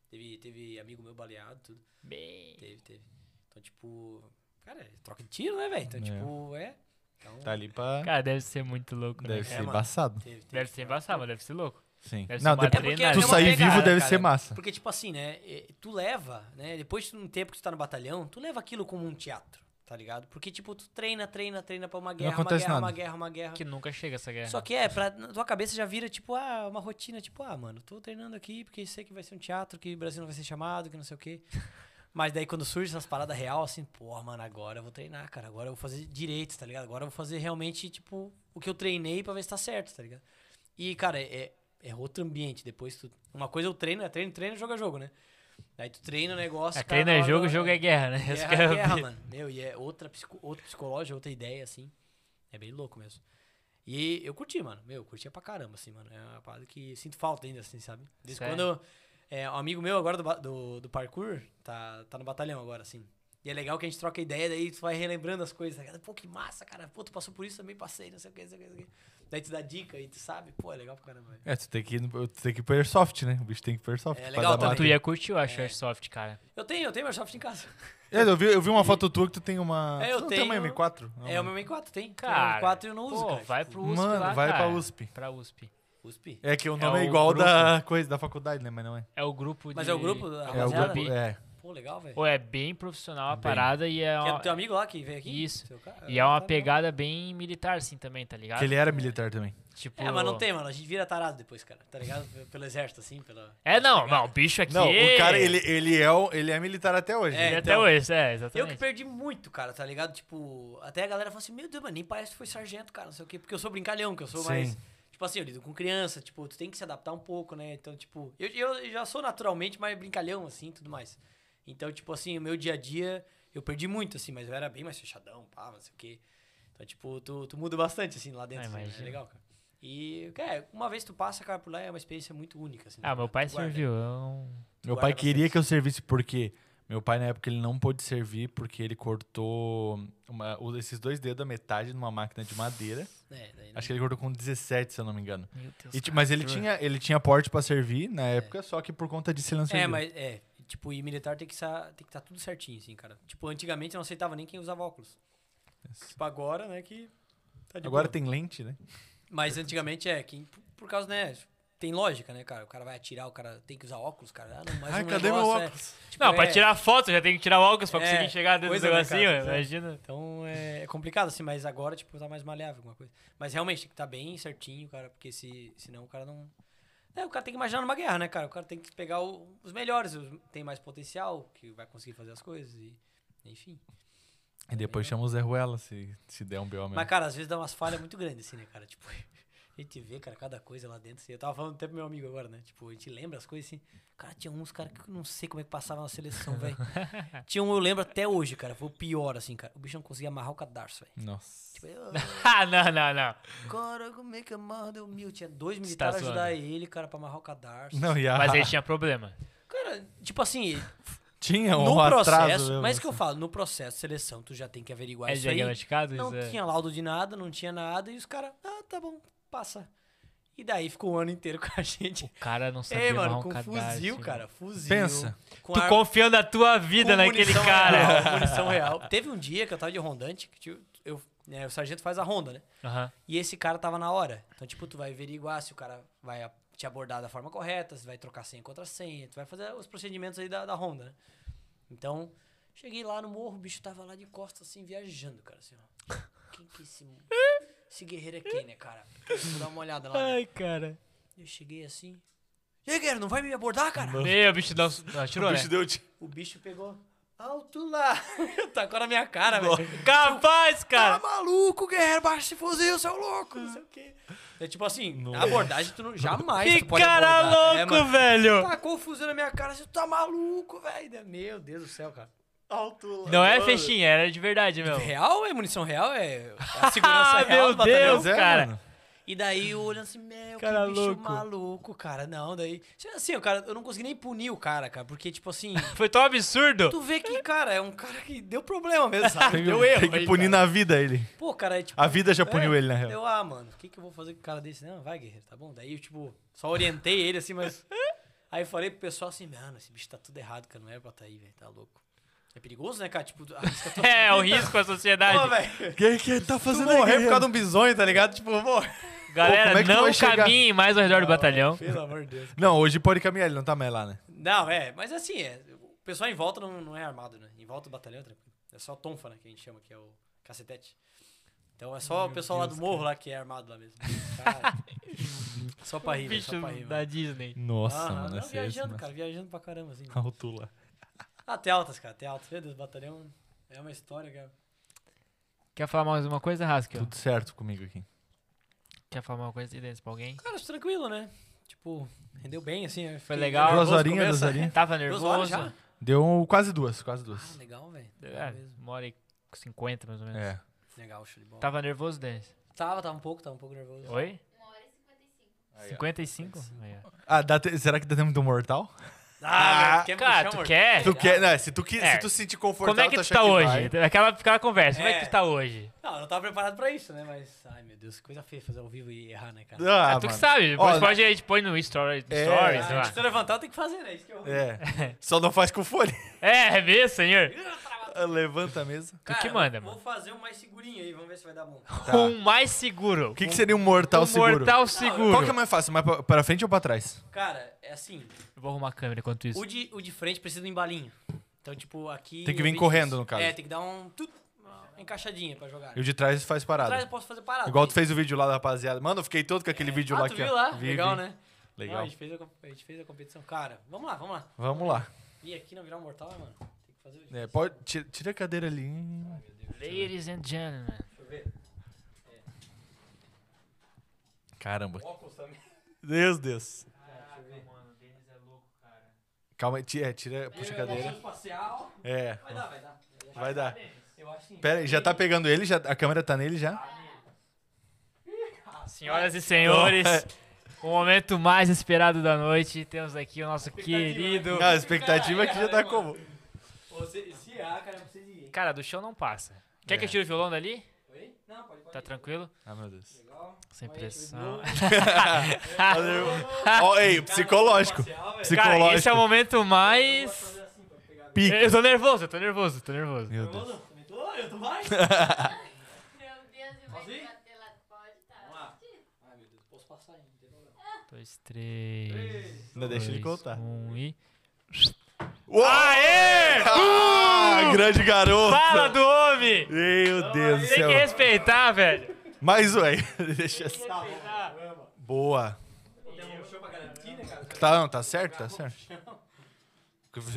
[SPEAKER 4] Teve, teve amigo meu baleado, tudo.
[SPEAKER 2] Bem,
[SPEAKER 4] Teve, teve. Então, tipo, cara, é troca de tiro, né, velho? Então,
[SPEAKER 3] É.
[SPEAKER 4] tipo, é. Então,
[SPEAKER 3] Tá ali pra...
[SPEAKER 2] Cara, deve ser muito louco, né?
[SPEAKER 3] Deve
[SPEAKER 2] cara?
[SPEAKER 3] ser
[SPEAKER 4] é, mano.
[SPEAKER 3] embaçado.
[SPEAKER 4] teve, teve.
[SPEAKER 2] Deve ser embaçado, mas deve ser louco.
[SPEAKER 3] Sim.
[SPEAKER 2] Deve ser
[SPEAKER 3] Não,
[SPEAKER 2] uma né?
[SPEAKER 3] depois...
[SPEAKER 4] porque
[SPEAKER 2] adrenalina.
[SPEAKER 4] é
[SPEAKER 3] Tu
[SPEAKER 4] uma
[SPEAKER 3] sair
[SPEAKER 4] pegada,
[SPEAKER 3] vivo deve
[SPEAKER 4] cara.
[SPEAKER 3] ser massa.
[SPEAKER 4] Porque, tipo assim, né? eh, Tu leva, né? Depois de um tempo que tu tá no batalhão, tu leva aquilo como um teatro, tá ligado? Porque, tipo, tu treina, treina, treina pra uma guerra, uma
[SPEAKER 3] acontece
[SPEAKER 4] guerra,
[SPEAKER 3] nada.
[SPEAKER 4] uma guerra, uma guerra.
[SPEAKER 2] Que nunca chega essa guerra.
[SPEAKER 4] Só que é, pra, na tua cabeça já vira, tipo, ah, uma rotina, tipo, ah, mano, tô treinando aqui porque sei que vai ser um teatro, que o Brasil não vai ser chamado, que não sei o quê. Mas daí quando surge essas paradas real, assim, pô, mano, agora eu vou treinar, cara. Agora eu vou fazer direito, tá ligado? Agora eu vou fazer realmente, tipo, o que eu treinei pra ver se tá certo, tá ligado? E, cara, é, é outro ambiente. Depois tu. Uma coisa eu treino, é treino, treino, jogo é jogo, né? Daí tu treina o negócio.
[SPEAKER 2] É,
[SPEAKER 4] cara,
[SPEAKER 2] treino é
[SPEAKER 4] na hora-
[SPEAKER 2] jogo, jogo é guerra, né? Esse
[SPEAKER 4] Guerra,
[SPEAKER 2] que é o-
[SPEAKER 4] guerra, mano. Meu, e é outra, psico, outro psicológico, outra ideia, assim. É bem louco mesmo. E eu curti, mano. Meu, eu curtia pra caramba, assim, mano. É uma parada que sinto falta ainda, assim, sabe? Desde
[SPEAKER 2] Sério?
[SPEAKER 4] quando. É, um amigo meu agora do, ba- do, do parkour tá, tá no batalhão agora, assim. E é legal que a gente troca ideia, daí tu vai relembrando as coisas. tá ligado? Pô, que massa, cara. Pô, tu passou por isso também, passei, não sei o que, não sei o que, não sei o que. Daí tu dá dica e tu sabe. Pô, é legal pra caramba. velho.
[SPEAKER 3] É, tu tem que ir, no- tu tem que ir pro Airsoft, né? O bicho tem que ir pro Airsoft.
[SPEAKER 4] É
[SPEAKER 3] pra
[SPEAKER 4] legal
[SPEAKER 3] dar
[SPEAKER 4] também.
[SPEAKER 3] bala.
[SPEAKER 2] Tu ia curtir, eu acho,
[SPEAKER 4] É.
[SPEAKER 2] Airsoft, cara.
[SPEAKER 4] Eu tenho, eu tenho Airsoft em casa.
[SPEAKER 3] É, eu vi, eu vi uma foto tua que tu tem uma...
[SPEAKER 4] É, eu
[SPEAKER 3] tu não tem uma
[SPEAKER 4] tenho-
[SPEAKER 3] M4? Não,
[SPEAKER 4] É, o
[SPEAKER 3] né?
[SPEAKER 4] meu M4 tem.
[SPEAKER 2] Uhum. Cara,
[SPEAKER 4] o M4 eu não uso,
[SPEAKER 2] Pô,
[SPEAKER 4] cara.
[SPEAKER 2] vai
[SPEAKER 4] Tipo,
[SPEAKER 2] pro USP
[SPEAKER 3] Mano,
[SPEAKER 2] lá,
[SPEAKER 3] vai pra
[SPEAKER 2] cara.
[SPEAKER 3] USP.
[SPEAKER 2] Pra USP.
[SPEAKER 4] USP.
[SPEAKER 3] É que o nome é,
[SPEAKER 2] o
[SPEAKER 3] igual
[SPEAKER 2] grupo.
[SPEAKER 3] da coisa, da faculdade, né? Mas não é.
[SPEAKER 2] É o grupo de...
[SPEAKER 4] Mas é o grupo da Tá.
[SPEAKER 3] É o
[SPEAKER 4] rapaziada?
[SPEAKER 3] grupo, é.
[SPEAKER 4] Pô, legal, velho.
[SPEAKER 2] Ou é bem profissional a
[SPEAKER 3] Bem.
[SPEAKER 2] parada e é...
[SPEAKER 4] Que é
[SPEAKER 2] Uma...
[SPEAKER 4] do teu amigo lá que veio aqui?
[SPEAKER 2] Isso.
[SPEAKER 4] Seu cara?
[SPEAKER 2] E é uma
[SPEAKER 4] Tá legal.
[SPEAKER 2] pegada bem militar, assim, também, tá ligado?
[SPEAKER 3] Que ele era militar também.
[SPEAKER 2] Tipo...
[SPEAKER 4] É, mas não tem, mano. A gente vira tarado depois, cara. Tá ligado? P- Pelo exército, assim, pela.
[SPEAKER 2] É, não, não, o bicho aqui...
[SPEAKER 3] Não, o cara, ele, ele, é, o- ele é militar até hoje.
[SPEAKER 4] É,
[SPEAKER 2] Ele
[SPEAKER 3] né?
[SPEAKER 2] até
[SPEAKER 4] então.
[SPEAKER 2] hoje, é,
[SPEAKER 4] Eu que
[SPEAKER 2] exatamente.
[SPEAKER 4] perdi muito, cara, tá ligado? Tipo, até a galera falou assim, meu Deus, mas nem parece que foi sargento, cara, não sei o quê. Porque eu sou brincalhão, que eu sou
[SPEAKER 3] Sim.
[SPEAKER 4] mais. Tipo assim, eu lido com criança, tipo, tu tem que se adaptar um pouco, né? Então, tipo, eu, eu já sou naturalmente mais brincalhão, assim, tudo mais. Então, tipo assim, o meu dia a dia, eu perdi muito, assim, mas eu era bem mais fechadão, pá, não sei o quê. Então, tipo, tu, tu muda bastante, assim, lá dentro.
[SPEAKER 2] Ah,
[SPEAKER 4] assim, né? é
[SPEAKER 2] imagino.
[SPEAKER 4] legal, cara. E, é, uma vez tu passa, cara, por lá é uma experiência muito única, assim.
[SPEAKER 2] Ah, meu pai
[SPEAKER 4] Tu guarda.
[SPEAKER 2] serviu. eu-
[SPEAKER 3] Meu
[SPEAKER 4] Guarda
[SPEAKER 3] pai queria
[SPEAKER 4] bastante.
[SPEAKER 3] que eu servisse porque meu pai na época ele não pôde servir porque ele cortou uma- o- esses dois dedos à metade numa máquina de madeira.
[SPEAKER 4] É, daí não-
[SPEAKER 3] Acho que ele cortou com 17, se eu não me engano.
[SPEAKER 2] Meu Deus,
[SPEAKER 3] E tipo, ti-
[SPEAKER 2] cara,
[SPEAKER 3] mas ele
[SPEAKER 2] duro.
[SPEAKER 3] tinha, ele tinha porte pra servir na época, só que por conta disso ele não serviu.
[SPEAKER 4] É, mas é. Tipo, e militar tem que estar tem que tá tudo certinho, assim, cara. Tipo, antigamente eu não aceitava nem quem usava óculos. Tipo, agora, né, que. Tá de
[SPEAKER 3] Agora
[SPEAKER 4] boa.
[SPEAKER 3] tem lente, né?
[SPEAKER 4] Mas antigamente é, que, por- por causa, né? Tem lógica, né, cara? O cara vai atirar, o cara tem que usar óculos, cara. Ah, não, mais
[SPEAKER 3] Ai,
[SPEAKER 4] um
[SPEAKER 3] cadê meu
[SPEAKER 4] negócio, é.
[SPEAKER 3] óculos?
[SPEAKER 4] Tipo,
[SPEAKER 2] Não,
[SPEAKER 4] é,
[SPEAKER 2] pra tirar foto, já tem que tirar o óculos pra
[SPEAKER 4] É,
[SPEAKER 2] conseguir chegar dentro do
[SPEAKER 4] coisa, né,
[SPEAKER 2] negocinho,
[SPEAKER 4] cara?
[SPEAKER 2] imagina.
[SPEAKER 4] Então é, é complicado, assim, mas agora, tipo, tá mais maleável alguma coisa. Mas realmente tem que estar bem certinho, cara, porque se, senão o cara não. É, o cara tem que imaginar numa guerra, né, cara? O cara tem que pegar o- os melhores, os, tem mais potencial, que vai conseguir fazer as coisas e. Enfim.
[SPEAKER 3] E depois chama o Zé Ruela se, se der um B.O. mesmo.
[SPEAKER 4] Mas, cara, às vezes dá umas falhas muito grandes, assim, né, cara? Tipo, a gente vê, cara, cada coisa lá dentro. Assim, eu tava falando até pro meu amigo agora, né? Tipo, a gente lembra as coisas assim. Cara, tinha uns caras que eu não sei como é que passava na seleção, velho. tinha um, eu lembro até hoje, cara. Foi o pior, assim, cara. O bicho não conseguia amarrar o cadarço, velho.
[SPEAKER 3] Nossa.
[SPEAKER 4] Tipo, eu,
[SPEAKER 2] Ah, não, não, não.
[SPEAKER 4] cara, como é que amarra deu mil? Tinha dois
[SPEAKER 2] Você
[SPEAKER 4] militares
[SPEAKER 2] tá
[SPEAKER 4] pra ajudar
[SPEAKER 2] zoando.
[SPEAKER 4] ele, cara, pra amarrar o cadarço.
[SPEAKER 3] Não, e a-
[SPEAKER 4] é
[SPEAKER 2] Mas ele tinha problema.
[SPEAKER 4] Cara, tipo assim,
[SPEAKER 3] tinha um
[SPEAKER 4] no
[SPEAKER 3] atraso.
[SPEAKER 4] processo,
[SPEAKER 3] mesmo,
[SPEAKER 4] mas é que eu
[SPEAKER 3] assim.
[SPEAKER 4] falo, no processo de seleção, tu já tem que averiguar
[SPEAKER 2] É
[SPEAKER 4] isso aí.
[SPEAKER 2] diagnosticado?
[SPEAKER 4] Não
[SPEAKER 2] isso é-
[SPEAKER 4] tinha laudo de nada, não tinha nada, e os caras, ah, tá bom, passa. E daí ficou o ano inteiro com a gente.
[SPEAKER 2] O cara não sabia
[SPEAKER 4] Ei, mano,
[SPEAKER 2] amarrar um
[SPEAKER 4] com fuzil,
[SPEAKER 2] cadarço.
[SPEAKER 4] cara, fuzil.
[SPEAKER 3] Pensa,
[SPEAKER 4] Com
[SPEAKER 2] Tu
[SPEAKER 4] ar-
[SPEAKER 2] confia na tua vida
[SPEAKER 4] com
[SPEAKER 2] naquele
[SPEAKER 4] munição
[SPEAKER 2] cara.
[SPEAKER 4] Real, munição real. Teve um dia que eu tava de rondante, que tio- eu, né, o sargento faz a ronda, né?
[SPEAKER 2] Aham.
[SPEAKER 4] E esse cara tava na hora. Então, tipo, tu vai averiguar se o cara vai a- te abordar da forma correta, se vai trocar senha contra senha, tu vai fazer os procedimentos aí da, da ronda, né? Então, cheguei lá no morro, o bicho tava lá de costas, assim, viajando, cara, assim, ó. Quem que é esse... Esse guerreiro é quem, né, cara? Vou dar uma olhada lá. né?
[SPEAKER 2] Ai, cara.
[SPEAKER 4] Eu cheguei assim... E aí, guerreiro, não vai me abordar, cara?
[SPEAKER 2] Meu, o bicho não, não atirou,
[SPEAKER 4] é.
[SPEAKER 2] né?
[SPEAKER 3] deu de-
[SPEAKER 4] O bicho pegou... Alto lá! Tacou na minha cara, velho.
[SPEAKER 2] Capaz,
[SPEAKER 4] Tá
[SPEAKER 2] cara.
[SPEAKER 4] maluco, guerreiro, baixa esse fuzil, seu louco, não sei o quê. É tipo assim, a abordagem tu não, jamais
[SPEAKER 2] Que
[SPEAKER 4] tu pode
[SPEAKER 2] cara
[SPEAKER 4] abordar.
[SPEAKER 2] louco,
[SPEAKER 4] é, mano.
[SPEAKER 2] velho.
[SPEAKER 4] Tacou o fuzil na minha cara, você tá maluco, velho. Meu Deus do céu, cara. Alto lá.
[SPEAKER 2] Não é fechinha, era de verdade, meu.
[SPEAKER 4] Real é munição real, é a segurança
[SPEAKER 2] Ah,
[SPEAKER 4] real
[SPEAKER 2] meu
[SPEAKER 4] do batalhão.
[SPEAKER 2] Deus, cara.
[SPEAKER 3] é, mano.
[SPEAKER 4] E daí eu olhando assim, meu,
[SPEAKER 2] Cara
[SPEAKER 4] que bicho
[SPEAKER 2] louco.
[SPEAKER 4] maluco, cara. Não, daí... Assim, o cara, eu não consegui nem punir o cara, cara, porque tipo assim...
[SPEAKER 2] Foi tão absurdo.
[SPEAKER 4] Tu vê que, cara, é um cara que deu problema mesmo, sabe?
[SPEAKER 3] Tem,
[SPEAKER 2] É
[SPEAKER 4] Deu
[SPEAKER 2] um
[SPEAKER 3] que-
[SPEAKER 4] erro.
[SPEAKER 3] tem que
[SPEAKER 4] aí,
[SPEAKER 3] punir
[SPEAKER 4] cara.
[SPEAKER 3] na vida ele.
[SPEAKER 4] Pô, cara, é tipo...
[SPEAKER 3] A vida já puniu
[SPEAKER 4] É,
[SPEAKER 3] ele, na real.
[SPEAKER 4] Eu, ah, mano, o que, que eu vou fazer com o cara desse? Não, vai, guerreiro, tá bom? Daí eu, tipo, só orientei ele assim, mas. Aí eu falei pro pessoal assim, mano, esse bicho tá tudo errado, cara, não era pra tá aí, velho, tá louco. É perigoso, né, cara? Tipo, arrisca tua
[SPEAKER 2] É, o
[SPEAKER 4] vida.
[SPEAKER 2] risco à sociedade.
[SPEAKER 4] Pô, velho.
[SPEAKER 3] Quem que ele tá
[SPEAKER 4] Tu
[SPEAKER 3] fazendo aí,
[SPEAKER 4] morrer por
[SPEAKER 3] guerreiro?
[SPEAKER 4] causa de um bisonho, tá ligado? Tipo, vou.
[SPEAKER 2] Galera,
[SPEAKER 3] Pô, como é que tu
[SPEAKER 2] não
[SPEAKER 3] vai chegar?
[SPEAKER 2] caminhem mais ao redor
[SPEAKER 4] é
[SPEAKER 2] do batalhão.
[SPEAKER 4] Pelo amor de Deus.
[SPEAKER 3] Não, hoje pode caminhar, ele não tá mais lá, né?
[SPEAKER 4] Não, é, mas assim, é, o pessoal em volta não, não é armado, né? Em volta do batalhão, é tranquilo. É só tonfa, né, que a gente chama, que é o cacetete. Então é só o pessoal lá do morro lá que é armado lá mesmo. Cara, só pra rir, velho, só
[SPEAKER 2] Bicho
[SPEAKER 4] pra rir. mano.
[SPEAKER 2] da Disney.
[SPEAKER 3] Nossa,
[SPEAKER 4] Aham,
[SPEAKER 3] mano,
[SPEAKER 4] Ah, não,
[SPEAKER 3] essa é isso,
[SPEAKER 4] viajando,
[SPEAKER 3] mano.
[SPEAKER 4] cara, viajando pra caramba, assim.
[SPEAKER 3] Alto lá.
[SPEAKER 4] Ah, tem altas, cara, tem altas. Meu Deus, batalhão é uma história, cara.
[SPEAKER 2] Quer falar mais uma coisa, Haskell?
[SPEAKER 3] Tudo certo comigo aqui.
[SPEAKER 2] Quer falar uma coisa aí dentro pra alguém?
[SPEAKER 4] Cara, tranquilo, né? Tipo, rendeu bem, assim. eu fiquei
[SPEAKER 2] legal.
[SPEAKER 4] nervoso
[SPEAKER 3] Duas
[SPEAKER 4] no
[SPEAKER 3] horinhas,
[SPEAKER 4] começo.
[SPEAKER 3] duas horinhas.
[SPEAKER 2] Tava
[SPEAKER 4] Duas
[SPEAKER 2] nervoso?
[SPEAKER 4] horas já?
[SPEAKER 3] Deu um, quase duas, quase
[SPEAKER 4] Ah,
[SPEAKER 3] duas.
[SPEAKER 4] legal, velho.
[SPEAKER 2] É,
[SPEAKER 4] Legal mesmo.
[SPEAKER 2] uma hora e cinquenta, mais ou menos.
[SPEAKER 3] É.
[SPEAKER 2] Tá.
[SPEAKER 4] Legal, show de bola.
[SPEAKER 2] Tava nervoso, Denis?
[SPEAKER 4] Tava, tava um pouco, tava um pouco nervoso.
[SPEAKER 2] Oi?
[SPEAKER 5] Uma hora e 55.
[SPEAKER 3] Aí, ó.
[SPEAKER 2] 55? Aí, ó.
[SPEAKER 3] Ah, dá te- será que dá tempo do mortal?
[SPEAKER 4] Ah,
[SPEAKER 2] Ah, cara, tu quer?
[SPEAKER 3] Tu quer, né? Se tu, que,
[SPEAKER 2] É.
[SPEAKER 3] se tu se sentir confortável,
[SPEAKER 2] Como é que tu
[SPEAKER 3] acha
[SPEAKER 2] tá
[SPEAKER 3] vai.
[SPEAKER 2] hoje? Aquela, aquela conversa, como é que
[SPEAKER 4] É.
[SPEAKER 2] tu tá hoje?
[SPEAKER 4] Não, eu não tava preparado pra isso, né? Mas, ai meu Deus, que coisa feia fazer ao vivo e errar, né, cara?
[SPEAKER 3] Ah,
[SPEAKER 2] é tu que
[SPEAKER 3] mano.
[SPEAKER 2] sabe, depois
[SPEAKER 3] Ó,
[SPEAKER 2] pode a gente põe no story, no
[SPEAKER 3] É.
[SPEAKER 4] Ah,
[SPEAKER 2] stories, sei
[SPEAKER 4] se
[SPEAKER 2] lá.
[SPEAKER 4] eu levantar, eu tenho que fazer, né? Isso que eu...
[SPEAKER 3] É. Só não faz com folha.
[SPEAKER 2] É, é mesmo, senhor?
[SPEAKER 3] Levanta a mesa.
[SPEAKER 2] Tu que manda,
[SPEAKER 4] vou
[SPEAKER 2] mano.
[SPEAKER 4] fazer um mais segurinho aí, vamos ver se vai dar bom.
[SPEAKER 3] Tá.
[SPEAKER 2] Um mais seguro.
[SPEAKER 3] O que, que seria um mortal
[SPEAKER 2] um
[SPEAKER 3] seguro?
[SPEAKER 2] mortal seguro.
[SPEAKER 3] Qual que é mais fácil? Mais pra, pra frente ou pra trás?
[SPEAKER 4] Cara, é assim,
[SPEAKER 2] Eu vou arrumar a câmera enquanto isso.
[SPEAKER 4] o de, o de frente precisa de um embalinho. Então, tipo, aqui...
[SPEAKER 3] Tem que
[SPEAKER 4] eu
[SPEAKER 3] vir
[SPEAKER 4] vi
[SPEAKER 3] correndo,
[SPEAKER 4] isso.
[SPEAKER 3] no caso.
[SPEAKER 4] É, tem que dar um... tut, uma encaixadinha pra jogar.
[SPEAKER 3] E o de trás faz parada.
[SPEAKER 4] Atrás eu posso fazer parada.
[SPEAKER 3] Igual tu fez o vídeo lá da rapaziada. Mano, eu fiquei todo com aquele vídeo
[SPEAKER 4] ah,
[SPEAKER 3] lá
[SPEAKER 4] tu
[SPEAKER 3] que
[SPEAKER 4] viu
[SPEAKER 3] ó.
[SPEAKER 4] lá?
[SPEAKER 3] Vi, vi.
[SPEAKER 4] Legal, né? Não, a,
[SPEAKER 3] Legal.
[SPEAKER 4] gente fez a, com- a gente fez a competição. Cara, vamos lá, vamos lá.
[SPEAKER 3] Vamos lá.
[SPEAKER 4] E aqui não virar um mortal, né, mano? Tem que fazer o
[SPEAKER 3] É, pode, tira, tira a cadeira ali.
[SPEAKER 2] Ladies and gentlemen.
[SPEAKER 4] Deixa eu ver.
[SPEAKER 3] Caramba.
[SPEAKER 4] Óculos também.
[SPEAKER 3] Deus, Deus.
[SPEAKER 4] Deixa eu ver.
[SPEAKER 3] Calma aí, tira, tira puxa a cadeira.
[SPEAKER 4] Espacial.
[SPEAKER 3] É,
[SPEAKER 4] Vai dar, vai dar.
[SPEAKER 3] vai dar.
[SPEAKER 4] Eu acho sim.
[SPEAKER 3] Pera aí, já tá pegando ele? Já, a câmera tá nele já?
[SPEAKER 2] Senhoras e senhores, o momento mais esperado da noite. Temos aqui o nosso
[SPEAKER 3] né?
[SPEAKER 2] querido.
[SPEAKER 3] Não, a expectativa é que já tá como?
[SPEAKER 4] Você, se há, cara, não precisa ir.
[SPEAKER 2] Cara, do chão não passa. Quer
[SPEAKER 3] É.
[SPEAKER 2] que eu tire o violão dali?
[SPEAKER 4] Oi? Não, pode, pode.
[SPEAKER 2] Tá tranquilo?
[SPEAKER 3] Ah, meu Deus.
[SPEAKER 4] Legal.
[SPEAKER 2] Sem
[SPEAKER 4] Olha aí,
[SPEAKER 2] pressão.
[SPEAKER 4] de
[SPEAKER 3] Ó, ei, psicológico.
[SPEAKER 4] Espacial,
[SPEAKER 2] Cara,
[SPEAKER 4] velho.
[SPEAKER 2] esse é o
[SPEAKER 3] Psicológico.
[SPEAKER 2] momento
[SPEAKER 4] Eu gosto de
[SPEAKER 2] mais.
[SPEAKER 4] fazer assim pra pegar.
[SPEAKER 3] Pique.
[SPEAKER 2] Eu tô nervoso, eu tô nervoso, eu tô nervoso.
[SPEAKER 3] Meu Deus.
[SPEAKER 4] Nervoso? Também tô, eu tô mais.
[SPEAKER 5] Meu Deus, e vai
[SPEAKER 4] Posso ir?
[SPEAKER 5] bater lá. Pode, tá.
[SPEAKER 4] Vamos lá. Ai, meu Deus, posso passar ainda, não tem problema.
[SPEAKER 2] Dois, três.
[SPEAKER 3] Não deixa ele
[SPEAKER 2] dois,
[SPEAKER 3] contar.
[SPEAKER 2] Um e.
[SPEAKER 3] Uou!
[SPEAKER 2] Aê! Uh!
[SPEAKER 3] Ah, grande garoto.
[SPEAKER 2] Fala do homem!
[SPEAKER 3] Meu Deus do
[SPEAKER 2] Tem
[SPEAKER 3] céu.
[SPEAKER 2] que respeitar, velho.
[SPEAKER 3] Mais um aí. Deixa assim.
[SPEAKER 4] Tá bom, vamos.
[SPEAKER 3] Boa.
[SPEAKER 4] Tem um show pra garantir, né, cara?
[SPEAKER 3] Tá, não, tá certo? Tá certo.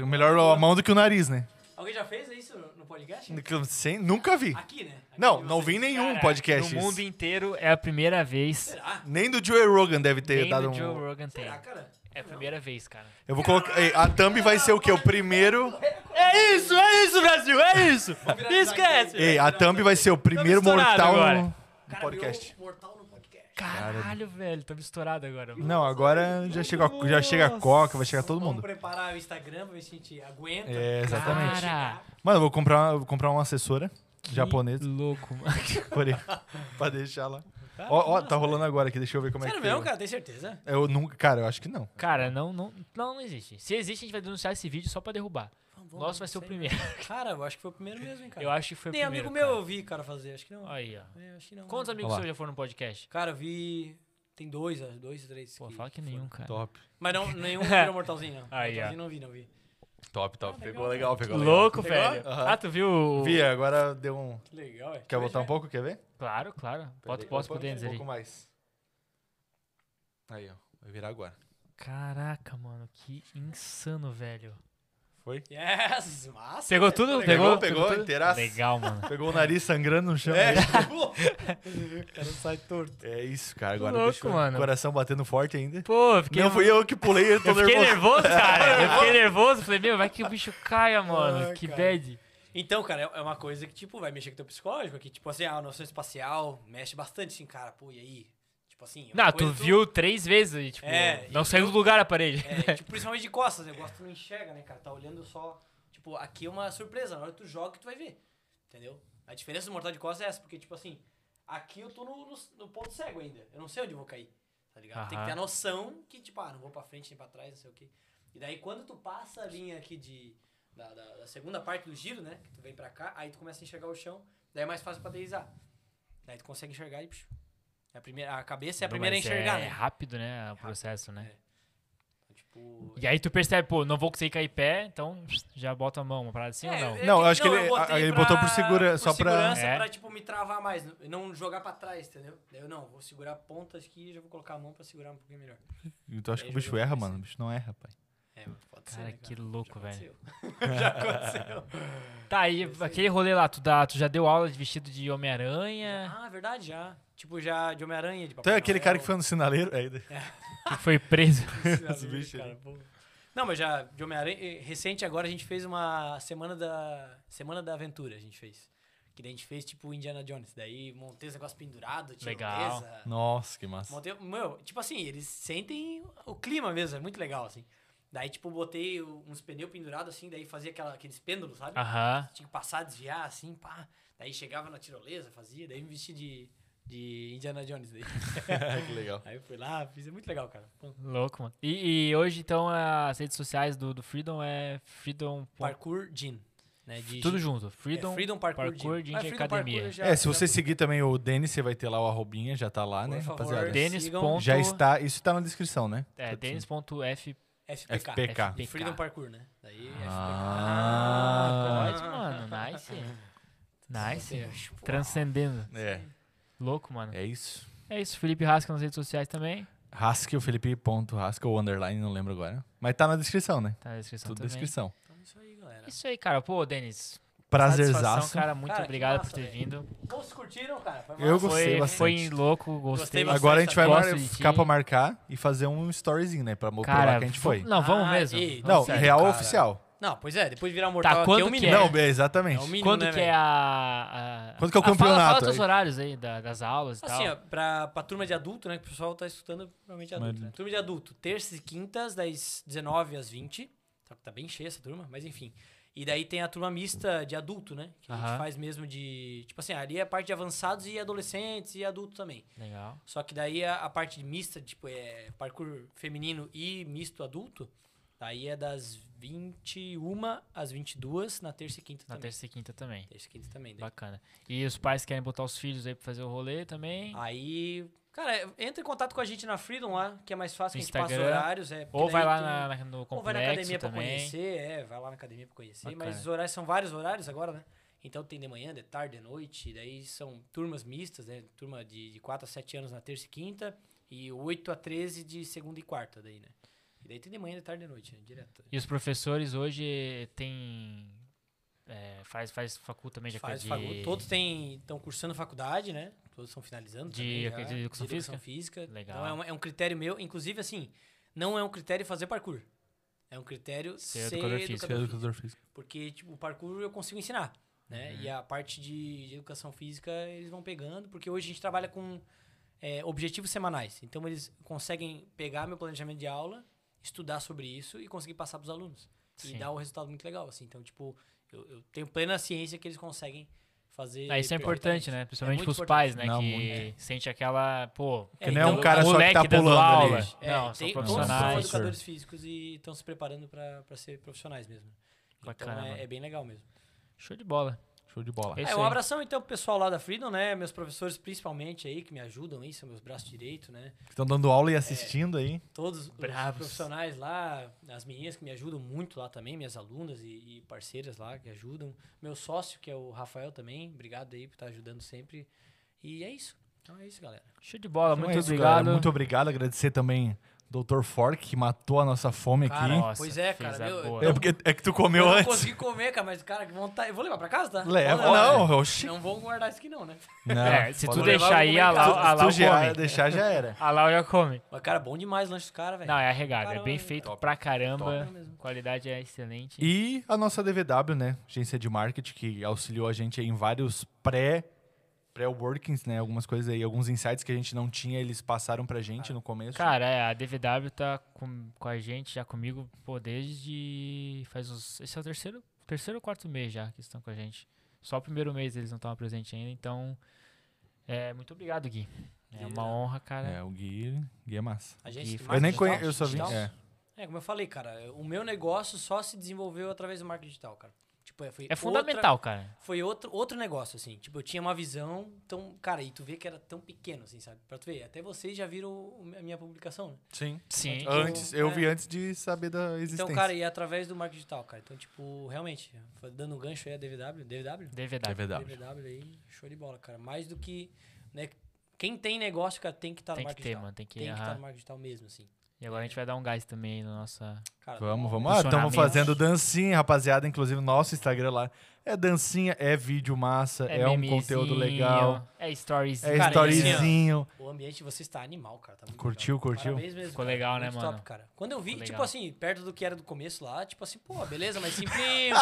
[SPEAKER 3] Melhor a mão do que o nariz, né?
[SPEAKER 4] Alguém já fez isso no podcast?
[SPEAKER 3] Sem, nunca vi.
[SPEAKER 4] Aqui, né? Aqui
[SPEAKER 3] Não,
[SPEAKER 4] de
[SPEAKER 3] não
[SPEAKER 4] vocês.
[SPEAKER 3] vi nenhum
[SPEAKER 2] Cara,
[SPEAKER 3] podcast.
[SPEAKER 2] No
[SPEAKER 3] isso.
[SPEAKER 2] mundo inteiro é a primeira vez.
[SPEAKER 4] Será?
[SPEAKER 3] Nem do Joe Rogan deve ter
[SPEAKER 2] Nem
[SPEAKER 3] dado
[SPEAKER 2] do Joe
[SPEAKER 3] um.
[SPEAKER 2] Rogan tem.
[SPEAKER 4] Será, cara?
[SPEAKER 2] É a primeira vez, cara.
[SPEAKER 3] Eu vou colocar. Ei, A thumb vai ser o quê? O primeiro.
[SPEAKER 2] É isso, é isso, Brasil, é isso. Esquece.
[SPEAKER 3] Ei, a thumb vai ser o primeiro
[SPEAKER 2] Tá misturado
[SPEAKER 3] mortal
[SPEAKER 2] agora.
[SPEAKER 3] no-
[SPEAKER 4] Cara,
[SPEAKER 3] do podcast.
[SPEAKER 4] virou mortal no podcast.
[SPEAKER 2] Caralho, velho, tô estourado agora. mano.
[SPEAKER 3] Não, agora já chega, a- já chega a Coca, vai chegar todo
[SPEAKER 4] Vamos
[SPEAKER 3] mundo.
[SPEAKER 4] preparar o Instagram pra ver se a gente aguenta.
[SPEAKER 3] É, exatamente.
[SPEAKER 2] Cara,
[SPEAKER 3] Mano, eu vou comprar, eu vou comprar uma assessora
[SPEAKER 2] que
[SPEAKER 3] japonesa
[SPEAKER 2] louco, mano.
[SPEAKER 3] porém, pra deixar lá. Ó, ó, tá rolando agora aqui, deixa eu ver como é
[SPEAKER 4] Sério
[SPEAKER 3] que
[SPEAKER 4] mesmo,
[SPEAKER 3] é.
[SPEAKER 4] cara? Tem certeza?
[SPEAKER 3] Eu nunca, cara, eu acho que não.
[SPEAKER 2] Cara, não, não, não, não existe. Se existe, a gente vai denunciar esse vídeo só pra derrubar.
[SPEAKER 4] Vamos, vamos,
[SPEAKER 2] Nosso vai ser o
[SPEAKER 4] sei.
[SPEAKER 2] primeiro.
[SPEAKER 4] Cara, eu acho que foi o primeiro mesmo, hein, cara.
[SPEAKER 2] Eu acho que foi o
[SPEAKER 4] Tem
[SPEAKER 2] primeiro.
[SPEAKER 4] amigo meu
[SPEAKER 2] cara.
[SPEAKER 4] eu vi, cara, fazer. Acho que não.
[SPEAKER 2] Aí, ó.
[SPEAKER 4] É, acho que não.
[SPEAKER 2] Quantos amigos
[SPEAKER 3] Olá.
[SPEAKER 2] seus já foram no podcast?
[SPEAKER 4] Cara, eu vi. Tem dois, ó, dois, três.
[SPEAKER 2] Pô, fala que nenhum, cara.
[SPEAKER 3] Top.
[SPEAKER 4] Mas não, nenhum virou mortalzinho, não.
[SPEAKER 2] Aí, ó.
[SPEAKER 4] mortalzinho não vi, não vi.
[SPEAKER 3] Top,
[SPEAKER 2] Ah,
[SPEAKER 3] top. Pegou legal, pegou
[SPEAKER 2] Louco,
[SPEAKER 3] Pegou?
[SPEAKER 2] velho.
[SPEAKER 3] Aham.
[SPEAKER 2] Ah, tu viu? o-
[SPEAKER 3] Vi, agora deu um.
[SPEAKER 4] Que legal, é.
[SPEAKER 3] Quer voltar um pouco? Quer ver?
[SPEAKER 2] Claro, claro. Bota o posso poder
[SPEAKER 3] Um
[SPEAKER 2] ali.
[SPEAKER 3] pouco mais. Aí, ó. Vai virar agora.
[SPEAKER 2] Caraca, mano, que insano, velho.
[SPEAKER 3] Foi?
[SPEAKER 4] Yes, massa.
[SPEAKER 2] Pegou tudo?
[SPEAKER 3] Pegou,
[SPEAKER 2] Pegou,
[SPEAKER 3] pegou,
[SPEAKER 2] tudo?
[SPEAKER 3] inteiraço.
[SPEAKER 2] Legal, mano.
[SPEAKER 3] Pegou o nariz sangrando no chão. É,
[SPEAKER 4] É, pegou. O cara sai torto.
[SPEAKER 3] isso, cara. Agora
[SPEAKER 2] Louco,
[SPEAKER 3] deixa o
[SPEAKER 2] mano.
[SPEAKER 3] coração batendo forte ainda.
[SPEAKER 2] Pô, eu fiquei. um
[SPEAKER 3] Não fui eu que pulei, eu tô
[SPEAKER 2] Eu fiquei
[SPEAKER 3] nervoso.
[SPEAKER 2] nervoso, cara. Eu fiquei nervoso. Falei, meu, vai que o bicho caia, mano.
[SPEAKER 4] Ai,
[SPEAKER 2] que
[SPEAKER 4] cara.
[SPEAKER 2] bad.
[SPEAKER 4] Então, cara, é é uma coisa que, tipo, vai mexer com o teu psicológico, que, tipo assim, a noção espacial mexe bastante, assim, cara, pô, e aí? Tipo assim... é uma
[SPEAKER 2] Não, tu
[SPEAKER 4] coisa
[SPEAKER 2] viu três vezes e, tipo,
[SPEAKER 4] É,
[SPEAKER 2] não saiu do lugar a parede.
[SPEAKER 4] É, tipo, principalmente de costas, né? Gosta, tu não enxerga, né, cara? Tá olhando só... Tipo, aqui é uma surpresa, na hora que tu joga que tu vai ver, entendeu? A diferença do mortal de costas é essa, porque, tipo assim, aqui eu tô no, no, no ponto cego ainda, eu não sei onde eu vou cair, tá ligado? Tem que
[SPEAKER 2] Aham.
[SPEAKER 4] ter a noção que, tipo, ah, não vou pra frente nem pra trás, não sei o quê. E daí, quando tu passa a linha aqui de... Da, da- da segunda parte do giro, né? Que tu vem pra cá, aí tu começa a enxergar o chão, daí é mais fácil pra deslizar. Daí tu consegue enxergar e... psh, é a, primeira, a cabeça é a
[SPEAKER 2] Não,
[SPEAKER 4] primeira a
[SPEAKER 2] mas
[SPEAKER 4] enxergar,
[SPEAKER 2] é
[SPEAKER 4] né?
[SPEAKER 2] rápido, né? O processo, né?
[SPEAKER 4] Tipo,
[SPEAKER 2] E aí tu percebe, pô, não vou conseguir cair pé, então já bota a mão, uma parada assim
[SPEAKER 4] É,
[SPEAKER 2] ou não?
[SPEAKER 4] é
[SPEAKER 3] Não,
[SPEAKER 4] que-
[SPEAKER 3] eu acho que ele-
[SPEAKER 4] eu botei
[SPEAKER 3] a- ele botou por segura- só pra-
[SPEAKER 4] segurança,
[SPEAKER 2] É.
[SPEAKER 4] pra, tipo, me travar mais, n- não jogar pra trás, entendeu? Daí eu não, vou segurar a ponta aqui e já vou colocar a mão pra segurar um pouquinho melhor.
[SPEAKER 3] Então acho que o bicho erra, mano. O bicho não erra, pai.
[SPEAKER 4] É, mas pode ser,
[SPEAKER 2] Cara,
[SPEAKER 4] né,
[SPEAKER 2] que louco,
[SPEAKER 4] Já
[SPEAKER 2] velho.
[SPEAKER 4] aconteceu. já aconteceu.
[SPEAKER 2] Tá, aí
[SPEAKER 4] Esse aí.
[SPEAKER 2] aquele rolê lá, tu, dá, tu já deu aula de vestido de Homem-Aranha,
[SPEAKER 4] Ah, verdade, já. Tipo, já de Homem-Aranha, de
[SPEAKER 3] Então
[SPEAKER 4] Papai
[SPEAKER 3] é aquele cara que
[SPEAKER 4] Noel,
[SPEAKER 3] foi no sinaleiro. É, ele-
[SPEAKER 4] Ah!
[SPEAKER 2] que foi preso.
[SPEAKER 4] esses
[SPEAKER 3] bichos aí.
[SPEAKER 4] cara, pô. Não, mas já de Homem-Aranha... eh, Recente agora a gente fez uma semana da... Semana da Aventura, a gente fez. Que daí a gente fez tipo Indiana Jones. Daí montei os negócios pendurados,
[SPEAKER 2] Legal.
[SPEAKER 4] tirolesa.
[SPEAKER 3] Nossa, que massa.
[SPEAKER 4] Montei, meu, tipo assim, eles sentem o clima mesmo, é muito legal, assim. Daí, tipo, botei o- uns pneus pendurados, assim, daí fazia aquela, aqueles pêndulos,
[SPEAKER 2] Ah.
[SPEAKER 4] sabe?
[SPEAKER 2] Aham.
[SPEAKER 4] Tinha que passar, desviar, assim, pá. Daí chegava na tirolesa, fazia, daí me vesti de, de Indiana Jones. Daí.
[SPEAKER 3] que legal.
[SPEAKER 4] Aí eu fui lá, fiz, é muito legal, cara. Pô,
[SPEAKER 2] Louco, mano. E, e hoje, então, as redes sociais do, do Freedom é Freedom.
[SPEAKER 4] Parkour Gin. Né, de
[SPEAKER 2] Tudo
[SPEAKER 4] gin.
[SPEAKER 2] junto. Freedom.
[SPEAKER 4] é, Freedom Parkour,
[SPEAKER 2] Parkour
[SPEAKER 4] Gin.
[SPEAKER 2] Gin
[SPEAKER 4] Ah,
[SPEAKER 2] de
[SPEAKER 4] Freedom
[SPEAKER 2] academia.
[SPEAKER 4] Parkour já-
[SPEAKER 3] É, se
[SPEAKER 4] já-
[SPEAKER 3] você seguir também o Denis, você vai ter lá o arrobinha, já tá lá,
[SPEAKER 4] Por
[SPEAKER 3] né,
[SPEAKER 4] favor,
[SPEAKER 3] rapaziada?
[SPEAKER 4] sigam
[SPEAKER 2] Denis.
[SPEAKER 4] o
[SPEAKER 2] ponto-
[SPEAKER 3] Já está, isso tá na descrição, né?
[SPEAKER 2] É,
[SPEAKER 3] Tudo assim.
[SPEAKER 2] denis.f.
[SPEAKER 4] FPK.
[SPEAKER 3] FPK.
[SPEAKER 4] E Freedom Parkour, né? Daí
[SPEAKER 3] Ah,
[SPEAKER 2] Pode, mano. Nice. Nice.
[SPEAKER 4] FPK.
[SPEAKER 2] Transcendendo.
[SPEAKER 3] É,
[SPEAKER 2] Louco, mano.
[SPEAKER 3] é isso.
[SPEAKER 2] É isso. Felipe Rasca nas redes sociais também.
[SPEAKER 3] Haskell, Felipe ponto Haskell ou underline, não lembro agora. Mas tá na descrição, né?
[SPEAKER 2] Tá na descrição
[SPEAKER 3] Tudo na
[SPEAKER 2] também.
[SPEAKER 3] descrição.
[SPEAKER 4] Então é isso aí, galera.
[SPEAKER 2] Isso aí, cara. Pô, Denis. satisfação,
[SPEAKER 3] Prazerzaço.
[SPEAKER 2] cara. Muito
[SPEAKER 4] Cara, que
[SPEAKER 2] obrigado
[SPEAKER 4] massa,
[SPEAKER 2] por ter
[SPEAKER 4] velho.
[SPEAKER 2] vindo.
[SPEAKER 4] Pô, vocês curtiram, cara? Foi
[SPEAKER 3] Eu
[SPEAKER 4] massa.
[SPEAKER 3] gostei
[SPEAKER 2] Foi,
[SPEAKER 3] bastante.
[SPEAKER 2] foi louco.
[SPEAKER 4] Gostei
[SPEAKER 2] Gostei.
[SPEAKER 4] bastante.
[SPEAKER 3] Agora a gente vai
[SPEAKER 2] Gosto
[SPEAKER 3] mar-
[SPEAKER 2] de
[SPEAKER 3] ficar
[SPEAKER 2] ti.
[SPEAKER 3] pra marcar e fazer um storyzinho, né? Pra mostrar
[SPEAKER 2] Cara,
[SPEAKER 3] que a gente
[SPEAKER 2] v-
[SPEAKER 3] foi.
[SPEAKER 2] Não, vamos
[SPEAKER 4] Ah,
[SPEAKER 2] mesmo.
[SPEAKER 4] e-
[SPEAKER 2] Vamos
[SPEAKER 3] Não,
[SPEAKER 2] sério.
[SPEAKER 3] real
[SPEAKER 4] cara.
[SPEAKER 3] oficial.
[SPEAKER 4] Não, pois é, depois virar mortal aqui
[SPEAKER 2] quando
[SPEAKER 4] é o
[SPEAKER 2] que
[SPEAKER 4] mínimo.
[SPEAKER 2] é?
[SPEAKER 4] né?
[SPEAKER 3] Não, é, exatamente.
[SPEAKER 4] É o mínimo,
[SPEAKER 2] Quando
[SPEAKER 4] né,
[SPEAKER 2] que
[SPEAKER 4] velho?
[SPEAKER 2] é a, a-
[SPEAKER 3] Quando que é o
[SPEAKER 2] a- fala- Fala,
[SPEAKER 3] campeonato
[SPEAKER 2] teus
[SPEAKER 3] aí?
[SPEAKER 2] horários aí da- das aulas e tal.
[SPEAKER 4] Assim, ó, pra, pra turma de adulto, né? Que o pessoal tá estudando provavelmente adulto,
[SPEAKER 3] Mas-
[SPEAKER 4] né? Turma de adulto, terças e quintas, das 19 às 20. Só que tá bem cheia essa turma, mas enfim. E daí tem a turma mista de adulto, né? Que a
[SPEAKER 2] Aham.
[SPEAKER 4] gente faz mesmo de. Tipo assim, ali é a parte de avançados e adolescentes e adulto também.
[SPEAKER 2] Legal.
[SPEAKER 4] Só que daí a, a parte mista, tipo, é parkour feminino e misto adulto, daí é das 21 às 22 na terça e quinta
[SPEAKER 2] Na
[SPEAKER 4] também.
[SPEAKER 2] terça e quinta também.
[SPEAKER 4] Terça e quinta também. né? daí.
[SPEAKER 2] Bacana. E os pais querem botar os filhos aí pra fazer o rolê também.
[SPEAKER 4] Ah, Aí, cara, entra em contato com a gente na Freedom lá, que é mais fácil, que a gente passa
[SPEAKER 2] Instagram.
[SPEAKER 4] horários. É, porque
[SPEAKER 2] Ou
[SPEAKER 4] daí
[SPEAKER 2] vai lá
[SPEAKER 4] tem-
[SPEAKER 2] na, na- no
[SPEAKER 4] Ou vai na
[SPEAKER 2] complexo
[SPEAKER 4] academia pra
[SPEAKER 2] também.
[SPEAKER 4] conhecer, é, vai lá na academia pra conhecer. Mas
[SPEAKER 2] Bacana.
[SPEAKER 4] os horários são vários horários agora, né? Então tem de manhã, de tarde, de noite, e daí são turmas mistas, né? Turma de, de 4 a 7 anos na terça e quinta, e 8 a 13 de segunda e quarta, daí, né? E daí tem de manhã, de tarde, de noite, né? Direto.
[SPEAKER 2] E os professores hoje tem é, faz faz facu também de
[SPEAKER 4] Faz
[SPEAKER 2] de,
[SPEAKER 4] facu- Todos estão cursando faculdade, né? Todos estão finalizando.
[SPEAKER 2] De-
[SPEAKER 4] também já,
[SPEAKER 2] de educação física? Legal.
[SPEAKER 4] Legal. Então é um, é um critério meu, inclusive assim, não é um critério fazer parkour. É um critério
[SPEAKER 2] Ser
[SPEAKER 4] ser,
[SPEAKER 2] educador físico.
[SPEAKER 4] educador físico. Porque, tipo, o parkour eu consigo ensinar, né?
[SPEAKER 2] Uhum.
[SPEAKER 4] E a parte de, de educação física eles vão pegando, porque hoje a gente trabalha com é, objetivos semanais. Então, eles conseguem pegar meu planejamento de aula, estudar sobre isso e conseguir passar para os alunos.
[SPEAKER 2] Sim.
[SPEAKER 4] E dar um resultado muito legal, assim. Então, tipo, eu, eu tenho plena ciência que eles conseguem fazer...
[SPEAKER 2] Ah, isso é importante,
[SPEAKER 4] perfeitamente.
[SPEAKER 2] né? Principalmente
[SPEAKER 4] muito É.
[SPEAKER 2] pros
[SPEAKER 4] importante.
[SPEAKER 2] pais, né?
[SPEAKER 3] Não,
[SPEAKER 2] que sente aquela, pô,
[SPEAKER 4] É,
[SPEAKER 3] Que não é um
[SPEAKER 4] então,
[SPEAKER 3] cara só que tá
[SPEAKER 2] moleque dando
[SPEAKER 3] pulando
[SPEAKER 2] aula.
[SPEAKER 3] ali.
[SPEAKER 4] É,
[SPEAKER 2] Não, são
[SPEAKER 3] profissionais.
[SPEAKER 4] tem, Todos
[SPEAKER 2] profissionais.
[SPEAKER 4] são educadores físicos e estão se preparando para ser profissionais mesmo.
[SPEAKER 2] Bacana,
[SPEAKER 4] então,
[SPEAKER 2] mano.
[SPEAKER 4] é, é bem legal mesmo.
[SPEAKER 2] Show de bola.
[SPEAKER 3] Show de bola.
[SPEAKER 2] É
[SPEAKER 4] É,
[SPEAKER 2] isso
[SPEAKER 4] um
[SPEAKER 2] aí.
[SPEAKER 4] abração então pro pessoal lá da Freedom, né? Meus professores principalmente aí, que me ajudam aí, são meus braços direitos, né?
[SPEAKER 3] Estão dando aula e assistindo aí.
[SPEAKER 2] Tá,
[SPEAKER 4] Todos os
[SPEAKER 2] Bravos.
[SPEAKER 4] profissionais lá, as meninas que me ajudam muito lá também, minhas alunas e, e parceiras lá que ajudam. Meu sócio, que é o Rafael também, obrigado aí por estar ajudando sempre. E é isso. Então é isso, galera.
[SPEAKER 2] Show de bola.
[SPEAKER 3] Então
[SPEAKER 2] Muito
[SPEAKER 3] é isso, galera.
[SPEAKER 2] obrigado.
[SPEAKER 3] Muito obrigado. Agradecer também Dr. Fork, que matou a nossa fome
[SPEAKER 4] Cara,
[SPEAKER 3] aqui.
[SPEAKER 2] Nossa,
[SPEAKER 4] Pois é, cara,
[SPEAKER 2] fez a
[SPEAKER 4] meu,
[SPEAKER 2] boa.
[SPEAKER 3] É porque é que tu comeu
[SPEAKER 4] eu não
[SPEAKER 3] antes.
[SPEAKER 4] consegui comer, cara, mas cara, que vontade. Eu vou levar pra casa, tá?
[SPEAKER 3] Leva.
[SPEAKER 4] Vou levar, né?
[SPEAKER 3] Não, oxi.
[SPEAKER 4] Não vou guardar isso aqui não, né?
[SPEAKER 3] Não,
[SPEAKER 2] É, se
[SPEAKER 3] pode
[SPEAKER 2] tu
[SPEAKER 4] levar, eu vou
[SPEAKER 2] deixar aí,
[SPEAKER 4] comer em
[SPEAKER 2] a
[SPEAKER 4] casa.
[SPEAKER 2] Lau, a
[SPEAKER 3] Se tu
[SPEAKER 2] Lau
[SPEAKER 3] gerar,
[SPEAKER 2] come.
[SPEAKER 3] deixar, já era.
[SPEAKER 2] A Lau já come.
[SPEAKER 4] Mas cara, bom demais o lanche dos caras, velho.
[SPEAKER 2] Não, é arregado. É
[SPEAKER 4] Caramba,
[SPEAKER 2] bem
[SPEAKER 4] velho.
[SPEAKER 2] feito
[SPEAKER 3] Top.
[SPEAKER 2] pra
[SPEAKER 4] Top
[SPEAKER 2] caramba.
[SPEAKER 4] mesmo.
[SPEAKER 2] Qualidade é excelente.
[SPEAKER 3] E a nossa DVW, né? Agência de marketing que auxiliou a gente aí em vários pré pré workings, né? Algumas coisas aí, alguns insights que a gente não tinha, eles passaram pra gente no começo.
[SPEAKER 2] Cara, é, a DVW tá com, com a gente, já comigo, pô, desde faz uns... Esse é o terceiro, terceiro ou quarto mês já que estão com a gente. Só o primeiro mês eles não estavam presentes ainda, então... É, muito obrigado, Gui. É
[SPEAKER 4] Obrigado.
[SPEAKER 2] uma honra, cara.
[SPEAKER 3] é, o Gui, Gui é massa.
[SPEAKER 4] A gente
[SPEAKER 2] E
[SPEAKER 4] de
[SPEAKER 2] foi-
[SPEAKER 3] Eu nem
[SPEAKER 4] marketing
[SPEAKER 3] conheço,
[SPEAKER 4] digital,
[SPEAKER 3] eu só vi.
[SPEAKER 4] digital.
[SPEAKER 3] É.
[SPEAKER 4] É, como eu falei, cara, o meu negócio só se desenvolveu através do marketing digital, cara. Tipo, é,
[SPEAKER 2] É
[SPEAKER 4] foi outra-
[SPEAKER 2] fundamental, cara.
[SPEAKER 4] foi outro, outro negócio, assim. Tipo, eu tinha uma visão tão. Cara, e tu vê que era tão pequeno, assim, sabe? Pra tu ver. Até vocês já viram o- a minha publicação, né?
[SPEAKER 3] Sim.
[SPEAKER 2] Sim.
[SPEAKER 4] Então,
[SPEAKER 3] Antes, eu
[SPEAKER 4] é.
[SPEAKER 3] vi antes de saber da existência.
[SPEAKER 4] Então, cara, e é através do marketing digital, cara. Então, tipo, realmente, dando um gancho aí a DVW. DVW?
[SPEAKER 2] DVW.
[SPEAKER 3] DVW.
[SPEAKER 4] DVW um aí, show de bola, cara. Mais do que. Né, quem tem negócio, cara, tem que estar no
[SPEAKER 2] Tem que
[SPEAKER 4] marketing
[SPEAKER 2] ter,
[SPEAKER 4] digital.
[SPEAKER 2] mano. Tem que...
[SPEAKER 4] Tem que estar
[SPEAKER 2] aham.
[SPEAKER 4] no marketing digital mesmo, assim.
[SPEAKER 2] E agora a gente vai dar um gás também aí na nossa.
[SPEAKER 4] Cara,
[SPEAKER 3] Vamos, vamos. Ah, estamos
[SPEAKER 2] Funcionamento.
[SPEAKER 3] fazendo dancinha, rapaziada. Inclusive, nosso Instagram lá é dancinha, é vídeo massa, é, um conteúdo
[SPEAKER 2] memezinho,
[SPEAKER 3] legal.
[SPEAKER 2] É stories.
[SPEAKER 3] É
[SPEAKER 4] Cara, assim,
[SPEAKER 3] storyzinho.
[SPEAKER 4] O ambiente de vocês tá animal, cara. Tá muito
[SPEAKER 3] Curtiu,
[SPEAKER 4] legal.
[SPEAKER 3] curtiu?
[SPEAKER 4] Parabéns mesmo,
[SPEAKER 2] Ficou
[SPEAKER 4] cara.
[SPEAKER 2] legal, né,
[SPEAKER 4] Muito
[SPEAKER 2] mano?
[SPEAKER 4] Top, cara. Quando eu vi,
[SPEAKER 2] Ficou
[SPEAKER 4] tipo
[SPEAKER 2] legal.
[SPEAKER 4] assim, perto do que era do começo lá, tipo assim, pô, beleza, mas simplinho.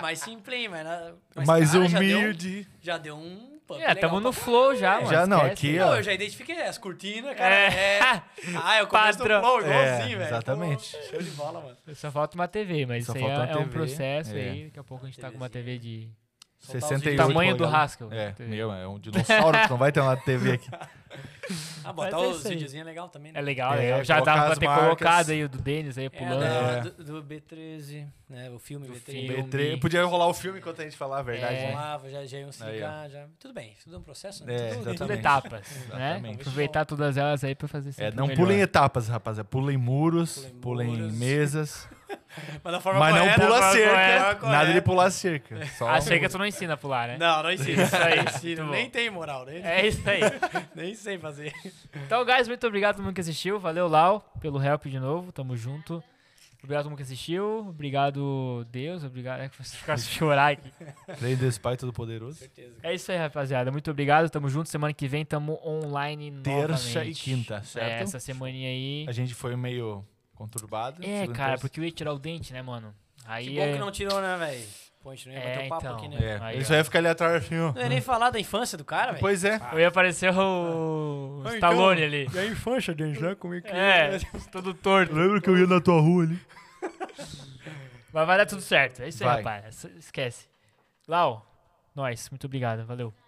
[SPEAKER 4] mais simplinho, mas. na- mas,
[SPEAKER 3] Mais
[SPEAKER 4] cara,
[SPEAKER 3] humilde.
[SPEAKER 4] Já deu, um- já deu um. pump
[SPEAKER 2] É,
[SPEAKER 4] legal
[SPEAKER 2] tamo no
[SPEAKER 4] pra-
[SPEAKER 2] flow já, mano.
[SPEAKER 3] Já não,
[SPEAKER 2] esquece.
[SPEAKER 3] aqui,
[SPEAKER 4] Não,
[SPEAKER 3] ó.
[SPEAKER 4] eu já identifiquei as cortinas, cara. É. Ah, eu começo
[SPEAKER 2] Padrão.
[SPEAKER 4] no flow igualzinho,
[SPEAKER 3] É,
[SPEAKER 4] assim, velho.
[SPEAKER 3] exatamente.
[SPEAKER 4] Pô, show de bola, mano.
[SPEAKER 2] Só falta uma TV, mas
[SPEAKER 3] Só
[SPEAKER 2] isso aí
[SPEAKER 3] falta uma
[SPEAKER 2] é, é um
[SPEAKER 3] TV,
[SPEAKER 2] processo
[SPEAKER 3] é.
[SPEAKER 2] aí. Daqui a pouco a gente tá com uma TV de.
[SPEAKER 4] Soltar os
[SPEAKER 3] 68
[SPEAKER 4] vídeos.
[SPEAKER 2] Tamanho do
[SPEAKER 3] polegadas.
[SPEAKER 2] Haskell.
[SPEAKER 3] É,
[SPEAKER 2] Entendi.
[SPEAKER 3] meu, é um dinossauro que não vai ter uma TV aqui.
[SPEAKER 4] Ah, botar
[SPEAKER 2] Mas é
[SPEAKER 4] os
[SPEAKER 2] isso aí.
[SPEAKER 4] videozinhos é legal também, né?
[SPEAKER 2] É legal,
[SPEAKER 3] É,
[SPEAKER 2] legal. Já
[SPEAKER 3] colocar
[SPEAKER 2] dava pra
[SPEAKER 3] as
[SPEAKER 2] ter
[SPEAKER 3] marcas.
[SPEAKER 2] colocado aí o do Denis aí
[SPEAKER 4] É,
[SPEAKER 2] pulando. né?
[SPEAKER 4] da-
[SPEAKER 3] É.
[SPEAKER 4] do, do B13, né? O filme
[SPEAKER 2] Do
[SPEAKER 4] B13.
[SPEAKER 2] filme.
[SPEAKER 3] B3, podia rolar o filme enquanto a gente falar a verdade,
[SPEAKER 2] É.
[SPEAKER 3] né?
[SPEAKER 4] Fumava, já, já iam se
[SPEAKER 3] Aí, ó.
[SPEAKER 4] ligar, já. Tudo bem, tudo é um processo, né?
[SPEAKER 3] É,
[SPEAKER 4] tudo,
[SPEAKER 2] Tudo
[SPEAKER 3] exatamente.
[SPEAKER 2] etapas, né?
[SPEAKER 3] Exatamente.
[SPEAKER 2] Aproveitar todas elas aí pra fazer
[SPEAKER 3] É,
[SPEAKER 2] sempre
[SPEAKER 3] não
[SPEAKER 2] o
[SPEAKER 3] pulem
[SPEAKER 2] melhor.
[SPEAKER 3] etapas, rapaziada. Pulem muros,
[SPEAKER 4] Pulem
[SPEAKER 3] pulem
[SPEAKER 4] muros.
[SPEAKER 3] mesas.
[SPEAKER 4] Mas da forma
[SPEAKER 3] Mas não
[SPEAKER 4] correta,
[SPEAKER 3] pula
[SPEAKER 4] da forma
[SPEAKER 3] cerca.
[SPEAKER 4] correta.
[SPEAKER 3] Nada de pular cerca. Só
[SPEAKER 2] A cerca tu não ensina a pular, né?
[SPEAKER 4] Não, não ensino. Isso
[SPEAKER 2] aí,
[SPEAKER 4] aí, ensino.
[SPEAKER 2] muito
[SPEAKER 4] Nem
[SPEAKER 2] bom.
[SPEAKER 4] tem moral, né?
[SPEAKER 2] É isso aí.
[SPEAKER 4] Nem sei fazer.
[SPEAKER 2] Então, guys, muito obrigado a todo mundo que assistiu. Valeu, Lau, pelo help de novo. Tamo junto. Obrigado a todo mundo que assistiu. Obrigado, Deus. Obrigado. É que vocês ficaram a chorar aqui.
[SPEAKER 3] Três desse Pai Todo-Poderoso.
[SPEAKER 4] Certeza.
[SPEAKER 2] É isso aí, rapaziada. Muito obrigado. Tamo junto. Semana que vem tamo online novamente.
[SPEAKER 3] Terça e quinta,
[SPEAKER 2] É,
[SPEAKER 3] certo?
[SPEAKER 2] essa semaninha aí.
[SPEAKER 3] A gente foi meio conturbado.
[SPEAKER 2] É,
[SPEAKER 3] segunda e
[SPEAKER 2] cara,
[SPEAKER 3] terça.
[SPEAKER 2] porque eu ia tirar o dente, né, mano? Aí
[SPEAKER 4] Que bom
[SPEAKER 2] é...
[SPEAKER 4] que não tirou, né, velho? Pô, a gente não ia
[SPEAKER 2] É,
[SPEAKER 4] bater o papo
[SPEAKER 2] então.
[SPEAKER 4] aqui, né?
[SPEAKER 3] É,
[SPEAKER 2] Aí,
[SPEAKER 3] ele
[SPEAKER 2] ó.
[SPEAKER 3] só ia ficar ali atrás assim, ó.
[SPEAKER 4] Não ia nem falar da infância do cara, Ah, velho.
[SPEAKER 3] Pois é.
[SPEAKER 2] Eu ia aparecer o
[SPEAKER 4] Ah,
[SPEAKER 2] Stallone
[SPEAKER 4] então.
[SPEAKER 2] ali.
[SPEAKER 4] E a infância, Denis, né? Como que
[SPEAKER 2] É, todo torto.
[SPEAKER 3] Lembra que eu ia na tua rua ali?
[SPEAKER 2] Mas vai dar tudo certo. É isso aí,
[SPEAKER 3] Vai.
[SPEAKER 2] rapaz. Es- Esquece. Lau, nós. Muito obrigado. Valeu.